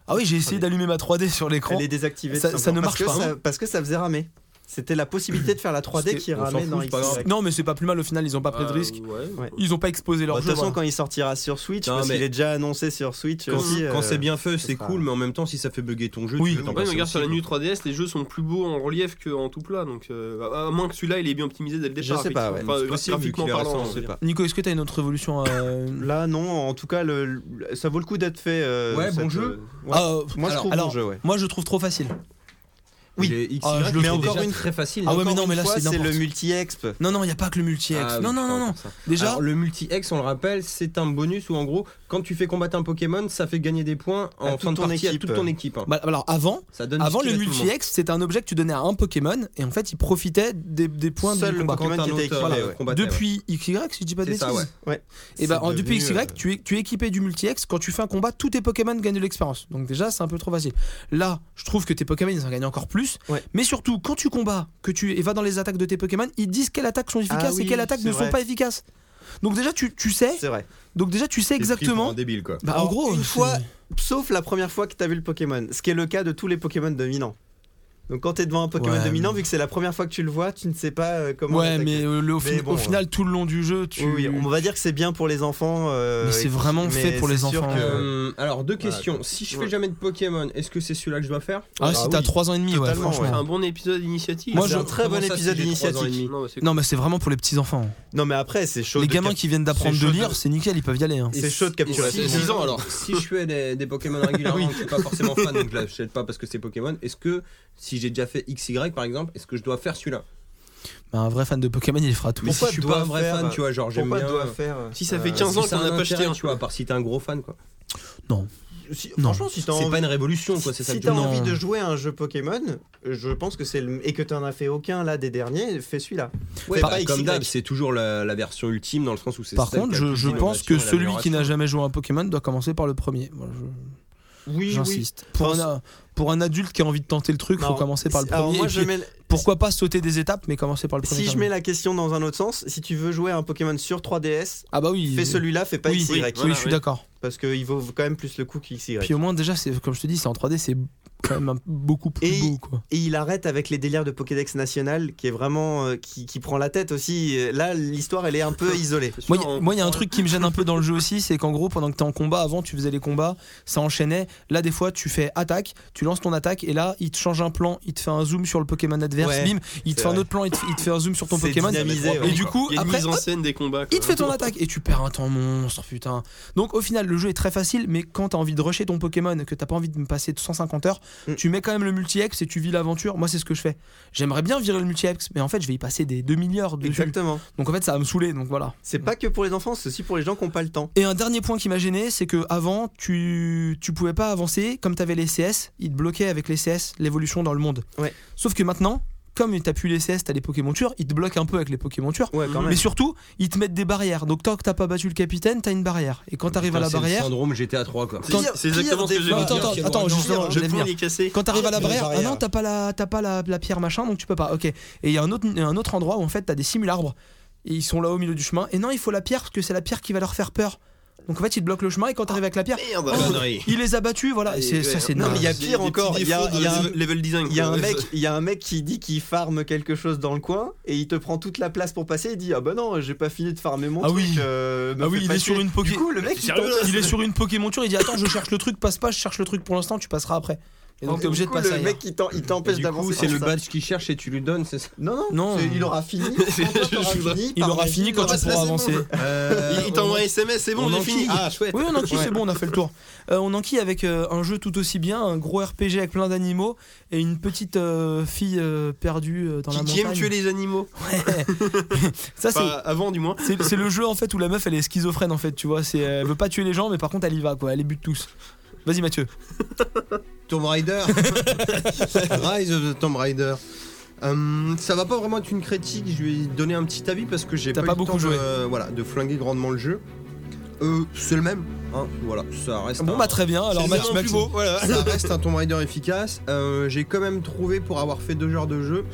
S1: Ah oui, j'ai essayé d'allumer ma 3D sur l'écran.
S2: Elle est désactivée.
S1: Ça-
S2: tout
S1: ça ne
S2: simplement, parce
S1: marche
S2: que
S1: pas. hein.
S2: ça- parce que ça faisait ramer. C'était la possibilité de faire la 3D
S6: C'était-
S2: qui
S6: on s'en
S2: ramait
S6: fout,
S2: dans
S6: c'est pas
S2: XY.
S1: Non, mais c'est pas plus mal au final, ils ont pas
S2: Euh,
S1: pris
S3: euh,
S1: de risque. Ils ont pas exposé leur
S2: Bah, De
S1: jeu.
S2: toute façon,
S1: voilà.
S2: quand il sortira sur Switch,
S6: Non,
S2: parce
S6: mais-
S2: qu'il est déjà annoncé sur Switch
S6: Quand,
S2: aussi.
S6: quand
S2: euh,
S6: c'est bien fait, c'est
S2: sera-
S6: cool, mais en même temps, si ça fait bugger ton jeu,
S1: Oui.
S6: tu peux t'en
S3: Ouais, mais
S6: passer
S3: regarde sur la
S6: aussi.
S3: New 3DS, les jeux sont plus beaux en relief qu'en tout plat, donc euh, à moins que celui-là il est bien optimisé dès le
S2: Je
S3: départ.
S2: sais pas,
S3: effectivement.
S6: ouais.
S3: Enfin,
S6: C'est possible,
S3: graphiquement
S6: vu qu'il est
S3: parlant,
S6: récent,
S3: on
S6: on
S3: sait
S6: sait
S3: pas.
S1: Nico, est-ce que t'as une autre évolution euh,
S2: euh, Là, non, en tout cas, le- le- ça vaut le coup d'être fait. euh,
S6: Ouais, bon
S2: cette,
S6: jeu.
S2: euh, ouais.
S1: Ah, euh,
S2: Moi, je
S1: alors-
S2: trouve
S1: alors,
S2: bon jeu, ouais.
S1: Moi, je trouve trop facile.
S2: Oui.
S6: Il est XY,
S1: Ah, je le
S6: mais
S1: fais
S6: encore
S1: déjà
S6: une très facile.
S1: Ah ouais, mais
S2: Encore
S1: non, mais
S2: une
S1: là,
S2: fois,
S1: c'est
S2: c'est le
S1: n'importe.
S2: multi-exp.
S1: Non, non, il y a pas que le multi-ex.
S6: Ah oui,
S1: non, non, non, non.
S6: pour ça.
S1: Déjà,
S6: Alors, le multi-X, on le rappelle, c'est un bonus où en gros, quand tu fais combattre un Pokémon, ça fait gagner des points en
S2: À toute
S6: fin de
S2: ton
S6: partie
S2: équipe.
S6: à toute ton équipe. hein.
S1: bah, alors avant,
S6: Ça donne
S1: avant
S6: du
S1: le
S6: skill à tout monde.
S1: multi-ex, c'était un objet que tu donnais à un Pokémon et en fait, il profitait des, des points
S2: Seul
S1: du
S2: le
S1: combat.
S2: Pokémon
S6: Quand
S2: qui
S6: un
S2: était
S6: autre,
S2: équipé,
S6: euh,
S2: ouais.
S6: combattait, ouais.
S1: Depuis XY, si je dis pas de
S6: C'est
S1: bêtises.
S6: ça,
S2: Ouais.
S1: Et bah,
S2: C'est
S1: en, depuis XY,
S2: devenu, euh,
S1: tu, es, tu es équipé du multi-ex. Quand tu fais un combat, tous tes Pokémon gagnent de l'expérience. Donc, déjà, c'est un peu trop facile. Là, je trouve que tes Pokémon, ils en gagnent encore plus.
S2: Ouais.
S1: Mais surtout, quand tu combats, que tu et vas dans les attaques de tes Pokémon, ils disent quelles attaques sont efficaces
S2: Ah oui,
S1: et quelles attaques
S2: c'est
S1: ne
S2: vrai.
S1: sont pas efficaces. Donc, déjà, tu, tu sais.
S2: C'est vrai.
S1: Donc, déjà, tu sais
S6: T'es pris pour
S1: exactement.
S6: un débile quoi.
S1: Bah, en
S2: Alors,
S1: gros,
S2: une
S1: c'est-
S2: fois- Sauf la première fois que t'as vu le Pokémon, ce qui est le cas de tous les Pokémon dominants. Donc quand t'es devant un Pokémon
S1: Ouais,
S2: dominant,
S1: mais-
S2: vu que c'est la première fois que tu le vois, tu ne sais pas euh, comment.
S1: Ouais,
S2: l'attaquer.
S1: mais, euh, le- au,
S2: Mais
S1: fin-
S2: bon,
S1: au final, tout le long du jeu, tu.
S2: Oui, oui, on va dire que c'est bien pour les enfants. euh,
S1: Mais c'est
S2: et-
S1: vraiment
S2: mais
S1: fait pour les
S2: c'est sûr
S1: enfants.
S2: que-
S6: Euh, alors deux
S2: Voilà,
S6: questions. Si je fais
S3: Ouais.
S6: jamais de Pokémon, est-ce que c'est celui-là que je dois faire
S1: Ah, si
S2: Ah
S1: t'as
S2: oui,
S1: 3 ans et demi, ouais,
S2: totalement,
S1: franchement.
S3: C'est un bon épisode initiative.
S1: Moi,
S2: c'est
S1: je-
S2: un très
S6: Comment
S2: bon
S6: ça,
S2: épisode
S6: s'il est trois ans et
S2: initiatique.
S6: demi
S3: Non, mais c'est
S1: Non, mais c'est vraiment pour les petits-enfants.
S2: Non, mais après, c'est chaud.
S1: Les
S2: de
S1: gamins
S2: cap-
S1: qui viennent d'apprendre
S2: c'est
S1: de
S2: chaud
S1: lire,
S2: de-
S1: c'est nickel, ils peuvent y aller. hein.
S2: C'est chaud de capturer.
S6: Et si-
S2: Ouais,
S6: si-
S2: c'est bon.
S6: alors, si je fais des, des Pokémon régulièrement, je suis pas forcément fan, donc je l'achète pas parce que c'est Pokémon. Est-ce que si j'ai déjà fait XY par exemple, est-ce que je dois faire celui-là
S1: Bah, un vrai fan de Pokémon, il fera tout.
S6: Mais si je suis
S2: doit
S6: pas un vrai
S2: faire,
S6: fan, tu vois, genre j'aime
S2: Pourquoi
S6: bien.
S2: doit faire euh,
S3: Si ça fait
S2: euh,
S3: 15 ans
S6: si ça
S3: qu'on
S6: a
S3: n'a pas acheté
S6: intérêt,
S3: un.
S6: tu vois, à part si t'es un gros fan quoi.
S2: si-
S1: Non.
S2: Franchement, si t'as
S6: C'est
S2: envie-
S6: pas une révolution quoi, c'est ça
S2: si
S6: que je
S2: t'as
S6: veux dire.
S2: envie
S1: Non.
S2: de jouer à un jeu Pokémon, euh, je pense que c'est le... et que t'en as fait aucun là des derniers, fais celui-là.
S6: Ouais,
S2: Fais
S6: bah,
S2: pas
S6: comme
S2: XY.
S6: d'hab, c'est toujours la, la version ultime dans le sens où c'est
S1: Par
S6: celle
S1: contre,
S6: qui a
S1: je,
S6: le
S1: je
S6: plus
S1: pense
S6: d'innovation
S1: que
S6: et
S1: celui qui n'a
S6: d'amélioration.
S1: jamais joué à un Pokémon doit commencer par le premier. Voilà, je-
S2: Oui,
S1: J'insiste. Pour, un, pour un adulte qui a envie de tenter le truc, faut
S2: Non.
S1: commencer par le
S2: Alors
S1: premier.
S2: moi,
S1: et
S2: je
S1: puis,
S2: mets-
S1: Pourquoi pas sauter des étapes, mais commencer par le premier.
S2: Si
S1: quand
S2: je
S1: même.
S2: mets la question dans un autre sens, si tu veux jouer à un Pokémon sur 3DS,
S1: Ah bah oui.
S2: fais celui-là, fais pas
S1: Oui,
S2: XY.
S1: oui, je suis d'accord.
S2: Parce qu'il vaut quand même plus le coup qu'XY.
S1: Puis au moins, déjà, c'est comme je te dis, c'est en 3D, c'est quand même un- beaucoup plus
S2: Et-
S1: beau. Quoi.
S2: Et il arrête avec les délires de Pokédex national qui est vraiment. euh, qui, qui prend la tête aussi. Euh, Là, l'histoire, elle est
S1: (laughs)
S2: un peu isolée.
S1: Moi, il y a- moi, il y a un truc qui me gêne un peu dans le jeu aussi, c'est qu'en gros, pendant que t'es en combat, avant, tu faisais les combats, ça enchaînait. Là, des fois, tu fais attaque, tu lances ton attaque, et là, il te change un plan, il te fait un zoom sur le Pokémon adverse,
S2: Ouais,
S1: bim, il te
S2: c'est
S1: fait un
S2: vrai.
S1: autre plan, il te, il te fait un zoom sur ton
S2: C'est
S1: Pokémon.
S2: dynamisé,
S1: Et
S2: ouais.
S1: du coup,
S3: Il y a une
S1: après,
S3: mise en
S1: hop,
S3: scène des combats.
S1: il te fait ton attaque et tu perds un temps monstre, putain. Donc au final, le jeu est très facile, mais quand t'as envie de rusher ton Pokémon, que t'as pas envie de me passer de 150 heures,
S2: Mm.
S1: tu mets quand même le multi-ex et tu vis l'aventure. Moi, c'est ce que je fais. J'aimerais bien virer le multi-ex, mais en fait, je vais y passer des 2 milliards de
S2: Exactement.
S1: Donc en fait, ça va me saouler, donc voilà.
S2: C'est pas que pour les enfants, c'est aussi pour les gens qui n'ont pas le temps.
S1: Et un dernier point qui m'a gêné, c'est que avant, tu, tu pouvais pas avancer comme t'avais les CS, ils te bloquaient avec les CS l'évolution dans le monde.
S2: Ouais.
S1: Sauf que maintenant, comme t'as plus les CS, t'as les Pokémon Tours, ils te bloquent un peu avec les Pokémon Tours.
S2: Ouais, quand
S1: Mais
S2: même.
S1: surtout, ils te mettent des barrières. Donc tant que t'as pas battu le capitaine, t'as une barrière. Et quand t'arrives à
S6: Putain,
S1: la
S6: c'est le
S1: barrière,
S6: syndrome GTA 3 quoi.
S1: quand-
S3: C'est exactement ce que j'ai
S1: Non, attends,
S3: dit.
S1: attends, attends, justement,
S3: Le
S1: j'allais
S3: pont
S1: venir.
S3: il est cassé.
S1: Quand t'arrives à la
S2: Pire
S1: barrière, ah
S2: barrière.
S1: non, t'as pas la, t'as pas la, la pierre machin, donc tu peux pas. Ok. Et il y a un autre, un autre endroit où en fait t'as des simularbres. Et ils sont là au milieu du chemin. Et non, il faut la pierre parce que c'est la pierre qui va leur faire peur. Donc en fait, il te bloque le chemin et quand t'arrives avec la pierre,
S3: Merde,
S1: oh,
S3: connerie.
S1: il les a battus, voilà. Et c'est- ça, c'est
S2: Non, mais il y a
S3: Des-
S2: pire
S3: des
S2: encore.
S3: petits
S2: Il y a-
S3: défauts de
S2: il y a un-
S3: level design.
S2: Il y, a un
S3: quoi.
S2: mec, il y a un mec qui dit qu'il farme quelque chose dans le coin et il te prend toute la place pour passer. Il dit Ah bah non, j'ai pas fini de farmer mon
S1: Ah
S2: truc.
S1: oui.
S2: euh, me
S1: Ah oui,
S2: fais
S1: il
S2: pas
S1: est sur
S2: chier.
S1: une Poké-
S2: Du coup, euh, le mec, il
S1: Sérieux,
S2: t'en-
S1: il est sur une Pokémon il dit attends je cherche le truc passe pas je cherche le truc pour l'instant tu passeras après et donc
S2: du
S1: t'es obligé de
S2: coup,
S1: passer
S2: Le
S1: ailleurs.
S2: mec, il t'en- il t'empêche
S4: Du coup,
S2: d'avancer.
S4: c'est
S2: dans
S4: le
S2: ça.
S4: badge qu'il cherche et tu lui donnes, c'est ça
S2: Non, non,
S1: Non.
S2: c'est- il aura (laughs) fini. Quand toi, t'auras
S3: Je-
S2: fini,
S1: il
S2: par
S1: aura fini quand
S3: Ah,
S1: tu
S3: c'est
S1: pourras
S3: bon.
S1: avancer
S4: Euh,
S3: Il- Il t'envoie un SMS, c'est bon,
S1: on
S3: j'ai
S1: enquille.
S3: fini. Ah, chouette.
S1: oui on enquille c'est bon on a fait le tour Euh, on enquille avec euh, un jeu tout aussi bien un gros RPG avec plein d'animaux et une petite euh, fille euh, perdue euh, dans la
S3: Qui, qui
S1: montagne
S3: aime tuer les Bah. animaux
S1: ça c'est
S3: Enfin, avant du moins.
S1: c'est- c'est le jeu en fait où la meuf elle est schizophrène en fait tu vois c'est elle veut pas tuer les gens mais par contre elle y va quoi elle les bute tous vas-y Mathieu
S4: Tomb (laughs) Raider Rise of the Tomb Raider Hum, ça va pas vraiment être une critique, je vais donner un petit avis parce que j'ai
S1: T'as
S4: pas, eu
S1: pas
S4: le
S1: beaucoup
S4: temps
S1: joué.
S4: De, euh, voilà, de flinguer grandement le jeu. Euh, c'est le même, hein, voilà, ça reste.
S1: bon
S4: un-
S1: bah très bien alors
S3: C'est
S1: Mathieu
S3: vraiment plus
S1: Maxime.
S3: beau, voilà.
S4: (laughs) ça reste un Tomb Raider efficace. Euh, J'ai quand même trouvé, pour avoir fait deux genres de jeu,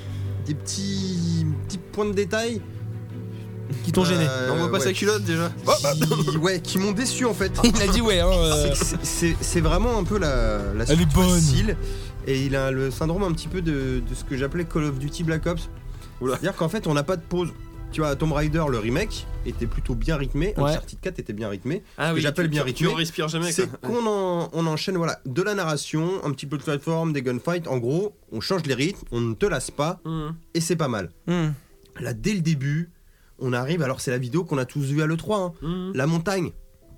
S4: des petits, petits points de détail.
S1: qui t'ont
S4: (laughs)
S1: gêné
S4: Euh,
S3: On voit pas
S4: ouais.
S3: sa culotte déjà.
S4: Qui- ouais, qui m'ont déçu en fait. (laughs)
S1: il a dit ouais hein, euh,
S4: C'est- c'est- c'est- C'est vraiment un peu la, la
S1: Elle est bonne.
S4: facile. Et il a le syndrome un petit peu de, de ce que j'appelais Call of Duty Black Ops.
S3: Oula.
S4: C'est-à-dire qu'en fait, on n'a pas de pause. Tu vois, Tomb Raider, le remake, était plutôt bien rythmé.
S1: Ouais.
S4: Uncharted 4 était bien rythmé.
S3: Ah
S4: oui, j'appelle
S3: tu-
S4: bien
S3: tu-
S4: rythmé.
S3: Tu en respires jamais, quoi.
S4: C'est qu'on en- on enchaîne voilà, de la narration, un petit peu de plateforme, des gunfights. En gros, on change les rythmes, on ne te lasse pas,
S3: Mhm.
S4: et c'est pas mal.
S1: hmm.
S4: Là, dès le début, on arrive, alors c'est la vidéo qu'on a tous vue à l'E3, hein.
S3: Mhm.
S4: la montagne.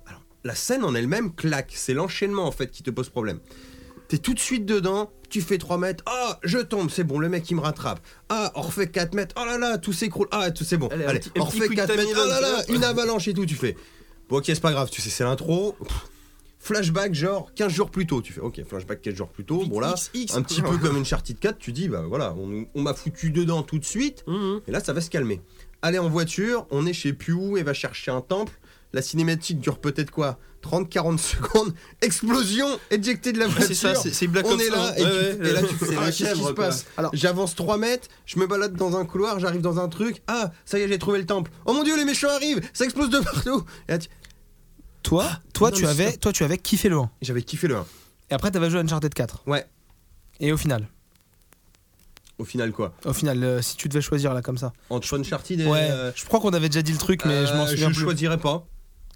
S4: Alors, la scène en elle-même claque, c'est l'enchaînement en fait qui te pose problème. T'es tout de suite dedans, tu fais 3 mètres, ah, je tombe, c'est bon, le mec il me rattrape. Ah, on refait 4 mètres, oh là là, tout s'écroule, ah, tout c'est bon.
S3: Allez,
S4: Allez,
S3: un petit- un
S4: on
S3: petit
S4: refait
S3: quick
S4: 4
S3: time
S4: mètres, oh là là,
S3: event.
S4: une avalanche et tout, tu fais. Bon, ok, c'est pas grave, tu sais, c'est l'intro. Pff, Flashback, genre 15 jours plus tôt, tu fais, ok, flashback 15 jours plus tôt, bon là,
S3: XX.
S4: un petit peu
S3: (laughs)
S4: comme une de 4, tu dis, bah voilà, on, on m'a foutu dedans tout de suite,
S3: Mhm.
S4: et là, ça va se calmer. Allez en voiture, on est chez Pew, elle va chercher un temple. La cinématique dure peut-être quoi 30-40 (laughs) secondes. Explosion Éjectée de la
S3: Ah,
S4: voiture
S3: C'est ça, c'est c'est Black
S4: on
S3: Ops
S4: est là,
S3: 1.
S4: et,
S3: Ouais,
S4: tu-
S3: ouais.
S4: et
S3: (laughs)
S4: là tu fais
S3: C'est
S4: ah,
S3: la
S4: qu'est-ce qui
S3: chèvre,
S4: se
S3: quoi.
S4: passe J'avance 3 mètres, je me balade dans un couloir, j'arrive dans un truc, ah, ça y est, j'ai trouvé le temple. Oh mon dieu, les méchants arrivent, ça explose de partout Et là, tu-
S1: toi toi
S4: non,
S1: tu
S4: mais
S1: avais toi tu avais kiffé le 1
S4: J'avais kiffé le 1.
S1: et après t'avais joué à Uncharted 4
S4: Ouais.
S1: et au final
S4: Au final, quoi.
S1: Au final, euh, si tu devais choisir là comme ça.
S4: Entre Uncharted et.
S1: ouais,
S4: euh,
S1: je crois qu'on avait déjà dit le truc, mais je m'en
S4: euh,
S1: souviens plus.
S4: choisirais pas.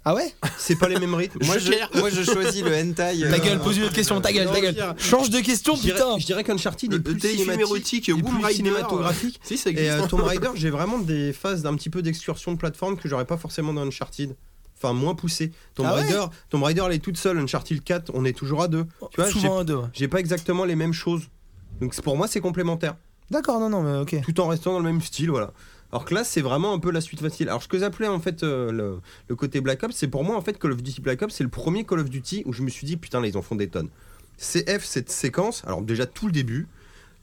S1: Ah ouais
S4: C'est pas les mêmes rythmes.
S2: Moi, je, moi, je choisis le hentai.
S1: Ta
S2: euh,
S1: gueule, pose une autre question, ta gueule, ta gueule. Change de question,
S4: je dirais,
S1: Oh, putain
S4: je dirais qu'Uncharted est
S3: Le
S4: plus
S3: téléfilm
S4: cinématique,
S3: érotique,
S4: et
S3: Boom
S4: plus
S3: Rider.
S4: cinématographique.
S3: Si, ça
S4: Et
S3: existe.
S4: euh, Tomb
S3: (laughs)
S4: Raider, j'ai vraiment des phases d'un petit peu d'excursion de plateforme que j'aurais pas forcément dans Uncharted. Enfin, moins poussé. Tomb
S1: Ah ouais
S4: Raider, Tomb Raider, elle est toute seule. Uncharted 4, on est toujours à deux. Tu vois, j'ai-
S1: Souvent un deux. ouais.
S4: j'ai pas exactement les mêmes choses. Donc c'est- pour moi, c'est complémentaire.
S1: D'accord, non, non, mais ok.
S4: Tout en restant dans le même style, voilà. Alors que là, c'est vraiment un peu la suite facile. Alors ce que j'appelais en fait euh, le, le côté Black Ops, c'est pour moi en fait Call of Duty Black Ops, c'est le premier Call of Duty où je me suis dit putain, là, ils en font des tonnes. CF, cette séquence, alors déjà tout le début,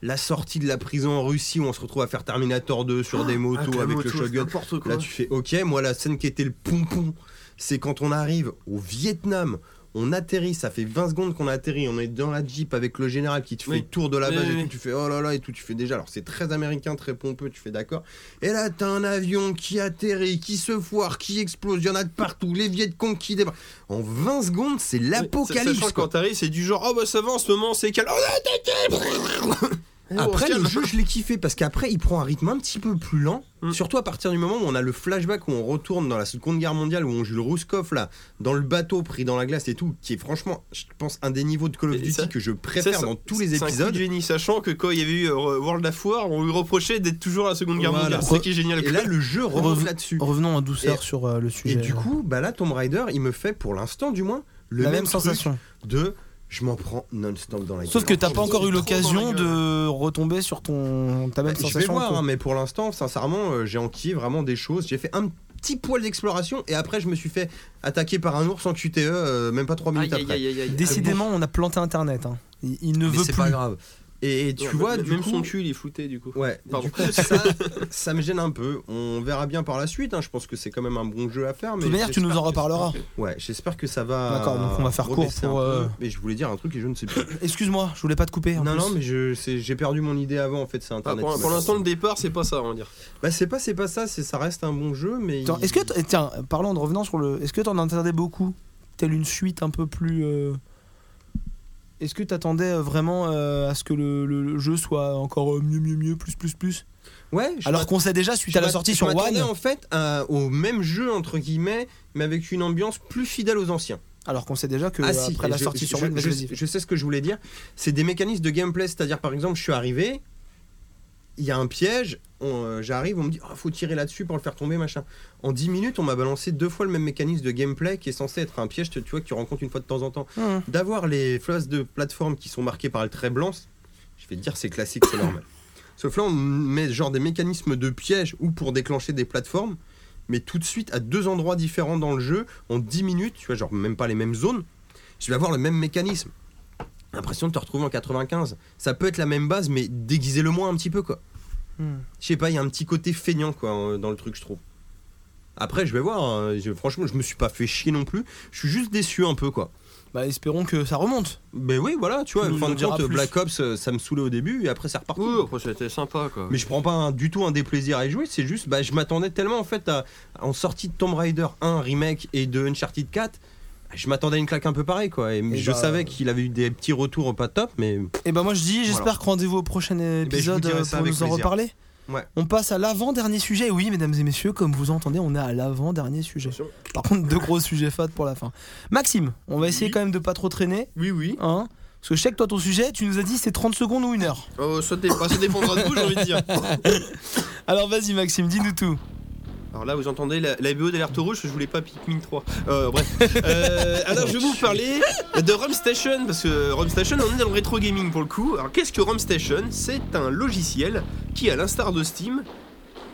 S4: la sortie de la prison en Russie où on se retrouve à faire Terminator 2 sur des motos
S3: Ah,
S4: avec
S3: clairement,
S4: le
S3: tout, c'est
S4: shotgun.
S3: N'importe quoi.
S4: Là, tu fais OK. Moi, la scène qui était le pompon, c'est quand on arrive au Vietnam. On atterrit, ça fait 20 secondes qu'on atterrit. On est dans la Jeep avec le général qui te fait
S3: Oui.
S4: le tour de la
S3: Oui,
S4: base
S3: oui,
S4: et
S3: oui.
S4: tout. Tu fais oh là là et tout. Tu fais déjà. Alors, c'est très américain, très pompeux. Tu fais d'accord. Et là, t'as un avion qui atterrit, qui se foire, qui explose. Il y en a de partout. Les Vietcong qui débarquent. En 20 secondes, c'est
S3: Sachant
S4: l'apocalypse.
S3: que quand
S4: quoi.
S3: t'arrives, c'est du genre, oh bah ça va en ce moment, c'est calme. Oh,
S4: Après,
S3: on se
S4: le
S3: calme.
S4: jeu, je l'ai kiffé parce qu'après, il prend un rythme un petit peu plus lent.
S3: Mm.
S4: Surtout à partir du moment où on a le flashback où on retourne dans la Seconde Guerre mondiale, où on joue le Rouskov là, dans le bateau pris dans la glace et tout, qui est franchement, je pense, un des niveaux de Call of
S3: Et
S4: Duty
S3: ça-
S4: que je
S3: Ça,
S4: préfère
S3: ça-
S4: dans tous les
S3: c'est un coup de
S4: épisodes.
S3: génie, sachant que quand il y avait eu euh, World of War, on lui reprochait d'être toujours à la Seconde Guerre
S4: Voilà.
S3: mondiale. C'est ça qui est génial.
S4: Et là, le jeu
S1: Rev-
S4: remonte là-dessus.
S1: Revenons en douceur
S4: Et-
S1: sur euh, le
S4: Et
S1: sujet.
S4: du coup, bah là, Tomb Raider, il me fait pour l'instant, du moins, le
S1: la même,
S4: même, truc
S1: sensation.
S4: de je m'en prends non-stop dans la gueule.
S1: Sauf que t'as pas
S3: Trop
S1: encore eu
S3: dans la
S1: l'occasion
S3: gueule.
S1: de retomber sur ton ta même
S4: Je
S1: sensation.
S4: vais voir,
S1: que-
S4: hein, mais pour l'instant, sincèrement, euh, j'ai enquillé vraiment des choses. J'ai fait un petit poil d'exploration et après, je me suis fait attaquer par un ours en QTE, euh, même pas 3 minutes après.
S1: Décidément, on a planté Internet. hein. Il, il ne
S4: Mais
S1: veut
S4: c'est
S1: plus.
S4: pas grave. Et tu vois,
S3: même
S4: du
S3: même
S4: coup,
S3: son cul, il est flouté du coup.
S4: Ouais,
S3: Pardon.
S4: du
S3: (laughs)
S4: coup, ça, ça me gêne un peu. On verra bien par la suite. hein. Je pense que c'est quand même un bon jeu à faire. Mais
S1: De toute manière, tu nous en
S3: hein.
S1: reparleras.
S4: Ouais, j'espère que ça va.
S1: D'accord, donc on va faire court
S4: rebaisser un
S1: pour,
S4: peu.
S1: euh,
S4: Mais je voulais dire un truc et
S1: (coughs)
S4: je ne sais plus.
S1: Excuse-moi, je voulais pas te couper. en
S4: non,
S1: plus.
S4: non, mais je- c'est- j'ai perdu mon idée avant. En fait, c'est
S3: Ah,
S4: internet.
S3: pour
S4: qui
S3: pour
S4: m'a-
S3: l'instant, le départ, c'est pas ça, on va dire.
S4: Bah, c'est pas, c'est pas ça. C'est ça reste un bon jeu, mais.
S1: Attends,
S4: il-
S1: Est-ce que t- tiens, parlons de revenant sur le. Est-ce que t'en attendais beaucoup Telle une suite un peu plus. euh, Est-ce que t'attendais euh, vraiment euh, à ce que le, le- le jeu soit encore euh, mieux, mieux, mieux, plus, plus, plus
S4: Ouais. je
S1: Alors qu'on sait déjà suite
S4: Je
S1: à la
S4: m'att-
S1: sortie
S4: je
S1: sur One.
S4: m'attendais, en fait à- au même jeu entre guillemets, mais avec une ambiance plus fidèle aux anciens.
S1: Alors qu'on sait déjà que
S4: Ah, si,
S1: après la
S4: je-
S1: sortie
S4: je-
S1: sur
S4: je-
S1: One, vas-y,
S4: je,
S1: vas-y.
S4: je sais ce que je voulais dire. C'est des mécanismes de gameplay, c'est-à-dire par exemple, je suis arrivé, il y a un piège, on, euh, j'arrive, on me dit Ah, faut tirer là-dessus pour le faire tomber, machin. En 10 minutes, on m'a balancé deux fois le même mécanisme de gameplay qui est censé être un piège, tu tu vois, que tu rencontres une fois de temps en temps.
S1: Mhm.
S4: D'avoir les flashs de plateforme qui sont marqués par le trait blanc, je vais te dire c'est classique, c'est normal. Sauf là, on met genre des mécanismes de piège ou pour déclencher des plateformes, mais tout de suite à deux endroits différents dans le jeu, en 10 minutes, tu vois, genre même pas les mêmes zones, je vais avoir le même mécanisme. L'impression de te retrouver en 95. Ça peut être la même base, mais déguisez le moins un petit peu, quoi.
S1: Hmm.
S4: Je sais pas, il y a un petit côté feignant, quoi, euh, dans le truc, je trouve. Après, je vais voir. hein, je- franchement, je me suis pas fait chier non plus. Je suis juste déçu un peu, quoi.
S1: Bah espérons que ça remonte.
S4: Mais oui, voilà, tu vois,
S1: Tu nous
S4: fin
S1: en
S4: de
S1: diras
S4: compte,
S1: plus.
S4: Black Ops, euh, ça me saoulait au début, et après, c'est reparti.
S3: Ouh, après, c'était sympa quoi.
S4: Mais je prends pas un- du tout un déplaisir à y jouer, c'est juste, bah, je m'attendais tellement en fait à, en sortie de Tomb Raider 1 remake et de Uncharted 4, je m'attendais à une claque un peu pareille quoi. Et, je
S1: bah,
S4: savais qu'il avait eu des petits retours pas top, mais
S1: Et ben moi je dis, j'espère
S6: Voilà.
S1: que rendez-vous au prochain
S6: ben, je vous
S1: épisode
S6: dirai
S1: euh,
S6: ça
S1: pour
S6: avec
S1: nous en
S6: plaisir.
S1: reparler.
S4: Ouais.
S1: On passe à l'avant-dernier sujet. Et Oui, mesdames et messieurs, comme vous entendez, on est à l'avant-dernier sujet.
S3: Attention.
S1: Par contre, deux gros sujets fat pour la fin. Maxime, on va essayer
S3: Oui.
S1: quand même de pas trop traîner.
S3: Oui, oui.
S1: Hein Parce que je sais que toi, ton sujet, tu nous as dit c'est 30 secondes ou une heure.
S3: Oh, ça, dé- bah, ça dépendra de vous, j'ai envie de
S4: (laughs)
S3: dire.
S1: Alors vas-y, Maxime, dis-nous tout.
S3: Alors là, vous entendez la, la BO d'alerte rouge, je voulais pas Pikmin 3. Euh, bref. Euh, alors, je vais vous parler de Rom Station, parce que Rom Station, on est dans le rétro gaming pour le coup. Alors, qu'est-ce que Rom Station C'est un logiciel qui, à l'instar de Steam,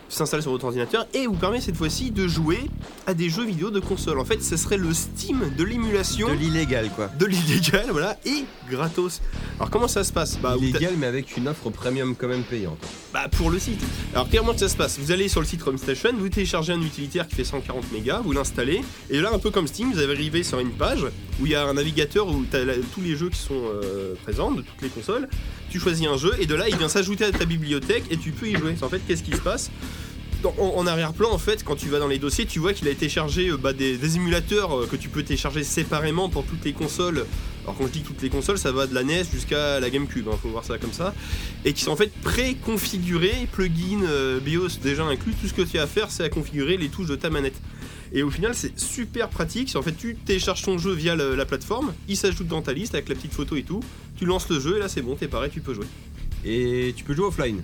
S3: s'installe sur votre ordinateur et vous permet cette fois-ci de jouer à des jeux vidéo de console. En fait, ce serait le Steam de l'émulation
S2: De l'illégal, quoi.
S3: de l'illégal, voilà, et gratos. Alors, comment ça se passe Bah, vous t'a-
S4: illégal, mais avec une offre premium quand même payante.
S3: bah pour le site. Alors clairement que ça se passe, vous allez sur le site Home Station, vous téléchargez un utilitaire qui fait 140 mégas, vous l'installez, et là un peu comme Steam, vous arrivez sur une page où il y a un navigateur où tu as tous les jeux qui sont euh, présents de toutes les consoles, tu choisis un jeu et de là il vient s'ajouter à ta bibliothèque et tu peux y jouer. En fait qu'est-ce qui se passe Dans- en, en arrière-plan, en fait, quand tu vas dans les dossiers, tu vois qu'il a été chargé euh, bah, des, des émulateurs euh, que tu peux télécharger séparément pour toutes les consoles. Alors quand je dis toutes les consoles, ça va de la NES jusqu'à la GameCube, hein, faut voir ça comme ça et qui sont en fait préconfigurés, plugins, euh, BIOS déjà inclus. Tout ce que tu as à faire, c'est à configurer les touches de ta manette. Et au final, c'est super pratique. C'est en fait, tu télécharges ton jeu via le- la plateforme, il s'ajoute dans ta liste avec la petite photo et tout. Tu lances le jeu et là, c'est bon, t'es pareil, tu peux jouer.
S4: Et tu peux jouer offline.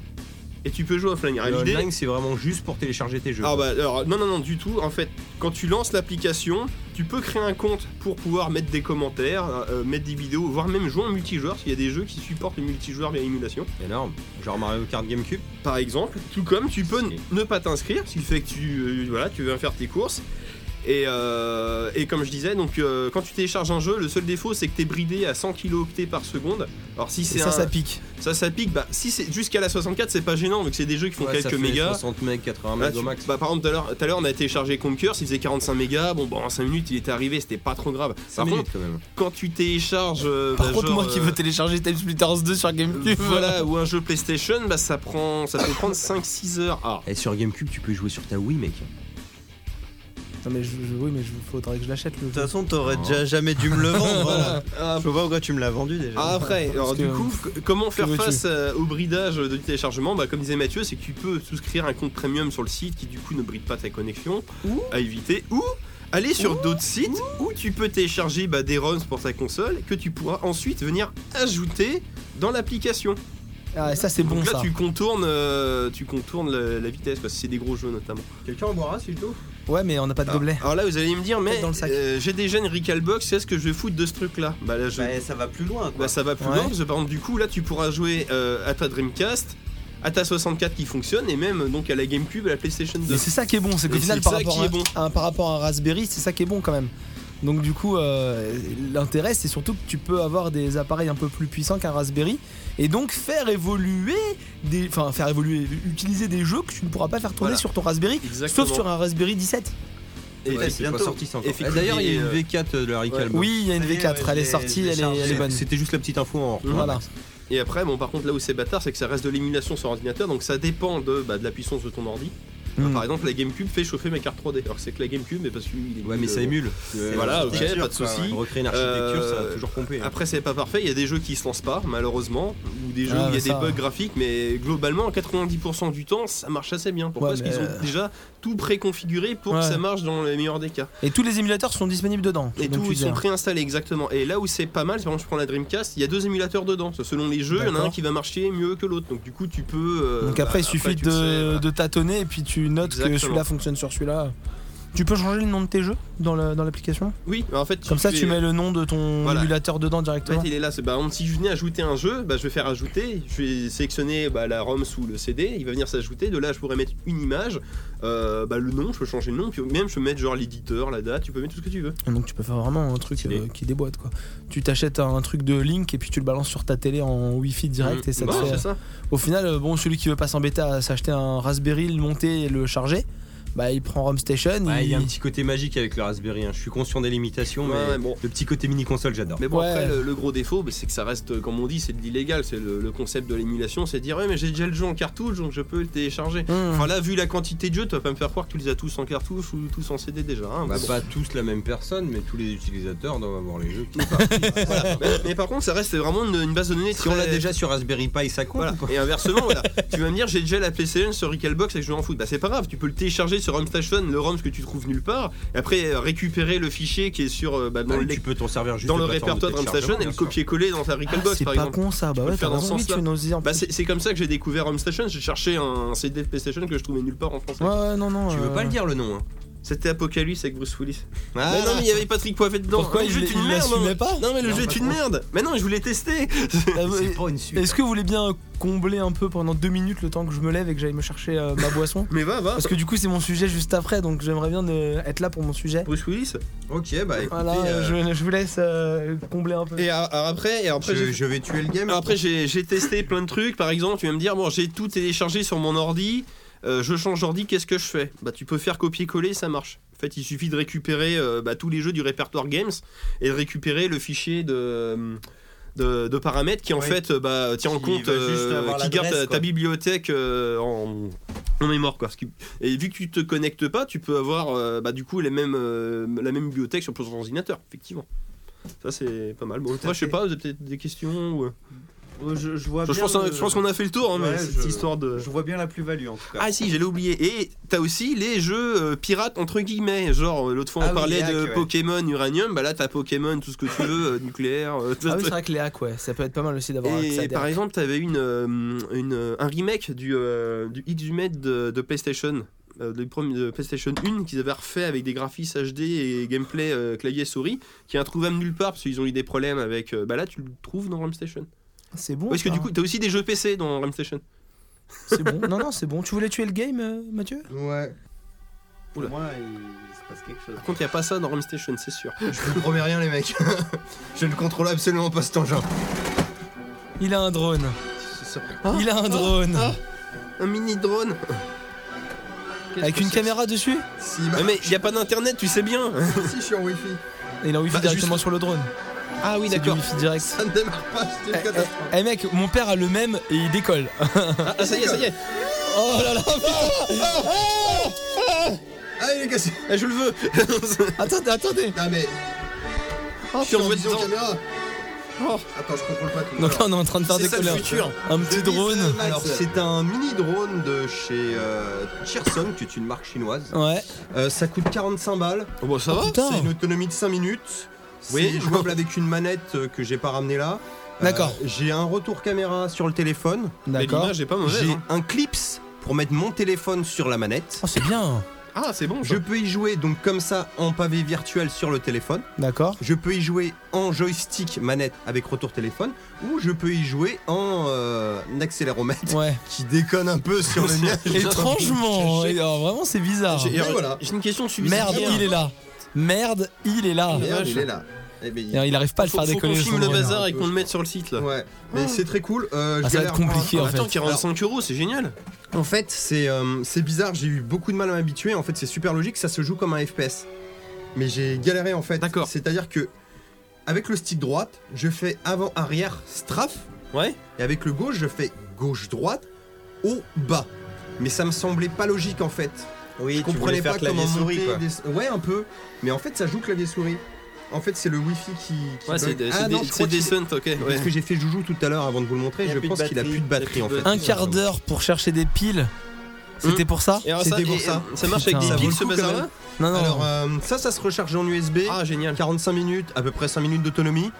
S3: Et tu peux jouer offline. Alors,
S4: Le
S3: l'idée-
S4: Online, c'est vraiment juste pour télécharger tes jeux.
S3: Ah bah alors non non non du tout en fait quand tu lances l'application tu peux créer un compte pour pouvoir mettre des commentaires euh, mettre des vidéos voire même jouer en multijoueur s'il y a des jeux qui supportent le multijoueur via émulation
S4: Énorme. Genre Mario Kart GameCube.
S3: par exemple, tout comme tu peux n- ne pas t'inscrire, ce qui fait que tu, euh, voilà, tu viens faire tes courses. Et, euh, et comme je disais, donc, euh, quand tu télécharges un jeu, le seul défaut c'est que t'es bridé à 100 kilooctets par seconde. Alors si
S1: Et
S3: c'est
S1: ça,
S3: un-
S1: ça pique.
S3: ça, ça pique. Bah, si c'est jusqu'à la 64, c'est pas gênant, vu que c'est des jeux qui font
S4: Ouais, ça
S3: quelques
S4: fait
S3: mégas.
S4: 60 mecs, 80
S3: Là,
S4: mecs au
S3: tu-
S4: max.
S3: bah, par exemple, tout à l'heure- tout à l'heure, on a téléchargé Conquer, il faisait 45 mégas. Bon, bah, en 5 minutes, il était arrivé, c'était pas trop grave.
S4: Cinq
S3: Par
S4: minutes,
S3: contre,
S4: quand même.
S3: quand tu télécharges. euh,
S1: Par
S3: bah,
S1: contre,
S3: genre,
S1: moi qui
S3: euh,
S1: veux télécharger Time Splitters 2 sur
S3: euh,
S1: (laughs) GameCube.
S3: voilà, ou un jeu PlayStation, bah, ça, prend, ça peut prendre 5-6 heures. Ah. Alors,
S4: Et Eh, sur GameCube, tu peux jouer sur ta Wii, mec.
S1: Non, mais je, je- oui, mais il faudrait que je l'achète le
S2: De toute
S1: jeu.
S2: façon, t'aurais déjà jamais dû me le vendre. (laughs) voilà.
S3: Ah,
S2: Je vois pourquoi tu me l'as vendu déjà.
S3: Ah, après, alors
S1: Parce
S3: du
S1: que-
S3: coup, c- comment faire
S1: veux-tu
S3: face euh, au bridage de téléchargement bah, Comme disait Mathieu, c'est que tu peux souscrire un compte premium sur le site qui du coup ne bride pas ta connexion, à éviter, ou aller sur d'autres sites où tu peux télécharger bah, des ROMs pour ta console que tu pourras ensuite venir ajouter dans l'application.
S1: Ah, et ça, c'est bon
S3: Donc là,
S1: ça.
S3: tu contournes, euh, tu contournes la, la vitesse, parce que c'est des gros jeux notamment.
S4: Quelqu'un en boira, s'il te plaît
S1: Ouais, mais on n'a pas de gobelet.
S3: Alors là, vous allez me dire, mais
S1: Peut-être dans le sac.
S3: euh, j'ai déjà une Recalbox, qu'est-ce que je vais foutre de ce truc-là Bah là, je
S12: Bah, ça va plus loin, quoi.
S3: Bah ça va plus
S1: Ouais.
S3: loin, parce que par exemple du coup là tu pourras jouer euh, à ta Dreamcast, à ta 64 qui fonctionne et même donc à la GameCube, à la PlayStation 2.
S1: Mais c'est ça qui est bon, c'est qu'au
S3: Et
S1: final
S3: c'est
S1: par
S3: ça
S1: rapport,
S3: qui
S1: à,
S3: est bon.
S1: à- par rapport à un Raspberry, c'est ça qui est bon quand même. Donc du coup, euh, l'intérêt, c'est surtout que tu peux avoir des appareils un peu plus puissants qu'un Raspberry, et donc faire évoluer, des, enfin faire évoluer, utiliser des jeux que tu ne pourras pas faire tourner
S3: Voilà.
S1: sur ton Raspberry,
S3: Exactement.
S1: sauf sur un Raspberry 17.
S2: Et
S6: Ouais, c'est pas sorti ça encore.
S2: Et
S6: D'ailleurs, il y a une
S2: euh,
S6: V4 de la Rick
S3: ouais.
S6: Alba.
S1: Oui, il y a une
S2: Ça y est,
S1: V4,
S2: ouais,
S1: elle est
S2: je l'ai-
S1: sortie,
S2: je l'ai
S1: elle est,
S2: chargé.
S1: elle est bonne.
S6: C'était juste la petite info en
S1: Voilà.
S3: Et après, bon, par contre, là où c'est bâtard, c'est que ça reste de l'émulation sur ordinateur, donc ça dépend de, bah, de la puissance de ton ordi. Moi,
S1: Mm.
S3: Par exemple, la GameCube fait chauffer mes cartes 3D, alors que c'est que la GameCube, mais parce que. il
S6: Ouais, mais ça
S3: euh,
S6: émule.
S3: Voilà, ok,
S2: architecture,
S3: pas de
S2: quoi,
S3: souci.
S2: ouais. Recréer une architecture, ça
S3: Euh,
S2: a toujours pompé. hein.
S3: Après, c'est pas parfait, il y a des jeux qui se lancent pas, malheureusement, ou des jeux
S1: Ah,
S3: où il y
S1: bah, ça.
S3: a des bugs graphiques, mais globalement, 90% du temps, ça marche assez bien. Pourquoi
S1: Ouais,
S3: Parce qu'ils
S1: mais,
S3: ont
S1: euh,
S3: déjà tout préconfiguré pour
S1: Ouais.
S3: que ça marche dans le meilleur des cas.
S1: Et tous les émulateurs sont disponibles dedans.
S3: Et
S1: donc
S3: tout,
S1: tu hein.
S3: ils sont
S1: viens.
S3: préinstallés, exactement. Et là où c'est pas mal, c'est par exemple, je prends la Dreamcast, il y a deux émulateurs dedans. Selon les jeux, il y en a un
S1: D'accord.
S3: qui va marcher mieux que l'autre. Donc, du coup, tu peux. euh,
S1: Donc
S3: bah,
S1: après, il suffit
S3: tu le sais,
S1: de,
S3: voilà.
S1: de tâtonner et puis tu notes que
S3: Exactement.
S1: celui-là fonctionne sur celui-là. Tu peux changer le nom de tes jeux dans la- dans l'application
S3: Oui, en fait,
S1: Comme ça, tu
S3: fais-
S1: mets le nom de ton
S3: Voilà.
S1: émulateur dedans
S3: En
S1: directement.
S3: fait, il est là. C'est bah, on- si je venais ajouter un jeu, bah, je vais faire ajouter. Je vais sélectionner bah, la ROM sous le CD. Il va venir s'ajouter. De là, je pourrais mettre une image, euh, bah, le nom. Je peux changer le nom. Puis même, je peux mettre genre l'éditeur, la date. Tu peux mettre tout ce que tu veux.
S1: Donc tu peux faire vraiment un truc
S3: Stylé.
S1: euh, qui déboîte quoi. Tu t'achètes un, truc de Link et puis tu le balances sur ta télé en Wi-Fi direct et ça te
S3: Mmh. Ouais,
S1: fait-
S3: Mm. Bah, c'est ça.
S1: Au final, euh, bon, celui qui veut pas s'embêter à s'acheter un Raspberry, le monter et le charger, bah il prend ROM Station.
S6: Ouais, il y a un
S1: il-
S6: petit côté magique avec le Raspberry. hein. Je suis conscient des limitations, mais
S3: Ouais, ouais, bon.
S6: le petit côté mini console, j'adore.
S3: Mais bon,
S1: Ouais.
S3: après, le, le gros défaut, bah, c'est que ça reste, comme on dit, c'est de l'illégal. C'est le, le concept de l'émulation. C'est de dire, ouais, mais j'ai déjà le jeu en cartouche, donc je peux le
S6: Mmh.
S3: télécharger.
S1: Hmm.
S3: Enfin, là, vu la quantité de jeux, tu vas pas me faire croire que tu les as tous en cartouche ou tous en CD déjà. hein.
S6: Bah, (laughs)
S3: Bon.
S6: pas tous la même personne, mais tous les utilisateurs doivent avoir les jeux. qui-
S3: Mais, mais par contre, ça reste vraiment une, une base de données
S6: Si on l'a
S3: très-
S6: déjà sur Raspberry Pi, ça compte
S3: Voilà.
S6: ou pas
S3: Et inversement, voilà. tu vas me dire, j'ai déjà la PlayStation sur Recalbox et que je joue en foot. Bah, c'est pas grave, tu peux le télécharger sur Home Station, le ROM que tu trouves nulle part, et après euh, récupérer le fichier qui est sur euh, bah, dans,
S6: Ah oui,
S3: le,
S6: Tu peux t'en servir juste
S3: dans
S6: de
S3: le
S6: plateforme de
S3: répertoire de Home Station et le
S6: téléchargement, bien sûr.
S3: copier-coller dans ta
S1: Ah,
S3: Recalbox
S1: c'est
S3: par
S1: pas
S3: exemple.
S1: con ça, bah
S3: peux
S1: ouais,
S3: le
S1: t'as
S3: faire dans ce
S1: raison, oui, tu
S3: sens-là.
S1: nous disais en
S3: Bah,
S1: plus.
S3: c'est c'est comme ça que j'ai découvert Home Station, j'ai cherché un CD de PlayStation que je trouvais nulle part en français.
S1: Ouais, ouais, non, non.
S6: Tu veux
S1: euh,
S6: pas le dire le nom hein
S3: C'était Apocalypse avec Bruce Willis.
S6: Ah,
S3: mais non, mais il y avait Patrick Poivet dedans.
S1: Pourquoi
S3: Ah, le
S1: il
S3: jeu est
S1: il
S3: une merde
S1: l'assumait pas
S3: Non, mais le
S6: Non,
S3: jeu
S6: pas
S3: est une
S6: trop.
S3: merde Mais non, je voulais tester
S1: Ah,
S6: mais
S1: ouais,
S6: C'est pas une suite.
S1: Est-ce que vous voulez bien combler un peu pendant deux minutes le temps que je me lève et que j'aille me chercher euh, ma boisson (laughs)
S3: Mais va, va
S1: Parce que du coup, c'est mon sujet juste après, donc j'aimerais bien euh, être là pour mon sujet.
S3: Bruce Willis
S6: Ok, bah écoutez,
S1: Voilà,
S6: euh,
S1: je, je vous laisse euh, combler un peu.
S3: Et à- à- après, et après j'ai
S6: je, je vais tuer le game.
S3: Alors Après, j'ai j'ai testé plein de trucs. Par exemple, tu vas me dire, bon, j'ai tout téléchargé sur mon ordi. euh, je change d'ordi, qu'est-ce que je fais Bah, tu peux faire copier-coller, ça marche. En fait, il suffit de récupérer euh, bah, tous les jeux du répertoire Games et de récupérer le fichier de. euh, De, de paramètres qui en
S12: Oui.
S3: fait euh, bah, tient en
S12: Qui
S3: compte
S12: va juste
S3: euh,
S12: avoir
S3: qui garde
S12: l'adresse,
S3: ta,
S12: quoi.
S3: ta bibliothèque euh, en, en mémoire quoi. Ce qui- et vu que tu te connectes pas tu peux avoir euh, bah, du coup les mêmes euh, la même bibliothèque sur plusieurs ordinateurs effectivement ça c'est pas mal bon,
S12: à
S3: moi je sais
S12: fait.
S3: pas vous avez peut-être des questions ou...
S12: Euh, Je, je vois
S3: Je, je
S12: bien
S3: pense,
S12: le-
S3: je pense qu'on a fait le tour, hein, mais
S12: Ouais,
S3: cette
S12: je-
S3: histoire de.
S12: Je vois bien la plus-value en tout cas.
S3: Ah si, j'allais oublier. Et t'as aussi les jeux euh, pirates entre guillemets. Genre euh, l'autre fois on
S12: Ah oui,
S3: parlait
S12: les hacks,
S3: de
S12: ouais.
S3: Pokémon Uranium, bah là t'as Pokémon tout ce que tu veux, euh, nucléaire. euh, tout-
S1: Ah oui, c'est vrai que les hacks, ouais, ça peut être pas mal aussi d'avoir accès à
S3: et
S1: des
S3: par
S1: hacks.
S3: exemple t'avais une, euh, une, euh, un remake du euh, du X-Humet de, de PlayStation. euh, du premier- de PlayStation 1 qu'ils avaient refait avec des graphismes HD et gameplay euh, clavier souris qui est introuvable nulle part parce qu'ils ont eu des problèmes avec euh, bah là tu le trouves dans Station
S1: C'est bon.
S3: parce que
S1: ça. hein.
S3: du coup t'as aussi des jeux PC dans Station
S1: c'est bon. Non, non, c'est bon. Tu voulais tuer le game, euh, Mathieu
S6: Ouais.
S12: Pour moi, il, il se passe quelque chose.
S3: par contre il n'y a pas ça dans Station c'est sûr
S6: Je vous promets rien, les mecs. (laughs) je ne contrôle absolument pas cet engin.
S1: Il a un drone. Il a un drone.
S3: Un mini drone
S1: Avec une caméra dessus
S6: Si, bah,
S3: Mais, mais y a pas d'internet, tu sais bien
S6: si, je suis en wifi.
S1: Et il a un wifi
S3: Bah,
S1: directement
S3: juste-
S1: sur le drone.
S3: Ah oui,
S1: C'est du wifi direct.
S6: Ça ne démarre pas, c'était
S4: Euh,
S6: une catastrophe.
S1: Eh mec, mon père a le même et il décolle. (laughs)
S3: Ah, ah, ça y est, ça y est
S1: Oh là là,
S6: Ah, il est cassé.
S3: Ah, Je le veux
S1: attendez, attendez.
S6: (laughs) Non, mais. Oh,
S3: Je suis en mode dedans.
S6: caméra.
S3: Oh.
S6: Attends, je contrôle pas tout.
S1: Donc là, on est en train de faire
S3: C'est ça
S1: décoller
S3: le
S1: un,
S3: futur
S1: un petit drone.
S6: Alors, c'est un mini drone de chez euh, Cheerson, qui est une marque chinoise.
S1: Ouais.
S6: Euh, ça coûte 45 balles.
S3: Oh, Bon, ça va
S1: Putain.
S6: C'est une autonomie de 5 minutes.
S3: Oui.
S6: Oui, jouable avec une manette euh, que j'ai pas ramenée là. Euh,
S1: D'accord.
S6: j'ai un retour caméra sur le téléphone.
S3: Mais
S1: D'accord.
S3: l'image est pas mauvaise.
S6: J'ai
S3: hein.
S6: un clips pour mettre mon téléphone sur la manette.
S1: Oh, c'est bien.
S3: Ah, c'est bon,
S6: Je
S3: ça.
S6: peux y jouer donc comme ça en pavé virtuel sur le téléphone.
S1: D'accord.
S6: Je peux y jouer en joystick manette avec retour téléphone ou je peux y jouer en euh, accéléromètre
S1: Ouais.
S6: qui déconne un peu
S1: (laughs)
S6: sur le mien.
S1: Étrangement. alors, vraiment, c'est bizarre.
S3: J'ai-
S6: Mais voilà.
S3: J'ai une question subsidiaire.
S1: Merde, il est là. Merde, il est là.
S3: Merde,
S1: il,
S3: il
S12: est là. Eh ben, il-
S1: arrive pas à le
S3: Faut,
S1: faire
S3: faut qu'on
S1: décoller.
S3: filme
S1: son
S3: le
S1: drone. hein.
S3: bazar et qu'on le mette sur le site là.
S4: Ouais, mais c'est très cool. euh, je
S1: Ah, ça va
S4: galère
S1: être compliqué en fait.
S3: Attends, 45 euros, c'est génial.
S4: En fait, c'est euh, c'est bizarre, j'ai eu beaucoup de mal à m'habituer. En fait, c'est super logique, ça se joue comme un FPS. Mais j'ai galéré en fait.
S3: D'accord.
S4: C'est-à-dire que avec le stick droite, je fais avant-arrière straf
S3: Ouais.
S4: et avec le gauche, je fais gauche-droite haut bas. Mais ça me semblait pas logique en fait.
S2: Oui,
S4: je
S2: tu
S4: comprenais
S2: voulais
S4: pas
S2: faire
S4: comment
S2: clavier souris
S4: monter
S2: quoi.
S4: des- Ouais, un peu. Mais en fait, ça joue clavier souris. En fait, c'est le wifi qui. qui
S3: Ouais, c'est
S4: bug.
S3: des-
S4: Ah
S3: c'est
S4: non,
S3: des-
S4: je
S3: c'est
S4: crois
S3: des
S4: qu'il-
S3: stunts, ok. ouais.
S4: Parce que j'ai fait joujou tout à l'heure avant de vous le montrer,
S2: Il y a
S4: je
S2: plus de
S4: pense qu'il a
S2: batterie,
S4: plus de batterie en
S2: il y a
S4: fait.
S2: plus de
S1: Un quart d'heure pour chercher des piles. C'était pour ça
S3: Hmm. Et alors
S4: C'était
S3: ça,
S4: pour
S3: et-
S4: ça.
S3: ça marche avec
S1: Putain.
S3: des
S1: Ça
S4: vaut le
S3: piles ce
S4: coup, quand
S3: bazar là
S4: même.
S1: Non, non.
S4: Alors euh, ça, ça se recharge en USB.
S3: Ah, génial.
S4: 45 minutes, à peu près 5 minutes d'autonomie.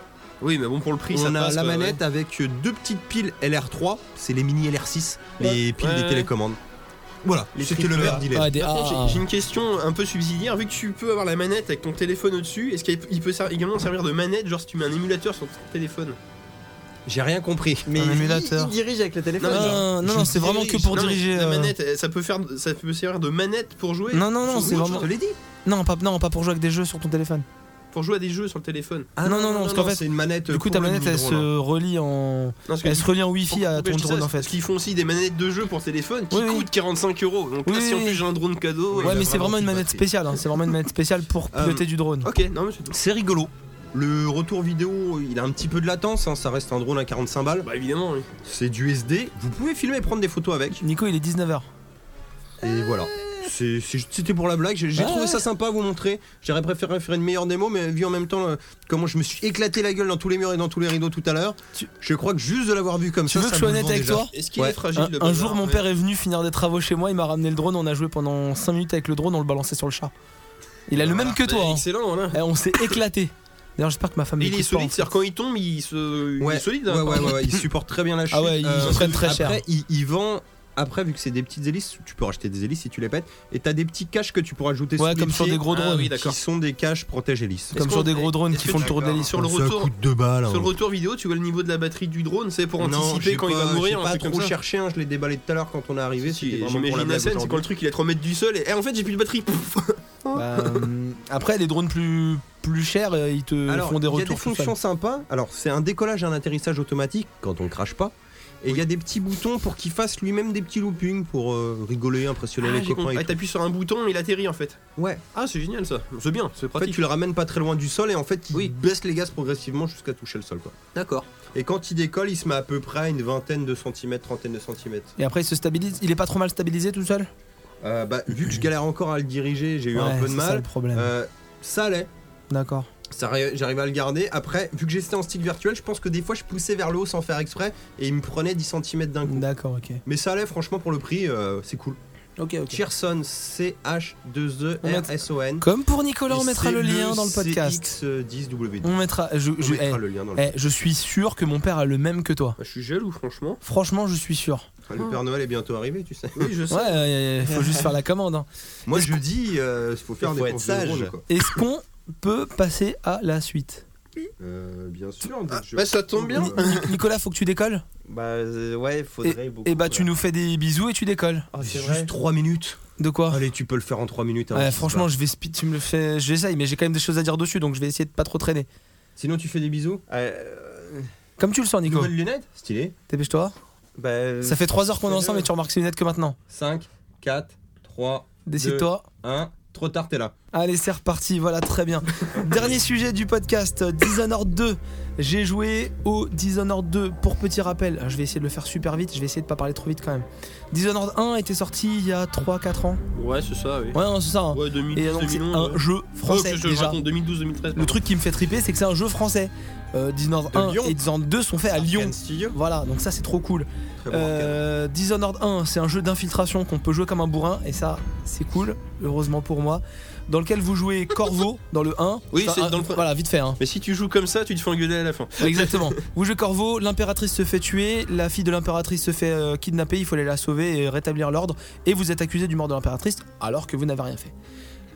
S3: Oui, mais bon, pour le prix, ça
S4: On a
S3: passe,
S4: la
S3: quoi, ouais.
S4: manette avec deux petites piles LR3, c'est les mini LR6, les piles
S3: Ouais,
S4: des
S3: ouais.
S4: télécommandes. Voilà,
S3: Les
S4: c'était le
S3: triple A.
S4: merde, il est.
S1: Ouais, des-
S3: Par contre,
S1: ah,
S3: j'ai- j'ai une question un peu subsidiaire. Vu que tu peux avoir la manette avec ton téléphone au-dessus, est-ce qu'il il peut ser- également servir de manette, genre si tu mets un émulateur sur ton téléphone
S4: J'ai rien compris.
S2: Mais
S1: Un
S2: il-
S1: émulateur.
S2: il dirige avec le téléphone.
S1: Ah,
S3: mais
S1: non,
S2: genre.
S1: non,
S4: je
S1: c'est vraiment que
S4: dirige.
S1: pour
S3: Non, mais
S1: diriger.
S3: La
S1: euh,
S3: manette, elle- ça peut faire, ça peut servir de manette pour jouer.
S1: Non, non, non,
S3: Sur-
S1: c'est
S3: oui,
S1: vraiment.
S3: Je te l'ai dit.
S1: Non, pas, non, pas pour jouer avec des jeux sur ton téléphone.
S3: Pour jouer à des jeux sur le téléphone.
S1: Ah non, non, non, parce qu'en fait,
S4: c'est une manette.
S1: Du coup, ta
S4: pour le
S1: manette, elle
S4: mini-drone, hein.
S1: se relie en,
S3: Non, parce que-
S1: elle se relie en Wi-Fi
S3: pourquoi-
S1: à ton
S3: pourquoi je dis ça,
S1: drone en
S3: Parce
S1: fait.
S3: qu'ils font aussi des manettes de jeu pour téléphone qui
S1: Oui, oui.
S3: coûtent 45 euros. Donc là,
S1: Oui,
S3: si en
S1: oui,
S3: plus
S1: oui.
S3: j'ai un drone cadeau.
S1: Ouais,
S3: euh,
S1: mais c'est vraiment une manette spéciale. hein, C'est vraiment une manette spéciale pour
S4: Euh,
S1: piloter du drone.
S3: Ok, non, mais c'est tout.
S4: C'est rigolo. Le retour vidéo, il a un petit peu de latence, hein, ça reste un drone à 45 balles.
S3: Bah, évidemment, oui.
S4: C'est du SD. Vous pouvez filmer et prendre des photos avec.
S1: Nico, il est 19h.
S4: Et voilà. C'est- c'est- C'était pour la blague, j'ai j'ai
S1: Ouais.
S4: trouvé ça sympa à vous montrer. J'aurais préféré faire une meilleure démo, mais vu en même temps euh, comment je me suis éclaté la gueule dans tous les murs et dans tous les rideaux tout à l'heure,
S1: Tu-
S4: je crois que juste de l'avoir vu comme
S1: Tu
S4: ça.
S1: veux que
S4: ça
S1: je sois
S4: me
S1: honnête
S4: vend
S1: avec
S4: déjà.
S1: toi
S3: Est-ce qu'il
S4: Ouais.
S3: est fragile
S1: un,
S3: le
S1: un
S3: bazar,
S1: jour, mon
S3: ouais.
S1: père est venu finir des travaux chez moi. Il m'a ramené le drone. On a joué pendant 5 minutes avec le drone. On le balançait sur le chat. Il a le même que
S3: Bah,
S1: toi. hein.
S3: Excellent, voilà.
S1: Eh, On s'est éclaté. D'ailleurs, j'espère que ma femme
S3: Il
S1: m'écoute
S3: est
S1: pas,
S3: solide,
S1: en fait.
S3: c'est-à-dire quand il tombe, il se. il
S4: Ouais,
S3: est solide.
S4: ouais,
S3: hein,
S4: ouais, ouais, ouais, il supporte très bien la chute.
S1: Ah ouais, ils
S4: Euh,
S1: se prennent très cher.
S4: Après, il, il vend. Après, vu que c'est des petites hélices, tu peux racheter des hélices si tu les pètes, et t'as des petits caches que tu pourras ajouter
S1: Ouais,
S4: sous
S1: comme
S4: les
S1: sur
S4: pieds,
S1: des gros
S3: Ah
S1: drones.
S3: oui,
S4: qui
S3: d'accord.
S4: sont des caches protège hélices.
S1: Comme
S3: Est-ce
S1: sur
S3: qu'on-
S1: des gros drones
S3: est-ce
S1: qui
S3: que
S1: font le
S3: tu-
S1: tour de
S3: d'accord.
S1: l'hélice.
S3: Sur le
S4: Ça
S3: retour,
S4: coûte deux balles.
S3: sur le
S4: hein.
S3: retour vidéo, tu vois le niveau de la batterie du drone, c'est pour
S4: Non,
S3: anticiper
S4: j'ai
S3: quand il
S4: pas-
S3: va
S4: j'ai
S3: mourir. un
S4: Pas
S3: truc comme
S4: trop
S3: ça.
S4: cherché, hein, je l'ai déballé tout à l'heure quand on est arrivé. c'était
S3: Si,
S4: vraiment pour la
S3: J'imagine la
S4: blague
S3: scène, c'est quand
S4: aujourd'hui.
S3: le truc il est 3 mètres du sol et Eh, en fait j'ai plus de batterie. Pouf.
S1: Bah, euh, après, les drones plus, plus chers, euh, ils te
S4: Alors,
S1: font des
S4: il y a
S1: retours.
S4: des
S1: tout seuls.
S4: fonctions sympas. Alors, c'est un décollage et un atterrissage automatique quand on ne crache pas. Et il y a des petits boutons pour qu'il fasse lui-même des petits loopings pour euh, rigoler, impressionner
S3: Ah,
S4: les
S3: j'ai
S4: copains.
S3: compris.
S4: et
S3: Ah, T'appuies sur un bouton et il atterrit en fait.
S4: tout. Ouais.
S3: Ah, c'est génial ça. C'est bien, c'est
S4: En fait,
S3: pratique.
S4: tu le ramènes pas très loin du sol et en fait, il
S3: Oui.
S4: baisse les gaz progressivement jusqu'à toucher le sol. Quoi.
S3: D'accord.
S4: Et quand il décolle, il se met à peu près à une vingtaine de centimètres, trentaine de centimètres.
S1: Et après, il se stabilise. Il est pas trop mal stabilisé tout seul
S4: Euh, bah, vu que je galère encore à le diriger, j'ai eu un
S1: Ouais,
S4: peu de
S1: c'est ça le
S4: mal.
S1: problème.
S4: Euh, ça allait.
S1: D'accord.
S4: Ça, arri- j'arrivais à le garder. Après, vu que j'étais en stick virtuel, je pense que des fois je poussais vers le haut sans faire exprès et il me prenait 10 cm d'un coup.
S1: D'accord, ok.
S4: Mais ça allait, franchement, pour le prix, euh, c'est cool.
S1: Ok, ok.
S4: Cherson, E C-H-2-E-R-S-O-N.
S1: Comme pour Nicolas, on mettra le lien dans le podcast.
S4: euh, CX10W.
S1: On mettra. Je,
S4: On
S1: je-
S4: mettra
S1: eh,
S4: le lien dans le
S1: eh, je suis sûr que mon père a le même que toi.
S3: Je suis jaloux, franchement.
S1: Franchement, je suis sûr.
S4: Ah, Le Père Noël est bientôt arrivé, tu sais.
S3: Oui, je sais.
S1: Ouais, il faut juste faire la commande. hein.
S4: Moi, je dis, il faut faire
S2: faut
S4: des
S2: être
S4: courses
S2: sage.
S4: de drone, quoi.
S1: Est-ce qu'on peut passer à la suite
S4: Euh, bien sûr. donc je-
S3: bah, ça tombe bien.
S1: Ni- Ni- Nicolas, faut que tu décolles
S2: Bah euh, ouais, faudrait beaucoup.
S1: Et bah, tu nous fais des bisous et tu décolles.
S2: Oh, c'est vrai.
S4: Juste 3 minutes.
S1: De quoi
S4: Allez, tu peux le faire en 3 minutes. hein,
S1: Ouais,
S4: c'est
S1: franchement,
S4: pas-
S1: je vais speed, tu me le fais, j'essaye, mais j'ai quand même des choses à dire dessus, donc je vais essayer de pas trop traîner.
S4: Sinon, tu fais des bisous.
S2: Euh,
S1: Comme tu le sens, Nico.
S4: Nouvelle lunette Stylé.
S1: Dépêche-toi.
S2: bah, euh,
S1: Ça fait 3 heures qu'on est
S2: fais-le.
S1: ensemble et tu remarques ces lunettes que maintenant.
S4: 5, 4, 3,
S1: Décide-toi.
S4: 1. Trop tard, t'es là.
S1: Allez, c'est reparti, voilà, très bien. Dernier sujet du podcast, euh, Dishonored 2. J'ai joué au Dishonored 2. Pour petit rappel, je vais essayer de le faire super vite, je vais essayer de pas parler trop vite quand même. Dishonored 1 était sorti il y a 3-4 ans.
S3: Ouais, c'est ça, oui.
S1: Ouais, non, c'est ça. hein.
S3: Ouais, 2012,
S1: Et donc, c'est
S3: 2011.
S1: un
S3: ouais.
S1: jeu
S3: Oh,
S1: français
S3: que je te
S1: déjà.
S3: raconte 2012-2013.
S1: Le truc qui me fait triper, c'est que c'est un jeu français. Euh, Dishonored
S4: De
S1: 1
S4: Lyon.
S1: et Dishonored 2 sont faits à Lyon.
S4: Studio.
S1: Voilà, donc ça c'est trop cool.
S4: Très bon arcade.
S1: Euh, Dishonored 1, c'est un jeu d'infiltration qu'on peut jouer comme un bourrin, et ça, c'est cool, heureusement pour moi. Dans lequel vous jouez Corvo (laughs) dans le 1.
S3: Oui, c'est
S1: un-
S3: dans le pre-
S1: Voilà, vite fait.
S4: (laughs)
S1: hein.
S3: Mais si tu joues comme ça, tu te fais engueuler à la fin.
S1: Exactement. vous jouez Corvo, l'impératrice se fait tuer, la fille de l'impératrice se fait euh, kidnapper, il faut aller la sauver et rétablir l'ordre, et vous êtes accusé du mort de l'impératrice alors que vous n'avez rien fait.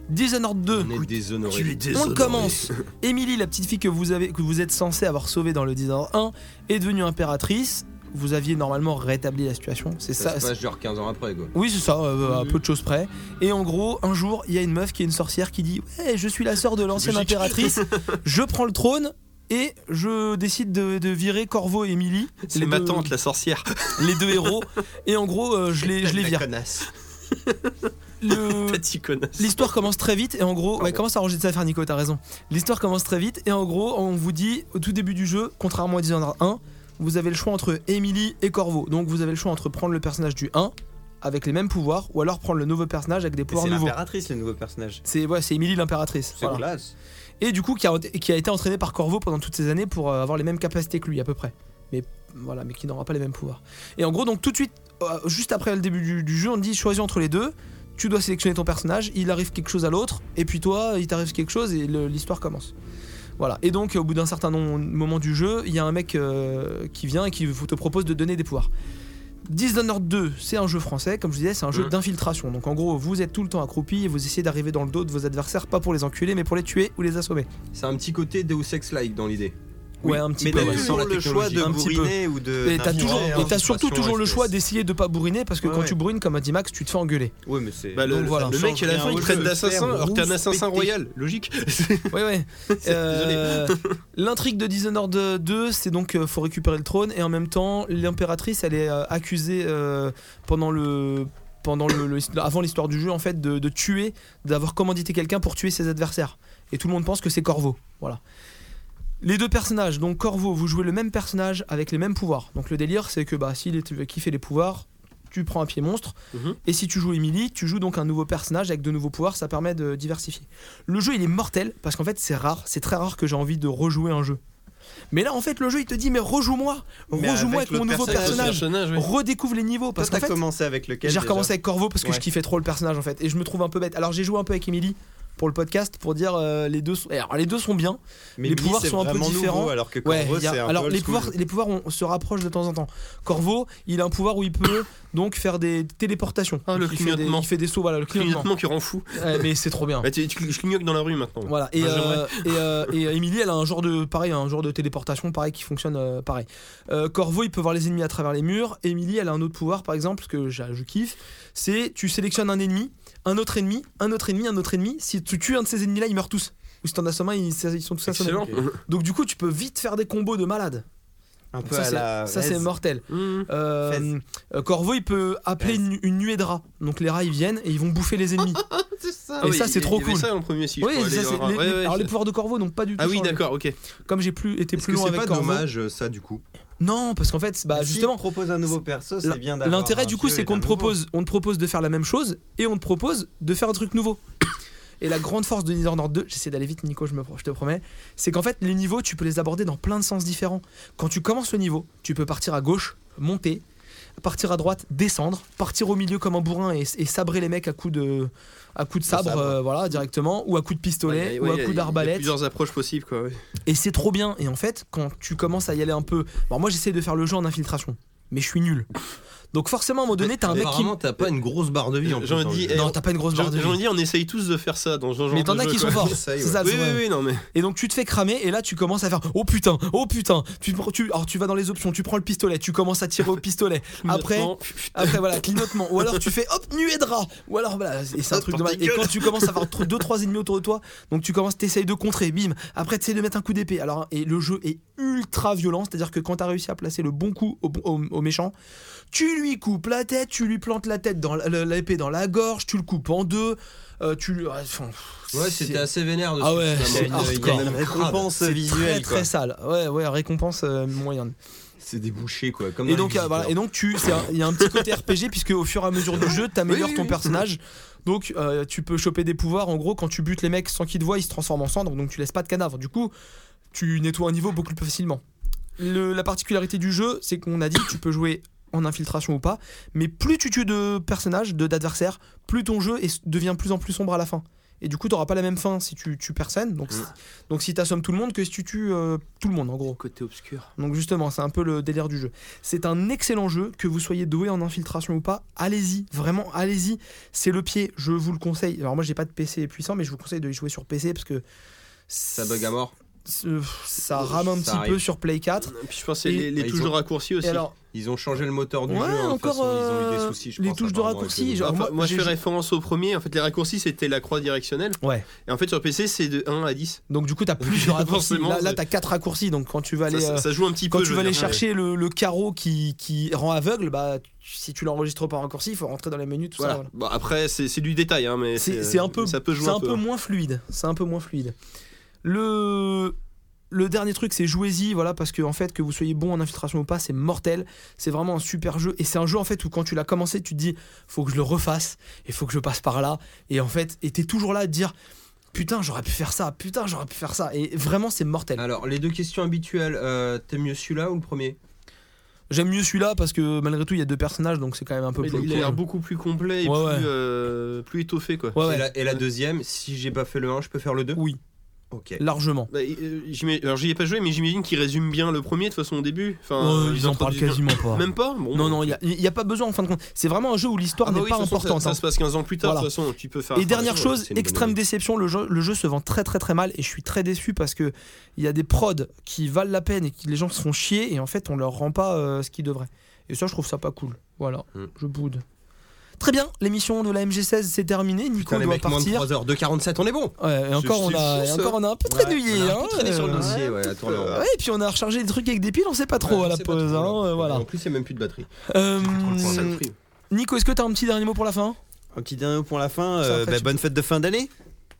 S1: Dishonored 2.
S4: On est déshonoré.
S1: On le commence.
S3: (laughs)
S1: Émilie, la petite fille que vous, avez, que vous êtes censé avoir sauvée dans le Dishonored 1, est devenue impératrice. vous aviez normalement rétabli la situation. C'est
S4: Ça,
S1: ça.
S4: se passe genre 15 ans après, quoi.
S1: Oui, c'est ça, euh, à peu de choses près. Et en gros, un jour, il y a une meuf qui est une sorcière qui dit Ouais, je suis la sœur de l'ancienne
S3: Logique. (laughs)
S1: impératrice, je prends le trône et je décide de, de virer Corvo et Emily,
S3: C'est
S1: les,
S3: ma
S1: deux-
S3: tante, la sorcière.
S1: les deux héros. Et en gros, euh, je
S3: (laughs)
S1: les, je les
S3: La
S1: vire.
S3: connasse.
S1: Le-
S3: Petit connasse.
S1: L'histoire commence très vite et en gros, ouais, commence à ranger de ça, faire Nico, t'as raison. L'histoire commence très vite et en gros, on vous dit au tout début du jeu, contrairement à Dishonored 1, vous avez le choix entre Emily et Corvo. Donc vous avez le choix entre prendre le personnage du 1 avec les mêmes pouvoirs ou alors prendre le nouveau personnage avec des
S2: Et
S1: pouvoirs
S2: C'est
S1: nouveaux.
S2: l'impératrice, le nouveau personnage.
S1: C'est ouais, c'est Emily l'impératrice.
S4: C'est
S1: Voilà.
S4: classe.
S1: Et du coup, qui a, qui a été entraîné par Corvo pendant toutes ces années pour euh, avoir les mêmes capacités que lui à peu près. Mais voilà, mais qui n'aura pas les mêmes pouvoirs. Et en gros, donc tout de suite, euh, juste après le début du, du jeu, on te dit choisis entre les deux. Tu dois sélectionner ton personnage, il arrive quelque chose à l'autre, et puis toi, il t'arrive quelque chose et le- l'histoire commence. Voilà. Et donc, au bout d'un certain nom- moment du jeu, il y a un mec euh, qui vient et qui vous- te propose de donner des pouvoirs. Dishonored 2, c'est un jeu français, comme je disais, c'est un jeu
S4: Mmh.
S3: Mhm.
S1: d'infiltration. Donc en gros, vous êtes tout le temps accroupi et vous essayez d'arriver dans le dos de vos adversaires, pas pour les enculer, mais pour les tuer ou les assommer.
S4: C'est un petit côté Deus Ex-like dans l'idée.
S1: ouais, un petit
S2: Mais
S1: peu.
S2: t'as
S1: ouais.
S2: toujours
S4: Sans la
S2: le choix de
S1: technologie. Un petit peu.
S2: bourriner ou de.
S1: Et t'as
S2: d'infiltrer,
S1: toujours,
S2: hein.
S1: et t'as surtout
S4: infiltration,
S1: toujours le
S4: FPS.
S1: choix d'essayer de pas bourriner parce que
S4: Ouais,
S1: quand
S4: ouais.
S1: tu bourrines comme a dit Max, tu te fais engueuler.
S4: Ouais, mais c'est.
S3: Bah, le,
S1: Donc voilà.
S3: le mec à la fin il traite d'assassin alors que t'es un assassin royal, logique.
S1: Ouais, ouais.
S3: C'est-
S1: Euh, L'intrigue de Dishonored 2, c'est donc euh, faut récupérer le trône et en même temps l'impératrice elle est euh, accusée euh, pendant le pendant le, le- avant l'histoire du jeu en fait de, de tuer d'avoir commandité quelqu'un pour tuer ses adversaires et tout le monde pense que c'est Corvo voilà les deux personnages donc Corvo vous jouez le même personnage avec les mêmes pouvoirs donc le délire c'est que bah s'il est qui fait les pouvoirs tu prends un pied monstre
S3: Mhm.
S1: et si tu joues Emily tu joues donc un nouveau personnage avec de nouveaux pouvoirs ça permet de diversifier le jeu il est mortel parce qu'en fait c'est rare, c'est très rare que j'ai envie de rejouer un jeu. Mais là en fait le jeu il te dit mais rejoue-moi,
S2: Mais
S1: rejoue-moi avec,
S2: avec le
S1: mon nouveau personnage,
S3: oui.
S1: redécouvre les niveaux
S2: Toi,
S1: parce qu'en
S2: t'as
S1: fait
S2: commencé avec lequel
S1: j'ai
S2: déjà
S1: recommencé avec Corvo parce que je
S2: Ouais.
S1: kiffais trop le personnage en fait et je me trouve un peu bête. Alors j'ai joué un peu avec Emily pour le podcast pour dire euh, les deux sont... alors, les deux sont bien.
S2: Mais
S1: les
S2: lui,
S1: pouvoirs
S2: c'est
S1: sont un peu
S2: vraiment nouveau,
S1: différents.
S2: alors que
S1: Ouais,
S2: Corvo,
S1: il y a-
S2: c'est un
S1: alors
S2: peu
S1: les
S2: old
S1: pouvoirs,
S2: school.
S1: les pouvoirs on se rapprochent de temps en temps. Corvo, il a un pouvoir où il peut donc faire des téléportations.
S3: Ah, le
S1: Donc, il fait des-
S3: clignotement.
S1: Il fait des sauts, voilà, le clignotement.
S3: Clignotement qui rend fou.
S1: Ouais, mais c'est trop bien.
S3: Bah, tu- tu- je clignote dans la rue maintenant.
S1: Voilà. Et,
S3: Moi, j'aimerais.
S1: euh, et, euh, et, euh, Emily, elle a un genre de pareil, un genre de téléportation pareil qui fonctionne euh, pareil. Euh, Corvo, il peut voir les ennemis à travers les murs. Emily, elle a un autre pouvoir par exemple que j'a- je kiffe, c'est tu sélectionnes un ennemi, un autre ennemi, un autre ennemi, un autre ennemi. Si tu tues un de ces ennemis-là, ils meurent tous. Ou si t'en as un, ils, ils sont tous assommés.
S3: Excellent.
S1: Donc du coup, tu peux vite faire des combos de malade.
S2: Un peu
S1: Ça,
S2: à
S1: c'est-
S2: la.
S1: ça, c'est
S2: Rez.
S1: mortel.
S3: Mmh.
S1: Euh,
S2: Fez.
S1: euh, Corvo, il peut appeler
S2: Fez.
S1: une, une nuée de rats. Donc les rats, ils viennent et ils vont bouffer les ennemis.
S3: Ah
S1: Et
S3: oui,
S1: ça, c'est
S3: il y
S1: trop
S3: avait
S1: cool.
S3: ça en premier aussi. je
S1: oui,
S3: crois,
S1: ça,
S3: les-
S1: c'est-
S3: ouais,
S1: les-
S3: ouais,
S1: alors les
S3: ça-
S1: pouvoirs de Corvo n'ont pas du tout.
S3: Ah oui,
S1: changé.
S3: d'accord, ok.
S1: Comme j'ai plus été
S4: Est-ce
S1: plus
S4: que
S1: long
S4: c'est
S1: avec
S4: pas
S1: Corvo-
S4: dommage, euh, ça, du coup
S1: Non, parce qu'en fait, bah
S2: Si
S1: justement,
S2: propose un nouveau perso,
S1: l'in-
S2: c'est bien d'avoir.
S1: l'intérêt du
S2: un
S1: coup,
S2: vieux
S1: c'est
S2: et
S1: qu'on
S2: d'un
S1: te
S2: nouveau.
S1: propose, on te propose de faire la même chose et on te propose de faire un truc nouveau. Et la grande force de Dishonored 2, j'essaie d'aller vite, Nico, je, me, je te promets, c'est qu'en fait, les niveaux, tu peux les aborder dans plein de sens différents. Quand tu commences le niveau, tu peux partir à gauche, monter, partir à droite, descendre, partir au milieu comme un bourrin et, et sabrer les mecs à coups de, à coups de sabre,
S2: sabre.
S1: euh, voilà, directement, ou à coups de
S3: Ouais,
S1: pistolet,
S3: ouais,
S1: ou
S3: il y
S1: à
S3: a-
S1: coups
S3: Il y a
S1: d'arbalète.
S3: plusieurs approches possibles, quoi. ouais.
S1: Et c'est trop bien. Et en fait, quand tu commences à y aller un peu. Bon, moi, j'essaie de faire le jeu en infiltration, mais je suis nul. Donc, forcément, à un moment donné, t'as un
S4: Mais
S1: mec qui.
S4: apparemment, t'as pas une grosse barre de vie en plus.
S3: J'en
S4: dans le
S3: dis,
S4: jeu.
S3: eh,
S1: Non, t'as pas une grosse
S3: J'ai
S1: barre de
S3: j'ai envie de
S1: vie.
S3: dire, on essaye tous de faire ça dans ce genre
S1: Mais
S3: de
S1: t'en as
S3: jeu,
S1: qui
S3: quoi.
S1: sont forts.
S4: J'essaye,
S1: C'est
S4: ouais.
S1: ça le
S3: Oui, oui,
S1: problème.
S3: oui, non, mais.
S1: Et donc, tu te fais cramer, et là, tu commences à faire Oh putain, oh putain. Tu, tu, alors, tu vas dans les options, tu prends le pistolet, tu commences à tirer au pistolet. Après.
S3: Maintenant,
S1: Après voilà, clignotement. Ou alors tu fais hop, nuée de rats. Ou alors voilà, et c'est un
S3: Hop,
S1: truc
S3: par
S1: de mal.
S3: ta
S1: Et
S3: gueule.
S1: quand tu commences
S4: (laughs)
S1: à avoir 2-3 ennemis autour de toi, donc tu commences, t'essayes de contrer, bim. Après t'essayes de mettre un coup d'épée. Alors, et le jeu est ultra violent, c'est-à-dire que quand t'as réussi à placer le bon coup au, bon- au- au méchant, tu lui coupes la tête, tu lui plantes la tête dans la- la- l'épée dans la gorge, tu le coupes en deux, euh, tu lui. ah, enfin, pff,
S4: Ouais,
S1: c'est-
S4: c'était assez vénère de
S1: Ah ouais,
S4: ce
S1: c'est
S4: film, vraiment. Il y a
S1: hardcore.
S4: une
S2: Récompense
S1: c'est très
S2: visuelle, quoi.
S1: très sale. Ouais, ouais, récompense euh, moyenne.
S4: C'est débouché quoi. Comme
S1: Et
S4: dans
S1: donc,
S4: les
S1: euh, voilà, et
S4: visiteurs.
S1: donc tu, c'est un- il y a un petit côté RPG puisque au fur et à mesure du jeu, t'améliores
S4: Oui, oui,
S1: ton
S4: oui.
S1: personnage. Donc euh, tu peux choper des pouvoirs. En gros, quand tu butes les mecs sans qu'ils te voient, ils se transforment en cendres. Donc tu laisses pas de cadavres. Du coup, tu nettoies un niveau beaucoup plus facilement. Le- la particularité du jeu, c'est qu'on a dit tu peux jouer en infiltration ou pas, mais plus tu tues de personnages, de d'adversaires, plus ton jeu est- devient de plus en plus sombre à la fin. Et du coup, t'auras pas la même fin si tu tues personne. Donc, si- donc si t'assommes tout le monde que si tu tues euh, tout le monde, en gros.
S3: Côté obscur.
S1: Donc justement, c'est un peu le délire du jeu. C'est un excellent jeu, que vous soyez doué en infiltration ou pas, allez-y, vraiment, allez-y. C'est le pied, je vous le conseille. Alors moi, j'ai pas de PC puissant, mais je vous conseille de y jouer sur PC parce que
S4: ça bug à mort.
S1: ce- ça rame un
S4: Ça
S1: petit
S4: arrive.
S1: peu sur Play 4.
S3: Puis je pense que c'est
S1: Et-
S3: les, les
S4: Ils
S3: touches de
S4: ont-
S3: raccourci
S1: Et
S3: aussi.
S1: alors,
S4: Ils ont changé le moteur du
S1: Ouais,
S4: jeu. hein, de toute
S1: encore,
S4: façon, ils ont eu des
S1: euh,
S4: soucis, je
S1: les
S4: pense,
S1: touches de
S4: apparemment, avec
S1: raccourci,
S4: le-
S1: genre-
S3: Enfin,
S1: Bah, moi,
S3: moi, je
S1: j'ai-
S3: fais référence au premier. En fait, les raccourcis, c'était la croix directionnelle.
S1: Ouais.
S3: Et en fait, sur PC, c'est de 1 à 10.
S1: Donc du coup, t'as plus de raccourcis.
S3: Forcément,
S1: Là, là
S3: c'est-
S1: t'as quatre raccourcis. Donc quand tu vas
S3: Ça,
S1: aller,
S3: ça-
S1: euh,
S3: ça joue un petit
S1: quand
S3: peu.
S1: tu
S3: je
S1: vas
S3: veux
S1: aller
S3: dire.
S1: chercher le, le carreau qui, qui rend aveugle, bah tu- si tu l'enregistres par raccourci, il faut rentrer dans les menus, tout
S3: Voilà.
S1: ça. voilà.
S3: Bon, après, c'est c'est du détail, hein, mais
S1: C'est c'est un peu,
S3: ça peut jouer
S1: c'est
S3: un peu. hein.
S1: moins fluide. C'est un peu moins fluide. Le le dernier truc, c'est jouez-y, voilà, parce que en fait, que vous soyez bon en infiltration ou pas, c'est mortel. C'est vraiment un super jeu, et c'est un jeu en fait où quand tu l'as commencé, tu te dis, faut que je le refasse, et faut que je passe par là, et en fait, et t'es toujours là à te dire, putain, j'aurais pu faire ça, putain, j'aurais pu faire ça, et vraiment, c'est mortel.
S4: Alors, les deux questions habituelles, euh, t'aimes mieux celui-là ou le premier
S1: J'aime mieux celui-là parce que malgré tout, il y a deux personnages, donc c'est quand même un peu
S3: Mais
S1: plus
S3: Il a
S1: cool.
S3: l'air beaucoup plus complet et
S1: Ouais, ouais.
S3: plus, euh, plus étoffé, quoi.
S1: Ouais,
S4: Et,
S1: ouais,
S4: la, et la deuxième, si j'ai pas fait le 1, je peux faire le 2
S1: Oui.
S4: Ok.
S1: largement.
S3: Bah, euh, j'imagine- Alors, j'y ai pas joué, mais j'imagine qu'il résume bien le premier de toute façon au début. Enfin,
S1: Ouais,
S3: euh,
S1: ils en parlent
S3: introduisent bien-
S1: quasiment pas.
S3: (laughs) Même pas Bon,
S1: Non, non, il n'y a, pas besoin en fin de compte. C'est vraiment un jeu où l'histoire
S3: Ah bah
S1: n'est
S3: oui,
S1: pas
S3: de toute façon, ça-
S1: importante.
S3: Ça,
S1: hein.
S3: se passe 15 ans plus tard,
S1: Voilà.
S3: de toute façon, tu peux faire.
S1: Et dernière
S3: attention,
S1: chose,
S4: c'est une bonne
S1: extrême
S4: idée.
S1: déception, le jeu, le jeu se vend très très très mal et je suis très déçu parce que il y a des prods qui valent la peine et qui les gens se font chier et en fait on leur rend pas euh, ce qu'ils devraient. Et ça je trouve ça pas cool. Voilà,
S4: Mm.
S1: je boude. Très bien, l'émission de la MG16 c'est terminée, Nico
S4: Putain, les
S1: doit
S4: mecs, moins de
S1: partir.
S4: 3 heures, 2,47, on est bon
S1: Ouais, et encore, on
S3: c'est
S1: a,
S3: fou,
S1: et
S3: ça.
S1: encore on a un peu
S4: Ouais,
S1: traînouillé.
S4: on a un peu
S1: hein,
S4: traîné sur le
S1: euh,
S4: dossier, ouais, à tourner en rond.
S1: ouais, et puis on a rechargé des trucs avec des piles, on sait pas trop
S4: Ouais,
S1: à la
S4: c'est pas
S1: pause.
S4: trop,
S1: hein,
S4: là.
S1: euh, voilà.
S4: En plus, il y a même plus de batterie.
S1: Euh,
S3: euh,
S1: Nico, est-ce que t'as un petit dernier mot pour la fin
S2: Un petit dernier mot pour la fin.
S1: Ça,
S2: euh,
S1: après,
S2: bah,
S1: tu
S2: bonne fête de fin d'année.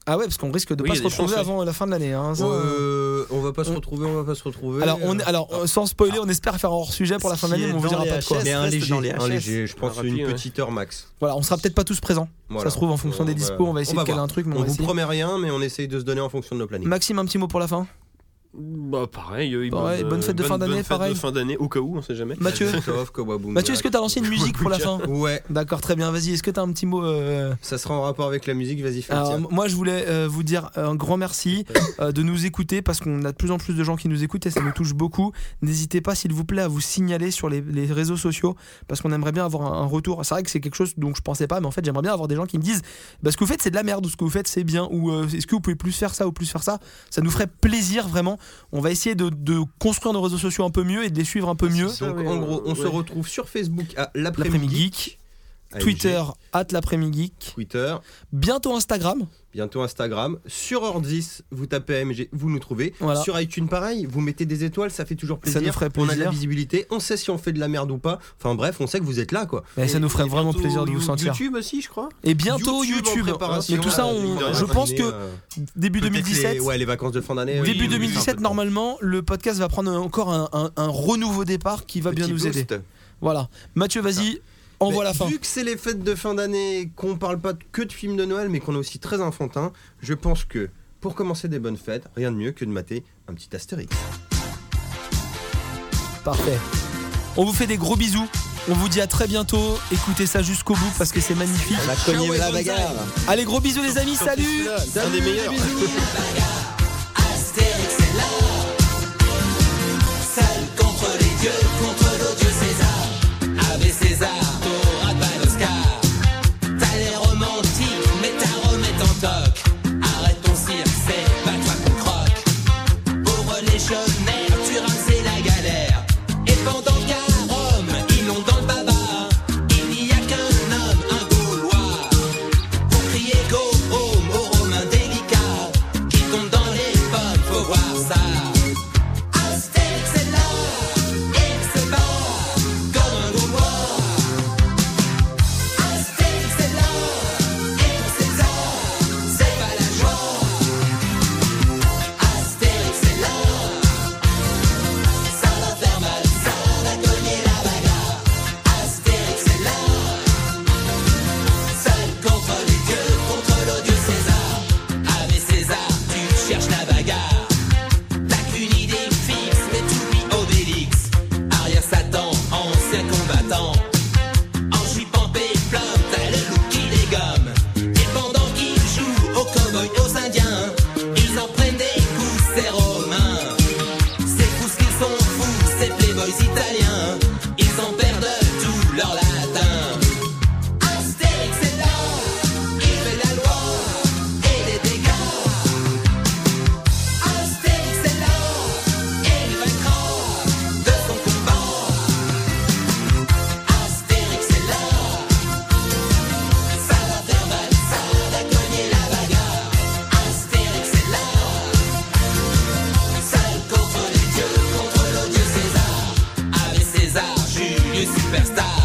S1: Ah ouais, parce qu'on risque de
S3: Oui,
S1: pas
S3: il y
S1: se
S3: a des
S1: retrouver
S3: chances,
S1: avant la fin de l'année. hein, ça, euh,
S4: Euh, on va pas se
S1: on-
S4: retrouver, on va pas se retrouver. Ah.
S1: Alors, on, alors euh, sans spoiler, on espère faire un hors sujet pour la
S2: Ce
S1: fin d'année,
S2: qui
S1: mais on
S2: est
S1: vous
S2: dans
S1: dira
S2: les
S1: pas de quoi.
S2: HS.
S4: Mais un
S2: reste
S4: léger,
S2: dans les
S4: un
S2: HS.
S4: léger, je pense
S3: Rapide,
S4: une
S3: ouais.
S4: petite heure max.
S1: Voilà, on sera peut-être pas tous présents.
S4: Voilà.
S1: Ça se trouve, en fonction
S4: On
S1: des
S4: va-
S1: dispos, on va essayer
S4: on va
S1: de caler
S4: voir.
S1: un truc. Mais on
S4: On
S1: va
S4: vous
S1: essayer.
S4: promet rien, mais on essaye de se donner en fonction de nos plannings.
S1: Maxime, un petit mot pour la fin.
S3: Bah, pareil. euh,
S1: Pareil, bonne fête de fin d'année,
S3: bonne fête
S1: pareil.
S3: de fin d'année, au cas où, on sait jamais.
S4: (laughs)
S1: Mathieu,
S4: Sauf que Waboom
S1: Mathieu, est-ce que t'as lancé une musique pour la fin
S4: Ouais,
S1: D'accord, très bien. Vas-y, est-ce que t'as un petit mot euh,
S4: ça sera en rapport avec la musique, vas-y fais le
S1: Alors,
S4: tien.
S1: m- moi, je voulais euh, vous dire un grand merci euh, de nous écouter parce qu'on a de plus en plus de gens qui nous écoutent et ça nous touche beaucoup. N'hésitez pas, s'il vous plaît, à vous signaler sur les, les réseaux sociaux parce qu'on aimerait bien avoir un, un retour. C'est vrai que c'est quelque chose dont je pensais pas, mais en fait, j'aimerais bien avoir des gens qui me disent bah, ce que vous faites, c'est de la merde ou ce que vous faites, c'est bien ou euh, est-ce que vous pouvez plus faire ça ou plus faire ça. Ça nous ferait plaisir vraiment. On va essayer de, de construire nos réseaux sociaux un peu mieux et de les suivre un peu mieux.
S3: Ah,
S4: Donc en gros, on se retrouve sur Facebook à
S1: L'après-midi
S4: l'après-midi,
S1: geek,
S4: AMG,
S1: Twitter, at l'après-midi geek,
S4: Twitter,
S1: bientôt Instagram.
S4: bientôt Instagram. Sur Ordis, vous tapez AMG, vous nous trouvez.
S1: Voilà.
S4: Sur iTunes, pareil, vous mettez des étoiles, ça fait toujours
S1: Ah. Ça
S4: plaisir.
S1: nous ferait
S4: On a de la
S1: plaisir.
S4: visibilité, on sait si on fait de la merde ou pas. Enfin bref, on sait que vous êtes là quoi.
S1: Mais ça nous ferait vraiment
S3: Bientôt
S1: plaisir de vous
S3: You-
S1: sentir.
S3: YouTube aussi, je crois.
S1: Et bientôt
S4: en
S1: YouTube. hein.
S4: préparation,
S1: Mais tout ça,
S4: euh,
S1: on-
S4: mine de rien,
S1: je pense que
S4: euh,
S1: début
S4: peut-être
S1: 2017.
S4: les- ouais, les vacances de fin d'année.
S1: Début
S4: oui, oui,
S1: 2017,
S4: oui.
S1: normalement, le podcast va prendre encore un, un- un renouveau départ qui va bien
S2: Petit
S1: nous
S2: boost.
S1: aider. Voilà. Mathieu, vas-y, envoie
S4: Mais
S1: la fin.
S4: Vu que c'est les fêtes de fin d'année, qu'on parle pas que de films de Noël, mais qu'on est aussi très enfantin, je pense que pour commencer des bonnes fêtes, rien de mieux que de mater un petit Astérix.
S1: Parfait. On vous fait des gros bisous. On vous dit à très bientôt. Écoutez ça jusqu'au bout parce que c'est magnifique.
S2: On a cogné la bagarre.
S1: Allez, gros bisous, les amis. Salut!
S3: C'est un des meilleurs.
S10: Astérix est là. Seul contre les dieux, contre l'odieux César. Avec César, t'auras pas l'Oscar. T'as l'air romantique, mais ta Rome est en toc. Arrête ton cirque, c'est pas toi qu'on croque. Pauvre les chômeurs, tu rames, c'est la galère. Et pendant qu'à Rome, ils l'ont dans le baba. Il n'y a qu'un homme, un Gaulois. Pour crier go home aux Romains délicats Qui tombe dans les pommes, faut voir ça Astérix est là et il se bat comme un Gaulois Astérix est là et pour César, c'est pas la joie Astérix est là, ça va faire mal, ça va cogner la bagarre Astérix est là Seul contre les dieux, contre l'odieux César. Avec César, tu cherches la bagarre. T'as qu'une idée fixe, mais tu oublies Obélix. Arrière Satan, ancien combattant. En jupe en péplum, t'as le loup qui les gomme. Et pendant qu'ils jouent aux cowboys, aux indiens, ils en prennent des coups, ces romains. Ces coups qu'ils sont fous, ces playboys italiens. Ils en perdent tout leur latin. Astérix est là, il veut la loi et les dégâts. Astérix est là, et il vaincra de son combat. devenue superstar.